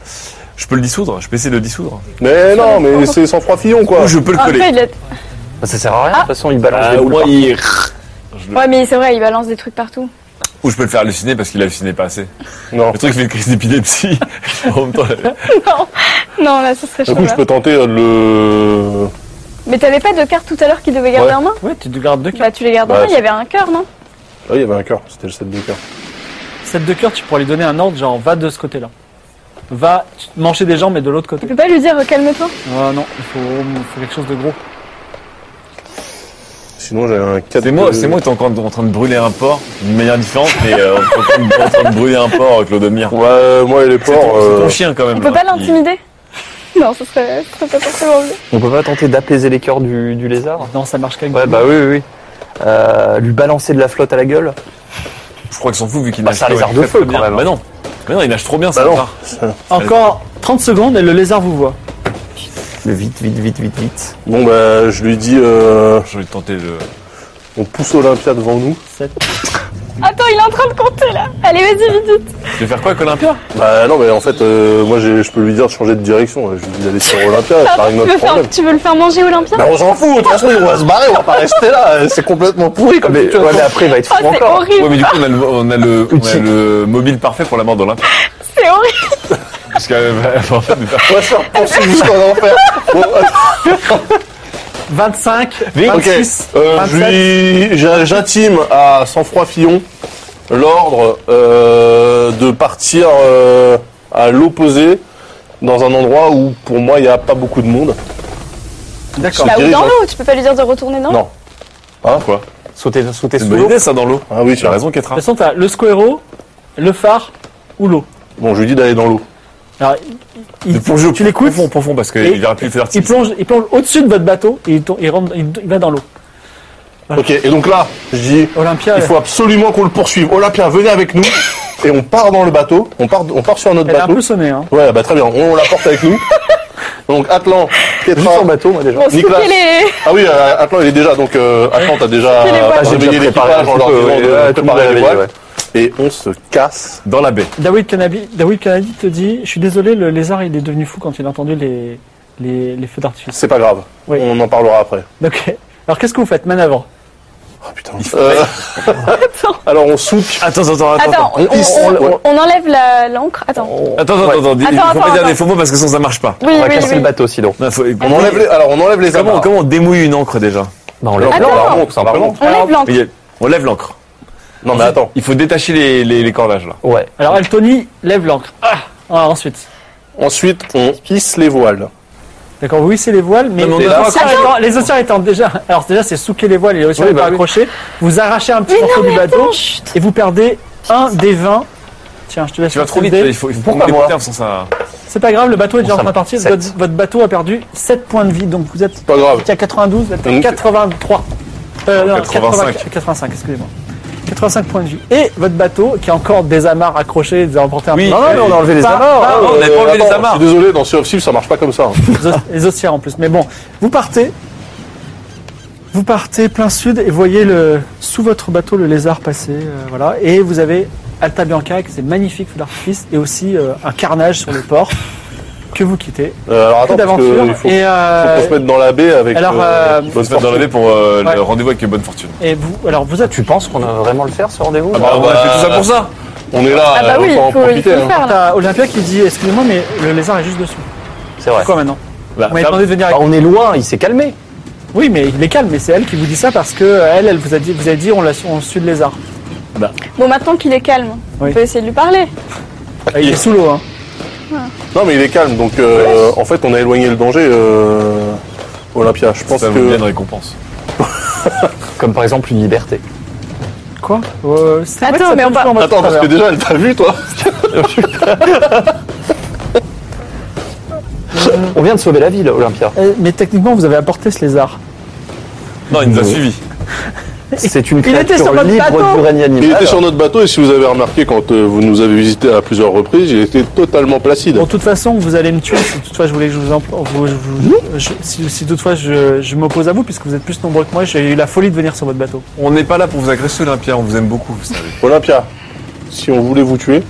Speaker 4: Je peux le dissoudre, je peux essayer de le dissoudre.
Speaker 7: Mais non, mais c'est sans froid fillon quoi.
Speaker 4: Ou je peux le
Speaker 5: Ah,
Speaker 4: coller.
Speaker 5: après, il est-
Speaker 6: Bah, ça sert à rien, de toute façon il
Speaker 7: Bah,
Speaker 6: balance des
Speaker 4: au
Speaker 6: boules
Speaker 4: moins,
Speaker 6: partout.
Speaker 4: Ah, il-
Speaker 5: Ouais, mais c'est vrai, il balance des trucs partout.
Speaker 4: Ou je peux le faire halluciner parce qu'il hallucinait pas assez.
Speaker 7: Non.
Speaker 4: Le truc fait une crise d'épilepsie. en même temps,
Speaker 5: Non, là, ce serait
Speaker 7: Du
Speaker 5: chaud.
Speaker 7: coup, je
Speaker 5: là.
Speaker 7: peux tenter euh, le.
Speaker 5: Mais t'avais pas de carte tout à l'heure qu'il devait garder
Speaker 7: Ouais.
Speaker 5: en main
Speaker 1: Ouais, tu te gardes deux cœurs.
Speaker 5: Bah, tu les gardes en
Speaker 7: Ouais,
Speaker 5: main, il
Speaker 7: c'est-
Speaker 5: y avait un cœur, non
Speaker 7: Ah, il y avait un cœur. C'était le 7 de cœur.
Speaker 1: Cette deux cœurs, tu pourras lui donner un ordre, genre va de ce côté-là. Va manger des gens, mais de l'autre
Speaker 5: Tu
Speaker 1: côté.
Speaker 5: peux pas lui dire euh, calme-toi
Speaker 1: Ah non, il faut, il faut quelque chose de gros.
Speaker 7: Sinon, j'ai un 4
Speaker 4: C'est moi, c'est moi qui est encore en train de brûler un porc d'une manière différente, mais euh, on est en train de- en train de brûler un porc, Claude-Mire.
Speaker 7: Ouais, euh, moi et les
Speaker 4: C'est ton,
Speaker 7: porcs.
Speaker 4: c'est ton
Speaker 7: euh,
Speaker 4: chien quand même.
Speaker 5: On peut
Speaker 4: là.
Speaker 5: pas l'intimider Non, ce serait ce serait pas forcément bien.
Speaker 6: On peut pas tenter d'apaiser les cœurs du, du lézard
Speaker 1: Non, ça marche quand même.
Speaker 6: Ouais bah oui oui. oui. Euh, lui balancer de la flotte à la gueule
Speaker 4: Il- Je crois qu'il s'en fout vu qu'il
Speaker 6: Bah,
Speaker 4: nage
Speaker 6: c'est un
Speaker 4: quand
Speaker 6: lézard
Speaker 4: même
Speaker 6: de
Speaker 4: très,
Speaker 6: feu,
Speaker 4: très bien.
Speaker 6: quand même.
Speaker 4: Bah non. Bah non, il nage trop bien, ça
Speaker 7: Bah non.
Speaker 4: part.
Speaker 1: Encore 30 secondes et le lézard vous voit.
Speaker 6: Le vite vite vite vite vite.
Speaker 7: Bon, bah, je lui dis, euh,
Speaker 4: J'ai envie de tenter le.
Speaker 7: on pousse Olympia devant nous.
Speaker 5: Attends, il est en train de compter là Allez, vas-y, vite, vite
Speaker 4: Tu veux faire quoi, Olympia
Speaker 7: Bah, non, mais en fait, euh, moi, j'ai- je peux lui dire de changer de direction. euh, Je lui dis d'aller sur Olympia, ça règle
Speaker 5: tu veux,
Speaker 7: notre problème.
Speaker 5: faire, tu veux le faire manger Olympia
Speaker 7: Bah, on s'en fout, de toute façon, on va se barrer, on va pas rester là. euh, C'est complètement pourri comme
Speaker 6: Mais, ouais, mais
Speaker 7: situation.
Speaker 6: après il va être
Speaker 5: Oh,
Speaker 6: fou
Speaker 5: c'est
Speaker 6: encore.
Speaker 4: Ouais,
Speaker 5: horrible
Speaker 4: mais du coup, on a le, on a le, on a
Speaker 6: Outil.
Speaker 4: le mobile parfait pour la mort d'Olympia. euh,
Speaker 5: C'est horrible
Speaker 4: bah, Parce qu'elle va en fait, nous faire-
Speaker 7: On va se faire penser jusqu'en enfer. Bon,
Speaker 1: 25,
Speaker 7: Vic,
Speaker 1: 26,
Speaker 7: ok. Euh,
Speaker 1: 27.
Speaker 7: je lui- j'a- J'intime à Sang-Froid Fillon l'ordre euh, de partir euh, à l'opposé dans un endroit où pour moi il n'y a pas beaucoup de monde.
Speaker 1: D'accord.
Speaker 7: Je
Speaker 5: Bah, ou
Speaker 7: dirige
Speaker 5: dans
Speaker 7: un-
Speaker 5: l'eau, tu peux pas lui dire de retourner dans
Speaker 7: Non.
Speaker 5: l'eau.
Speaker 7: Hein, quoi
Speaker 4: Sauter, sauter
Speaker 7: C'est
Speaker 4: sous
Speaker 7: une
Speaker 4: l'eau.
Speaker 7: bonne idée,
Speaker 4: ça, dans l'eau.
Speaker 7: Ah oui, tu
Speaker 4: Tu
Speaker 7: as
Speaker 4: as
Speaker 7: raison.
Speaker 4: raison,
Speaker 1: De
Speaker 4: Ketra.
Speaker 1: toute façon, t'as le squero, le phare ou l'eau.
Speaker 7: Bon, je lui dis d'aller dans l'eau.
Speaker 1: Alors, il, tu l'écoutes,
Speaker 4: Profond, profond, parce
Speaker 1: Et-
Speaker 4: qu'il aurait pu le faire
Speaker 1: il plonge, il plonge au-dessus de votre bateau et il, tourne- il rentre- il- il va dans l'eau.
Speaker 7: Ok, et donc là, je dis
Speaker 1: Olympia,
Speaker 7: il faut absolument qu'on le poursuive. Olympia, venez avec nous. Et on part dans le bateau. On part, on part sur un autre
Speaker 1: elle est un
Speaker 7: bateau.
Speaker 1: peu sonnée. Hein.
Speaker 7: Ouais, bah très bien. On la porte avec nous. donc Atlan, Ketra,
Speaker 6: bateau, moi, déjà.
Speaker 5: Bon, souquez
Speaker 7: Nicolas.
Speaker 5: les...
Speaker 7: Ah oui, euh, Atlan, il est déjà. Donc, euh, Atlan, t'as déjà
Speaker 5: les voiles.
Speaker 7: euh,
Speaker 5: Ah,
Speaker 6: j'ai
Speaker 7: réveillé
Speaker 6: déjà préparé
Speaker 7: l'équipage
Speaker 6: un
Speaker 7: en leur
Speaker 6: petit peu,
Speaker 7: disant
Speaker 6: ouais,
Speaker 7: de
Speaker 6: ouais, tout le monde
Speaker 7: préparer
Speaker 6: a
Speaker 7: les
Speaker 6: réveillé,
Speaker 7: voiles. Et on se casse.
Speaker 4: dans la baie.
Speaker 1: David Kennedy, David Kennedy te dit Je suis désolé, le lézard il est devenu fou quand il a entendu les, les, les feux d'artifice.
Speaker 7: C'est pas grave.
Speaker 1: Oui.
Speaker 7: On en parlera après.
Speaker 1: Ok. Alors qu'est-ce que vous faites Manœuvre.
Speaker 7: Ah putain. Euh, alors, on soupe.
Speaker 4: Attends, attends, attends.
Speaker 5: Attends, on,
Speaker 7: hisse,
Speaker 5: on-
Speaker 7: ouais.
Speaker 5: on enlève la- l'ancre. Attends.
Speaker 4: Attends, attends, attends, dis-
Speaker 5: Attends,
Speaker 4: il faut
Speaker 5: attends,
Speaker 4: pas dire
Speaker 5: attends.
Speaker 4: des faux mots parce que sinon ça marche pas.
Speaker 5: Oui,
Speaker 6: On va
Speaker 5: oui,
Speaker 6: casser
Speaker 5: oui.
Speaker 6: le bateau sinon.
Speaker 4: Non, faut-
Speaker 7: On enlève les, alors, on enlève les
Speaker 4: Comment,
Speaker 7: amarres.
Speaker 4: comment on démouille une encre déjà
Speaker 6: Bah, on
Speaker 7: Alors,
Speaker 6: l'a
Speaker 7: on la
Speaker 5: Attends.
Speaker 7: remonte, ça remonte.
Speaker 5: On lève l'ancre.
Speaker 4: Il y a- On lève l'encre.
Speaker 7: Non, mais attends.
Speaker 4: Il faut détacher les, les, les cordages là.
Speaker 6: Ouais.
Speaker 1: Alors Eltony lève l'ancre. Ah, Ah, Ensuite.
Speaker 7: Ensuite, on hisse les voiles.
Speaker 1: D'accord, vous hissez les voiles, mais,
Speaker 4: Non, mais
Speaker 1: les,
Speaker 4: on a-
Speaker 1: ossières étant, les ossières étant déjà. Alors déjà, c'est souquer les voiles et les ossières
Speaker 4: Oui,
Speaker 1: étant
Speaker 4: bah oui.
Speaker 1: accrochées. Vous arrachez un petit morceau du bateau
Speaker 5: Attends, chut.
Speaker 1: et vous perdez un des 20. Tiens, je te laisse
Speaker 4: Tu vas
Speaker 1: le
Speaker 4: trop vite,
Speaker 1: dé.
Speaker 4: il faut, il faut prendre des termes sans ça.
Speaker 1: C'est pas grave, le bateau est déjà en
Speaker 6: ça
Speaker 1: train de
Speaker 6: va.
Speaker 1: partir.
Speaker 6: Sept.
Speaker 1: Votre, votre bateau a perdu 7 points de vie, donc vous êtes
Speaker 7: Pas grave.
Speaker 1: qui à 92, vous êtes à
Speaker 7: Donc-
Speaker 1: 83. Euh, non,
Speaker 4: 85.
Speaker 1: 80, 85, excusez-moi. 85 points de vie. Et votre bateau, qui a encore des amarres accrochées, des emportés un peu.
Speaker 4: Oui. Non, non, mais on a
Speaker 1: enlevé les
Speaker 4: Ah, on a pas enlevé les amarres.
Speaker 7: Euh, Je suis désolé, dans Sea of Thieves, ça marche pas comme ça. hein.
Speaker 1: les, os- les ossières en plus. Mais bon, vous partez. Vous partez plein sud et voyez le, sous votre bateau le lézard passer. euh, voilà. Et vous avez Alta Bianca avec ses magnifiques feux d'artifice et aussi euh, un carnage sur le port que vous quittez.
Speaker 7: Euh, alors,
Speaker 1: Que
Speaker 7: attends, parce que
Speaker 1: d'aventure.
Speaker 7: il faut,
Speaker 1: Et, euh,
Speaker 7: faut qu'on se mette dans la baie avec.
Speaker 1: alors, euh,
Speaker 4: On se mettre dans la baie pour euh,
Speaker 1: Ouais.
Speaker 4: le rendez-vous avec Bonne Fortune.
Speaker 1: et vous, alors vous êtes
Speaker 6: Tu penses qu'on a vraiment le faire ce rendez-vous
Speaker 7: Ah bah,
Speaker 4: on a fait tout ça pour ça.
Speaker 7: On est là,
Speaker 5: Ah bah
Speaker 7: euh,
Speaker 5: oui,
Speaker 7: on peut
Speaker 5: il faut, il faut
Speaker 7: en profiter.
Speaker 5: le
Speaker 7: hein.
Speaker 5: faire là.
Speaker 1: T'as Olympia qui dit excusez-moi mais le lézard est juste dessous.
Speaker 6: C'est vrai.
Speaker 1: Quoi maintenant
Speaker 4: Bah,
Speaker 1: On m'avait
Speaker 4: ça-
Speaker 1: demandé de venir
Speaker 6: Bah,
Speaker 1: avec...
Speaker 6: on est loin, il s'est calmé.
Speaker 1: Oui mais il est calme mais c'est elle qui vous dit ça parce que euh, elle elle vous a dit vous avez dit on, l'a- on suit le lézard.
Speaker 5: Bon, maintenant qu'il est calme,
Speaker 1: Oui.
Speaker 5: on peut essayer de lui parler.
Speaker 1: Euh, Il est sous l'eau hein.
Speaker 7: Non, mais il est calme, donc euh, en fait, on a éloigné le danger, euh, Olympia. Je pense
Speaker 4: Ça vous donne
Speaker 7: que.
Speaker 4: une récompense.
Speaker 6: Comme par exemple une liberté.
Speaker 1: Quoi euh, c'est vrai que
Speaker 5: Attends,
Speaker 1: ça
Speaker 5: mais
Speaker 1: peut
Speaker 5: on va-
Speaker 1: jouer en mode
Speaker 7: Attends, parce que
Speaker 1: travers.
Speaker 7: déjà, elle t'a vu, toi
Speaker 6: On vient de sauver la ville, Olympia.
Speaker 1: Euh, Mais techniquement vous avez apporté ce lézard.
Speaker 4: Non, il nous a
Speaker 6: Oui.
Speaker 4: suivis.
Speaker 6: C'est une
Speaker 1: Il était
Speaker 6: créature
Speaker 1: sur notre
Speaker 6: libre
Speaker 1: bateau.
Speaker 6: du règne
Speaker 7: Il
Speaker 6: animal.
Speaker 7: était sur notre bateau, et si vous avez remarqué, quand euh, vous nous avez visité à plusieurs reprises, il était totalement placide.
Speaker 1: Bon de toute façon vous allez me tuer si toutefois je voulais que je vous, en... vous- vous- je- si, si toutefois je, je m'oppose à vous puisque vous êtes plus nombreux que moi j'ai eu la folie de venir sur votre bateau.
Speaker 4: On n'est pas là pour vous agresser, Olympia, on vous aime beaucoup, vous savez.
Speaker 7: Olympia, si on voulait vous tuer,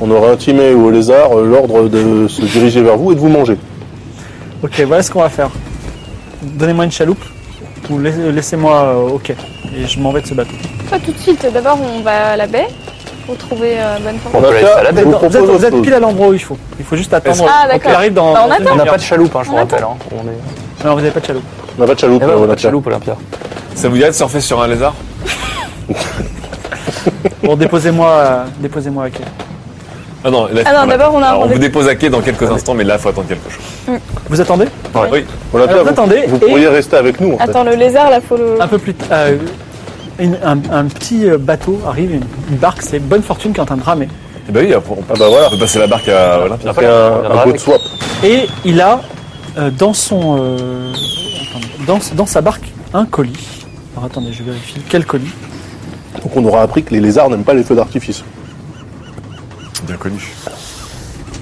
Speaker 7: on aurait intimé au lézard euh, l'ordre de se diriger vers vous et de vous manger.
Speaker 1: Ok voilà ce qu'on va faire. Donnez-moi une chaloupe ou laissez- laissez-moi euh, ok et je m'en vais de ce bateau.
Speaker 5: Pas tout de suite. D'abord, on va à la baie pour trouver euh, bonne forme.
Speaker 6: On peut aller à
Speaker 7: Olympia,
Speaker 6: la
Speaker 7: je Ah, vous
Speaker 6: baie.
Speaker 1: Non, vous,
Speaker 7: propose
Speaker 1: êtes, vous
Speaker 7: autre
Speaker 1: êtes
Speaker 7: chose.
Speaker 1: pile à l'endroit où il faut. Il faut juste attendre.
Speaker 5: Ah,
Speaker 1: qu'il
Speaker 5: d'accord.
Speaker 1: arrive dans.
Speaker 5: Bah, on
Speaker 1: dans une
Speaker 5: attend.
Speaker 6: On n'a
Speaker 1: demi-heure.
Speaker 6: pas de chaloupe, hein, je vous
Speaker 5: On attend.
Speaker 6: rappelle. hein. On est-
Speaker 1: Non, vous n'avez pas de chaloupe.
Speaker 7: On n'a pas de chaloupe,
Speaker 1: ben,
Speaker 6: Eh
Speaker 7: euh,
Speaker 6: ouais, on n'a pas de
Speaker 7: Olympia.
Speaker 6: chaloupe, Olympia.
Speaker 4: Ça vous dirait de surfer sur un lézard
Speaker 1: Bon, déposez-moi, euh, déposez-moi. Ok.
Speaker 4: Ah non, là,
Speaker 5: Ah non, d'abord, on a un
Speaker 4: Alors, on vous
Speaker 5: rendez-vous.
Speaker 4: dépose à quai dans quelques instants, mais là, faut attendre quelque chose.
Speaker 1: Vous attendez
Speaker 4: Oui.
Speaker 7: Olympia,
Speaker 1: Alors,
Speaker 7: vous,
Speaker 1: attendez,
Speaker 7: vous
Speaker 1: et-
Speaker 7: pourriez rester avec nous. en fait.
Speaker 5: Attends, le lézard, là, faut le.
Speaker 1: Un peu plus. t- euh, une- un, un petit euh, bateau arrive, une, une barque. C'est Bonne Fortune qui est en train de ramer.
Speaker 4: Eh ben oui, après, on peut,
Speaker 7: Ah bah voilà.
Speaker 4: on peut passer la barque à Olympia.
Speaker 7: C'est un,
Speaker 6: reviendra
Speaker 7: un boat
Speaker 6: avec.
Speaker 7: swap.
Speaker 1: Et il a euh, dans son, euh, attendez, dans, dans sa barque un colis. Alors attendez, je vérifie. Quel colis
Speaker 7: Donc on aura appris que les lézards n'aiment pas les feux d'artifice.
Speaker 4: Bien connu.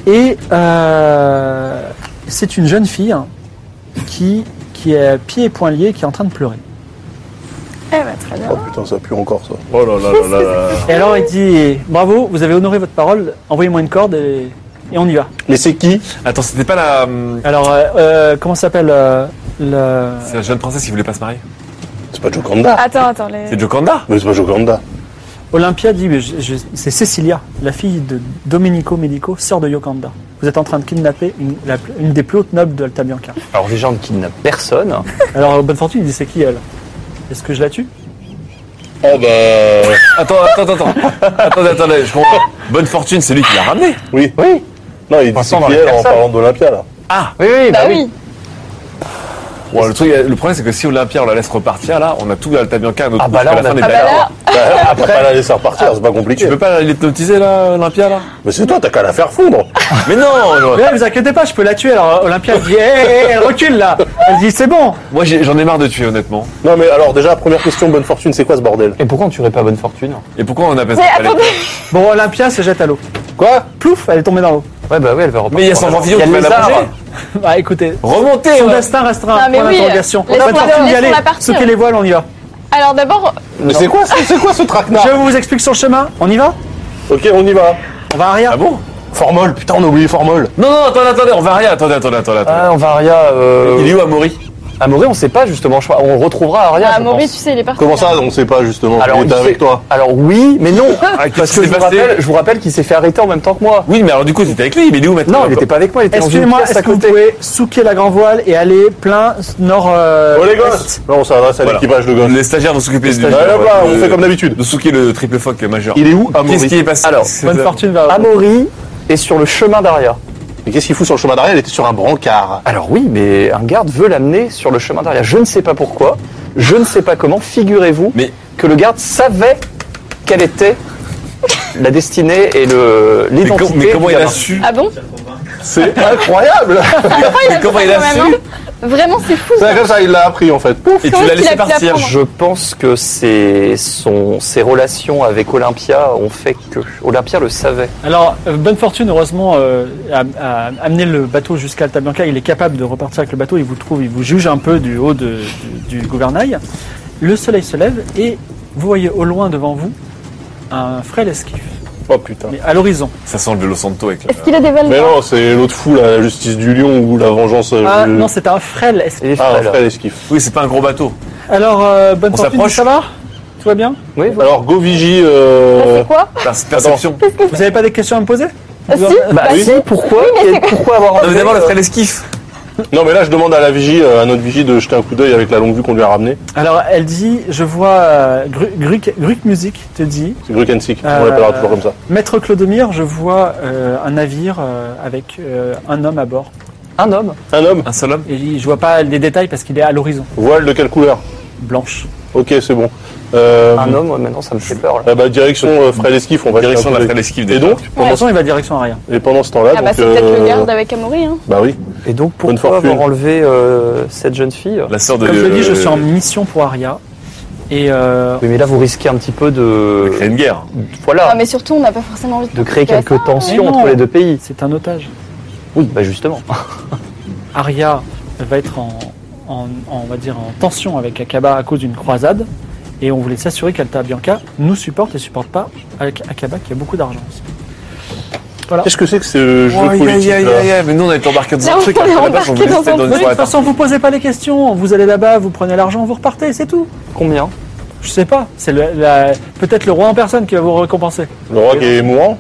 Speaker 1: Et euh, c'est une jeune fille hein, qui qui est pieds et poings liés, qui est en train de pleurer.
Speaker 5: Eh bah, très bien.
Speaker 7: Oh putain, ça pue encore ça.
Speaker 4: Oh là là là là là.
Speaker 1: Et alors il dit bravo, vous avez honoré votre parole, envoyez-moi une corde et, et on y va.
Speaker 7: Mais c'est qui
Speaker 4: Attends, c'était pas la, hum,
Speaker 1: Alors euh, euh, comment s'appelle euh, le
Speaker 4: c'est la jeune princesse qui voulait pas se marier
Speaker 7: C'est pas Jokanda.
Speaker 5: Attends, attends, les.
Speaker 4: C'est Jokanda
Speaker 7: Mais c'est pas Jokanda.
Speaker 1: Olympia dit, mais je- je- c'est Cecilia, la fille de Domenico Medico, sœur de Yokanda. Vous êtes en train de kidnapper une, la- une des plus hautes nobles de Alta Bianca.
Speaker 6: Alors déjà, on ne kidnappe personne.
Speaker 1: Alors, bonne fortune, il dit, c'est qui elle Est-ce que je la tue
Speaker 7: Oh bah.
Speaker 4: Attends, attends, attends. attendez, attendez, je comprends. Bonne fortune, c'est lui qui l'a ramené.
Speaker 7: Oui.
Speaker 6: Oui,
Speaker 7: Non, il dit
Speaker 6: Passons
Speaker 7: c'est
Speaker 6: dans
Speaker 7: qui
Speaker 6: la
Speaker 7: elle en
Speaker 6: personne.
Speaker 7: parlant d'Olympia là.
Speaker 4: Ah
Speaker 6: oui, oui,
Speaker 5: Bah oui.
Speaker 4: Bon, le, truc, le problème, c'est que si Olympia, on la laisse repartir, là, on a tout Alta Bianca à notre
Speaker 6: Ah
Speaker 4: coup
Speaker 6: bah là,
Speaker 4: jusqu'à la
Speaker 6: on
Speaker 4: fin
Speaker 6: a-
Speaker 4: des
Speaker 5: Ah bah
Speaker 4: batailles.
Speaker 5: là,
Speaker 7: Bah, on va pas la laisser repartir, c'est pas compliqué.
Speaker 4: Tu peux pas l'hypnotiser, là, Olympia, là
Speaker 7: Mais c'est toi, t'as qu'à la faire fondre.
Speaker 4: Mais non non.
Speaker 1: Mais là, vous inquiétez pas, je peux la tuer. Alors, euh, Olympia dit, hé, hé, hé, elle recule là. Elle dit, c'est bon.
Speaker 4: Moi, j'ai- j'en ai marre de tuer, honnêtement.
Speaker 7: Non mais alors déjà, première question, bonne fortune, c'est quoi ce bordel
Speaker 6: Et pourquoi on tuerait pas Bonne Fortune
Speaker 4: Et pourquoi on appelle ça
Speaker 5: mais
Speaker 4: palais
Speaker 5: attendez,
Speaker 1: Bon, Olympia se jette à l'eau. Quoi Plouf, elle est tombée dans l'eau.
Speaker 6: Ouais, bah oui, elle va repartir.
Speaker 4: Mais il y a son
Speaker 6: Il
Speaker 4: vendillon qui
Speaker 6: le
Speaker 4: va la
Speaker 6: lézard.
Speaker 4: manger.
Speaker 1: Bah, écoutez,
Speaker 4: Ah, Remontez
Speaker 1: son
Speaker 4: euh.
Speaker 1: destin restera
Speaker 5: Non,
Speaker 1: un
Speaker 5: mais
Speaker 1: point
Speaker 5: oui,
Speaker 1: d'interrogation.
Speaker 5: laissons-la-
Speaker 1: Bonne fortune d'y
Speaker 5: laissons-la
Speaker 1: aller.
Speaker 5: partir.
Speaker 1: Souquez les voiles, on y va.
Speaker 5: alors d'abord, euh,
Speaker 7: Mais c'est quoi, ce- c'est quoi ce
Speaker 4: Ah.
Speaker 7: traquenard
Speaker 1: Je vous explique sur le chemin. On y va
Speaker 7: Ok, on y va.
Speaker 1: On va à rien.
Speaker 4: Ah bon
Speaker 7: Formol, putain, on a oublié Formol.
Speaker 4: Non, non, attendez, attendez, on va rien. Attendez, attendez, attendez. attendez.
Speaker 6: Ah, on va à Aria. euh,
Speaker 4: Il est où, Amaury
Speaker 6: Amaury, on sait pas justement. je crois- On retrouvera Aria.
Speaker 5: ah,
Speaker 6: je
Speaker 5: Maurice,
Speaker 6: pense.
Speaker 5: tu sais, il est parti.
Speaker 7: Comment ça, on sait pas justement Il était
Speaker 6: il
Speaker 7: avec
Speaker 6: s'est-
Speaker 7: toi.
Speaker 6: Alors oui, mais non. Parce
Speaker 4: qui
Speaker 6: que
Speaker 4: s'est
Speaker 6: je vous,
Speaker 4: passé
Speaker 6: rappelle, je vous rappelle qu'il s'est fait arrêter en même temps que moi.
Speaker 4: Oui, mais alors du coup, t'étais avec lui, mais il est où maintenant
Speaker 6: Non, il était pas avec moi, il était dans une
Speaker 1: Excusez-moi,
Speaker 6: pièce
Speaker 1: est-ce
Speaker 6: à
Speaker 1: que vous
Speaker 6: côté.
Speaker 1: pouvez souquer la grand voile et aller plein nord euh,
Speaker 7: Oh les
Speaker 1: est
Speaker 7: gosses Là, on s'adresse à
Speaker 4: Voilà.
Speaker 7: l'équipage de gosses.
Speaker 4: Les stagiaires vont s'occuper du.
Speaker 7: Allez, hop là, Bah, on
Speaker 4: de-
Speaker 7: fait comme d'habitude.
Speaker 4: De souquer le triple phoque majeur.
Speaker 7: Il est où, Amaury
Speaker 4: Qu'est-ce qui est passé
Speaker 6: Alors,
Speaker 4: C'est-
Speaker 1: Bonne fortune vers
Speaker 6: Amaury est sur le chemin d'Aria.
Speaker 7: Mais qu'est-ce qu'il fout sur le chemin d'arrière Il était sur un brancard.
Speaker 6: Alors oui, mais un garde veut l'amener sur le chemin d'Aria. Je ne sais pas pourquoi, je ne sais pas comment. Figurez-vous
Speaker 4: Mais-
Speaker 6: que le garde savait quelle était la destinée et le
Speaker 4: Mais, com-
Speaker 6: l'identité.
Speaker 4: mais comment
Speaker 6: du
Speaker 4: il a
Speaker 6: gamin.
Speaker 4: su
Speaker 5: Ah bon
Speaker 7: C'est incroyable
Speaker 5: Pourquoi il a
Speaker 4: Mais comment
Speaker 5: fait
Speaker 4: il
Speaker 5: ça
Speaker 4: a
Speaker 5: quand même, hein Vraiment, c'est fou.
Speaker 7: C'est comme ça, il l'a appris en fait. Pouf
Speaker 4: Et
Speaker 5: Comment
Speaker 4: tu l'as
Speaker 5: est-ce qu'il
Speaker 4: laissé
Speaker 5: a pu
Speaker 4: partir.
Speaker 5: l'apprendre
Speaker 4: je-
Speaker 6: Je pense que ses, son, ses relations avec Olympia ont fait que Olympia le savait.
Speaker 1: Alors, euh, bonne fortune, heureusement, euh, à, à amener le bateau jusqu'à Altabianca. Il est capable de repartir avec le bateau. Il vous trouve, il vous juge un peu du haut de- du, du gouvernail. Le soleil se lève et vous voyez au loin devant vous un frêle esquif.
Speaker 7: Oh putain.
Speaker 1: Mais à l'horizon.
Speaker 4: Ça sent le Los Santo avec le-
Speaker 5: Est-ce qu'il a des
Speaker 7: Mais
Speaker 5: valeurs
Speaker 7: non, c'est l'autre fou, là, la justice du lion ou la vengeance. euh,
Speaker 1: Ah
Speaker 7: le-
Speaker 1: non, c'est un frêle esquif.
Speaker 6: Il est
Speaker 7: Ah,
Speaker 6: frêle.
Speaker 7: frère l'esquif.
Speaker 4: Oui, c'est pas un gros bateau.
Speaker 1: Alors, euh, bonne
Speaker 4: On
Speaker 1: fortune,
Speaker 4: s'approche
Speaker 1: ça va Tout va bien
Speaker 6: Oui, voilà.
Speaker 7: Alors, Go Vigie,
Speaker 5: C'est
Speaker 7: euh...
Speaker 5: quoi
Speaker 4: Per- Perception.
Speaker 1: Vous n'avez pas des questions à me poser
Speaker 5: Ah, Si,
Speaker 6: Bah
Speaker 5: bah,
Speaker 6: si, pourquoi Et Pourquoi avoir
Speaker 4: Non, mais
Speaker 6: enlevé,
Speaker 4: d'abord, le
Speaker 6: euh,
Speaker 4: frère l'esquif.
Speaker 7: Non, mais là, je demande à la vigie, euh, à notre vigie, de jeter un coup d'œil avec la longue vue qu'on lui a ramenée.
Speaker 1: Alors, elle dit, je vois euh, Gru- Gruc Gruc Music te dit,
Speaker 7: C'est Gruck and Sick, on
Speaker 1: Euh,
Speaker 7: l'appellera toujours comme ça.
Speaker 1: Maître Clodomir, je vois euh, un navire euh, avec euh, un homme à bord.
Speaker 6: un homme
Speaker 7: Un homme,
Speaker 4: Un seul homme.
Speaker 1: Et je vois pas les détails parce qu'il est à l'horizon.
Speaker 7: voile de quelle couleur
Speaker 1: Blanche.
Speaker 7: Ok, c'est bon. Euh,
Speaker 6: Un homme, ouais, maintenant ça me fait peur. Là.
Speaker 7: ah bah, direction euh, Fred Esquif, on va jeter
Speaker 4: Direction
Speaker 7: un
Speaker 4: de
Speaker 7: coup
Speaker 4: la
Speaker 7: d'œil.
Speaker 4: frère l'esquif.
Speaker 7: Et
Speaker 4: déjà.
Speaker 7: donc,
Speaker 1: Pour l'instant, il va direction arrière.
Speaker 7: et pendant ce temps-là,
Speaker 5: Ah bah
Speaker 7: donc,
Speaker 5: c'est peut-être le
Speaker 7: euh,
Speaker 5: garde avec Amaury. Hein.
Speaker 7: bah oui.
Speaker 6: Et donc
Speaker 7: Bonne
Speaker 6: pourquoi
Speaker 7: fortune.
Speaker 6: avoir enlevé euh, cette jeune fille
Speaker 4: La sœur de.
Speaker 1: Comme je l'ai dit, je
Speaker 4: euh,
Speaker 1: suis en mission pour Aria. Et euh,
Speaker 6: Oui, mais là vous risquez un petit peu de,
Speaker 4: Il y a une guerre.
Speaker 6: voilà,
Speaker 5: Ah, mais surtout, on n'a pas forcément envie de
Speaker 6: de créer quelques tensions
Speaker 1: Mais non.
Speaker 6: entre les deux pays.
Speaker 1: c'est un otage.
Speaker 6: Oui, bah justement.
Speaker 1: Aria va être en, en- en- on va dire, en tension avec Akaba à cause d'une croisade. Et on voulait s'assurer qu'Alta Bianca nous supporte et supporte pas avec Akaba qui a beaucoup d'argent aussi.
Speaker 7: Qu'est-ce que c'est que ce jeu politique là
Speaker 4: mais nous on a été embarqués dans
Speaker 5: Là,
Speaker 4: un
Speaker 5: on
Speaker 4: truc.
Speaker 5: est
Speaker 4: alors qu'à la base,
Speaker 5: embarqués
Speaker 4: on voulait
Speaker 5: dans
Speaker 4: rester
Speaker 5: un
Speaker 4: dans une
Speaker 1: De toute
Speaker 4: forêt.
Speaker 1: façon, vous posez pas les questions. Vous allez là-bas, vous prenez l'argent, vous repartez, c'est tout.
Speaker 6: Combien
Speaker 1: Je sais pas. C'est le- la- peut-être le roi en personne qui va vous récompenser.
Speaker 7: Le roi qui est mourant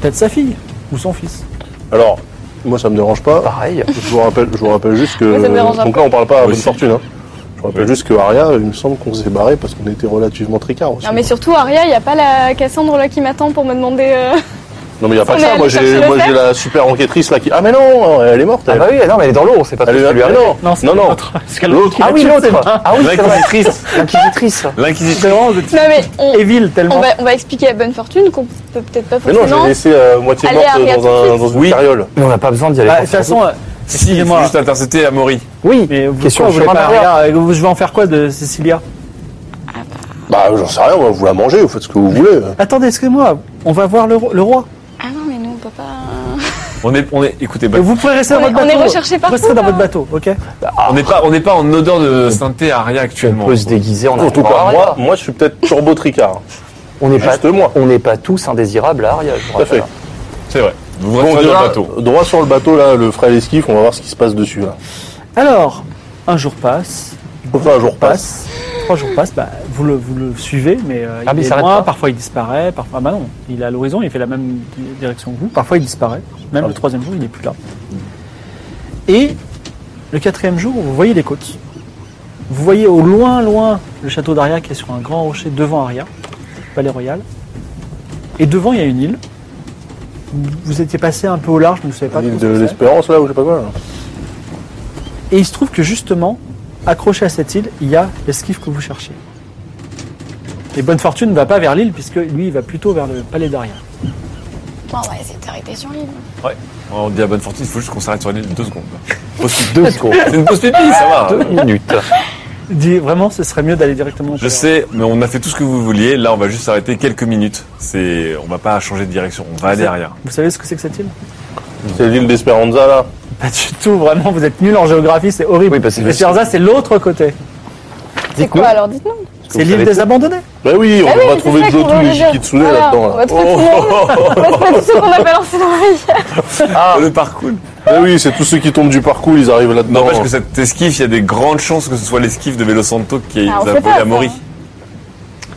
Speaker 1: Peut-être sa fille ou son fils.
Speaker 7: Alors, moi ça me dérange pas.
Speaker 6: Pareil.
Speaker 7: Je vous rappelle, je vous rappelle juste que.
Speaker 5: Moi, ça me dérange un
Speaker 7: donc
Speaker 5: peu.
Speaker 7: là on parle pas à
Speaker 4: Moi
Speaker 7: bonne
Speaker 4: aussi.
Speaker 7: fortune. Hein. Je vous rappelle
Speaker 4: Ouais.
Speaker 7: juste que Aria, il me semble qu'on s'est barré parce qu'on était relativement tricard aussi.
Speaker 5: Non mais surtout, Aria, il n'y a pas la Cassandre là qui m'attend pour me demander... euh,
Speaker 7: Non, mais y a pas
Speaker 5: On
Speaker 7: que
Speaker 5: est
Speaker 7: ça.
Speaker 5: allé
Speaker 7: Moi j'ai,
Speaker 5: chercher le
Speaker 7: moi j'ai
Speaker 5: fer.
Speaker 7: la super enquêtrice là qui. Ah mais non, elle est morte.
Speaker 6: Ah
Speaker 7: elle.
Speaker 6: bah oui, non, mais elle est dans l'eau, on sait pas trop
Speaker 7: Elle
Speaker 6: ce
Speaker 7: est-
Speaker 6: qui lui
Speaker 7: mais
Speaker 6: arrive.
Speaker 7: non, non,
Speaker 1: c'est
Speaker 7: non.
Speaker 1: l'autre. Parce qu'elle-
Speaker 7: L'autre.
Speaker 6: Ah oui,
Speaker 1: Je
Speaker 6: l'autre
Speaker 1: sais pas.
Speaker 6: Ah oui, c'est vrai.
Speaker 4: L'inquisitrice.
Speaker 6: L'inquisitrice.
Speaker 1: C'est
Speaker 4: L'inquisitrice.
Speaker 1: vraiment le petit
Speaker 5: Non mais on,
Speaker 1: Evil
Speaker 5: on
Speaker 1: tellement.
Speaker 5: va, on va expliquer à Bonne Fortune qu'on peut peut-être pas
Speaker 7: Mais non, je
Speaker 5: forcément...
Speaker 7: l'ai laissée euh, moitié
Speaker 5: Allez,
Speaker 7: morte
Speaker 5: Aria,
Speaker 7: dans,
Speaker 5: tout de
Speaker 7: un,
Speaker 5: suite.
Speaker 7: dans une
Speaker 4: Oui.
Speaker 7: carriole.
Speaker 6: Mais on n'a pas besoin d'y aller.
Speaker 1: Bah, de toute façon, euh,
Speaker 4: Si, il faut
Speaker 1: excusez-moi.
Speaker 4: juste intercepter Amaury.
Speaker 6: oui,
Speaker 1: Mais vous,
Speaker 6: question
Speaker 1: pourquoi
Speaker 6: de
Speaker 1: vous voulez
Speaker 6: chemin
Speaker 1: pas
Speaker 6: d'arrière.
Speaker 1: Aria Euh, Je vais en faire quoi de Cecilia
Speaker 7: Bah j'en sais rien, moi, vous la mangez, vous faites ce que vous voulez.
Speaker 1: Attendez, excusez-moi. On va voir le, ro- le roi.
Speaker 5: Ah non mais nous, on peut pas...
Speaker 4: On est, on est, écoutez, bah,
Speaker 1: Vous pouvez rester dans
Speaker 5: On est-
Speaker 1: votre
Speaker 5: on est
Speaker 1: bateau.
Speaker 5: recherché partout, hein.
Speaker 1: Restez dans
Speaker 5: là.
Speaker 1: votre bateau, ok
Speaker 4: on n'est pas, on n'est pas en odeur de sainteté aria
Speaker 6: on
Speaker 4: actuellement.
Speaker 6: peut se déguiser en
Speaker 7: En tout
Speaker 6: arrivant à
Speaker 7: cas,
Speaker 6: Aria.
Speaker 7: moi, moi je suis peut-être turbo tricard.
Speaker 6: on n'est pas,
Speaker 7: Juste moi.
Speaker 6: on n'est pas tous indésirables à Aria. je vous
Speaker 7: Tout à fait.
Speaker 6: rappelle.
Speaker 4: C'est vrai. Vous
Speaker 7: Bon,
Speaker 4: restez dans
Speaker 7: déjà,
Speaker 4: le bateau.
Speaker 7: droit sur le bateau là, le frère l'esquif, on va voir ce qui se passe dessus là.
Speaker 1: Alors, un jour passe,
Speaker 7: Enfin, un jour passe.
Speaker 1: passe, trois jours passent. Bah, vous le, vous le suivez, mais euh,
Speaker 6: Ah, mais
Speaker 1: il
Speaker 6: il
Speaker 1: est
Speaker 6: s'arrête
Speaker 1: loin,
Speaker 6: pas.
Speaker 1: parfois il disparaît, parfois... Ah bah non, il est à l'horizon, il fait la même di- direction que vous, parfois il disparaît,
Speaker 6: Ah.
Speaker 1: même le troisième jour, il n'est plus là. Et le quatrième jour, vous voyez les côtes. Vous voyez au loin, loin, le château d'Aria qui est sur un grand rocher devant Aria, palais royal. Et devant, il y a une île. Vous- Vous étiez passé un peu au large, mais vous ne savez pas
Speaker 7: L'île
Speaker 1: trop ce
Speaker 7: de
Speaker 1: que c'est.
Speaker 7: l'Espérance, là, ou je sais pas quoi. là.
Speaker 1: Et il se trouve que justement, accroché à cette île, il y a l'esquive que vous cherchez. Et Bonne Fortune ne va pas vers l'île, puisque lui, il va plutôt vers le palais d'Aria.
Speaker 3: Bon, on va essayer de t'arrêter sur l'île.
Speaker 4: On dit à bonne fortune, il faut juste qu'on s'arrête sur une île deux secondes. Pause deux secondes. C'est une pause pipi, ça va.
Speaker 6: Deux minutes.
Speaker 1: Il dit vraiment, ce serait mieux d'aller directement.
Speaker 4: Je sais, mais on a fait tout ce que vous vouliez. Là, on va juste s'arrêter quelques minutes. C'est, on va pas changer de direction. On va aller arrière.
Speaker 1: Vous savez ce que c'est que cette île
Speaker 7: C'est l'île d'Espéranza, là.
Speaker 1: Pas du tout, vraiment, vous êtes nuls en géographie, c'est horrible.
Speaker 6: Oui, parce que-
Speaker 1: Et Cerza, c'est l'autre côté.
Speaker 5: C'est quoi alors Dites-nous.
Speaker 6: Parce
Speaker 1: C'est
Speaker 6: que vous
Speaker 1: l'île
Speaker 6: savez
Speaker 1: des abandonnés.
Speaker 7: Bah oui, on
Speaker 5: Ah
Speaker 7: va
Speaker 5: oui,
Speaker 7: pas
Speaker 5: c'est
Speaker 7: trouver
Speaker 5: ça qu'on
Speaker 7: Jotou
Speaker 5: voulait
Speaker 7: et
Speaker 5: dire.
Speaker 7: Shikitsune
Speaker 5: Voilà,
Speaker 7: là-dedans.
Speaker 5: On
Speaker 7: là.
Speaker 5: va trouver tout le monde. On va trouver tout ce qu'on a balancé dans la rivière.
Speaker 7: Ah,
Speaker 4: Le parcours.
Speaker 7: bah oui, c'est tous ceux qui tombent du parcours, ils arrivent là-dedans.
Speaker 4: N'empêche que cette esquive, il y a des grandes chances que ce soit l'esquive de Velo Santo qui
Speaker 5: Ah, on
Speaker 4: nous a
Speaker 5: sait
Speaker 4: volé
Speaker 5: pas,
Speaker 4: à Mori.
Speaker 5: ça.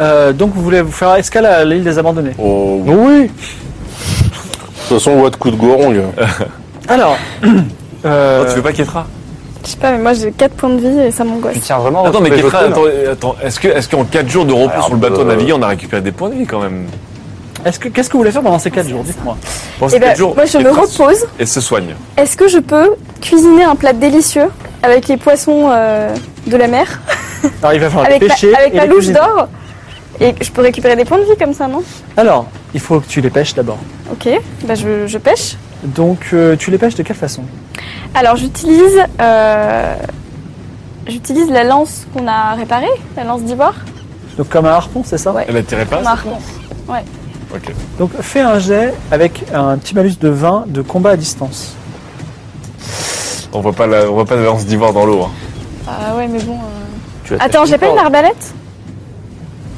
Speaker 1: Euh, donc vous voulez vous faire escale à l'île des abandonnés.
Speaker 7: Oh, de
Speaker 1: Oui.
Speaker 7: toute façon, on voit de coups de gorong.
Speaker 1: Alors, euh,
Speaker 4: Oh, tu veux pas Ketra
Speaker 5: Je sais pas, mais moi j'ai 4 points de vie et ça
Speaker 6: Tu
Speaker 5: m'angoisse.
Speaker 6: tiens vraiment à
Speaker 4: Attends, mais
Speaker 6: retrouver
Speaker 4: Ketra,
Speaker 6: Jotun
Speaker 4: attends, attends, est-ce que, est-ce qu'en 4 jours de repos
Speaker 6: Alors,
Speaker 4: sur le bateau
Speaker 6: euh,
Speaker 4: navigué, hein. on a récupéré des points de vie quand même
Speaker 1: est-ce que qu'est-ce que vous voulez faire pendant ces quatre jours Dites-moi.
Speaker 4: Pense
Speaker 5: Et
Speaker 4: quatre
Speaker 5: ben, moi je me
Speaker 4: Ketra
Speaker 5: repose.
Speaker 4: Et se soigne.
Speaker 5: Est-ce que je peux cuisiner un plat délicieux avec les poissons euh, de la mer
Speaker 1: Alors il va falloir les
Speaker 5: Avec, la-
Speaker 1: pêcher.
Speaker 5: avec
Speaker 1: et
Speaker 5: la
Speaker 1: les
Speaker 5: louche
Speaker 1: cuisiner.
Speaker 5: d'or Et je peux récupérer des points de vie comme ça, non
Speaker 1: Alors, il faut que tu les pêches d'abord.
Speaker 5: Ok, bah je, je pêche.
Speaker 1: Donc euh, tu les pêches de quelle façon
Speaker 5: Alors j'utilise euh, j'utilise la lance qu'on a réparée, la lance d'ivoire.
Speaker 1: Donc comme un harpon, c'est ça
Speaker 5: Ouais.
Speaker 4: Elle la tirait pas
Speaker 5: On a repris.
Speaker 4: Ok.
Speaker 1: Donc fais un jet avec un petit malus de 20 de combat à distance.
Speaker 4: On voit pas la, on voit pas la lance d'ivoire dans l'eau. hein.
Speaker 5: Ah ouais, mais bon. euh.
Speaker 6: Tu la
Speaker 5: Attends,
Speaker 6: testes
Speaker 5: j'ai pas une
Speaker 6: encore.
Speaker 5: arbalète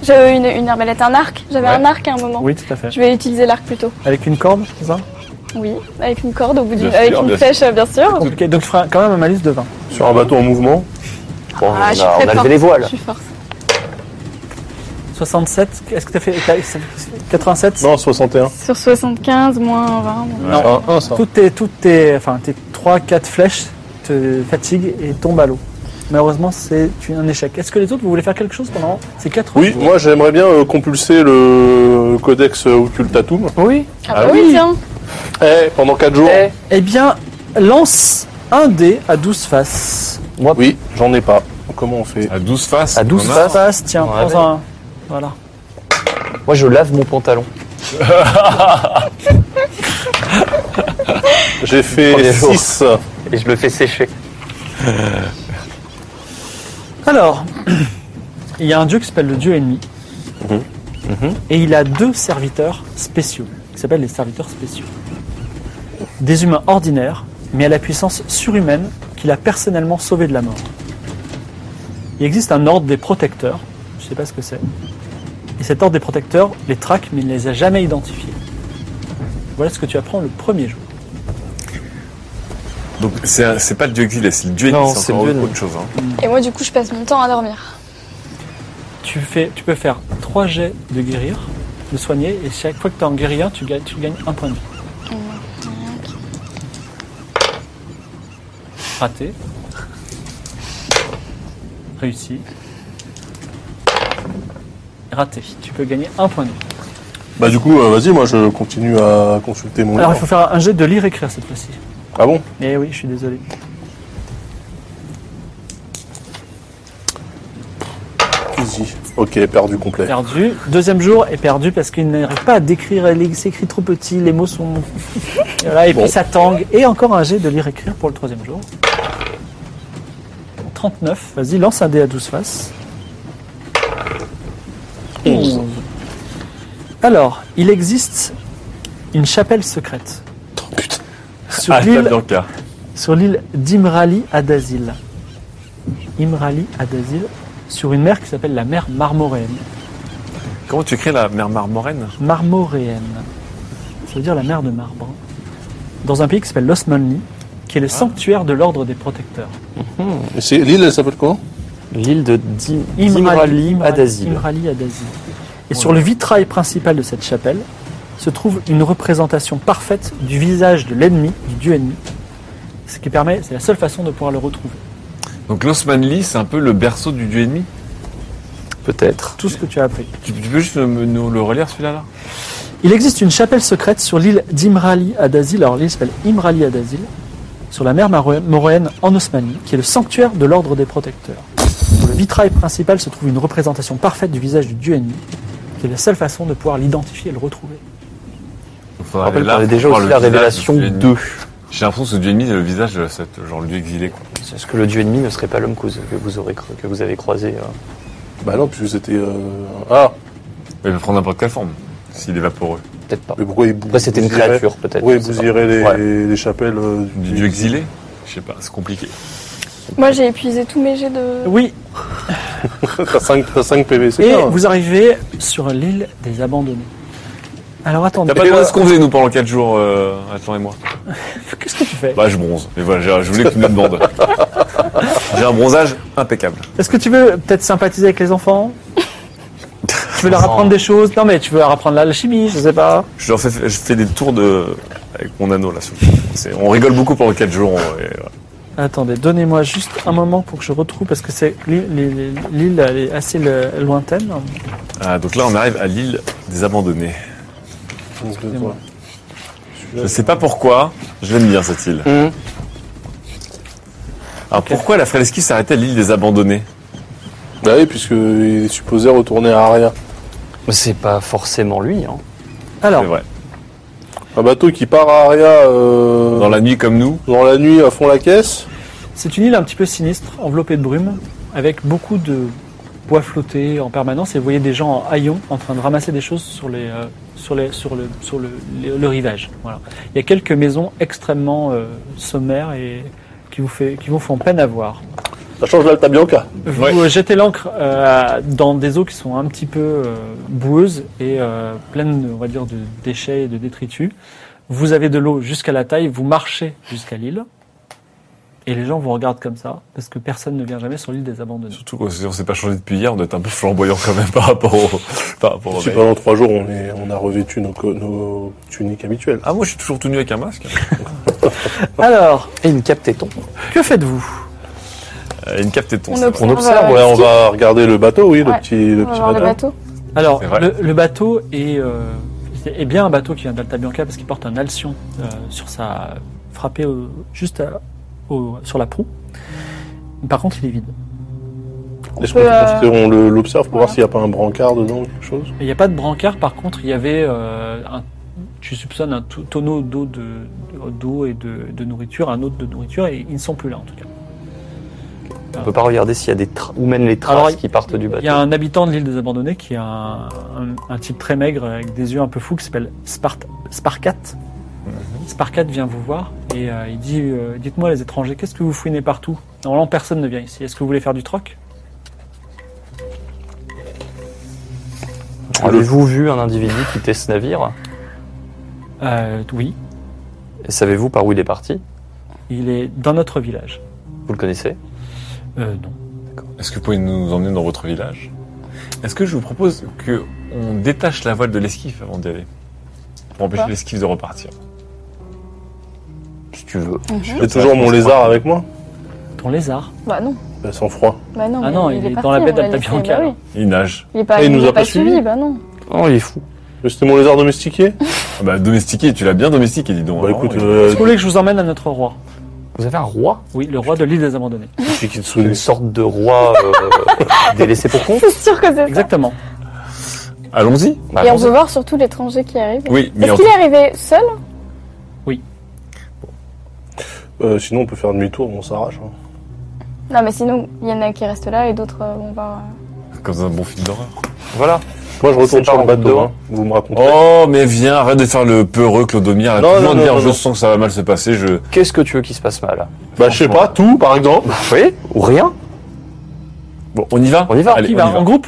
Speaker 5: J'ai une, une arbalète, un arc. J'avais
Speaker 4: Ouais.
Speaker 5: un arc à un moment.
Speaker 1: Oui, tout à fait.
Speaker 5: Je vais utiliser l'arc plutôt.
Speaker 1: Avec une corde, c'est ça
Speaker 5: Oui, avec une corde au bout d'une.
Speaker 4: Bien
Speaker 5: Avec
Speaker 4: sûr,
Speaker 5: une
Speaker 4: bien
Speaker 5: flèche, euh, bien sûr.
Speaker 1: Compliqué. Donc tu feras quand même un malus de 20.
Speaker 7: Sur un bateau en mouvement.
Speaker 6: Bon,
Speaker 5: Ah, je
Speaker 6: on
Speaker 5: suis
Speaker 6: a,
Speaker 5: très
Speaker 6: on a
Speaker 5: forte.
Speaker 6: levé les
Speaker 5: Je
Speaker 6: voiles.
Speaker 5: suis forte.
Speaker 1: 67, est-ce que tu as fait t'as- 87
Speaker 7: Non, 61.
Speaker 5: Sur 75, moins 20. moins-
Speaker 7: C'est un 1, Ah, ça.
Speaker 1: Toutes tes, toutes tes, enfin, tes 3-4 flèches te fatiguent et tombent à l'eau. Malheureusement, c'est une- un échec. Est-ce que les autres, vous voulez faire quelque chose pendant ces 4
Speaker 7: Oui, moi j'aimerais bien euh, compulser le codex euh, Occultatum.
Speaker 1: Oui.
Speaker 5: Ah,
Speaker 7: Ah
Speaker 5: bah oui,
Speaker 7: oui.
Speaker 5: tiens.
Speaker 7: Eh, pendant 4 jours.
Speaker 6: Eh,
Speaker 1: Eh bien, lance un dé à 12 faces.
Speaker 6: moi,
Speaker 7: Oui, j'en ai pas. Comment on fait
Speaker 4: À 12 faces.
Speaker 6: À 12
Speaker 4: on a-
Speaker 6: faces.
Speaker 1: Faces, tiens,
Speaker 6: On
Speaker 1: prends
Speaker 6: avait.
Speaker 1: un. Voilà.
Speaker 6: moi, je lave mon pantalon.
Speaker 7: J'ai fait
Speaker 6: Premier jour.
Speaker 7: 6.
Speaker 6: Et je le fais sécher.
Speaker 1: Alors, il y a un dieu qui s'appelle le dieu ennemi.
Speaker 4: Mhm.
Speaker 1: Et il a deux serviteurs spéciaux, qui s'appellent les serviteurs spéciaux. Des humains ordinaires, mais à la puissance surhumaine qu'il a personnellement sauvé de la mort. Il existe un ordre des protecteurs, je ne sais pas ce que c'est. Et cet ordre des protecteurs les traque, mais il ne les a jamais identifiés. Voilà ce que tu apprends le premier jour.
Speaker 4: Donc c'est un- c'est pas le dieu exilé, c'est le dieu
Speaker 6: Non,
Speaker 4: ennemi, c'est
Speaker 6: c'est
Speaker 4: encore
Speaker 6: le dieu
Speaker 4: autre chose. hein.
Speaker 3: Et moi, du coup, je passe mon temps à dormir.
Speaker 1: Tu, fais, tu peux faire trois jets de guérir, de soigner, et chaque fois que tu en guéris un, tu gagnes, tu gagnes un point de vie. Raté. Réussi. Raté. Tu peux gagner un point de vie.
Speaker 7: Bah du coup, euh, vas-y, moi je continue à consulter mon
Speaker 1: Alors il
Speaker 7: livre.
Speaker 1: faut faire un jet de lire-écrire cette fois-ci.
Speaker 7: Ah bon
Speaker 1: Eh oui, je suis désolé.
Speaker 7: Easy. Ok, perdu complet.
Speaker 1: Perdu. Deuxième jour est perdu parce qu'il n'arrive pas à décrire. Il s'écrit trop petit, les mots sont. Et, voilà, et
Speaker 7: Bon.
Speaker 1: puis ça tangue. Et encore un jet de lire-écrire pour le troisième jour. 39. Vas-y, lance un dé à 12 faces. 11. Alors, il existe une chapelle secrète. Sur
Speaker 4: Ah,
Speaker 1: l'île
Speaker 4: Bianca.
Speaker 1: sur l'île d'Imrali Adazil. Imrali Adazil, sur une mer qui s'appelle la mer Marmoréenne.
Speaker 4: Comment tu crées la mer marmoraine
Speaker 1: Marmoréenne, ça veut dire la mer de marbre. Dans un pays qui s'appelle Ah. l'Osmanli, qui est le sanctuaire de l'ordre des protecteurs.
Speaker 7: Et c'est l'île, elle s'appelle comment
Speaker 6: L'île de Dim-
Speaker 1: Imrali,
Speaker 6: Dimrali
Speaker 1: Adazil.
Speaker 6: Adazil.
Speaker 1: Et sur le vitrail principal de cette chapelle se trouve une représentation parfaite du visage de l'ennemi, du dieu ennemi. Ce qui permet, c'est la seule façon de pouvoir le retrouver.
Speaker 4: Donc l'Osmanli, c'est un peu le berceau du dieu ennemi.
Speaker 6: Peut-être.
Speaker 1: Tout ce que tu as appris.
Speaker 4: Tu, tu peux juste euh, me- nous le relire celui-là là
Speaker 1: Il existe une chapelle secrète sur l'île d'Imrali Adazil. Alors l'île s'appelle Imrali Adazil, sur la mer Maro- Moréenne en Osmanie, qui est le sanctuaire de l'ordre des protecteurs. Sur le vitrail principal se trouve une représentation parfaite du visage du dieu ennemi, qui est la seule façon de pouvoir l'identifier et le retrouver.
Speaker 4: Faudra
Speaker 6: Je
Speaker 4: aller
Speaker 6: rappelle
Speaker 4: là
Speaker 6: qu'on a
Speaker 4: pour
Speaker 6: déjà
Speaker 4: voir
Speaker 6: aussi
Speaker 4: le
Speaker 6: la
Speaker 4: visage du
Speaker 6: révélation
Speaker 4: dieu ennemi.
Speaker 6: 2.
Speaker 4: J'ai l'impression que ce dieu ennemi, c'est le visage de cette, genre, le dieu exilé. Quoi.
Speaker 6: Est-ce que le dieu ennemi ne serait pas l'homme que vous que vous aurez cru- que vous avez croisé euh,
Speaker 7: Bah non, puisque c'était. euh, Ah,
Speaker 4: Mais il peut prendre n'importe quelle forme, s'il est vaporeux.
Speaker 6: Peut-être pas.
Speaker 7: mais pourquoi il
Speaker 6: Après, Bah, c'était une créature, peut-être.
Speaker 7: Oui,
Speaker 6: je sais
Speaker 7: vous
Speaker 6: pas.
Speaker 7: irez les,
Speaker 6: Ouais.
Speaker 7: les chapelles. euh,
Speaker 4: Du dieu exilé Je sais pas, c'est compliqué.
Speaker 3: Moi, j'ai épuisé tous mes jets de.
Speaker 1: Oui,
Speaker 7: T'as 5, PV, c'est
Speaker 1: et
Speaker 7: bien. hein.
Speaker 1: vous arrivez sur l'île des abandonnés. Alors attendez,
Speaker 4: T'as pas demandé ce qu'on faisait nous pendant 4 jours, euh, Atlan et moi
Speaker 1: qu'est-ce que tu fais
Speaker 4: Bah je bronze, mais voilà, j'ai- je voulais que tu me le demandes. J'ai un bronzage impeccable.
Speaker 1: Est-ce que tu veux peut-être sympathiser avec les enfants Tu veux leur apprendre des choses Non mais tu veux leur apprendre l'alchimie, je sais pas.
Speaker 4: Je, leur fais, je fais des tours de... avec mon anneau là. sur- c'est- On rigole beaucoup pendant 4 jours. on- et voilà.
Speaker 1: Attendez, donnez-moi juste un moment pour que je retrouve, parce que c'est l'île- l'île l'île, elle est assez le- lointaine.
Speaker 4: Ah, donc là on arrive à l'île des abandonnés.
Speaker 7: euh,
Speaker 1: Excusez-moi.
Speaker 4: Je sais pas pourquoi, je l'aime bien cette île.
Speaker 1: Hum.
Speaker 6: Mhm.
Speaker 4: Alors pourquoi la Freleski s'arrêtait à l'île des abandonnés
Speaker 7: Bah oui, puisqu'il est supposé retourner à Aria.
Speaker 6: C'est pas forcément lui. Hein.
Speaker 4: C'est
Speaker 1: Alors,
Speaker 4: vrai.
Speaker 7: Un bateau qui part à Aria euh,
Speaker 4: Dans la nuit comme nous,
Speaker 7: dans la nuit à fond la caisse.
Speaker 1: c'est une île un petit peu sinistre, enveloppée de brume, avec beaucoup de bois flotté en permanence, et vous voyez des gens en haillons en train de ramasser des choses sur, les, euh, sur, les, sur, le, sur le, le- le rivage. Voilà. Il y a quelques maisons extrêmement euh, sommaires et qui vous, fait, qui vous font peine à voir.
Speaker 7: Ça change l'Alta Bianca.
Speaker 1: Vous
Speaker 4: Ouais.
Speaker 1: euh, jetez l'encre euh, dans des eaux qui sont un petit peu euh, boueuses et euh, pleines, on va dire, de déchets et de détritus. Vous avez de l'eau jusqu'à la taille, vous marchez jusqu'à l'île. Et les gens vous regardent comme ça, parce que personne ne vient jamais sur l'île des abandonnés.
Speaker 4: surtout qu'on s'est- on s'est pas changé depuis hier, on doit être un peu flamboyant quand même par rapport au... Par rapport au-
Speaker 7: Si pendant trois jours, on, est- on a revêtu nos, co- nos tuniques habituelles.
Speaker 4: Ah moi je suis toujours tout nu avec un masque.
Speaker 1: Ah. Alors,
Speaker 6: Et une cape téton.
Speaker 1: que faites-vous
Speaker 4: Euh, une cape téton.
Speaker 3: On
Speaker 4: c'est
Speaker 3: observe.
Speaker 4: vrai.
Speaker 7: On observe, ouais, on va regarder le bateau, oui, le
Speaker 3: Ouais.
Speaker 7: petit, le
Speaker 3: On va
Speaker 7: petit
Speaker 3: voir euh, le
Speaker 7: radar.
Speaker 3: bateau.
Speaker 1: Alors,
Speaker 4: C'est vrai.
Speaker 1: le, le bateau est, euh, c'est- est bien un bateau qui vient d'Alta Bianca parce qu'il porte un alcyon euh, sur sa frappé au- juste à- au- sur la proue. Par contre, il est vide.
Speaker 7: Est-ce
Speaker 3: On peut, euh,
Speaker 7: qu'on le- l'observe pour voir
Speaker 3: voilà.
Speaker 7: s'il n'y a pas un brancard dedans ou quelque chose
Speaker 1: Il n'y a pas de brancard, par contre, il y avait, euh, un, tu soupçonnes, un tou- tonneau d'eau de, d'eau et de, de nourriture, un autre de nourriture, et ils ne sont plus là en tout cas.
Speaker 6: On peut pas regarder s'il y a des tra- où mènent les traces
Speaker 1: Alors, il-
Speaker 6: qui partent du
Speaker 1: Il
Speaker 6: bateau.
Speaker 1: y a un habitant de l'île des Abandonnés qui est un, un- un type très maigre avec des yeux un peu fous qui s'appelle Spart- Sparkat.
Speaker 6: Mhm.
Speaker 1: Sparkat vient vous voir et euh, il dit euh, Dites-moi, les étrangers, qu'est-ce que vous fouinez partout Normalement, personne ne vient ici. Est-ce que vous voulez faire du troc
Speaker 6: Avez-vous vu un individu quitter ce navire
Speaker 1: Euh, Oui,
Speaker 6: Et savez-vous par où il est parti
Speaker 1: il est dans notre village.
Speaker 6: Vous le connaissez
Speaker 1: Euh, non.
Speaker 4: Est-ce que vous pouvez nous emmener dans votre village Est-ce que je vous propose que on détache la voile de l'esquif avant d'y aller Pour empêcher
Speaker 3: Pourquoi
Speaker 4: l'esquif de repartir.
Speaker 6: Si tu veux.
Speaker 7: J'ai toujours mon lézard avec moi
Speaker 1: Ton lézard.
Speaker 6: Euh,
Speaker 3: Bah non.
Speaker 7: Bah, sans froid.
Speaker 3: Bah non.
Speaker 1: Ah
Speaker 3: mais
Speaker 1: non, il est dans la
Speaker 3: parti,
Speaker 1: baie
Speaker 3: on l'a
Speaker 1: d'Alta
Speaker 3: laissé,
Speaker 1: Bianca,
Speaker 3: bah oui.
Speaker 1: là.
Speaker 4: Il nage.
Speaker 3: Il est pas,
Speaker 7: Et il
Speaker 3: il
Speaker 7: nous
Speaker 3: nous
Speaker 7: a
Speaker 3: pas
Speaker 7: pas
Speaker 3: suivi,
Speaker 7: suivi.
Speaker 3: bah non.
Speaker 6: Oh, il est fou.
Speaker 7: Mais c'était mon lézard domestiqué
Speaker 4: Ah bah domestiqué, tu l'as bien domestiqué, dis donc. Ah,
Speaker 7: Bah
Speaker 4: Vraiment,
Speaker 7: écoute,
Speaker 1: Est-ce
Speaker 4: il-
Speaker 7: euh,
Speaker 1: que vous voulez que je vous emmène à notre roi
Speaker 6: Vous avez un roi
Speaker 1: Oui, le roi de l'île des Abandonnés.
Speaker 7: petit
Speaker 6: Une
Speaker 7: Kitsune.
Speaker 6: sorte de roi euh, délaissé pour compte
Speaker 3: C'est sûr que c'est ça.
Speaker 1: Exactement.
Speaker 4: Allons-y.
Speaker 6: Bah,
Speaker 3: Et on
Speaker 6: allons-y.
Speaker 3: peut voir surtout l'étranger qui arrive.
Speaker 4: Oui, mais
Speaker 3: Est-ce
Speaker 4: en-
Speaker 3: qu'il est arrivé seul
Speaker 7: Euh, sinon, on peut faire demi-tour, on s'arrache. hein.
Speaker 3: Non, mais sinon, il y en a qui restent là et d'autres, euh, on va.
Speaker 4: comme dans un bon film d'horreur.
Speaker 6: Voilà.
Speaker 7: Moi, je
Speaker 6: C'est
Speaker 7: retourne sur
Speaker 6: pas
Speaker 7: le bateau.
Speaker 6: dehors.
Speaker 7: hein. Vous me racontez.
Speaker 4: Oh mais viens, arrête de faire le peureux Clodomir.
Speaker 7: Non,
Speaker 4: Non,
Speaker 7: non,
Speaker 4: non,
Speaker 7: non,
Speaker 4: dire
Speaker 7: non,
Speaker 4: je
Speaker 7: non.
Speaker 4: sens que ça va mal se passer, je
Speaker 6: Qu'est-ce que tu veux qui se passe mal
Speaker 7: hein.
Speaker 6: Bah,
Speaker 7: bah, je sais pas, tout, par exemple.
Speaker 6: Oui Ou rien
Speaker 4: Bon, on y va
Speaker 6: On y va.
Speaker 4: Allez,
Speaker 1: qui
Speaker 4: on
Speaker 1: va hein
Speaker 4: y va.
Speaker 1: en groupe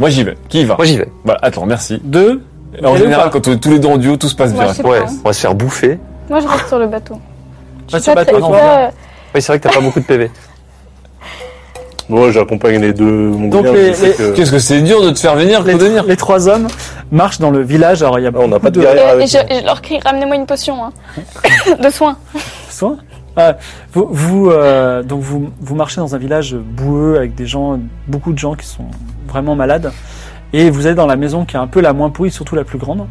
Speaker 4: Moi j'y vais. Qui y va
Speaker 6: Moi j'y vais.
Speaker 4: Voilà, attends, merci.
Speaker 1: Deux.
Speaker 4: Et en
Speaker 1: Et
Speaker 4: général,
Speaker 1: ou
Speaker 4: quand on est tous les deux en duo, tout se passe
Speaker 3: Moi,
Speaker 4: bien.
Speaker 3: je sais
Speaker 6: Ouais,
Speaker 3: pas. hein.
Speaker 6: on va se faire bouffer.
Speaker 3: Moi, je reste sur le bateau.
Speaker 1: Pas
Speaker 3: Je suis
Speaker 1: sur
Speaker 3: pas
Speaker 1: bateau,
Speaker 3: très-
Speaker 1: non.
Speaker 3: euh, pas-
Speaker 6: Oui, c'est vrai que t'as pas beaucoup de PV.
Speaker 7: Moi, j'accompagne les deux Mongoliens.
Speaker 1: Donc, les-
Speaker 7: je sais
Speaker 1: les-
Speaker 7: que-
Speaker 4: Qu'est-ce que c'est dur de te faire venir,
Speaker 1: Les,
Speaker 4: Claude
Speaker 1: les trois hommes marchent dans le village. Alors, il y a
Speaker 2: Ah, on n'a
Speaker 1: beaucoup
Speaker 2: pas de guerrier
Speaker 3: Et, et
Speaker 2: avec
Speaker 3: je, et je leur crie, ramenez-moi une potion hein, de soins.
Speaker 1: Soin. Ah, vous, vous, euh, donc vous, vous marchez dans un village boueux avec des gens, beaucoup de gens qui sont vraiment malades. Et vous allez dans la maison qui est un peu la moins pourrie, surtout la plus grande.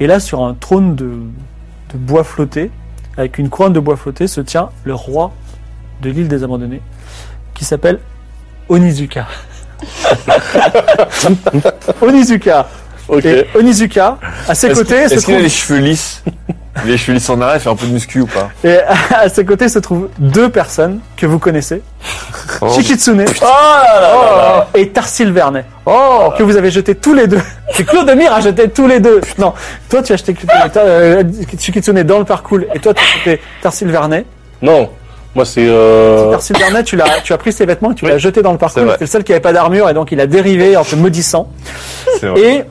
Speaker 1: Et là, sur un trône de, de bois flotté, avec une couronne de bois flotté, se tient le roi de l'île des abandonnés, qui s'appelle Onizuka. Onizuka.
Speaker 7: Ok.
Speaker 1: Et Onizuka, à ses
Speaker 4: Est-ce
Speaker 1: côtés,
Speaker 4: qu'il-
Speaker 1: se
Speaker 4: Est-ce qu'il a
Speaker 1: trouve
Speaker 4: les cheveux lisses Il a Les cheveux lisses en arrière, il fait un peu de muscu ou pas
Speaker 1: Et à ses côtés se trouvent deux personnes que vous connaissez.
Speaker 7: Oh,
Speaker 1: Shikitsune et Tarsil Vernet.
Speaker 7: Oh.
Speaker 1: que vous avez jeté tous les deux. C'est Claude Demir a jeté tous les deux. Non, toi tu as jeté euh, Shikitsune dans le parcours et toi tu as jeté Tarsil Vernet.
Speaker 7: Non, moi c'est. Euh...
Speaker 1: Tarsil Vernet, tu, l'as- tu as pris ses vêtements et tu
Speaker 7: Oui.
Speaker 1: l'as jeté dans le parcours.
Speaker 7: C'est vrai.
Speaker 1: C'est le seul qui avait pas d'armure et donc il a dérivé en se maudissant.
Speaker 4: C'est vrai.
Speaker 1: Et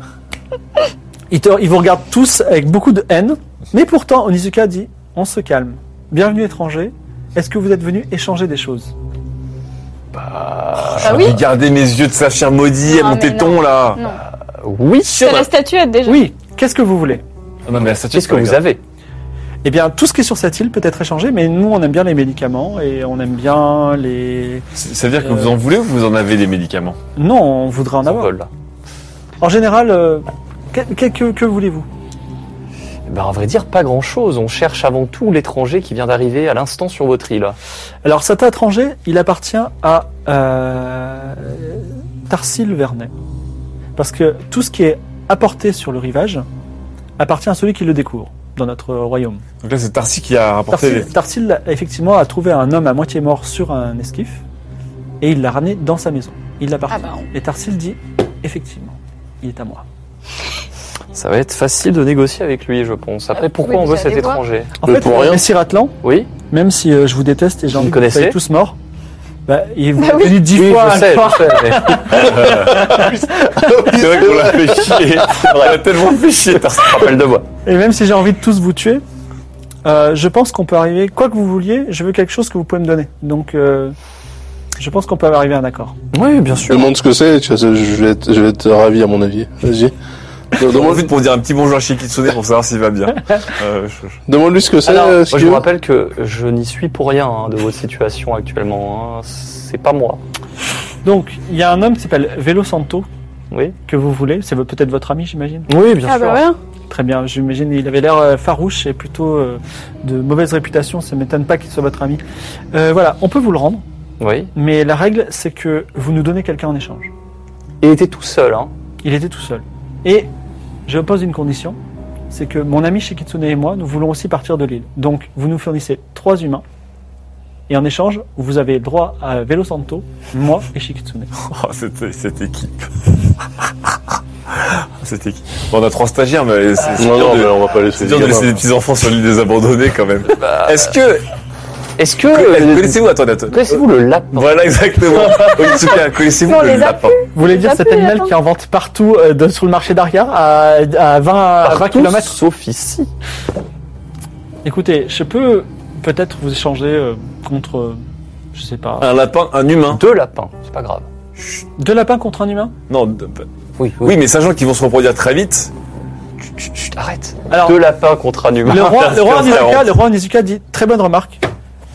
Speaker 1: ils, te- ils vous regardent tous avec beaucoup de haine. Mais pourtant, Onizuka dit On se calme. Bienvenue étranger. Est-ce que vous êtes venu échanger des choses
Speaker 3: bah oui,
Speaker 4: Regardez Ah mes yeux de saphir maudit et
Speaker 3: Non,
Speaker 4: mon
Speaker 3: mais
Speaker 4: téton là
Speaker 3: non.
Speaker 6: Oui,
Speaker 3: c'est la statuette déjà.
Speaker 1: Oui, qu'est-ce que vous voulez
Speaker 4: Ah Non mais la statue,
Speaker 6: qu'est-ce que vous avez
Speaker 1: Eh bien, tout ce qui est sur cette île peut être échangé, mais nous, on aime bien les médicaments et on aime bien les.
Speaker 4: Ça veut dire que vous en voulez ou vous en avez des médicaments
Speaker 1: Non, on voudrait en
Speaker 6: Ça
Speaker 1: avoir.
Speaker 6: vole.
Speaker 1: En général, euh, que, que- que- que voulez-vous
Speaker 6: Eh Ben, à vrai dire, pas grand-chose. On cherche avant tout l'étranger qui vient d'arriver à l'instant sur votre île.
Speaker 1: Alors, cet étranger, il appartient à euh, Tarsil Vernet. Parce que tout ce qui est apporté sur le rivage appartient à celui qui le découvre dans notre royaume.
Speaker 4: Donc là c'est Tarsi qui a rapporté les...
Speaker 1: Tarsil, Tarsil, effectivement, a trouvé un homme à moitié mort sur un esquif et il l'a ramené dans sa maison. Il l'appartient.
Speaker 3: Ah bah, on-
Speaker 1: Et Tarsil dit Effectivement, il est à moi.
Speaker 6: Ça va être facile de négocier avec lui, je pense. Après,
Speaker 3: Ah,
Speaker 6: pourquoi
Speaker 3: oui,
Speaker 6: on
Speaker 3: vous
Speaker 6: veut cet
Speaker 3: allez voir.
Speaker 6: étranger
Speaker 1: En
Speaker 7: Mais
Speaker 1: fait, euh,
Speaker 7: pour rien.
Speaker 1: Messire Atlan,
Speaker 6: Oui
Speaker 1: même si euh, je vous déteste et j'ai
Speaker 6: Vous
Speaker 1: envie
Speaker 6: me
Speaker 1: que vous soyez
Speaker 6: connaissez
Speaker 1: tous morts, bah, il vous
Speaker 3: Bah oui.
Speaker 1: est venu dix
Speaker 6: Oui,
Speaker 1: fois
Speaker 6: je
Speaker 1: à
Speaker 6: sais,
Speaker 1: croire.
Speaker 6: je sais, mais-
Speaker 4: C'est vrai qu'on l'a fait chier. On l'a tellement fait chier Tarsi.
Speaker 6: Rappel de voix.
Speaker 1: Et même si j'ai envie de tous vous tuer, euh, je pense qu'on peut arriver, quoi que vous vouliez, je veux quelque chose que vous pouvez me donner. Donc, euh, je pense qu'on peut arriver à un accord.
Speaker 6: Oui, bien
Speaker 7: Je
Speaker 6: sûr.
Speaker 7: demande ce que c'est, tu vois, je vais, être, je vais être ravi à mon avis. Vas-y.
Speaker 4: J'en
Speaker 7: Demande-
Speaker 4: profite pour dire un petit bonjour à Shikitsune pour savoir s'il va bien. Euh, je- je-
Speaker 7: Demande-lui ce que c'est.
Speaker 6: Alors,
Speaker 7: euh,
Speaker 6: moi,
Speaker 7: ce
Speaker 6: je
Speaker 7: qu'il
Speaker 6: vous
Speaker 7: veut.
Speaker 6: rappelle que je n'y suis pour rien hein, de votre situation actuellement. hein. C'est pas moi.
Speaker 1: Donc, il y a un homme qui s'appelle Velo Santo
Speaker 6: Oui.
Speaker 1: que vous voulez. C'est peut-être votre ami, j'imagine.
Speaker 6: Oui, bien
Speaker 3: Ah bah ouais.
Speaker 1: Très bien, j'imagine il avait l'air euh, farouche et plutôt euh, de mauvaise réputation, ça m'étonne pas qu'il soit votre ami. Euh, voilà, on peut vous le rendre,
Speaker 6: Oui.
Speaker 1: mais la règle c'est que vous nous donnez quelqu'un en échange.
Speaker 6: Il était tout seul. Hein.
Speaker 1: Il était tout seul. Et je pose une condition, c'est que mon ami Shikitsune et moi, nous voulons aussi partir de l'île. Donc vous nous fournissez trois humains, et en échange, vous avez droit à Velo Santo, moi et Shikitsune.
Speaker 4: Oh, cette, cette équipe. cette équipe. Bon, on a trois stagiaires, mais c'est c'est
Speaker 7: Non,
Speaker 4: dur
Speaker 7: non,
Speaker 4: de-
Speaker 7: mais on va pas
Speaker 4: bah, c'est
Speaker 7: laisser les
Speaker 4: dur de
Speaker 7: gamins.
Speaker 4: laisser des petits enfants sur l'île des abandonnés quand même. Est-ce que
Speaker 6: Est-ce que
Speaker 4: connaissez-vous attendez, attendez.
Speaker 6: connaissez-vous le lapin
Speaker 4: Voilà exactement. Onitsuka,
Speaker 3: Mais
Speaker 4: connaissez-vous
Speaker 3: on
Speaker 4: le
Speaker 3: les a
Speaker 4: lapin
Speaker 1: Vous voulez
Speaker 3: Il
Speaker 1: dire
Speaker 3: a
Speaker 1: cet
Speaker 3: plus,
Speaker 1: animal
Speaker 3: attends.
Speaker 1: qui en vente partout euh, de- sur le marché d'arrière à, à 20, à 20
Speaker 6: Partout,
Speaker 1: km
Speaker 6: Sauf ici.
Speaker 1: Écoutez, je peux peut-être vous échanger euh, contre, euh, je sais pas,
Speaker 4: Un lapin, un humain.
Speaker 6: Deux lapins. C'est pas grave.
Speaker 1: deux lapins contre un humain.
Speaker 4: Non, de- bah,
Speaker 6: Oui,
Speaker 4: oui, mais sachant qu'ils vont se reproduire très vite.
Speaker 6: Chut, chut, chut, arrête.
Speaker 1: Alors,
Speaker 6: Deux lapins contre un humain.
Speaker 1: le roi, le roi
Speaker 4: Parce que ça
Speaker 1: Onizuka,
Speaker 4: rentre.
Speaker 1: le roi Onizuka dit très bonne remarque.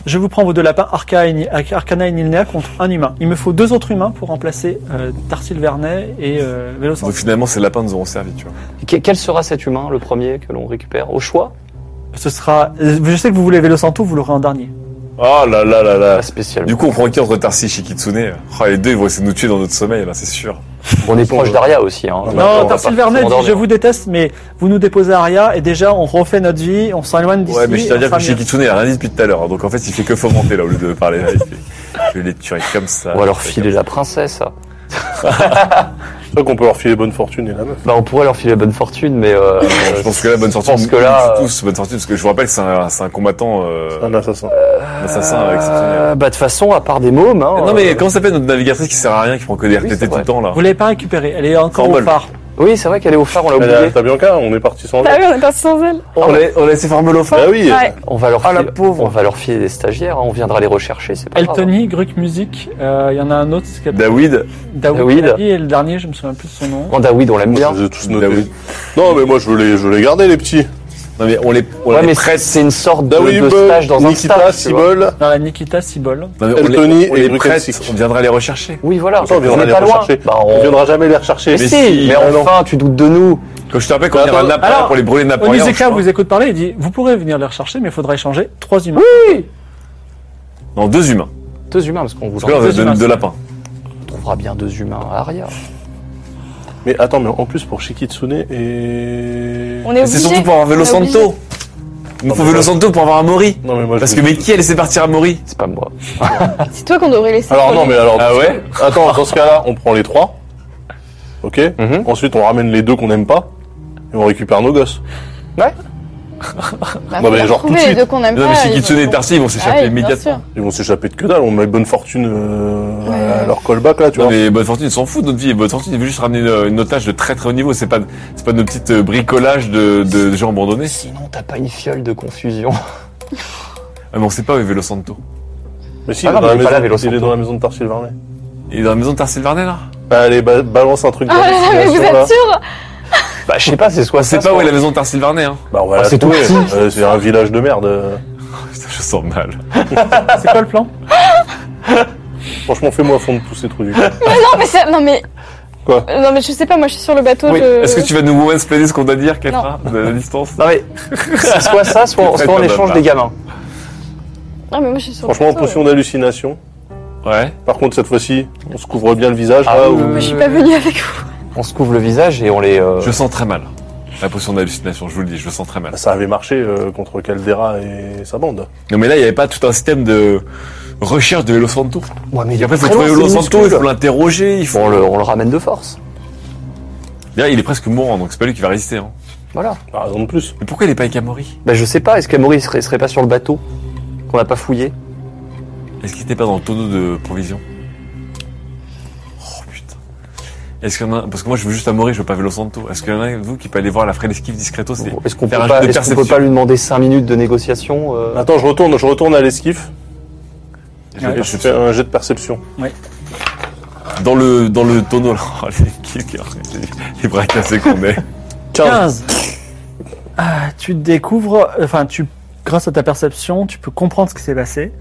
Speaker 1: Je vous prends vos deux lapins Arca et Ni- Arcana et Nilnea contre un humain. Il me faut deux autres humains pour remplacer euh, Tarsil Vernet et euh,
Speaker 4: Donc
Speaker 1: Vélocentris.
Speaker 4: finalement, ces lapins nous auront servi, tu vois.
Speaker 6: Que- Quel sera cet humain, le premier que l'on récupère Au choix
Speaker 1: Ce sera. euh, Je sais que vous voulez Vélosanto, vous l'aurez en dernier.
Speaker 4: Oh là là là là.
Speaker 6: Pas spécialement.
Speaker 4: Du coup, on prend qui entre Tarsi et Shikitsune Oh, les deux, ils vont essayer de nous tuer dans notre sommeil, là, c'est sûr.
Speaker 6: on est proche d'Aria aussi. Hein.
Speaker 1: Non, Tarsil Vernet dit je vous déteste, mais vous nous déposez à Aria et déjà on refait notre vie, on s'éloigne d'ici.
Speaker 4: Ouais, mais je tiens à
Speaker 1: on
Speaker 4: dire
Speaker 1: sera
Speaker 4: que
Speaker 1: mieux.
Speaker 4: Shikitsune, il a rien dit depuis tout à l'heure. hein. Donc en fait, il fait que fomenter, là, au lieu de parler. là, il fait, je vais les tuer comme ça.
Speaker 6: On va leur filer la princesse.
Speaker 7: C'est vrai qu'on peut leur filer bonne fortune et la meuf.
Speaker 6: Bah, on pourrait leur filer bonne fortune, mais euh,
Speaker 4: Je pense que là, bonne sortie.
Speaker 6: Je pense que là, euh,
Speaker 4: nous tous, bonne sortie, parce que je vous rappelle, c'est un, c'est un combattant, euh,
Speaker 7: C'est un assassin.
Speaker 4: un assassin exceptionnel.
Speaker 6: Euh, bah de toute façon, à part des mômes. Hein,
Speaker 4: non,
Speaker 6: euh,
Speaker 4: mais comment s'appelle notre navigatrice qui sert à rien, qui prend que des
Speaker 6: Oui,
Speaker 4: RTT
Speaker 6: c'est
Speaker 4: tout
Speaker 6: vrai.
Speaker 4: le temps, là
Speaker 1: Vous l'avez pas récupéré, elle est encore au
Speaker 4: Cornball.
Speaker 1: phare.
Speaker 6: Oui, c'est vrai qu'elle est au phare, on l'a oublié.
Speaker 7: T'as bien on est parti sans
Speaker 5: Bah
Speaker 9: Ah
Speaker 7: elle.
Speaker 9: oui, on est parti sans elle.
Speaker 6: On,
Speaker 4: On l'a on l'a laissé former l'eau
Speaker 7: Bah oui.
Speaker 9: Ouais.
Speaker 6: on va leur
Speaker 4: Ah, la
Speaker 6: filer,
Speaker 4: pauvre.
Speaker 6: on va leur filer des stagiaires, hein, on viendra les rechercher, c'est pas grave.
Speaker 1: Eltony, Gruc Music, euh, il y en a un autre, c'est Captain
Speaker 4: David.
Speaker 1: Daoud.
Speaker 6: Daoud.
Speaker 1: Daoud, Et le dernier, je me souviens plus de son nom.
Speaker 6: En David, hein. on l'aime bien.
Speaker 7: Je les ai tous
Speaker 4: Bah
Speaker 7: notés.
Speaker 4: oui.
Speaker 7: Non, mais moi, je veux les, je veux les garder, les petits.
Speaker 4: Non mais on les, on Bah
Speaker 6: Ouais,
Speaker 4: les
Speaker 6: mais
Speaker 4: prête.
Speaker 6: c'est une sorte de,
Speaker 7: Daoui,
Speaker 6: de
Speaker 7: Bol,
Speaker 6: stage dans un
Speaker 7: Nikita,
Speaker 6: stage. tu vois.
Speaker 7: Sibol.
Speaker 1: Non, la Nikita Sibol.
Speaker 4: Non, mais on les-
Speaker 7: Eltony
Speaker 4: on
Speaker 7: et
Speaker 4: les
Speaker 7: Bruce
Speaker 4: prête,
Speaker 7: Elsik.
Speaker 4: On viendra les rechercher.
Speaker 6: Oui, voilà.
Speaker 7: Ça, on viendra
Speaker 6: est
Speaker 7: les
Speaker 6: pas loin.
Speaker 7: rechercher.
Speaker 6: Bah, on-
Speaker 7: On viendra jamais les rechercher.
Speaker 6: Mais, si, mais
Speaker 7: Ah non.
Speaker 6: enfin, tu doutes de nous.
Speaker 4: Quand je te rappelle qu'on
Speaker 7: Bah,
Speaker 4: viendra
Speaker 7: attends,
Speaker 4: de Napoléon
Speaker 1: alors,
Speaker 4: pour les brûler de Napoléon. je
Speaker 1: Onizeka
Speaker 4: crois.
Speaker 1: vous écoute parler et dit Vous pourrez venir les rechercher, mais il faudra échanger trois humains.
Speaker 4: Non, deux humains.
Speaker 6: Deux humains, parce qu'on vous
Speaker 4: Parce que là, on
Speaker 6: en
Speaker 4: a
Speaker 1: Deux humains,
Speaker 4: deux, deux
Speaker 1: c'est
Speaker 4: lapins.
Speaker 6: trouvera bien deux humains à Aria.
Speaker 7: Mais attends, mais en plus, pour Shikitsune et...
Speaker 5: On est
Speaker 4: C'est
Speaker 5: obligé.
Speaker 4: surtout pour avoir Velo
Speaker 5: On est obligé.
Speaker 4: Santo. Il nous faut Velo Santo pour avoir un Mori.
Speaker 7: Non, mais moi, je
Speaker 4: Parce que
Speaker 7: veux-
Speaker 4: mais qui a laissé partir à Mori
Speaker 6: C'est pas moi.
Speaker 5: C'est toi qu'on devrait laisser.
Speaker 7: Alors non, mais alors...
Speaker 4: Ah ouais
Speaker 7: Attends, dans ce cas-là, on prend les trois. Ok Ensuite, on ramène les deux qu'on n'aime pas. Et on récupère nos gosses.
Speaker 5: Bah,
Speaker 7: bah,
Speaker 5: faut
Speaker 7: genre, tout de
Speaker 5: trouver les
Speaker 7: suite.
Speaker 5: deux qu'on aime
Speaker 4: Non mais
Speaker 5: pas.
Speaker 4: si
Speaker 5: ils
Speaker 4: Kitsune et
Speaker 5: vont-
Speaker 4: Tarsi ils vont
Speaker 5: Ah
Speaker 4: s'échapper
Speaker 5: oui, bien
Speaker 4: immédiatement.
Speaker 5: sûr.
Speaker 7: Ils vont s'échapper de que dalle. On met bonne fortune euh, à
Speaker 5: Ouais.
Speaker 7: leur callback, là, tu
Speaker 4: Non,
Speaker 7: vois.
Speaker 4: mais Bonne Fortune, ils s'en foutent, notre vie. Bonne Fortune, ils veulent juste ramener euh, une otage de très très haut niveau. C'est pas, c'est pas nos petites euh, bricolages de, de, de gens abandonnés.
Speaker 6: Sinon, t'as pas une fiole de confusion.
Speaker 4: Ah, mais on sait pas où est Velo Santo.
Speaker 7: Mais si, il,
Speaker 6: Ah non,
Speaker 7: est dans
Speaker 6: mais
Speaker 7: la
Speaker 6: pas la
Speaker 7: maison,
Speaker 6: Velo
Speaker 7: il est
Speaker 6: Santo.
Speaker 7: dans la maison de Tarsil Varnet.
Speaker 4: Il est dans la maison de Tarsilvarnet, là?
Speaker 7: Bah, allez, ba- balance un truc dans
Speaker 5: Ah là là, mais vous
Speaker 7: destination, là.
Speaker 5: êtes sûr
Speaker 6: Bah, je sais pas, c'est soit
Speaker 4: On sait pas où est la maison de Tarsilvarnet, hein.
Speaker 7: Bah, on va
Speaker 6: Ah,
Speaker 7: la
Speaker 6: c'est tout
Speaker 7: trouver.
Speaker 6: petit.
Speaker 7: Euh, C'est un village de merde.
Speaker 4: Putain, je sens mal.
Speaker 1: C'est quoi le plan
Speaker 7: Franchement, fais-moi fondre tous ces trucs.
Speaker 5: Non, mais c'est. Non, mais.
Speaker 7: Quoi
Speaker 5: Euh, Non, mais je sais pas, moi je suis sur le bateau.
Speaker 4: Oui.
Speaker 5: je-
Speaker 4: Est-ce que tu vas nous mansplainer ce qu'on doit dire, Ketra, de la distance?
Speaker 6: Non mais, c'est soit ça, soit,
Speaker 4: Très
Speaker 6: soit on
Speaker 4: bonne
Speaker 6: échange
Speaker 4: part.
Speaker 6: des gamins.
Speaker 5: Ah, mais moi je suis sur le
Speaker 7: Franchement,
Speaker 5: bateau.
Speaker 7: potion d'hallucination.
Speaker 4: Ouais.
Speaker 7: Par contre, cette fois-ci, on se couvre bien le visage.
Speaker 6: Ah,
Speaker 7: là,
Speaker 6: oui,
Speaker 7: où-
Speaker 5: Moi, je suis pas venue avec vous.
Speaker 6: On se couvre le visage et on les... euh,
Speaker 4: Je sens très mal. La potion d'hallucination, je vous le dis, je le sens très mal.
Speaker 7: bah, Ça avait marché euh, contre Caldera et sa bande.
Speaker 4: Non, mais là, il n'y avait pas tout un système de recherche de Velo Santo.
Speaker 6: Ouais, mais
Speaker 4: Et après, il faut
Speaker 6: très
Speaker 4: trouver
Speaker 6: loin,
Speaker 4: Velo
Speaker 6: c'est
Speaker 4: Santo, il
Speaker 6: minuscule.
Speaker 4: faut l'interroger, il faut.
Speaker 6: on, le, on le ramène de force.
Speaker 4: D'ailleurs, il est presque mourant, donc c'est pas lui qui va résister, hein.
Speaker 6: Voilà.
Speaker 7: Par exemple, plus.
Speaker 4: Mais pourquoi il est pas avec Amaury?
Speaker 6: Bah, je sais pas, est-ce qu'Amory serait, serait pas sur le bateau Qu'on n'a pas fouillé
Speaker 4: Est-ce qu'il était pas dans le tonneau de provision Oh putain. Est-ce qu'il y en a un- Parce que moi je veux juste Amaury, je veux pas Velo Santo. Est-ce qu'il y en a un de vous qui peut aller voir la Fresquive discreto c'est-
Speaker 6: Est-ce qu'on peut,
Speaker 4: Faire un
Speaker 6: pas-
Speaker 4: jeu de
Speaker 6: est-ce qu'on peut
Speaker 4: perception. Bah.
Speaker 6: pas lui demander 5 minutes de négociation euh,
Speaker 7: Attends, je retourne, je retourne à l'esquif
Speaker 4: Je veux
Speaker 7: et
Speaker 4: dire,
Speaker 7: je fais un jet de perception.
Speaker 4: Dans le dans le tonneau là. Oh, les kickers, les- les bras cassés qu'on est.
Speaker 1: 15. Ah, tu découvres, enfin, tu, grâce à ta perception, tu peux comprendre ce qui s'est passé.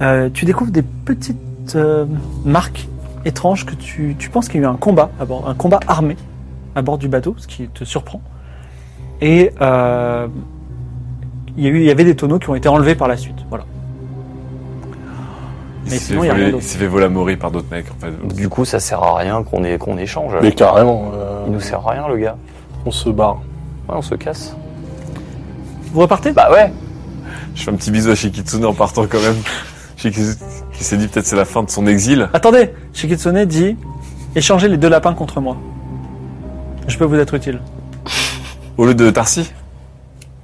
Speaker 1: Euh, tu découvres des petites euh, marques étranges que tu, tu penses qu'il y a eu un combat, à bord, un combat armé à bord du bateau, ce qui te surprend. Et euh, il y, a eu- il y avait des tonneaux qui ont été enlevés par la suite. Voilà.
Speaker 4: Il
Speaker 1: Mais
Speaker 4: s'est fait,
Speaker 1: sinon, il y a rien
Speaker 4: voler-
Speaker 1: d'autre.
Speaker 4: il s'est fait voler Amaury par d'autres mecs en fait.
Speaker 6: Du coup, ça sert à rien qu'on ait- qu'on échange.
Speaker 7: Mais carrément, euh,
Speaker 6: Il nous sert à rien, le gars.
Speaker 7: on se barre.
Speaker 6: Ouais, on se casse.
Speaker 1: Vous repartez
Speaker 6: Bah ouais
Speaker 4: Je fais un petit bisou à Shikitsune en partant quand même. Shikitsune qui s'est dit peut-être c'est la fin de son exil.
Speaker 1: Attendez, Shikitsune dit échangez les deux lapins contre moi. Je peux vous être utile.
Speaker 4: Au lieu de Tarsi.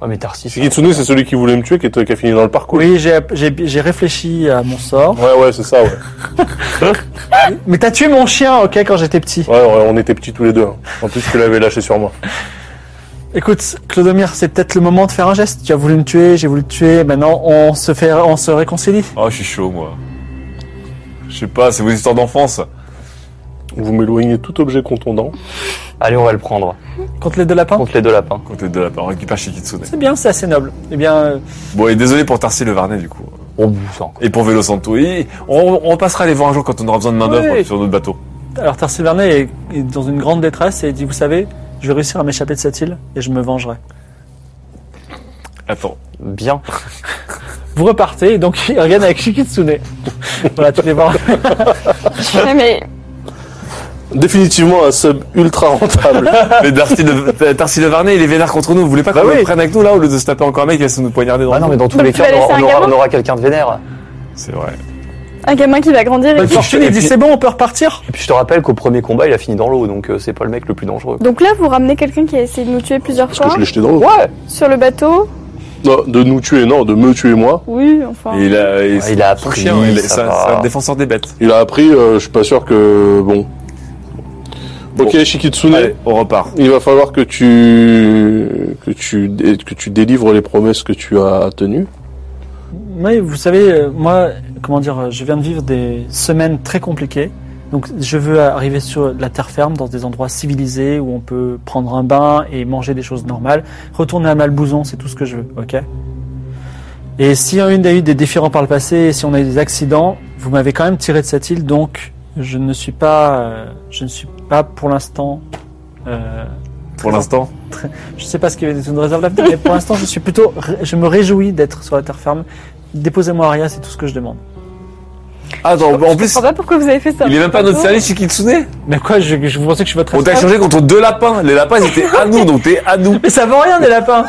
Speaker 6: Ouais, mais Tarsis...
Speaker 7: Shikitsune, c'est celui qui voulait me tuer qui, était- qui a fini dans le parcours.
Speaker 1: Oui, j'ai- j'ai j'ai réfléchi à mon sort.
Speaker 7: Ouais, ouais, c'est ça, ouais.
Speaker 1: Mais t'as tué mon chien, ok, quand j'étais petit.
Speaker 7: Ouais, ouais, on était petits tous les deux. hein. En plus, tu l'avais lâché sur moi.
Speaker 1: Écoute, Clodomir, c'est peut-être le moment de faire un geste. Tu as voulu me tuer, j'ai voulu te tuer. Maintenant, on se fait, on se réconcilie.
Speaker 4: Oh je suis chaud moi. Je sais pas, c'est vos histoires d'enfance.
Speaker 7: Vous m'éloignez tout objet contondant.
Speaker 6: Allez, on va le prendre.
Speaker 1: Contre les deux lapins.
Speaker 6: Contre les deux lapins.
Speaker 4: Côté de la part, on récupère Shikitsune.
Speaker 1: C'est bien, c'est assez noble. Eh bien, euh,
Speaker 4: Bon et désolé pour Tarsi le Varnet du coup.
Speaker 6: On hein. bouge encore.
Speaker 4: Et pour Vélo Santo. Et on, on passera les voir un jour quand on aura besoin de main-d'œuvre
Speaker 1: Oui.
Speaker 4: sur notre bateau.
Speaker 1: alors Tarsivernet est, est dans une grande détresse et il dit, vous savez, je vais réussir à m'échapper de cette île et je me vengerai.
Speaker 4: Attends.
Speaker 6: Bien.
Speaker 1: Vous repartez, et donc il regarde avec Shikitsune. voilà, tu les vois.
Speaker 5: Ouais, mais.
Speaker 7: Définitivement un sub ultra rentable.
Speaker 4: Mais Darcy le, Darcy le Varnet, il est vénère contre nous. Vous voulez pas qu'on
Speaker 6: Bah
Speaker 4: le
Speaker 6: oui.
Speaker 4: prenne avec nous là au lieu de se taper encore un mec qui va se nous poignarder Bah, dans
Speaker 6: Ah
Speaker 4: le
Speaker 6: non, mais
Speaker 4: dos
Speaker 6: dans tous
Speaker 5: Donc
Speaker 6: les
Speaker 5: tu
Speaker 6: cas,
Speaker 5: vas
Speaker 6: on aura,
Speaker 5: laisser un
Speaker 6: on aura-
Speaker 5: gamin
Speaker 6: on aura quelqu'un de vénère.
Speaker 4: C'est vrai.
Speaker 5: Un gamin qui va grandir et
Speaker 1: Bonne fortune, il dit, c'est bon, on peut repartir.
Speaker 6: Et puis je te rappelle qu'au premier combat, il a fini dans l'eau, donc euh, c'est pas le mec le plus dangereux.
Speaker 5: Donc là, vous ramenez quelqu'un qui a essayé de nous tuer plusieurs
Speaker 7: Parce que
Speaker 5: fois
Speaker 7: je l'ai jeté dans l'eau.
Speaker 6: Ouais
Speaker 5: sur le bateau.
Speaker 7: Non, de nous tuer, non, de me tuer moi.
Speaker 5: Oui, enfin.
Speaker 4: Et Euh, Ah, il a, et
Speaker 6: Il a
Speaker 4: son
Speaker 6: appris,
Speaker 4: chien, il est-
Speaker 6: ça
Speaker 4: c'est un-
Speaker 6: va.
Speaker 4: c'est un défenseur des bêtes.
Speaker 7: Il a appris, euh, je suis pas sûr que. Bon. Ok, Shikitsune,
Speaker 4: Allez, on repart.
Speaker 7: il va falloir que tu que tu que tu délivres les promesses que tu as tenues.
Speaker 1: Oui, vous savez, euh, moi, comment dire, euh, je viens de vivre des semaines très compliquées. Donc, je veux arriver sur la terre ferme, dans des endroits civilisés où on peut prendre un bain et manger des choses normales. Retourner à Malbouzon, c'est tout ce que je veux, ok Et si une a eu des différends par le passé, et si on a eu des accidents, vous m'avez quand même tiré de cette île, donc je ne suis pas, euh, je ne suis pas pour l'instant. Euh,
Speaker 4: Pour l'instant.
Speaker 1: je sais pas ce qu'il y avait sous une réserve d'avenir, mais pour l'instant, je suis plutôt, ré- je me réjouis d'être sur la terre ferme. Déposez-moi Aria, c'est tout ce que je demande.
Speaker 4: Attends, Ah, en
Speaker 5: Je
Speaker 4: plus,
Speaker 5: comprends pas pourquoi vous avez fait ça.
Speaker 4: il est même pas à notre service, Shikitsune.
Speaker 1: Mais quoi, je, je pensais que je suis votre
Speaker 4: On t'a échangé contre deux lapins. Les lapins, ils étaient à nous, donc t'es à nous.
Speaker 1: Mais ça vaut rien des lapins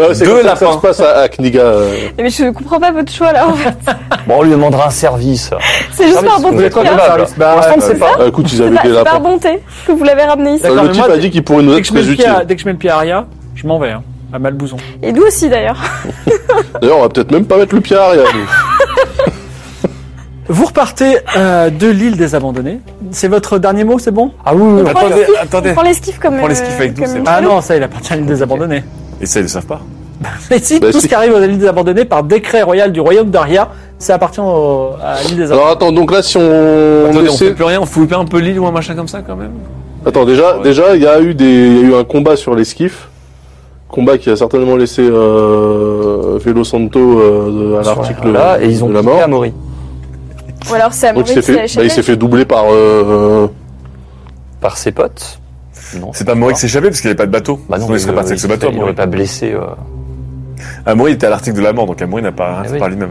Speaker 7: Ah, c'est
Speaker 4: Deux
Speaker 7: comme ça que ça
Speaker 4: lapins.
Speaker 7: se passe à, à Kniga. euh.
Speaker 5: Eh, Mais je comprends pas votre choix là en fait.
Speaker 6: Bon, on lui demandera un service.
Speaker 5: C'est juste
Speaker 6: mais
Speaker 5: par
Speaker 6: c'est- vous
Speaker 5: bonté.
Speaker 6: êtes
Speaker 5: Pierre.
Speaker 6: redevable.
Speaker 1: Bah,
Speaker 6: Pour l'instant, on ne sait pas.
Speaker 7: Ah, écoute, ils
Speaker 5: C'est
Speaker 7: avaient
Speaker 5: par-
Speaker 7: des
Speaker 5: c'est par
Speaker 7: lapins.
Speaker 5: bonté que vous l'avez ramené ici.
Speaker 1: D'accord,
Speaker 7: le
Speaker 1: mais
Speaker 7: type
Speaker 1: moi,
Speaker 7: a dit qu'il pourrait nous
Speaker 1: dès,
Speaker 7: être
Speaker 1: que je mets
Speaker 7: très
Speaker 1: le pied
Speaker 7: utile.
Speaker 1: à, dès que je mets le pied à Aria, je m'en vais, hein, à Malbouzon.
Speaker 5: Et nous aussi d'ailleurs.
Speaker 7: D'ailleurs, on va peut-être même pas mettre le pied à arrière. nous.
Speaker 1: Vous repartez euh, de l'île des abandonnés. C'est votre dernier mot, c'est bon
Speaker 6: Ah oui, oui, oui.
Speaker 5: prend les
Speaker 4: Attendez,
Speaker 5: skiffs. On
Speaker 4: attendez.
Speaker 5: prend l'esquive comme. euh,
Speaker 4: prend l'esquive avec nous,
Speaker 5: comme
Speaker 4: c'est
Speaker 5: une
Speaker 1: Ah
Speaker 5: chaloupe.
Speaker 1: non, ça, il appartient à l'île des abandonnés.
Speaker 4: Et ça, ils le savent pas.
Speaker 1: Et si,
Speaker 7: Bah,
Speaker 1: tout
Speaker 7: si.
Speaker 1: ce qui arrive aux îles des abandonnés, par décret royal du royaume d'Aria, ça appartient au- à l'île des abandonnés.
Speaker 7: Alors attends, donc là, si on,
Speaker 4: Attendez, on
Speaker 7: essaie-
Speaker 4: fait plus rien, on fout pas un peu l'île ou un machin comme ça quand même.
Speaker 7: Attends, déjà,
Speaker 4: Ouais.
Speaker 7: déjà, il y a eu des, il y a eu un combat sur les skiffs. Combat qui a certainement laissé euh, Velo Santo euh, de- à
Speaker 6: Sur la-
Speaker 7: l'article
Speaker 6: là, et ils ont
Speaker 7: de la
Speaker 6: piqué
Speaker 7: mort.
Speaker 6: à Maury.
Speaker 5: Ou alors c'est à
Speaker 7: Donc il
Speaker 5: Maurice
Speaker 7: s'est
Speaker 5: qui
Speaker 7: fait,
Speaker 5: a
Speaker 7: bah, il s'est fait doubler par. Euh,
Speaker 6: Par ses potes. Non,
Speaker 2: C'est pas Maury qui s'est échappé parce qu'il avait pas de bateau.
Speaker 6: Bah non,
Speaker 2: Sinon, il serait parti
Speaker 6: il,
Speaker 2: avec ce bateau.
Speaker 6: il aurait
Speaker 2: Amaury.
Speaker 6: pas blessé. euh,
Speaker 2: Amaury était à l'article de la mort, donc Amaury n'a pas
Speaker 6: Eh
Speaker 2: rien fait
Speaker 6: oui.
Speaker 2: par lui-même.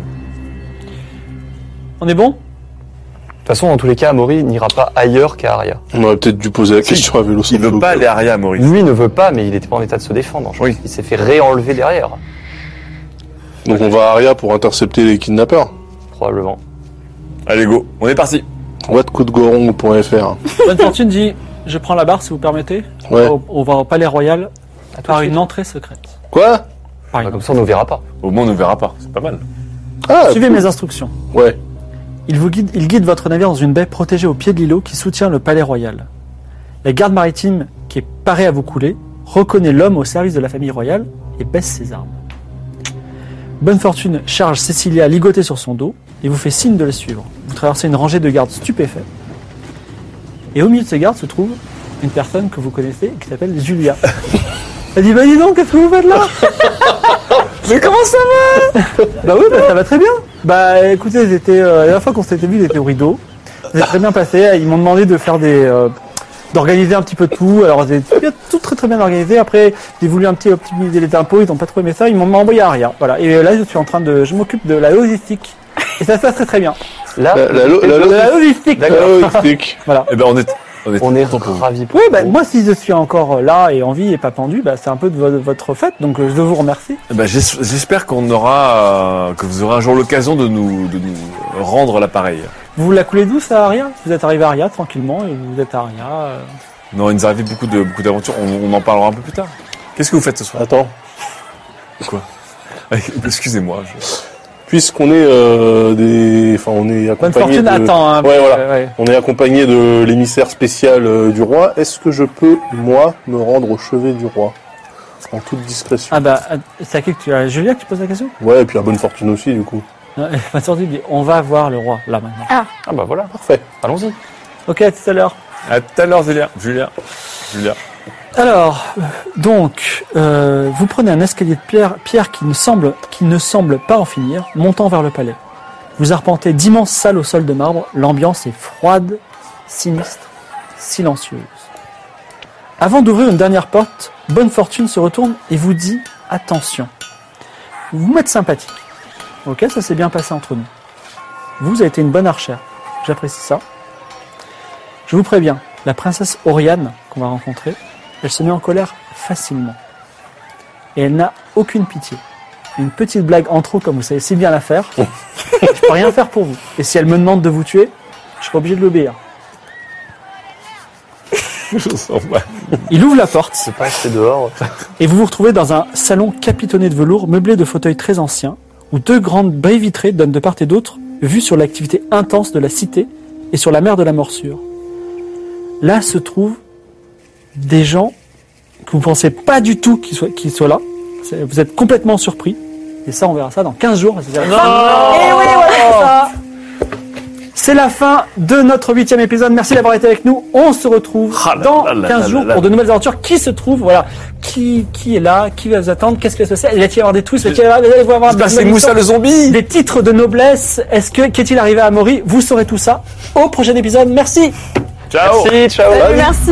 Speaker 1: On est bon
Speaker 6: De toute façon, dans tous les cas, Amaury n'ira pas ailleurs qu'à Aria.
Speaker 7: on aurait peut-être dû poser la
Speaker 2: Si.
Speaker 7: question à Velo Santo.
Speaker 2: Il veut pas aller à Aria, Amaury.
Speaker 6: Lui ne veut pas, mais il n'était pas en état de se défendre. Je pense
Speaker 2: Oui.
Speaker 6: qu'il s'est fait réenlever derrière,
Speaker 7: Donc on va à Aria pour intercepter les kidnappeurs.
Speaker 6: probablement.
Speaker 2: Allez, go. On est parti.
Speaker 7: Whatcoudegorong.fr.
Speaker 1: Bonne fortune dit, je prends la barre si vous permettez.
Speaker 7: Ouais.
Speaker 1: On, on va au palais royal
Speaker 6: À tout de
Speaker 1: par
Speaker 6: suite.
Speaker 1: une entrée secrète.
Speaker 7: Quoi
Speaker 1: Par
Speaker 6: Bah,
Speaker 1: une
Speaker 6: comme ça, on ne verra pas.
Speaker 2: Au moins, on ne verra pas. C'est pas mal.
Speaker 7: Ah.
Speaker 1: Suivez mes instructions.
Speaker 7: Ouais.
Speaker 1: Il vous guide, il guide votre navire dans une baie protégée au pied de l'îlot qui soutient le palais royal. La garde maritime, qui est parée à vous couler, reconnaît l'homme au service de la famille royale et baisse ses armes. Bonne fortune charge Cecilia ligotée sur son dos et vous fait signe de la suivre. Vous traversez une rangée de gardes stupéfaits. Et au milieu de ces gardes se trouve une personne que vous connaissez qui s'appelle Julia. Elle dit Bah dis donc, qu'est-ce que vous faites là Mais comment ça bah oui, bah, ça va très bien. Bah écoutez, j'étais, euh, la dernière fois qu'on s'était vu, j'étais au rideau. J'ai très bien passé. Ils m'ont demandé de faire des, euh, d'organiser un petit peu tout. Alors j'ai tout bien- tout très très bien organisé. Après, j'ai voulu un petit optimiser les impôts. Ils n'ont pas trouvé mes ça. Ils m'ont envoyé à rien. Voilà. Et euh, là, je suis en train de, je m'occupe de la logistique. Et ça se passe très très bien.
Speaker 6: Là,
Speaker 7: La, la, lo- la,
Speaker 1: De
Speaker 7: lo-
Speaker 1: la logistique.
Speaker 7: Euh, la logistique.
Speaker 2: Eh ben, on est. On est.
Speaker 6: on est ravis pour
Speaker 1: Oui, bah,
Speaker 7: Oh.
Speaker 6: vous.
Speaker 1: moi, si je suis encore là et en vie et pas pendu, bah, c'est un peu de vo- votre fête. Donc, euh, je vous remercie.
Speaker 2: Eh ben, j'es- j'espère qu'on aura, euh, que vous aurez un jour l'occasion de nous, de nous rendre l'appareil.
Speaker 1: Vous la coulez douce à Aria Vous êtes arrivé à Aria tranquillement et vous êtes à Aria. euh,
Speaker 2: Non, il nous arrive beaucoup de, beaucoup d'aventures. On, on en parlera un peu plus tard. Qu'est-ce que vous faites ce soir
Speaker 7: Attends.
Speaker 2: Excusez-moi. je-
Speaker 7: Puisqu'on est euh, des, enfin on est
Speaker 1: Bonne
Speaker 7: accompagné
Speaker 1: fortune,
Speaker 7: de.
Speaker 1: attends. Hein,
Speaker 7: Ouais, voilà.
Speaker 1: euh, ouais.
Speaker 7: On est accompagné de l'émissaire spécial euh, du roi. Est-ce que je peux, moi, me rendre au chevet du roi En toute discrétion.
Speaker 1: Ah bah, c'est à qui que tu as Julia que tu poses la question
Speaker 7: Ouais, et puis à bonne fortune aussi, du coup.
Speaker 1: Non, elle m'a sorti, elle dit, on va voir le roi, là, maintenant.
Speaker 6: Ah bah voilà,
Speaker 7: Parfait.
Speaker 6: allons-y.
Speaker 1: Ok, à tout à l'heure.
Speaker 2: À tout à l'heure, Julia. Julia. Julia.
Speaker 1: Alors, euh, donc, euh, vous prenez un escalier de pierre, pierre qui, ne semble, qui ne semble pas en finir, montant vers le palais. Vous arpentez d'immenses salles au sol de marbre, l'ambiance est froide, sinistre, silencieuse. Avant d'ouvrir une dernière porte, Bonne Fortune se retourne et vous dit attention. Vous m'êtes sympathique. Ok, ça s'est bien passé entre nous. Vous avez été une bonne archère. J'apprécie ça. Je vous préviens, la princesse Oriane qu'on va rencontrer elle se met en colère facilement. Et elle n'a aucune pitié. Une petite blague en trop, comme vous savez si bien la faire, je peux rien faire pour vous. Et si elle me demande de vous tuer, je serai obligé de l'obéir.
Speaker 2: Je sens mal.
Speaker 1: Il ouvre la porte
Speaker 6: C'est pas rester dehors.
Speaker 1: et vous vous retrouvez dans un salon capitonné de velours meublé de fauteuils très anciens, où deux grandes baies vitrées donnent de part et d'autre vue sur l'activité intense de la cité et sur la mer de la morsure. Là se trouve des gens que vous pensez pas du tout qu'ils soient, qu'ils soient là. C'est- Vous êtes complètement surpris. Et ça, on verra ça dans 15 jours. C'est la fin. Eh oui, voilà, c'est ça. C'est la fin de notre huitième épisode. Merci d'avoir été avec nous. On se retrouve
Speaker 2: Ah là
Speaker 1: dans
Speaker 2: là là
Speaker 1: 15
Speaker 2: là
Speaker 1: jours
Speaker 2: là là.
Speaker 1: pour de nouvelles aventures. Qui se trouve Voilà. Qui, qui est là Qui va vous attendre Qu'est-ce que ça c'est Va-t-il y avoir des twists Va-t-il y avoir- va-t-il y avoir des
Speaker 4: C'est
Speaker 1: nouvelles
Speaker 4: Moussa le zombie
Speaker 1: des titres de noblesse. Est-ce que qu'est-il arrivé à Maury Vous saurez tout ça au prochain épisode. Merci.
Speaker 4: Ciao
Speaker 6: Merci, ciao.
Speaker 5: Salut, merci.